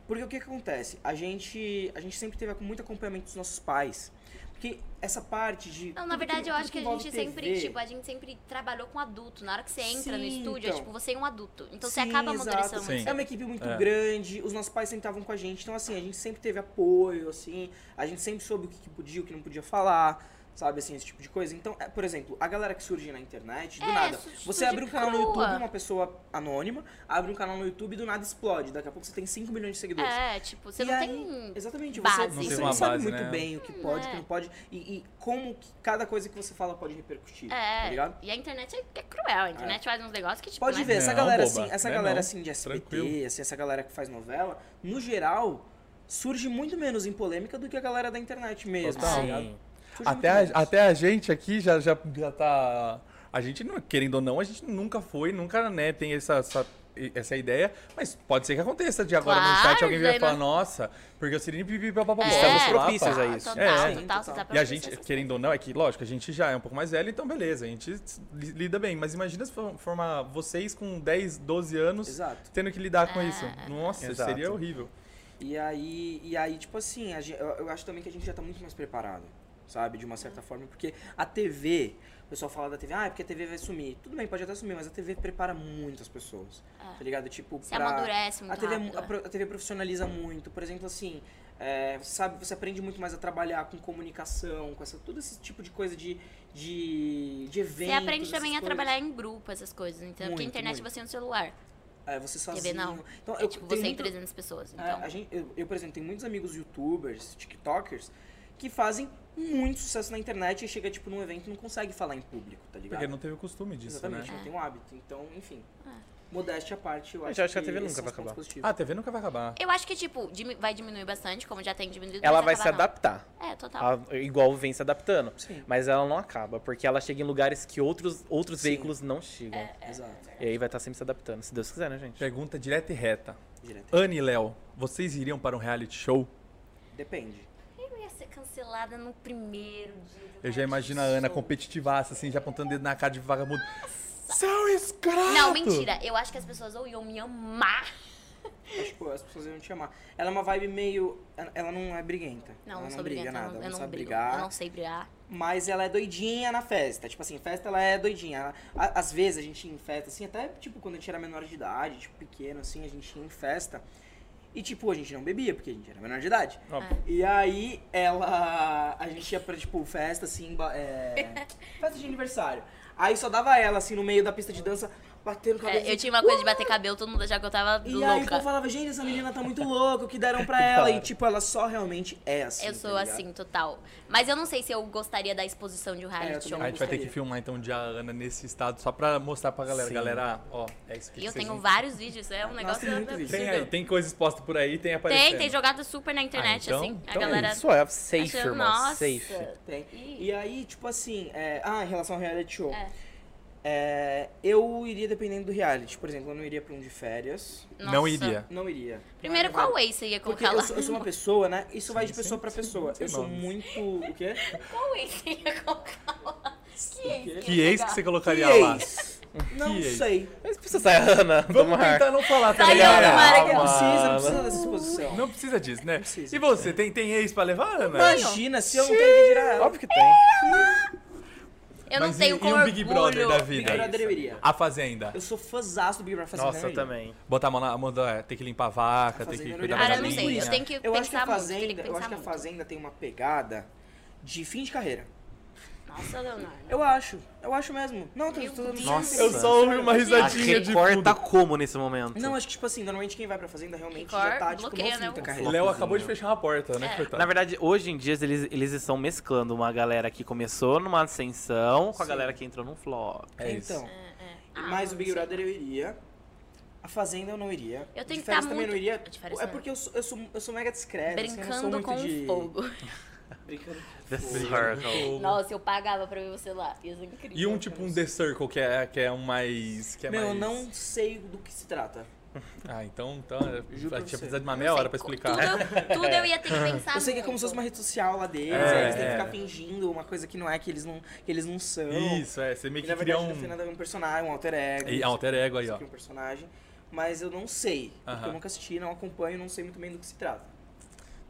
E: porque o que que acontece? A gente, a gente sempre teve muito acompanhamento dos nossos pais. Porque essa parte de.
F: Não, na
E: tudo
F: verdade, eu
E: tudo
F: acho que a
E: envolve
F: gente
E: TV,
F: sempre, tipo, a gente sempre trabalhou com adulto. Na hora que você entra no
E: Sim,
F: estúdio, é
E: então.
F: tipo, você é um adulto. Então você
E: Sim,
F: acaba
E: exato.
F: amadurecendo
B: Sim.
F: muito.
E: É uma equipe muito
B: É.
E: grande, os nossos pais sempre estavam com a gente, então assim, a gente sempre teve apoio, assim, a gente sempre soube o que que podia, o que não podia falar, sabe, assim, esse tipo de coisa. Então, é, por exemplo, a galera que surge na internet, do
F: É,
E: nada,
F: su- surge
E: você abre um canal no
F: crua.
E: YouTube, uma pessoa anônima, abre um canal no YouTube e do nada explode, daqui a pouco você tem 5 milhões de seguidores.
F: É, tipo, você
E: E
F: não
E: aí-
F: tem.
E: Exatamente,
F: Base.
E: você,
F: Não
E: você
F: tem
E: não
B: uma
E: sabe
B: base,
E: muito
B: né?
E: bem o que pode, o
F: é.
E: que não pode, e, e como que cada coisa que você fala pode repercutir, tá
F: É,
E: ligado?
F: e a internet é, é cruel. A internet faz uns negócios que, tipo,
E: Pode
F: né?
E: ver, essa
B: Não,
E: galera,
B: boba,
E: assim, essa
B: não é
E: galera
B: não.
E: assim de SBT,
B: Tranquilo.
E: assim, essa galera que faz novela, no geral, surge muito menos em polêmica do que a galera da internet mesmo.
B: Total.
E: tá
B: Sim.
E: ligado? Surge
B: Até
E: muito
B: a,
E: menos.
B: até a gente aqui já, já, já tá. A gente, não, querendo ou não, a gente nunca foi, nunca né, tem essa, essa, essa ideia, mas pode ser que aconteça de agora no
F: Claro,
B: chat alguém vier
F: daí
B: falar,
F: não-
B: nossa, porque o Sirene pipi papapá.
F: É,
C: Estamos propícios a isso.
F: Total,
B: É.
F: total, total, tá
E: Sim,
F: total.
B: E a gente, querendo ou não, é que, lógico, a gente já é um pouco mais velho, então beleza, a gente li- lida bem. Mas imagina se for- formar vocês com 10, 12 anos
E: Exato.
B: tendo que lidar com isso. Nossa,
C: Exato.
B: seria horrível.
E: E aí, e aí tipo assim, a gen- eu, eu acho também que a gente já tá muito mais preparado, sabe? De uma certa forma, porque a TV, o pessoal fala da TV, ah, é porque a TV vai sumir. Tudo bem, pode até sumir, mas a TV prepara muitas pessoas, tá ligado? Tipo,
F: É. Se
E: pra...
F: amadurece muito
E: a TV, é mu-
F: rápido,
E: a, pro- a TV profissionaliza muito, por exemplo, assim, é, você sabe, você aprende muito mais a trabalhar com comunicação, com essa, todo esse tipo de coisa de, de, de
F: é.
E: eventos.
F: Você aprende também
E: essas
F: a
E: coisas.
F: trabalhar em grupo, essas coisas. Então, porque a
E: Muito,
F: internet
E: muito.
F: você é no celular.
E: É, você sozinho.
F: não.
E: Então,
F: É tipo, você
E: tenho
F: e
E: muito-
F: 300 pessoas.
E: é,
F: Então,
E: a gente- eu, eu, por exemplo, tenho muitos amigos youtubers, tiktokers, que fazem muito sucesso na internet e chega, tipo, num evento e não consegue falar em público, tá ligado?
B: Porque não teve o costume disso,
E: Exatamente,
B: né?
E: não tem um hábito. Então, enfim,
F: É.
E: modéstia à parte, eu
C: Mas
E: acho,
C: eu acho que a TV
E: esses
C: nunca
E: são
C: vai
E: os pontos
C: acabar.
E: positivos.
B: Ah, a TV nunca vai acabar.
F: eu acho que, tipo, dimi- vai diminuir bastante, como já tem diminuído.
C: Ela
F: mas
C: vai se
F: acabar não.
C: adaptar.
F: É, total.
E: Ah.
C: Ela- igual vem se adaptando.
E: Sim.
C: Mas ela não acaba, porque ela chega em lugares que outros, outros
E: Sim.
C: veículos não chegam.
F: É.
E: Exato,
C: E aí vai estar sempre se adaptando, se Deus quiser, né, gente?
B: Pergunta direta e reta.
E: direto.
B: Anne e Léo, vocês iriam para um reality show?
E: Depende.
F: Eu ia ser cancelada no primeiro dia. do
B: Eu já imagino a
F: reality
B: Ana
F: show.
B: competitivaça, assim, já apontando o dedo na cara de vagabundo. Seu é escroto!
F: Não, mentira. Eu acho que as pessoas ou iam me amar.
E: Acho que as pessoas iam te amar. Ela é uma vibe meio. ela- Ela não é briguenta.
F: Não,
E: ela
F: não
E: não,
F: sou
E: briga
F: brigante.
E: nada.
F: eu não,
E: ela não
F: eu não
E: sabe
F: brigo.
E: brigar.
F: Eu não sei brigar.
E: Mas ela é doidinha na festa. Tipo assim, festa ela é doidinha. Ela- a- às vezes a gente ia em festa, assim, até tipo quando a gente era menor de idade, tipo pequeno, assim, a gente ia em festa. E tipo, a gente não bebia, porque a gente era menor de idade.
F: É.
B: Óbvio.
E: E aí ela. A gente ia pra, tipo,
F: [LAUGHS]
E: festa, assim, ba- é, festa de aniversário. Aí só dava ela, assim, no meio da pista de dança. batendo cabeça.
F: É, eu tinha uma coisa de bater cabelo, todo mundo achava que eu tava
E: E aí o
F: louca.
E: povo falava, gente, essa menina tá muito louca, o que deram
B: [LAUGHS]
E: pra ela? E tipo, ela só realmente é assim.
F: eu sou
E: tá ligado? É,
F: assim, total. Mas eu não sei se eu gostaria da exposição de
E: eu
F: um reality show.
E: também
B: A gente vai ter
E: gostaria.
B: que filmar então um dia a Ana nesse estado, só pra mostrar pra galera. Galera, ó, é isso que
F: E eu
B: vocês
F: tenho
B: não-
F: vários vídeos, é um negócio
E: tem muito vídeo.
B: Tem
F: absurdo.
B: aí, tem coisa exposta por aí, tem aparecendo.
F: Tem, tem jogado super na internet,
B: então-
F: assim. A
B: então é
F: galera.
C: Isso é safe,
F: achando,
C: irmão.
F: Nossa.
C: Safe.
E: Tem.
F: Ih.
E: E aí, tipo assim, é, ah, em relação ao reality show.
F: É.
E: É, eu iria dependendo do reality. Por exemplo, eu não iria pra um de férias.
B: Não
F: Nossa.
B: iria.
E: Não iria.
F: Primeiro,
E: Não,
F: qual é?
E: não.
F: way você ia
E: Porque
F: colocar
E: eu
F: lá?
E: sou, eu sou uma pessoa, né? Isso vai de
B: Sim,
E: pessoa
B: sim,
E: pra
B: sim,
E: pessoa.
B: sem
E: Eu sou
B: nomes.
E: muito. O quê?
F: Qual way você ia colocar lá? Que ex?
B: Que ex que você colocaria
E: Que
B: lá?
E: ex? Não
B: Que ex?
E: sei.
C: Mas precisa sair a Ana do
B: Vamos
C: mar.
B: tentar não falar, tá
F: Tá aí,
B: ligado?
F: Ana Mara, que
E: Não precisa, não
C: mano.
E: precisa dessa exposição.
B: Não precisa disso, né?
E: precisa.
B: E você, tem, tem ex pra levar, Ana?
E: Imagina se eu não tenho que um virar ela.
C: Óbvio que tem.
F: Eu não
B: Mas
F: tenho
B: e,
F: com
B: e um Big
F: orgulho.
B: Brother da
E: Big
B: vida?
E: Brother eu iria.
B: A Fazenda.
E: Eu sou fãzaço do Big Brother. Fazenda
C: Nossa, eu
E: iria.
C: também.
B: Botar a mão na mão, da- é, tem que limpar a vaca, tem que
E: Fazenda
B: cuidar
E: não
B: da
F: Cara,
E: iria.
F: eu não sei.
B: galinha.
F: Eu tenho que
E: Eu acho que a
F: pensar muito. Tem
E: Fazenda,
F: que
E: eu acho
F: pensar
E: que a
F: muito.
E: Fazenda tem uma pegada de fim de carreira.
F: Nossa, Leonardo.
E: Eu acho. Eu acho mesmo. Não, tô,
F: Meu
E: tô, tô-
C: Nossa.
E: tô-
C: Eu
B: só ouvi uma
C: A
B: risadinha. Tadinha de
C: Record
B: fundo.
C: tá como nesse momento?
E: Não, acho que, tipo assim, normalmente quem vai pra fazenda realmente
F: Record,
E: já tá, tipo,
F: bloqueia,
E: no fim
F: né,
E: da
F: o-
B: O
E: carreira.
B: Léo acabou de fechar a porta, né?
F: É.
B: coitado?
C: Na verdade, hoje em dia eles, eles estão mesclando uma galera que começou numa ascensão com a galera que entrou num flop.
B: É isso.
E: então,
F: Ah,
E: mas o
F: não
E: Big
F: sei.
E: Brother eu iria. A Fazenda eu não iria.
F: Eu
E: De
F: tenho que
E: férias
F: tá
E: também
F: muito-
E: não iria.
F: de férias
E: É
F: não.
E: porque eu sou, eu sou, eu sou mega discreto. assim, eu não sou
F: Brincando
E: muito
F: com
E: de...
F: fogo.
E: Brincando
C: The Circle.
F: Nossa, eu pagava pra ver você lá. Ia ser incrível.
B: E um tipo um The Circle, que é, que é um mais. Que é
E: Meu, eu
B: mais...
E: não sei do que se trata.
B: Ah, então, então
E: Juro
B: vai
E: pra
B: tinha
E: você.
B: precisado de uma meia hora pra
F: Co-
B: explicar.
F: [LAUGHS] Tudo, tudo eu ia ter que pensar
E: Eu sei que é como
F: Tá muito.
E: se fosse uma rede social lá deles,
B: É,
E: aí eles têm que
B: é.
E: ficar fingindo uma coisa que não é, que eles não, que eles não são.
B: Isso, é. Você
E: E
B: meio
E: na
B: que cria
E: verdade
B: um.
E: não tem nada a ver com um personagem, um alter ego.
B: E- ah, alter ego aí,
E: Você
B: ó.
E: cria um personagem. Mas eu não sei, porque
B: Aham.
E: eu nunca assisti, não acompanho, não sei muito bem do que se trata.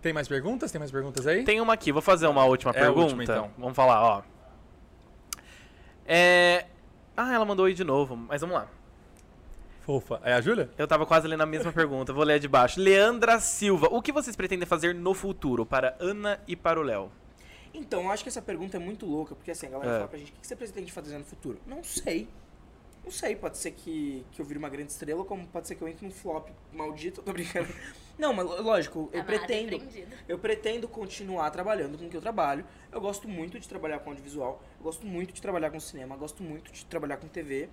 B: Tem mais perguntas? Tem mais perguntas aí?
C: Tem uma aqui, vou fazer uma última
B: É a
C: pergunta.
B: última, então.
C: Vamos falar, ó. É. Ah, ela mandou aí de novo, mas vamos lá.
B: Fofa. É a Júlia?
C: Eu tava quase lendo a mesma pergunta, vou ler a de baixo. Leandra Silva, o que vocês pretendem fazer no futuro para Ana e para o Léo?
E: Então, eu acho que essa pergunta é muito louca, porque assim, a galera
C: É.
E: fala pra gente, o que você pretende fazer no futuro? Não sei. Não sei, pode ser que, que eu vire uma grande estrela, como pode ser que eu entre num flop maldito, [LAUGHS] tô brincando. Não, mas lo- lógico, eu
F: Amada e
E: pretendo.
F: prendida.
E: Eu pretendo continuar trabalhando com o que eu trabalho. Eu gosto muito de trabalhar com audiovisual, eu gosto muito de trabalhar com cinema, eu gosto muito de trabalhar com TV.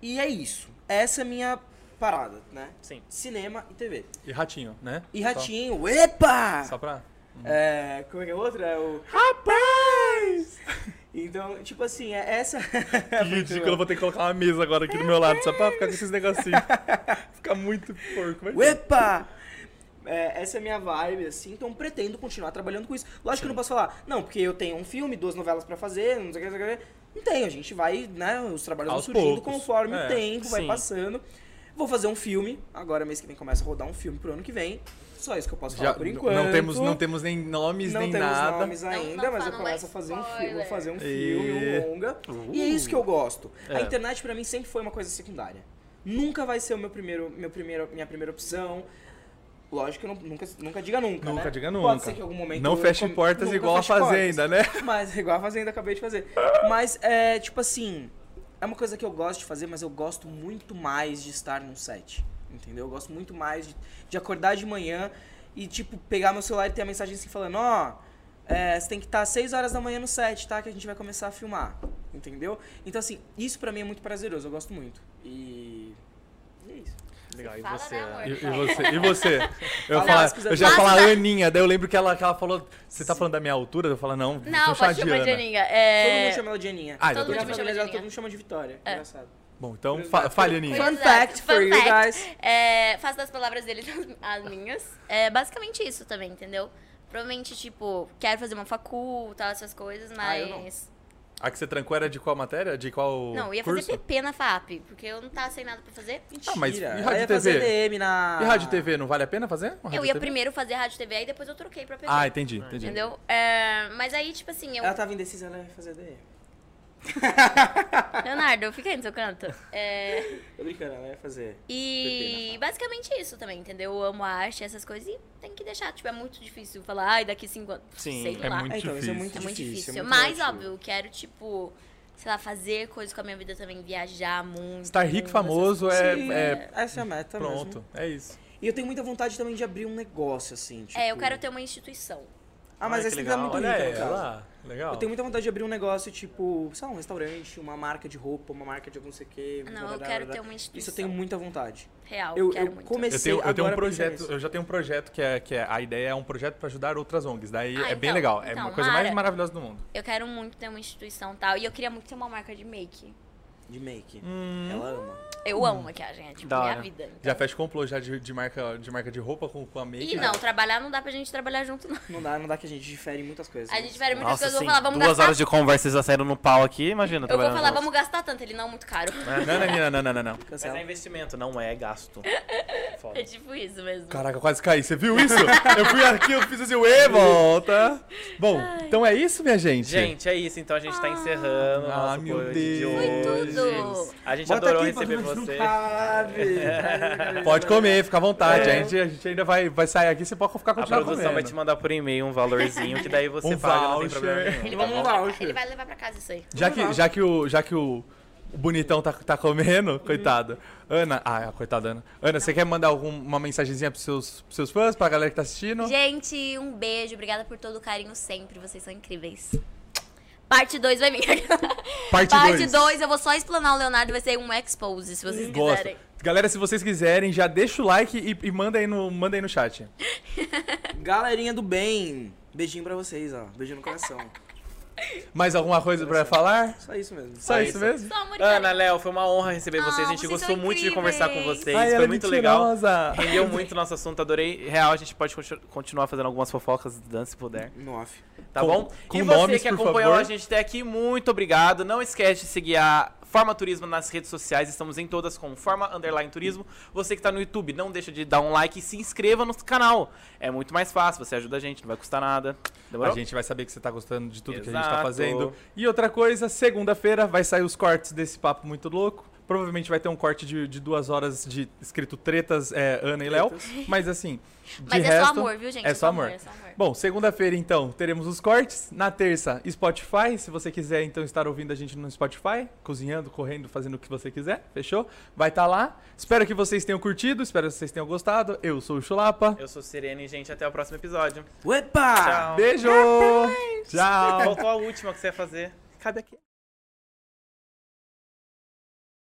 E: E é isso. Essa é a minha parada, né?
C: Sim.
E: Cinema e TV.
B: E Ratinho, né?
E: E Ratinho, epa!
B: Só, só pra.
E: É, como é que é a outra? É o Rapaz! Então, tipo assim, é essa. [LAUGHS]
B: Que ridículo, eu vou ter que colocar uma mesa agora aqui do meu lado, só pra ficar com esses
E: [LAUGHS]
B: negocinhos. Fica muito porco, mas.
E: Uepa! É, essa é a minha vibe, assim, então pretendo continuar trabalhando com isso. Lógico que eu não posso falar, não, porque eu tenho um filme, duas novelas pra fazer, não sei o que, não sei o que. Não tem, a gente vai, né, os trabalhos
B: Aos
E: vão surgindo
B: poucos.
E: conforme
B: É,
E: o tempo vai
C: sim.
E: passando. Vou fazer um filme, agora mês que vem começa a rodar um filme pro ano que vem. Só isso que eu posso falar
B: Já,
E: por enquanto.
B: Não temos, não temos nem nomes,
E: Não
B: nem
E: temos
B: nada.
E: nomes
F: Não-
E: ainda,
F: não
E: mas eu
F: fala mais
E: começo a fazer um filme, vou
F: spoiler.
E: fazer um
B: E- Uh.
E: filme, um longa. E é isso que eu gosto.
C: É.
E: A internet pra mim sempre foi uma coisa secundária. Nunca vai ser o meu primeiro, meu primeiro, minha primeira opção. Lógico que eu não- nunca, nunca diga nunca,
B: Nunca
E: né?
B: diga
E: Pode
B: nunca.
E: ser que em algum momento...
B: Não
E: eu
B: feche
E: come-
B: portas
E: Nunca
B: igual a
E: feche portas.
B: Fazenda, né?
E: [LAUGHS] Mas igual a Fazenda acabei de fazer. Mas é, tipo assim, é uma coisa que eu gosto de fazer, mas eu gosto muito mais de estar num set. Entendeu? Eu gosto muito mais de, de acordar de manhã e, tipo, pegar meu celular e ter a mensagem assim falando, ó, é, você tem que estar às 6 horas da manhã no set, tá? Que a gente vai começar a filmar. Entendeu? Então, assim, isso pra mim é muito prazeroso, eu gosto muito. E. e é isso.
C: Legal, e
F: Fala, né, amor?
B: E, e você? E você? Eu, ia
E: Fala,
B: falar-
E: se quiser-
B: eu já ia
F: Basta.
B: falar Aninha, daí eu lembro que ela, que ela falou. Você tá falando da minha altura? Eu falo, não,
F: Não,
B: vou chamar
F: pode
B: de
F: chamar de
B: Ana."
F: Aninha.
E: Todo mundo
F: É...
E: chama ela de Aninha.
B: Ah,
E: Todo
B: então
F: Todo
E: mundo
F: mundo
E: chama
F: chama
E: ela
F: de
E: de- todo
F: Aninha. É.
E: mundo chama de Vitória. Engraçado.
B: Bom, então fa fale, Aninha.
E: Fun
F: Exato.
E: fact for
F: é, Fun
E: you
F: fact.
E: guys.
F: É, faço das palavras dele as minhas. É basicamente isso também, entendeu? Provavelmente, tipo, quero fazer uma facul, tal, essas coisas,
E: Ah, eu não.
F: mas...
B: A que você trancou era de qual matéria? De qual
F: não, eu ia
B: curso?
F: fazer PP na FAP, porque eu não tava sem nada pra fazer.
E: Mentira.
B: Ah, mas e
E: ela
B: rádio
E: ia
B: e TV?
E: fazer DM na.
B: E rádio e TV, não vale a pena fazer? uma rádio
F: Eu
B: e
F: ia
B: TV?
F: primeiro fazer rádio e TV, aí depois eu troquei pra PP.
B: Ah, entendi, entendi.
F: Entendeu? É, mas aí, tipo
E: [LAUGHS]
F: assim, eu...
E: Ela tava indecisa, ela ia fazer DM.
F: Leonardo, fica aí no seu canto. É...
E: Tô brincando, ela ia fazer.
F: E basicamente isso também, entendeu? Eu amo a arte, essas coisas, e tem que deixar. Tipo, é muito difícil falar, ai, daqui cinco anos.
C: Sim,
F: sei
B: É
F: lá.
B: muito
H: Ah,
E: É, então, isso é
B: difícil.
E: muito
F: É muito
E: difícil,
F: difícil.
E: é muito
F: Mas,
E: relativo.
F: óbvio, eu quero, tipo, sei lá, fazer coisas com a minha vida também, viajar muito.
B: Estar tá rico e famoso é,
H: Sim,
B: é
H: essa é a meta
B: pronto.
H: mesmo.
B: É isso.
H: E eu tenho muita vontade também de abrir um negócio, assim, tipo...
F: É, eu quero ter uma instituição.
H: Ah, mas
C: Olha
H: essa
C: que
H: tem que dar
C: legal.
H: muito
B: Olha
H: rica, no
E: então,
B: ela
H: caso.
E: tá.
B: lá. Legal.
H: Eu tenho muita vontade de abrir um negócio, tipo, sei lá, um restaurante, uma marca de roupa, uma marca de algum sei o quê.
F: Não,
H: blá,
F: eu
E: é
H: blá, blá,
F: quero
H: blá,
F: ter
H: blá.
F: uma
H: Isso
F: instituição.
H: eu tenho muita vontade.
F: Real,
H: Eu,
F: quero
H: eu
B: Eu
F: muito.
H: comecei
B: tenho, eu tenho um
H: agora a pensar
B: projeto,
H: nisso.
B: eu já tenho um projeto que é, que é a ideia é um projeto para ajudar outras ONGs. Daí
F: Ah,
B: é bem
F: então,
B: legal, é
F: então,
B: uma coisa mais
F: Mara.
B: maravilhosa do mundo.
F: Eu quero muito ter uma instituição e tal. E eu queria muito ter uma marca de make.
H: De make.
B: Hum.
H: Ela ama.
F: Eu amo maquiagem, é tipo
C: Da
F: minha
C: hora.
F: vida.
B: Já fecha complô já de, de marca, de marca de roupa com, com a make. né?
F: E não, trabalhar não dá pra gente trabalhar junto, não.
H: Não dá, não dá que a gente difere em muitas coisas.
F: A
H: né?
F: gente vai muitas
C: Nossa,
F: coisas, eu
C: sim,
F: vou falar, vamos
C: duas
F: gastar.
C: horas de conversa já saíram no pau aqui, imagina.
F: Eu vou
C: trabalhando
F: falar,
C: juntos.
F: vamos gastar tanto, ele não é muito caro.
B: Não, não, não, não, não, não.
C: Mas é
H: Cancela.
C: investimento, não é gasto. Foda.
F: [LAUGHS] É tipo isso mesmo.
B: Caraca, quase caí. Você viu
F: [LAUGHS]
B: isso? eu fui aqui, eu fiz assim, ué, volta. Bom, então é isso, minha gente.
C: Gente, é isso. Então a gente tá encerrando o
B: Ah,
C: nosso
B: meu
C: pod de
B: Deus.
C: hoje.
F: Foi tudo.
C: A gente
B: Bota
C: adorou
B: aqui pra
C: receber
B: nós não
C: vocês. [LAUGHS]
B: Pode comer, fica à vontade. A, gente, a gente ainda vai, vai sair aqui, você pode ficar
C: É. A
B: continuando
C: produção
B: comendo.
C: vai te mandar por e-mail um valorzinho que daí você
B: Um
C: paga, não tem
B: voucher.
C: problema nenhum.
F: Ele vai,
H: Vamos
F: levar
H: lá,
F: pra-
H: Alfredo.
F: ele vai levar pra casa isso aí.
B: Já que, já que, o, já que o, o bonitão tá, tá
F: Uhum.
B: comendo, coitado. Ana, ah, coitada Ana. Ana, você quer mandar alguma mensagenzinha pros seus, pros seus fãs, pra galera que tá assistindo?
F: Gente, um beijo, obrigada por todo o carinho sempre, vocês são incríveis. Parte 2 vai vir.
B: [LAUGHS] Parte
F: Parte
B: dois.
F: 2, eu vou só explanar o Leonardo, vai ser um expose, se vocês
B: Gosto.
F: quiserem.
B: Galera, se vocês quiserem, já deixa o like e, e manda, aí no, manda aí no chat.
H: Galerinha do bem. Beijinho pra vocês, ó. Beijinho no coração.
B: Mais alguma coisa pra falar?
H: Só isso mesmo.
B: Só isso mesmo?
F: Só amor e
C: Ana,
F: carinho.
C: Léo, foi uma honra receber
F: Ah,
C: vocês. A gente
F: vocês
C: gostou
F: são
C: muito de
F: incríveis.
C: conversar com vocês.
B: Ai, ela
C: foi
B: é
C: muito legal.
B: [LAUGHS] mentirosa.
C: Rendeu muito o nosso assunto, adorei. Real, a gente pode continu- continuar fazendo algumas fofocas do Dan, se puder.
H: No off.
C: Tá
B: Com-
C: bom?
B: com
C: e você
B: nomes,
C: que
B: por
C: acompanhou
B: favor.
C: a gente até aqui, muito obrigado. Não esquece de seguir a Forma Turismo nas redes sociais. Estamos em todas com Forma Underline Turismo. Você que tá no YouTube, não deixa de dar um like e se inscreva no canal. É muito mais fácil, você ajuda a gente, não vai custar nada. Demorou?
B: A gente vai saber que você tá gostando de tudo que a gente tá
C: Exato.
B: fazendo. E outra coisa, segunda-feira vai sair os cortes desse papo muito louco. Provavelmente vai ter um corte de, de duas horas de escrito tretas, é, Ana e Léo.
F: [LAUGHS]
B: Mas assim. De
F: Mas é só
B: resto,
F: amor, viu, gente?
B: É só amor.
F: É só amor.
B: Bom, segunda-feira então teremos os cortes. Na terça, Spotify. Se você quiser então estar ouvindo a gente no Spotify, cozinhando, correndo, fazendo o que você quiser, fechou? Vai estar lá. Espero que vocês tenham curtido, espero que vocês tenham gostado. Eu sou o Chulapa.
C: Eu sou Sirene, gente. Até o próximo episódio.
H: Uepa!
C: Tchau.
B: Beijo! Tchau!
C: [LAUGHS] Faltou a última que você ia fazer. Cabe aqui.